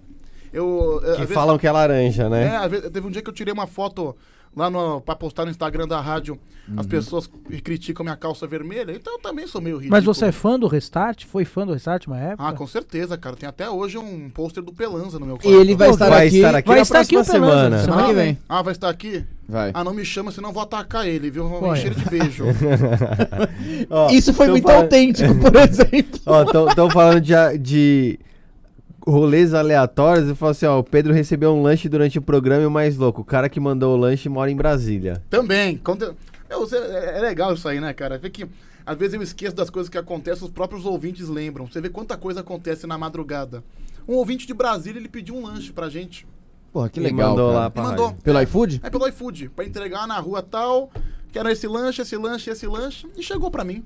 Speaker 1: Eu, às
Speaker 2: Que
Speaker 1: vezes-
Speaker 2: falam que é laranja,
Speaker 1: É,
Speaker 2: né?
Speaker 1: às vezes- teve um dia que eu tirei uma foto lá no, pra postar no Instagram da rádio.
Speaker 3: Uhum.
Speaker 1: As pessoas criticam minha calça vermelha, então eu também sou meio ridículo.
Speaker 3: Mas você é fã do Restart? Foi fã do Restart uma época?
Speaker 1: Ah, com certeza, cara. Tem até hoje um pôster do Pelanza no meu quarto.
Speaker 4: Ele vai
Speaker 3: Pô,
Speaker 4: estar
Speaker 2: vai
Speaker 4: aqui...
Speaker 2: estar aqui
Speaker 3: Vai
Speaker 2: na
Speaker 3: estar aqui
Speaker 2: próxima
Speaker 3: o Pelanza,
Speaker 2: semana.
Speaker 4: Semana que vem.
Speaker 1: Ah, vai estar aqui?
Speaker 4: Vai.
Speaker 1: Ah, não me chama, senão eu vou atacar ele, viu? Vou
Speaker 3: É. Olha.
Speaker 1: encher ele de beijo.
Speaker 2: Ó,
Speaker 4: Isso foi
Speaker 2: tão
Speaker 4: muito
Speaker 2: fal-
Speaker 4: autêntico, por exemplo.
Speaker 2: Ó, tão, tão falando de, a- de rolês aleatórios. Eu falo assim, ó, o Pedro recebeu um lanche durante o programa e o mais louco. O cara que mandou o lanche mora em Brasília.
Speaker 1: Também. Quando... Eu, você- é, é legal isso aí, né, cara? Vê que às vezes eu esqueço das coisas que acontecem, os próprios ouvintes lembram. Você vê quanta coisa acontece na madrugada. Um ouvinte de Brasília, ele pediu um lanche pra gente.
Speaker 4: Porra, que
Speaker 2: E
Speaker 4: legal,
Speaker 2: mandou
Speaker 4: cara.
Speaker 2: lá pra
Speaker 1: Ele
Speaker 2: rádio.
Speaker 1: mandou.
Speaker 4: Pelo iFood?
Speaker 1: É pelo iFood, pra entregar na rua tal. Quero esse lanche, esse lanche, esse lanche. E chegou pra mim.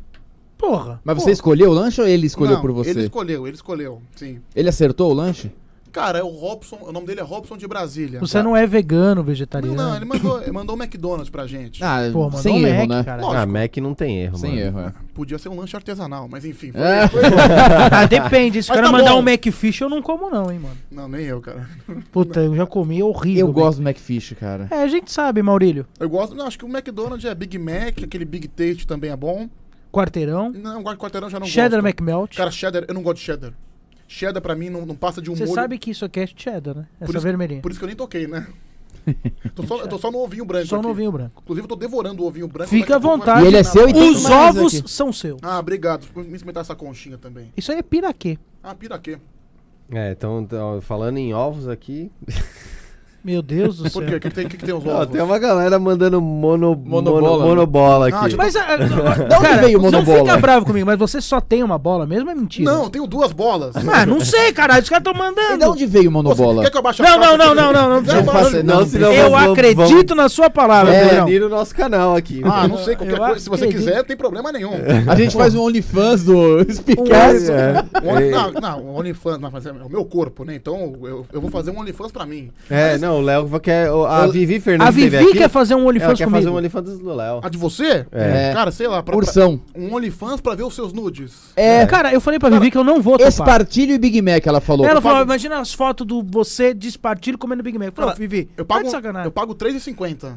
Speaker 3: Porra.
Speaker 4: Mas você escolheu o lanche ou ele escolheu
Speaker 1: Não,
Speaker 4: por você?
Speaker 1: Ele
Speaker 4: Ele,
Speaker 1: escolheu, ele escolheu, sim.
Speaker 4: acertou o lanche?
Speaker 1: Cara, é o Robson, o nome dele é Robson de Brasília.
Speaker 3: Você não é vegano, vegetariano.
Speaker 1: Não, não, ele mandou, ele mandou um McDonald's pra gente.
Speaker 4: Ah,
Speaker 3: Pô, mandou
Speaker 4: sem
Speaker 3: um
Speaker 4: erro,
Speaker 3: Mac,
Speaker 4: né?
Speaker 3: cara.
Speaker 1: Lógico.
Speaker 2: Ah, Mac não tem erro,
Speaker 4: Sem
Speaker 2: mano.
Speaker 4: erro, é.
Speaker 1: Podia ser um lanche artesanal, mas enfim. Foi,
Speaker 4: É.
Speaker 1: foi-
Speaker 3: Ah, depende. Se o
Speaker 1: Mas tá
Speaker 3: cara mandar
Speaker 1: bom.
Speaker 3: um Macfish, eu não como não, hein, mano.
Speaker 1: Não, nem eu, cara.
Speaker 3: Puta, eu já comi, é horrível.
Speaker 4: Eu gosto do McFish, cara.
Speaker 3: Mac- É, a gente sabe, Maurílio.
Speaker 1: Eu gosto, não, acho que o McDonald's é Big Mac, aquele Big Taste também é bom.
Speaker 3: Quarteirão,
Speaker 1: Não, guarda quarteirão já não
Speaker 3: cheddar
Speaker 1: gosto.
Speaker 3: McMelt.
Speaker 1: Cara, cheddar, eu não gosto de cheddar. Cheddar pra mim não, não passa de um
Speaker 3: Você
Speaker 1: molho.
Speaker 3: sabe que isso aqui é cheddar, né? Essa
Speaker 1: por isso,
Speaker 3: vermelhinha.
Speaker 1: Por isso que eu nem toquei, né? tô só, eu tô só no ovinho branco
Speaker 3: Só
Speaker 1: aqui.
Speaker 3: no vinho branco.
Speaker 1: Inclusive, eu tô devorando o ovinho branco.
Speaker 3: Fica
Speaker 1: daqui a
Speaker 3: à
Speaker 1: pouco vai
Speaker 3: vontade.
Speaker 4: E ele é
Speaker 1: terminar.
Speaker 4: seu e tem
Speaker 3: Os
Speaker 4: mais
Speaker 3: ovos
Speaker 4: aqui.
Speaker 3: são seus.
Speaker 1: Ah, obrigado. Vou me experimentar essa conchinha também.
Speaker 3: Isso aí é piraquê.
Speaker 1: Ah, piraquê.
Speaker 2: É, então, então, falando em ovos aqui.
Speaker 3: Meu Deus do céu.
Speaker 1: Por quê? O que, tem, o que que tem os
Speaker 2: Ó,
Speaker 1: ovos?
Speaker 2: tem uma galera mandando mono,
Speaker 4: Monobola,
Speaker 2: mono-
Speaker 4: né?
Speaker 2: monobola aqui.
Speaker 1: Ah, tipo-
Speaker 3: Mas a, a-
Speaker 4: onde
Speaker 3: cara,
Speaker 4: veio o
Speaker 3: não
Speaker 4: monobola?
Speaker 3: fica bravo comigo, mas você só tem uma bola mesmo? É mentira.
Speaker 1: Não, eu tenho duas bolas.
Speaker 3: Ah,
Speaker 4: é
Speaker 3: não sei, caralho. Os caras estão
Speaker 4: E de
Speaker 3: mandando.
Speaker 4: onde veio
Speaker 1: É,
Speaker 4: o
Speaker 1: Você
Speaker 4: monobola?
Speaker 1: quer que eu abaixe a
Speaker 3: Não,
Speaker 1: calça
Speaker 3: não, não,
Speaker 1: aqui?
Speaker 3: não, não, não.
Speaker 1: Não,
Speaker 3: precisa.
Speaker 1: faça-
Speaker 2: não, senão
Speaker 3: Eu
Speaker 2: vão- vão-
Speaker 3: acredito na sua palavra,
Speaker 2: É,
Speaker 3: Pedrão.
Speaker 2: banir o nosso canal aqui.
Speaker 1: Ah, não sei, qualquer
Speaker 3: Eu
Speaker 1: coisa. Se você
Speaker 3: acredito.
Speaker 1: quiser, não tem problema nenhum.
Speaker 4: A gente faz um OnlyFans do Speakcast.
Speaker 1: Um
Speaker 2: é,
Speaker 1: Only-
Speaker 2: é,
Speaker 1: não, não, um OnlyFans, não, mas é o meu corpo, né? Então eu, eu vou fazer um OnlyFans pra mim.
Speaker 2: é, não, o Léo quer. o- A
Speaker 4: O-
Speaker 2: Vivi Fernandes
Speaker 3: A Vivi
Speaker 2: esteve aqui,
Speaker 3: quer fazer um
Speaker 2: Ela
Speaker 3: OnlyFans
Speaker 2: quer fazer um
Speaker 3: comigo.
Speaker 2: OnlyFans do Léo.
Speaker 1: A de você?
Speaker 2: É.
Speaker 1: Cara, sei lá, pra, pra,
Speaker 4: Ursão.
Speaker 1: um OnlyFans pra ver os seus nudes.
Speaker 4: É.
Speaker 3: Cara, eu falei pra Vivi que eu não vou topar.
Speaker 4: Espartilho e Big Mac, ela falou.
Speaker 3: Ela
Speaker 4: Eu
Speaker 3: falou,
Speaker 4: falo-
Speaker 3: imagina as fotos do você despartilho comendo Big Mac. Eu falei, ó, Vivi,
Speaker 1: Eu
Speaker 3: tá
Speaker 1: pago, um-
Speaker 3: de
Speaker 1: eu
Speaker 3: sacanagem.
Speaker 1: pago R$3,50.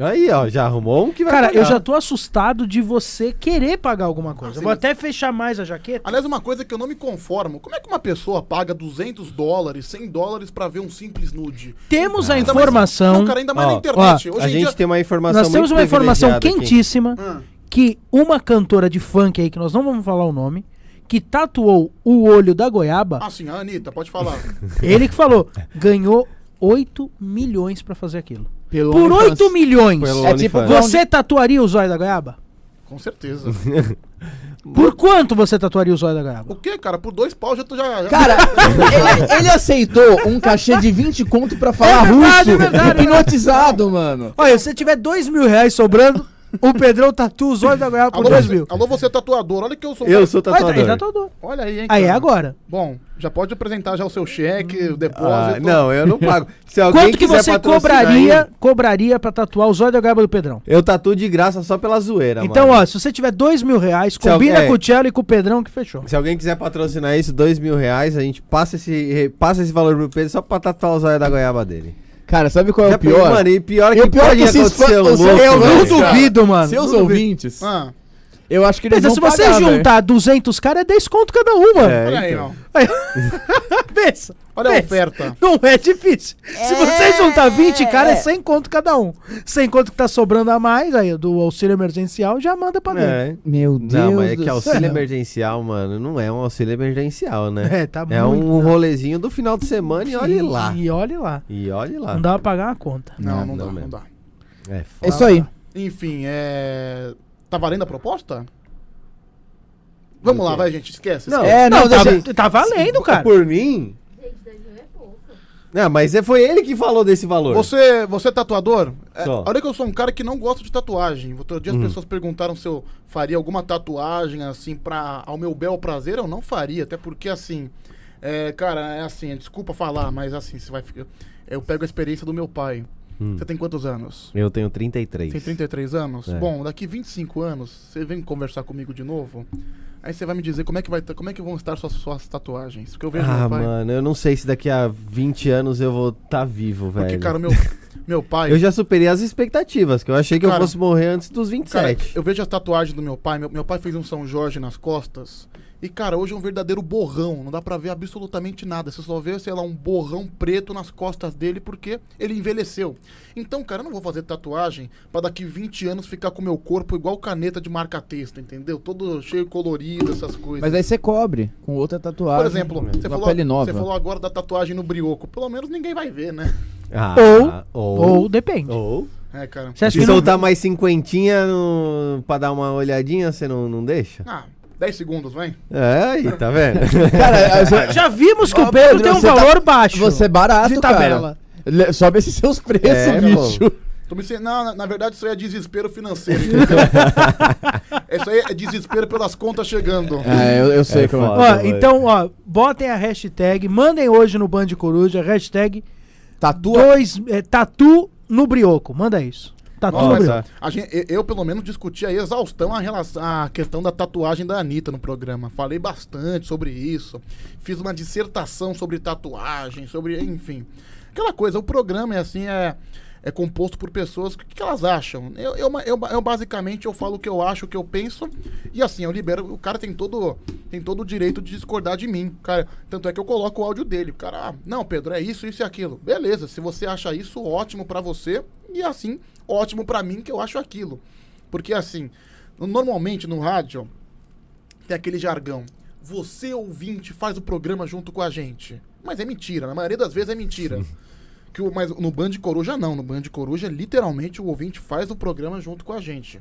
Speaker 2: Aí, ó, já arrumou um que vai.
Speaker 1: é
Speaker 3: Cara, eu
Speaker 2: pagar.
Speaker 3: já tô assustado de você querer pagar alguma coisa.
Speaker 1: Ah, sim,
Speaker 3: eu vou
Speaker 1: mas-
Speaker 3: até fechar mais a jaqueta.
Speaker 1: Aliás, uma coisa que eu não me conformo. Como é que uma pessoa paga 200 dólares, 100 dólares pra ver um simples nude?
Speaker 3: Temos a
Speaker 1: Ainda mais-
Speaker 3: informação.
Speaker 1: Ah, não, é um cara, ainda mais
Speaker 2: Ó,
Speaker 1: na internet.
Speaker 3: ó,
Speaker 1: Hoje
Speaker 2: A
Speaker 1: em
Speaker 2: gente
Speaker 1: dia...
Speaker 2: tem uma informação
Speaker 3: Nós temos
Speaker 2: muito
Speaker 3: uma informação
Speaker 2: privilegiada aqui.
Speaker 3: quentíssima
Speaker 1: Ah,
Speaker 3: que uma cantora de funk aí, que nós não vamos falar o nome, que tatuou o olho da goiaba,
Speaker 1: Ah, sim, a Anitta, pode falar.
Speaker 3: ele que falou, ganhou 8 milhões pra fazer aquilo.
Speaker 4: Pelo
Speaker 3: Por
Speaker 4: OnlyFans.
Speaker 3: 8 milhões,
Speaker 2: Pelo
Speaker 4: É tipo
Speaker 2: OnlyFans.
Speaker 3: você tatuaria o zóio da goiaba?
Speaker 1: Com certeza.
Speaker 3: Por quanto você tatuaria o zóio da goiaba?
Speaker 1: O quê, cara? Por dois pau já tô já... já-
Speaker 4: Cara, ele, ele aceitou um cachê de 20 conto pra falar
Speaker 3: verdade,
Speaker 4: russo.
Speaker 3: é verdade,
Speaker 4: hipnotizado, mano.
Speaker 3: Olha, se você tiver 2 mil reais sobrando, o Pedrão tatua o zóio da goiaba
Speaker 1: Alô, você, alô, você é tatuador. Olha que eu sou... um
Speaker 2: Eu
Speaker 1: cara-
Speaker 2: sou
Speaker 3: Olha, tá
Speaker 2: tatuador.
Speaker 3: ele tatuador.
Speaker 1: Olha aí, hein,
Speaker 2: Então,
Speaker 3: Aí é
Speaker 1: cara.
Speaker 3: agora.
Speaker 1: Bom, já pode apresentar já o seu cheque, o
Speaker 2: Ah,
Speaker 1: depósito.
Speaker 2: não, eu não pago. Se alguém
Speaker 3: Quanto que
Speaker 2: quiser
Speaker 3: você
Speaker 2: patrocinar
Speaker 3: cobraria,
Speaker 2: aí,
Speaker 3: cobraria pra tatuar o zóio da goiaba do Pedrão?
Speaker 2: Eu tatuo de graça só pela zoeira,
Speaker 3: Então,
Speaker 2: mano.
Speaker 3: ó, se você tiver dois mil reais,
Speaker 2: Tá Se alguém-
Speaker 3: combina
Speaker 2: é.
Speaker 3: com o Cello e com o Pedrão que fechou.
Speaker 2: Se alguém quiser patrocinar isso, dois mil reais, a gente passa esse, passa esse valor pro Pedro só pra tatuar o zóio da goiaba dele.
Speaker 4: Cara, sabe qual é
Speaker 2: Já
Speaker 4: o pior?
Speaker 2: pe- Mano, e pior é
Speaker 4: E
Speaker 2: que
Speaker 4: o pior é
Speaker 2: pode
Speaker 4: que esses
Speaker 2: acontecer
Speaker 4: fãs- os-
Speaker 2: louco,
Speaker 4: eu não
Speaker 2: velho.
Speaker 4: duvido,
Speaker 3: mano.
Speaker 4: Seus
Speaker 3: não duvido.
Speaker 4: ouvintes,
Speaker 1: Ah,
Speaker 4: eu acho que eles
Speaker 3: Pensa,
Speaker 4: vão
Speaker 3: se você
Speaker 4: pagar, velho.
Speaker 3: juntar 200 caras, é 10 conto cada uma.
Speaker 2: É,
Speaker 1: olha aí,
Speaker 2: então.
Speaker 1: ó.
Speaker 3: Pensa.
Speaker 1: Olha a
Speaker 3: pensa.
Speaker 1: oferta.
Speaker 3: Não é difícil. Se você juntar 20 caras, é 100 conto cada um. 100 conto que tá sobrando a mais, aí do auxílio emergencial, já manda pra dentro.
Speaker 2: É.
Speaker 4: Meu Deus
Speaker 2: Não, mas é
Speaker 4: do
Speaker 2: que auxílio
Speaker 4: céu.
Speaker 2: emergencial, mano, não é um auxílio emergencial, né?
Speaker 3: É, tá
Speaker 2: É
Speaker 3: muito-
Speaker 2: um rolezinho do final de semana e olhe lá. Ah.
Speaker 3: E olhe lá.
Speaker 2: E olhe lá.
Speaker 3: Não dá pra pagar uma conta.
Speaker 1: Não, não,
Speaker 2: Não, não
Speaker 1: dá, não
Speaker 2: mesmo.
Speaker 1: dá.
Speaker 2: É
Speaker 4: É
Speaker 2: foda.
Speaker 4: isso aí.
Speaker 1: Enfim, é. Tá valendo a proposta? Vamos lá, vai, gente, esquece.
Speaker 2: Não,
Speaker 1: esquece.
Speaker 4: É, não,
Speaker 3: tá,
Speaker 4: deixa...
Speaker 3: tá valendo, cara.
Speaker 2: Por mim?
Speaker 8: Gente, 2 mil é pouco.
Speaker 2: Não, mas é- foi ele que falou desse valor.
Speaker 1: Você, você é tatuador? É,
Speaker 2: Sou. Uhum.
Speaker 1: olha que eu sou um cara que não gosta de tatuagem. Outro dia as pessoas perguntaram se eu faria alguma tatuagem, assim, pra, ao meu bel prazer. Eu não faria, até porque, assim... é, cara, é assim, desculpa falar, mas assim, você vai ficar... Eu pego a experiência do meu pai.
Speaker 2: Hum.
Speaker 1: Você tem quantos anos?
Speaker 2: Eu tenho 33.
Speaker 1: Tem 33 anos?
Speaker 2: É.
Speaker 1: Bom, daqui 25 anos, você vem conversar comigo de novo, aí você vai me dizer como é que, vai, ta- como é que vão estar suas, suas tatuagens. Porque eu vejo
Speaker 2: Ah,
Speaker 1: meu pai...
Speaker 2: mano, eu não sei se daqui a 20 anos eu vou estar vivo, velho.
Speaker 1: Porque, cara, meu, meu pai...
Speaker 2: Eu já superei as expectativas, que eu achei que
Speaker 1: Cara,
Speaker 2: eu fosse morrer antes dos
Speaker 1: Cara,
Speaker 2: 27.
Speaker 1: eu vejo as tatuagens do meu pai. Meu, meu pai fez um São Jorge nas costas. E, cara, hoje é um verdadeiro borrão. Não dá pra ver absolutamente nada. Você só vê, sei lá, um borrão preto nas costas dele porque ele envelheceu. Então, cara, eu não vou fazer tatuagem pra daqui 20 anos ficar com meu corpo igual caneta de marca-texto, entendeu? Todo cheio colorido, essas coisas.
Speaker 4: Mas aí você cobre com outra tatuagem. né,
Speaker 1: Por exemplo, você
Speaker 4: uma
Speaker 1: falou,
Speaker 4: pele nova.
Speaker 1: você falou agora da tatuagem no brioco. Pelo menos ninguém vai ver, né?
Speaker 2: Ah,
Speaker 3: Ou
Speaker 4: Hum.
Speaker 3: Tá depende.
Speaker 2: Ou.
Speaker 1: É, cara.
Speaker 3: Você acha
Speaker 2: Se
Speaker 3: que não...
Speaker 2: soltar mais cinquentinha no... pra dar uma olhadinha, você não, não deixa?
Speaker 1: Ah, 10 segundos, vai.
Speaker 2: É, aí, tá vendo?
Speaker 4: Cara, você-
Speaker 3: Já vimos que
Speaker 4: Ô,
Speaker 3: o Pedro
Speaker 4: Pedro,
Speaker 3: tem um
Speaker 4: você tá-
Speaker 3: valor baixo.
Speaker 4: você é barato,
Speaker 3: De tabela.
Speaker 4: cara. Le- Sobe esses seus preços,
Speaker 2: É,
Speaker 4: bicho.
Speaker 1: Tô me sentindo- Não, na, na verdade isso aí é desespero financeiro, entendeu? isso aí é desespero pelas contas chegando.
Speaker 4: É, eu, eu sei
Speaker 2: É
Speaker 4: como
Speaker 2: foda.
Speaker 3: Ó,
Speaker 2: Vai.
Speaker 3: então, ó, botem a hashtag, mandem hoje no Band Coruja, hashtag
Speaker 4: Tatua.
Speaker 3: dois, é, tatu no brioco. Manda isso. Tatu no
Speaker 2: Nossa.
Speaker 3: brioco.
Speaker 1: A gente- eu, eu, pelo menos, discuti a exaustão a, relação, a questão da tatuagem da Anitta no programa. Falei bastante sobre isso. Fiz uma dissertação sobre tatuagem, sobre. Enfim. Aquela coisa, o programa é assim, é. É composto por pessoas, o que, que elas acham? Eu, eu, eu, eu, basicamente eu falo o que eu acho, o que eu penso, e assim, eu libero. O cara tem todo, tem todo o direito de discordar de mim. Cara, tanto é que eu coloco o áudio dele. O cara, ah, não, Pedro, é isso, isso e aquilo. Beleza, se você acha isso, ótimo pra você, e assim, ótimo pra mim que eu acho aquilo. Porque assim, normalmente no rádio tem aquele jargão. Você ouvinte faz o programa junto com a gente. Mas é mentira, na maioria das vezes é mentira. Que o, mas no Band Coruja não, no Band Coruja literalmente o ouvinte faz o programa junto com a gente.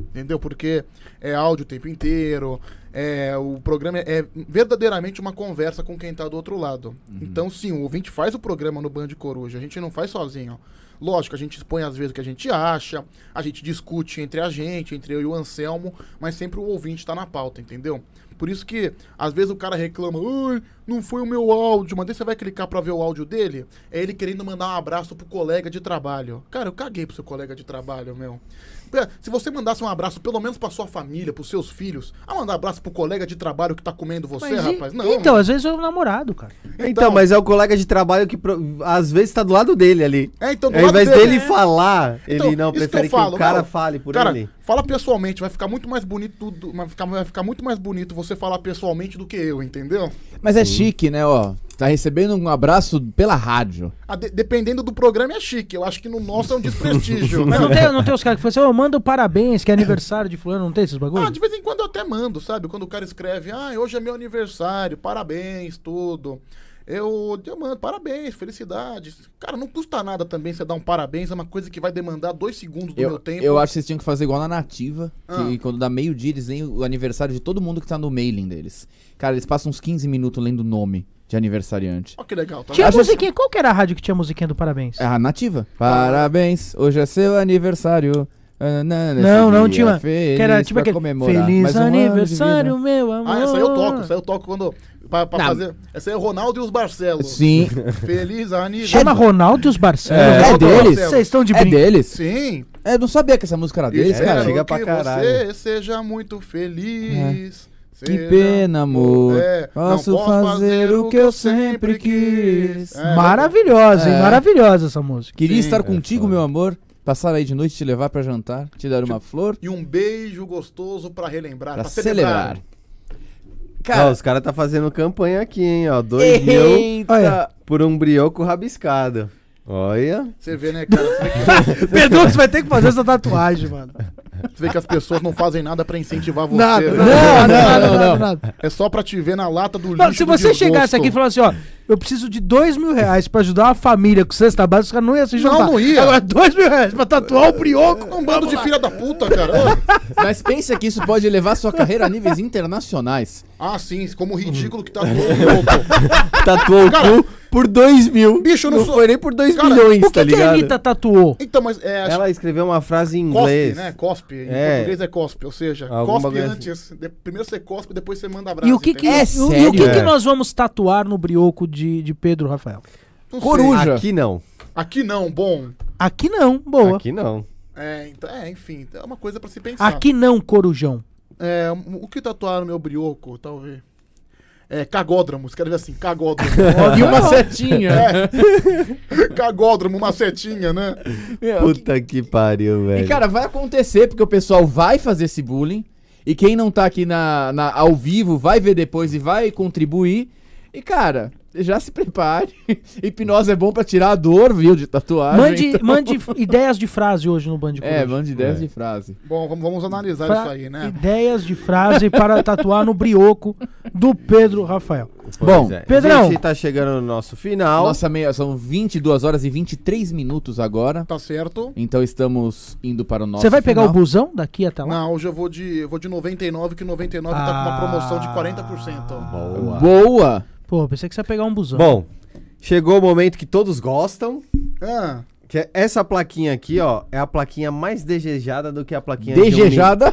Speaker 1: Entendeu? Porque é áudio o tempo inteiro, é, o programa é, é verdadeiramente uma conversa com quem tá do outro lado. Então, sim, o ouvinte faz o programa no Band Coruja, a gente não faz sozinho. Lógico, a gente expõe às vezes o que a gente acha, a gente discute entre a gente, entre eu e o Anselmo, mas sempre o ouvinte tá na pauta, entendeu? Por isso que, às vezes, o cara reclama, Ai, não foi o meu áudio, mas daí você vai clicar pra ver o áudio dele, é ele querendo mandar um abraço pro colega de trabalho. Cara, eu caguei pro seu colega de trabalho, meu. É, Se você mandasse um abraço, pelo menos pra sua família, pros seus filhos, ah, mandar abraço pro colega de trabalho que tá comendo você,
Speaker 3: Mas e-
Speaker 1: rapaz? Não.
Speaker 3: então, às vezes é o namorado, cara.
Speaker 2: Então, mas é o colega de trabalho que pro- às vezes tá do lado dele ali.
Speaker 1: É, então, do
Speaker 2: Ao
Speaker 1: lado
Speaker 2: invés
Speaker 1: dele,
Speaker 2: dele
Speaker 1: é.
Speaker 2: falar,
Speaker 1: Então,
Speaker 2: ele não
Speaker 1: isso que eu
Speaker 2: prefere que,
Speaker 1: falo,
Speaker 2: o cara
Speaker 1: não.
Speaker 2: fale por
Speaker 1: Cara,
Speaker 2: ele.
Speaker 1: fala pessoalmente, vai ficar muito mais bonito tudo, vai ficar, vai ficar muito mais bonito você falar pessoalmente do que eu, entendeu?
Speaker 4: Mas é chique, né, ó. Tá recebendo um abraço pela rádio.
Speaker 1: Ah, de- dependendo do programa é chique, eu acho que no nosso é um desprestígio. É.
Speaker 3: Mas não tem, não tem os caras que falam assim, eu mando parabéns, que é aniversário de fulano, não tem esses bagulhos?
Speaker 1: Ah, de vez em quando eu até mando, sabe? Quando o cara escreve, ah, hoje é meu aniversário, parabéns, tudo. Eu, eu mando, parabéns, felicidades. Cara, não custa nada também você dar um parabéns, é uma coisa que vai demandar dois segundos do meu
Speaker 4: Eu,
Speaker 1: tempo.
Speaker 4: eu acho que vocês tinham que fazer igual na Nativa,
Speaker 1: Ah.
Speaker 4: que quando dá meio-dia eles leem o aniversário de todo mundo que tá no mailing deles. Cara, eles passam uns 15 minutos lendo o nome de aniversariante.
Speaker 1: Olha que legal, tá?
Speaker 3: Tinha
Speaker 4: Às vezes-
Speaker 3: musiquinha, qual que era a rádio que tinha musiquinha do parabéns?
Speaker 4: É a Nativa. Parabéns, hoje é seu aniversário. Ah,
Speaker 3: Não, não
Speaker 4: nesse
Speaker 3: tinha uma-
Speaker 4: dia feliz
Speaker 3: que era tipo
Speaker 4: pra
Speaker 3: aquele,
Speaker 4: comemorar.
Speaker 3: feliz
Speaker 4: Mais um ano de
Speaker 3: aniversário,
Speaker 4: vida.
Speaker 3: meu amor.
Speaker 1: Ah, essa aí eu toco, essa aí eu toco quando. Pra, pra
Speaker 4: Não.
Speaker 1: fazer. Essa aí é o Ronaldo e os Barcelos.
Speaker 4: Sim,
Speaker 1: Feliz aniversário.
Speaker 3: Chama Ronaldo e os Barcelos.
Speaker 4: É,
Speaker 1: Ronaldo e os
Speaker 4: deles?
Speaker 1: Barcelos.
Speaker 3: Vocês estão de
Speaker 4: é
Speaker 3: brinco.
Speaker 4: deles. É,
Speaker 1: Sim.
Speaker 4: Eu não sabia que essa música era deles,
Speaker 1: Espero
Speaker 4: cara.
Speaker 2: chega pra
Speaker 1: que
Speaker 2: caralho.
Speaker 1: você seja muito feliz.
Speaker 4: Que pena, amor.
Speaker 1: É, não
Speaker 4: posso fazer o que eu sempre quis.
Speaker 1: É,
Speaker 3: Maravilhosa, hein?
Speaker 4: É.
Speaker 3: Maravilhosa essa música.
Speaker 4: Queria
Speaker 1: Sim,
Speaker 4: estar
Speaker 1: é
Speaker 4: contigo,
Speaker 2: foda.
Speaker 4: meu amor. Passar aí de noite, te levar pra jantar, te dar uma flor
Speaker 1: E um beijo gostoso pra relembrar,
Speaker 4: pra
Speaker 1: pra,
Speaker 4: celebrar.
Speaker 2: Ó, os caras tá fazendo campanha aqui, hein? Ó, dois mil
Speaker 3: Olha.
Speaker 2: por um brioco rabiscado. Olha.
Speaker 1: Você vê, né, cara? Você vê, que,
Speaker 3: Pedro, você vai ter que fazer essa tatuagem, mano.
Speaker 1: você vê que as pessoas não fazem nada pra incentivar você.
Speaker 3: Nada,
Speaker 1: né?
Speaker 3: não, nada, nada, nada, nada.
Speaker 1: É só pra te ver na lata do lixo.
Speaker 3: Não, se
Speaker 1: do
Speaker 3: você
Speaker 1: desgosto.
Speaker 3: chegasse aqui e falasse, ó, eu preciso de dois mil reais pra ajudar uma família com cesta básica, os caras não iam se
Speaker 1: Não,
Speaker 3: juntar.
Speaker 1: não ia.
Speaker 3: Agora, dois mil reais pra tatuar o brioco.
Speaker 1: Um bando de filha da puta, cara.
Speaker 4: Mas pensa que isso pode levar sua carreira a níveis internacionais.
Speaker 1: Ah, sim, como ridículo que tá todo louco.
Speaker 2: Tatuou
Speaker 1: Cara,
Speaker 2: o Tá cu por dois mil.
Speaker 1: bicho, eu não
Speaker 2: não
Speaker 1: sou-
Speaker 2: foi nem por dois
Speaker 1: Cara,
Speaker 2: milhões,
Speaker 3: O que,
Speaker 1: é
Speaker 2: tá
Speaker 3: que a
Speaker 2: ligado?
Speaker 3: Anitta tatuou?
Speaker 1: Então, mas é. acho
Speaker 2: Ela escreveu uma frase em
Speaker 1: que Cospe,
Speaker 2: inglês.
Speaker 1: né? Cospe. Em
Speaker 2: É.
Speaker 1: português é cospe, ou seja,
Speaker 2: Alguma
Speaker 1: cospe
Speaker 2: coisa assim.
Speaker 1: antes. De- primeiro você cospe, depois você manda abraço.
Speaker 3: E o que que,
Speaker 1: entendeu?
Speaker 4: É
Speaker 3: e o- e o que,
Speaker 4: sério?
Speaker 3: que
Speaker 2: É.
Speaker 3: nós vamos tatuar no brioco de, de Pedro Rafael?
Speaker 1: Não sei.
Speaker 4: Coruja.
Speaker 2: Aqui não.
Speaker 1: Aqui não, bom.
Speaker 3: Aqui não, boa. Aqui,
Speaker 2: Aqui não.
Speaker 1: É, então, é, enfim, é uma coisa pra se pensar.
Speaker 3: não, corujão.
Speaker 1: É, um- o que tatuar no meu brioco, talvez? É, cagódromo, escreve assim, cagódromo. É.
Speaker 4: E uma setinha.
Speaker 1: cagódromo, uma setinha, né?
Speaker 2: Puta que pariu, velho.
Speaker 4: E, cara, vai acontecer, porque o pessoal vai fazer esse bullying. E quem não tá aqui na, na- ao vivo vai ver depois e vai contribuir. E, cara, já se prepare. Hipnose é bom pra tirar a dor, viu, de tatuagem.
Speaker 3: Mande,
Speaker 4: então.
Speaker 3: mande f- ideias de frase hoje no Band Coruja.
Speaker 4: É, mande ideias de frase.
Speaker 1: Bom, vamos, vamos analisar
Speaker 3: Fra-
Speaker 1: isso aí, né?
Speaker 3: Ideias de frase para tatuar no brioco do Pedro Rafael.
Speaker 4: Bom,
Speaker 2: é.
Speaker 3: Pedrão.
Speaker 2: Gente, tá chegando no nosso final.
Speaker 4: nossa meia, são 22 horas e 23 minutos agora.
Speaker 1: Tá certo?
Speaker 4: Então estamos indo para o nosso
Speaker 3: Você vai pegar o
Speaker 4: final.
Speaker 3: busão daqui até lá?
Speaker 1: Não, hoje eu vou de, eu vou de 99, que 99 tá com uma promoção de
Speaker 2: Ah,
Speaker 1: 40%.
Speaker 2: Boa.
Speaker 4: Boa!
Speaker 3: Pô, pensei que você ia pegar um busão.
Speaker 2: Bom, chegou o momento que todos gostam.
Speaker 1: Ah,
Speaker 2: Que é- essa plaquinha aqui, ó, é a plaquinha mais desejada do que a plaquinha
Speaker 4: Dejejada.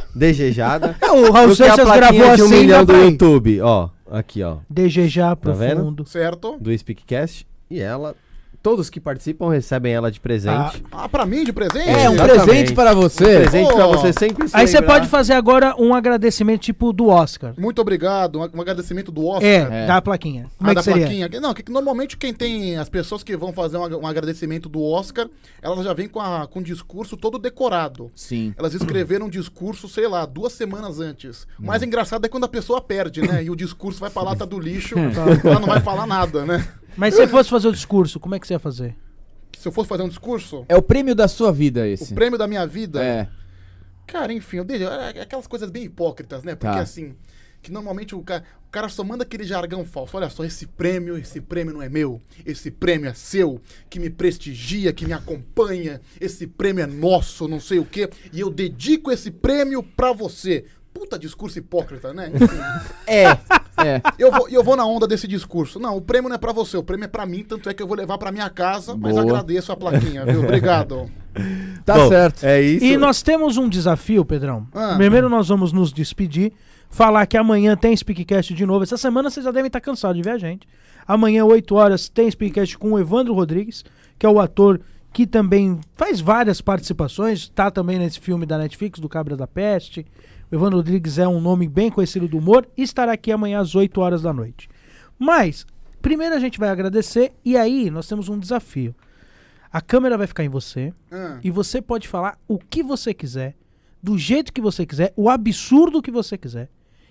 Speaker 2: de um mi- Desejada.
Speaker 3: É, o Raul
Speaker 2: do que a
Speaker 3: Seixas gravou
Speaker 2: plaquinha de um
Speaker 3: assim,
Speaker 2: milhão
Speaker 3: né,
Speaker 2: do
Speaker 3: do
Speaker 2: YouTube, ó. Aqui, ó,
Speaker 3: Desejar
Speaker 2: vendo?
Speaker 3: profundo.
Speaker 1: certo?
Speaker 2: do Speakcast. E ela, todos que participam recebem ela de presente.
Speaker 1: Ah, pra mim, de presente?
Speaker 4: É um
Speaker 2: Exatamente.
Speaker 4: presente para você.
Speaker 2: Presente pra
Speaker 1: Pô.
Speaker 2: você sempre se
Speaker 3: Aí você
Speaker 2: lembrar.
Speaker 3: pode fazer agora um agradecimento tipo do Oscar.
Speaker 1: Muito obrigado, um um agradecimento do Oscar.
Speaker 3: É, da plaquinha. Como
Speaker 1: Ah,
Speaker 3: é que
Speaker 1: da
Speaker 3: seria?
Speaker 1: plaquinha. Não, que que normalmente quem tem. As pessoas que vão fazer um ag- um agradecimento do Oscar, elas já vêm com, a, com o discurso todo decorado.
Speaker 4: Sim.
Speaker 1: Elas escreveram um discurso, sei lá, duas semanas antes. O
Speaker 3: Hum.
Speaker 1: mais engraçado é quando a pessoa perde, né? E o discurso vai pra lata do lixo, ela não vai falar nada, né?
Speaker 3: Mas se você fosse fazer o discurso, como é que você ia fazer?
Speaker 1: Se eu fosse fazer um discurso,
Speaker 4: É o prêmio da sua vida
Speaker 1: o
Speaker 4: esse.
Speaker 1: prêmio da minha vida.
Speaker 4: É.
Speaker 1: Cara, enfim, eu dei, é aquelas coisas bem hipócritas, né? Porque
Speaker 4: Tá.
Speaker 1: assim, que normalmente o cara, o cara só manda aquele jargão falso. Olha só, esse prêmio, esse prêmio não é meu. Esse prêmio é seu, que me prestigia, que me acompanha. Esse prêmio é nosso, não sei o quê. E eu dedico esse prêmio pra você. Puta discurso hipócrita, né? Enfim,
Speaker 4: É. É.
Speaker 1: eu, vou, eu vou na onda desse discurso. Não, o prêmio não é pra você, o prêmio é pra mim, tanto é que eu vou levar pra minha casa, mas
Speaker 4: Boa.
Speaker 1: agradeço a plaquinha, viu? Obrigado.
Speaker 4: Tá
Speaker 2: Bom,
Speaker 4: certo.
Speaker 2: É isso.
Speaker 3: E nós temos um desafio, Pedrão.
Speaker 1: Ah.
Speaker 3: Primeiro nós vamos nos despedir, falar que amanhã tem Speakcast de novo. Essa semana vocês já devem estar cansados de ver a gente. Amanhã, 8 horas, tem Speakcast com o Evandro Rodrigues, que é o ator que também faz várias participações, está também nesse filme da Netflix, do Cabra da Peste. O Evandro Rodrigues é um nome bem conhecido do humor e estará aqui amanhã às 8 horas da noite. Mas, primeiro a gente vai agradecer e aí nós temos um desafio. A câmera vai ficar em você.
Speaker 1: Ah.
Speaker 3: E você pode falar o que você quiser, do jeito que você quiser, o absurdo que você quiser.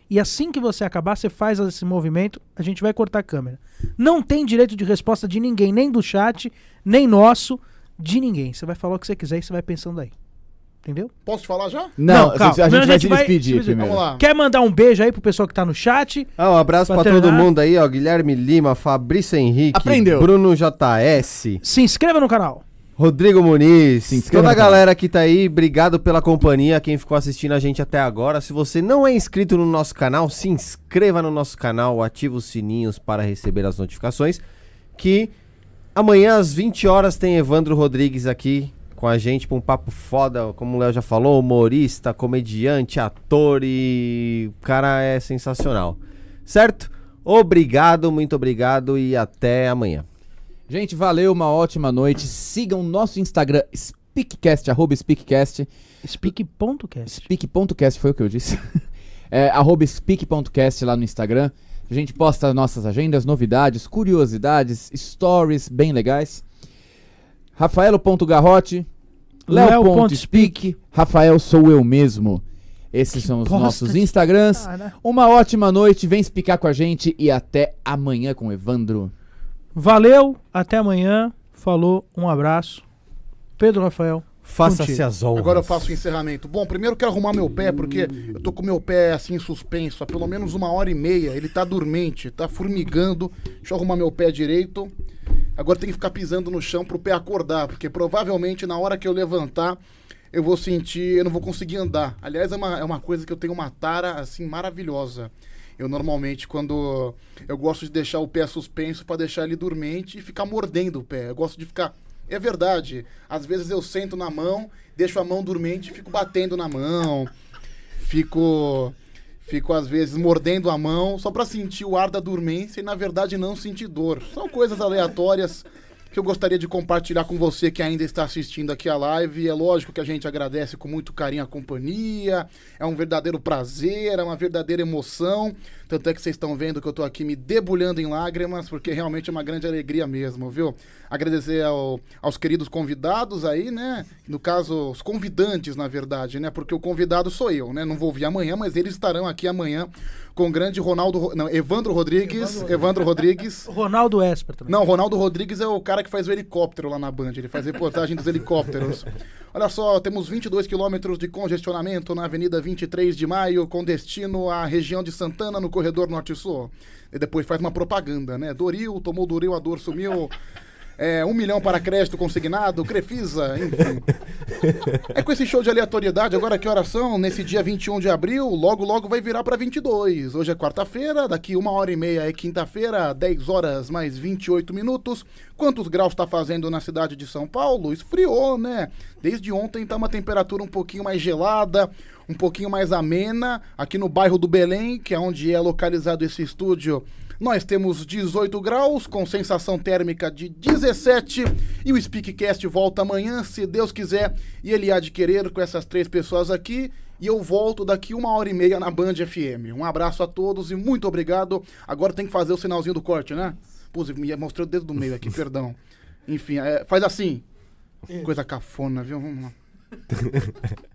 Speaker 3: E assim que você acabar, você faz esse movimento, a gente vai cortar a câmera. Não tem direito de resposta de ninguém, nem do chat, nem nosso, de ninguém. Você vai falar o que você quiser e você vai pensando aí. Entendeu?
Speaker 1: Posso te falar já?
Speaker 4: Não,
Speaker 3: calma.
Speaker 4: a gente
Speaker 3: Primeiro
Speaker 4: vai se despedir primeiro.
Speaker 1: Vamos lá.
Speaker 3: Quer mandar um beijo aí pro pessoal que tá no chat?
Speaker 2: Ah, um abraço pra
Speaker 3: Pra
Speaker 2: todo
Speaker 3: terminar.
Speaker 2: mundo aí, ó. Guilherme Lima, Fabrício Henrique,
Speaker 4: Aprendeu.
Speaker 2: Bruno JS,
Speaker 3: Se inscreva no canal.
Speaker 2: Rodrigo
Speaker 4: Se
Speaker 2: Muniz,
Speaker 4: inscreva
Speaker 2: toda a
Speaker 4: no canal.
Speaker 2: galera que tá aí, obrigado pela companhia, quem ficou assistindo a gente até agora. Se você não é inscrito no nosso canal, se inscreva no nosso canal, ativa os sininhos para receber as notificações. Que amanhã às 20 horas tem Evandro Rodrigues aqui com a gente pra um papo foda, como o Léo já falou, humorista, comediante, ator e o cara é sensacional. Certo? Obrigado, muito obrigado e até amanhã.
Speaker 4: Gente, valeu, uma ótima noite. Sigam nosso Instagram, speakcast, arroba speakcast.
Speaker 3: Speak.cast.
Speaker 4: Speak.cast foi o que eu disse. é, arroba speak.cast lá no Instagram. A gente posta nossas agendas, novidades, curiosidades, stories bem legais. Rafaelo.garrote, Leo.speak, Rafael sou eu mesmo. Esses são os
Speaker 3: bosta
Speaker 4: nossos
Speaker 3: de
Speaker 4: Instagrams.
Speaker 3: cara. né?
Speaker 4: Uma ótima noite, vem explicar com a gente e até amanhã com o Evandro.
Speaker 3: Valeu, até amanhã. Falou, um abraço. Pedro Rafael.
Speaker 2: Faça-se
Speaker 3: Contigo.
Speaker 2: as honras.
Speaker 1: Agora eu faço o encerramento. Bom, primeiro eu quero arrumar meu pé, porque eu tô com meu pé assim suspenso há pelo menos uma hora e meia. Ele tá dormente, tá formigando. Deixa eu arrumar meu pé direito. Agora tem que ficar pisando no chão pro pé acordar, porque provavelmente na hora que eu levantar, eu vou sentir, eu não vou conseguir andar. Aliás, é uma, é uma coisa que eu tenho uma tara assim maravilhosa. Eu normalmente, quando. Eu gosto de deixar o pé suspenso pra deixar ele dormente e ficar mordendo o pé. Eu gosto de ficar. É verdade. Às vezes eu sento na mão, deixo a mão dormente e fico batendo na mão. Fico. Fico, às vezes, mordendo a mão só pra sentir o ar da dormência e, na verdade, não sentir dor. São coisas aleatórias que eu gostaria de compartilhar com você que ainda está assistindo aqui a live. É lógico que a gente agradece com muito carinho a companhia. É um verdadeiro prazer, é uma verdadeira emoção. Tanto é que vocês estão vendo que eu tô aqui me debulhando em lágrimas, porque realmente é uma grande alegria mesmo, viu? Agradecer ao- aos queridos convidados aí, né? No caso, os convidantes, na verdade, né? Porque o convidado sou eu, né? Não vou vir amanhã, mas eles estarão aqui amanhã com o grande Ronaldo. Ro- Não, Evandro Rodrigues. Evandro Rodrigues.
Speaker 3: Ronaldo Esper também.
Speaker 1: Não, Ronaldo Rodrigues é o cara que faz o helicóptero lá na Band. Ele faz reportagem dos helicópteros. Olha só, temos 22 quilômetros de congestionamento na Avenida 23 de Maio, com destino à região de Santana, no corredor norte-sul. E depois faz uma propaganda, né? Doril, tomou Doril, a dor sumiu. É, um milhão para crédito consignado, Crefisa, enfim. É com esse show de aleatoriedade, agora que horas são? Nesse dia 21 de abril, logo logo vai virar pra 22. Hoje é quarta-feira, daqui uma hora e meia é quinta-feira, 10 horas mais 28 minutos. Quantos graus tá fazendo na cidade de São Paulo? Esfriou, né? Desde ontem tá uma temperatura um pouquinho mais gelada, um pouquinho mais amena. Aqui no bairro do Belém, que é onde é localizado esse estúdio, nós temos 18 graus, com sensação térmica de 17. E o Speakcast volta amanhã, se Deus quiser, e ele há de querer com essas três pessoas aqui. E eu volto daqui uma hora e meia na Band FM. Um abraço a todos e muito obrigado. Agora tem que fazer o sinalzinho do corte, né? Pô, me mostrei o dedo do meio aqui, perdão. Enfim, é, faz assim. Coisa cafona, viu? Vamos lá.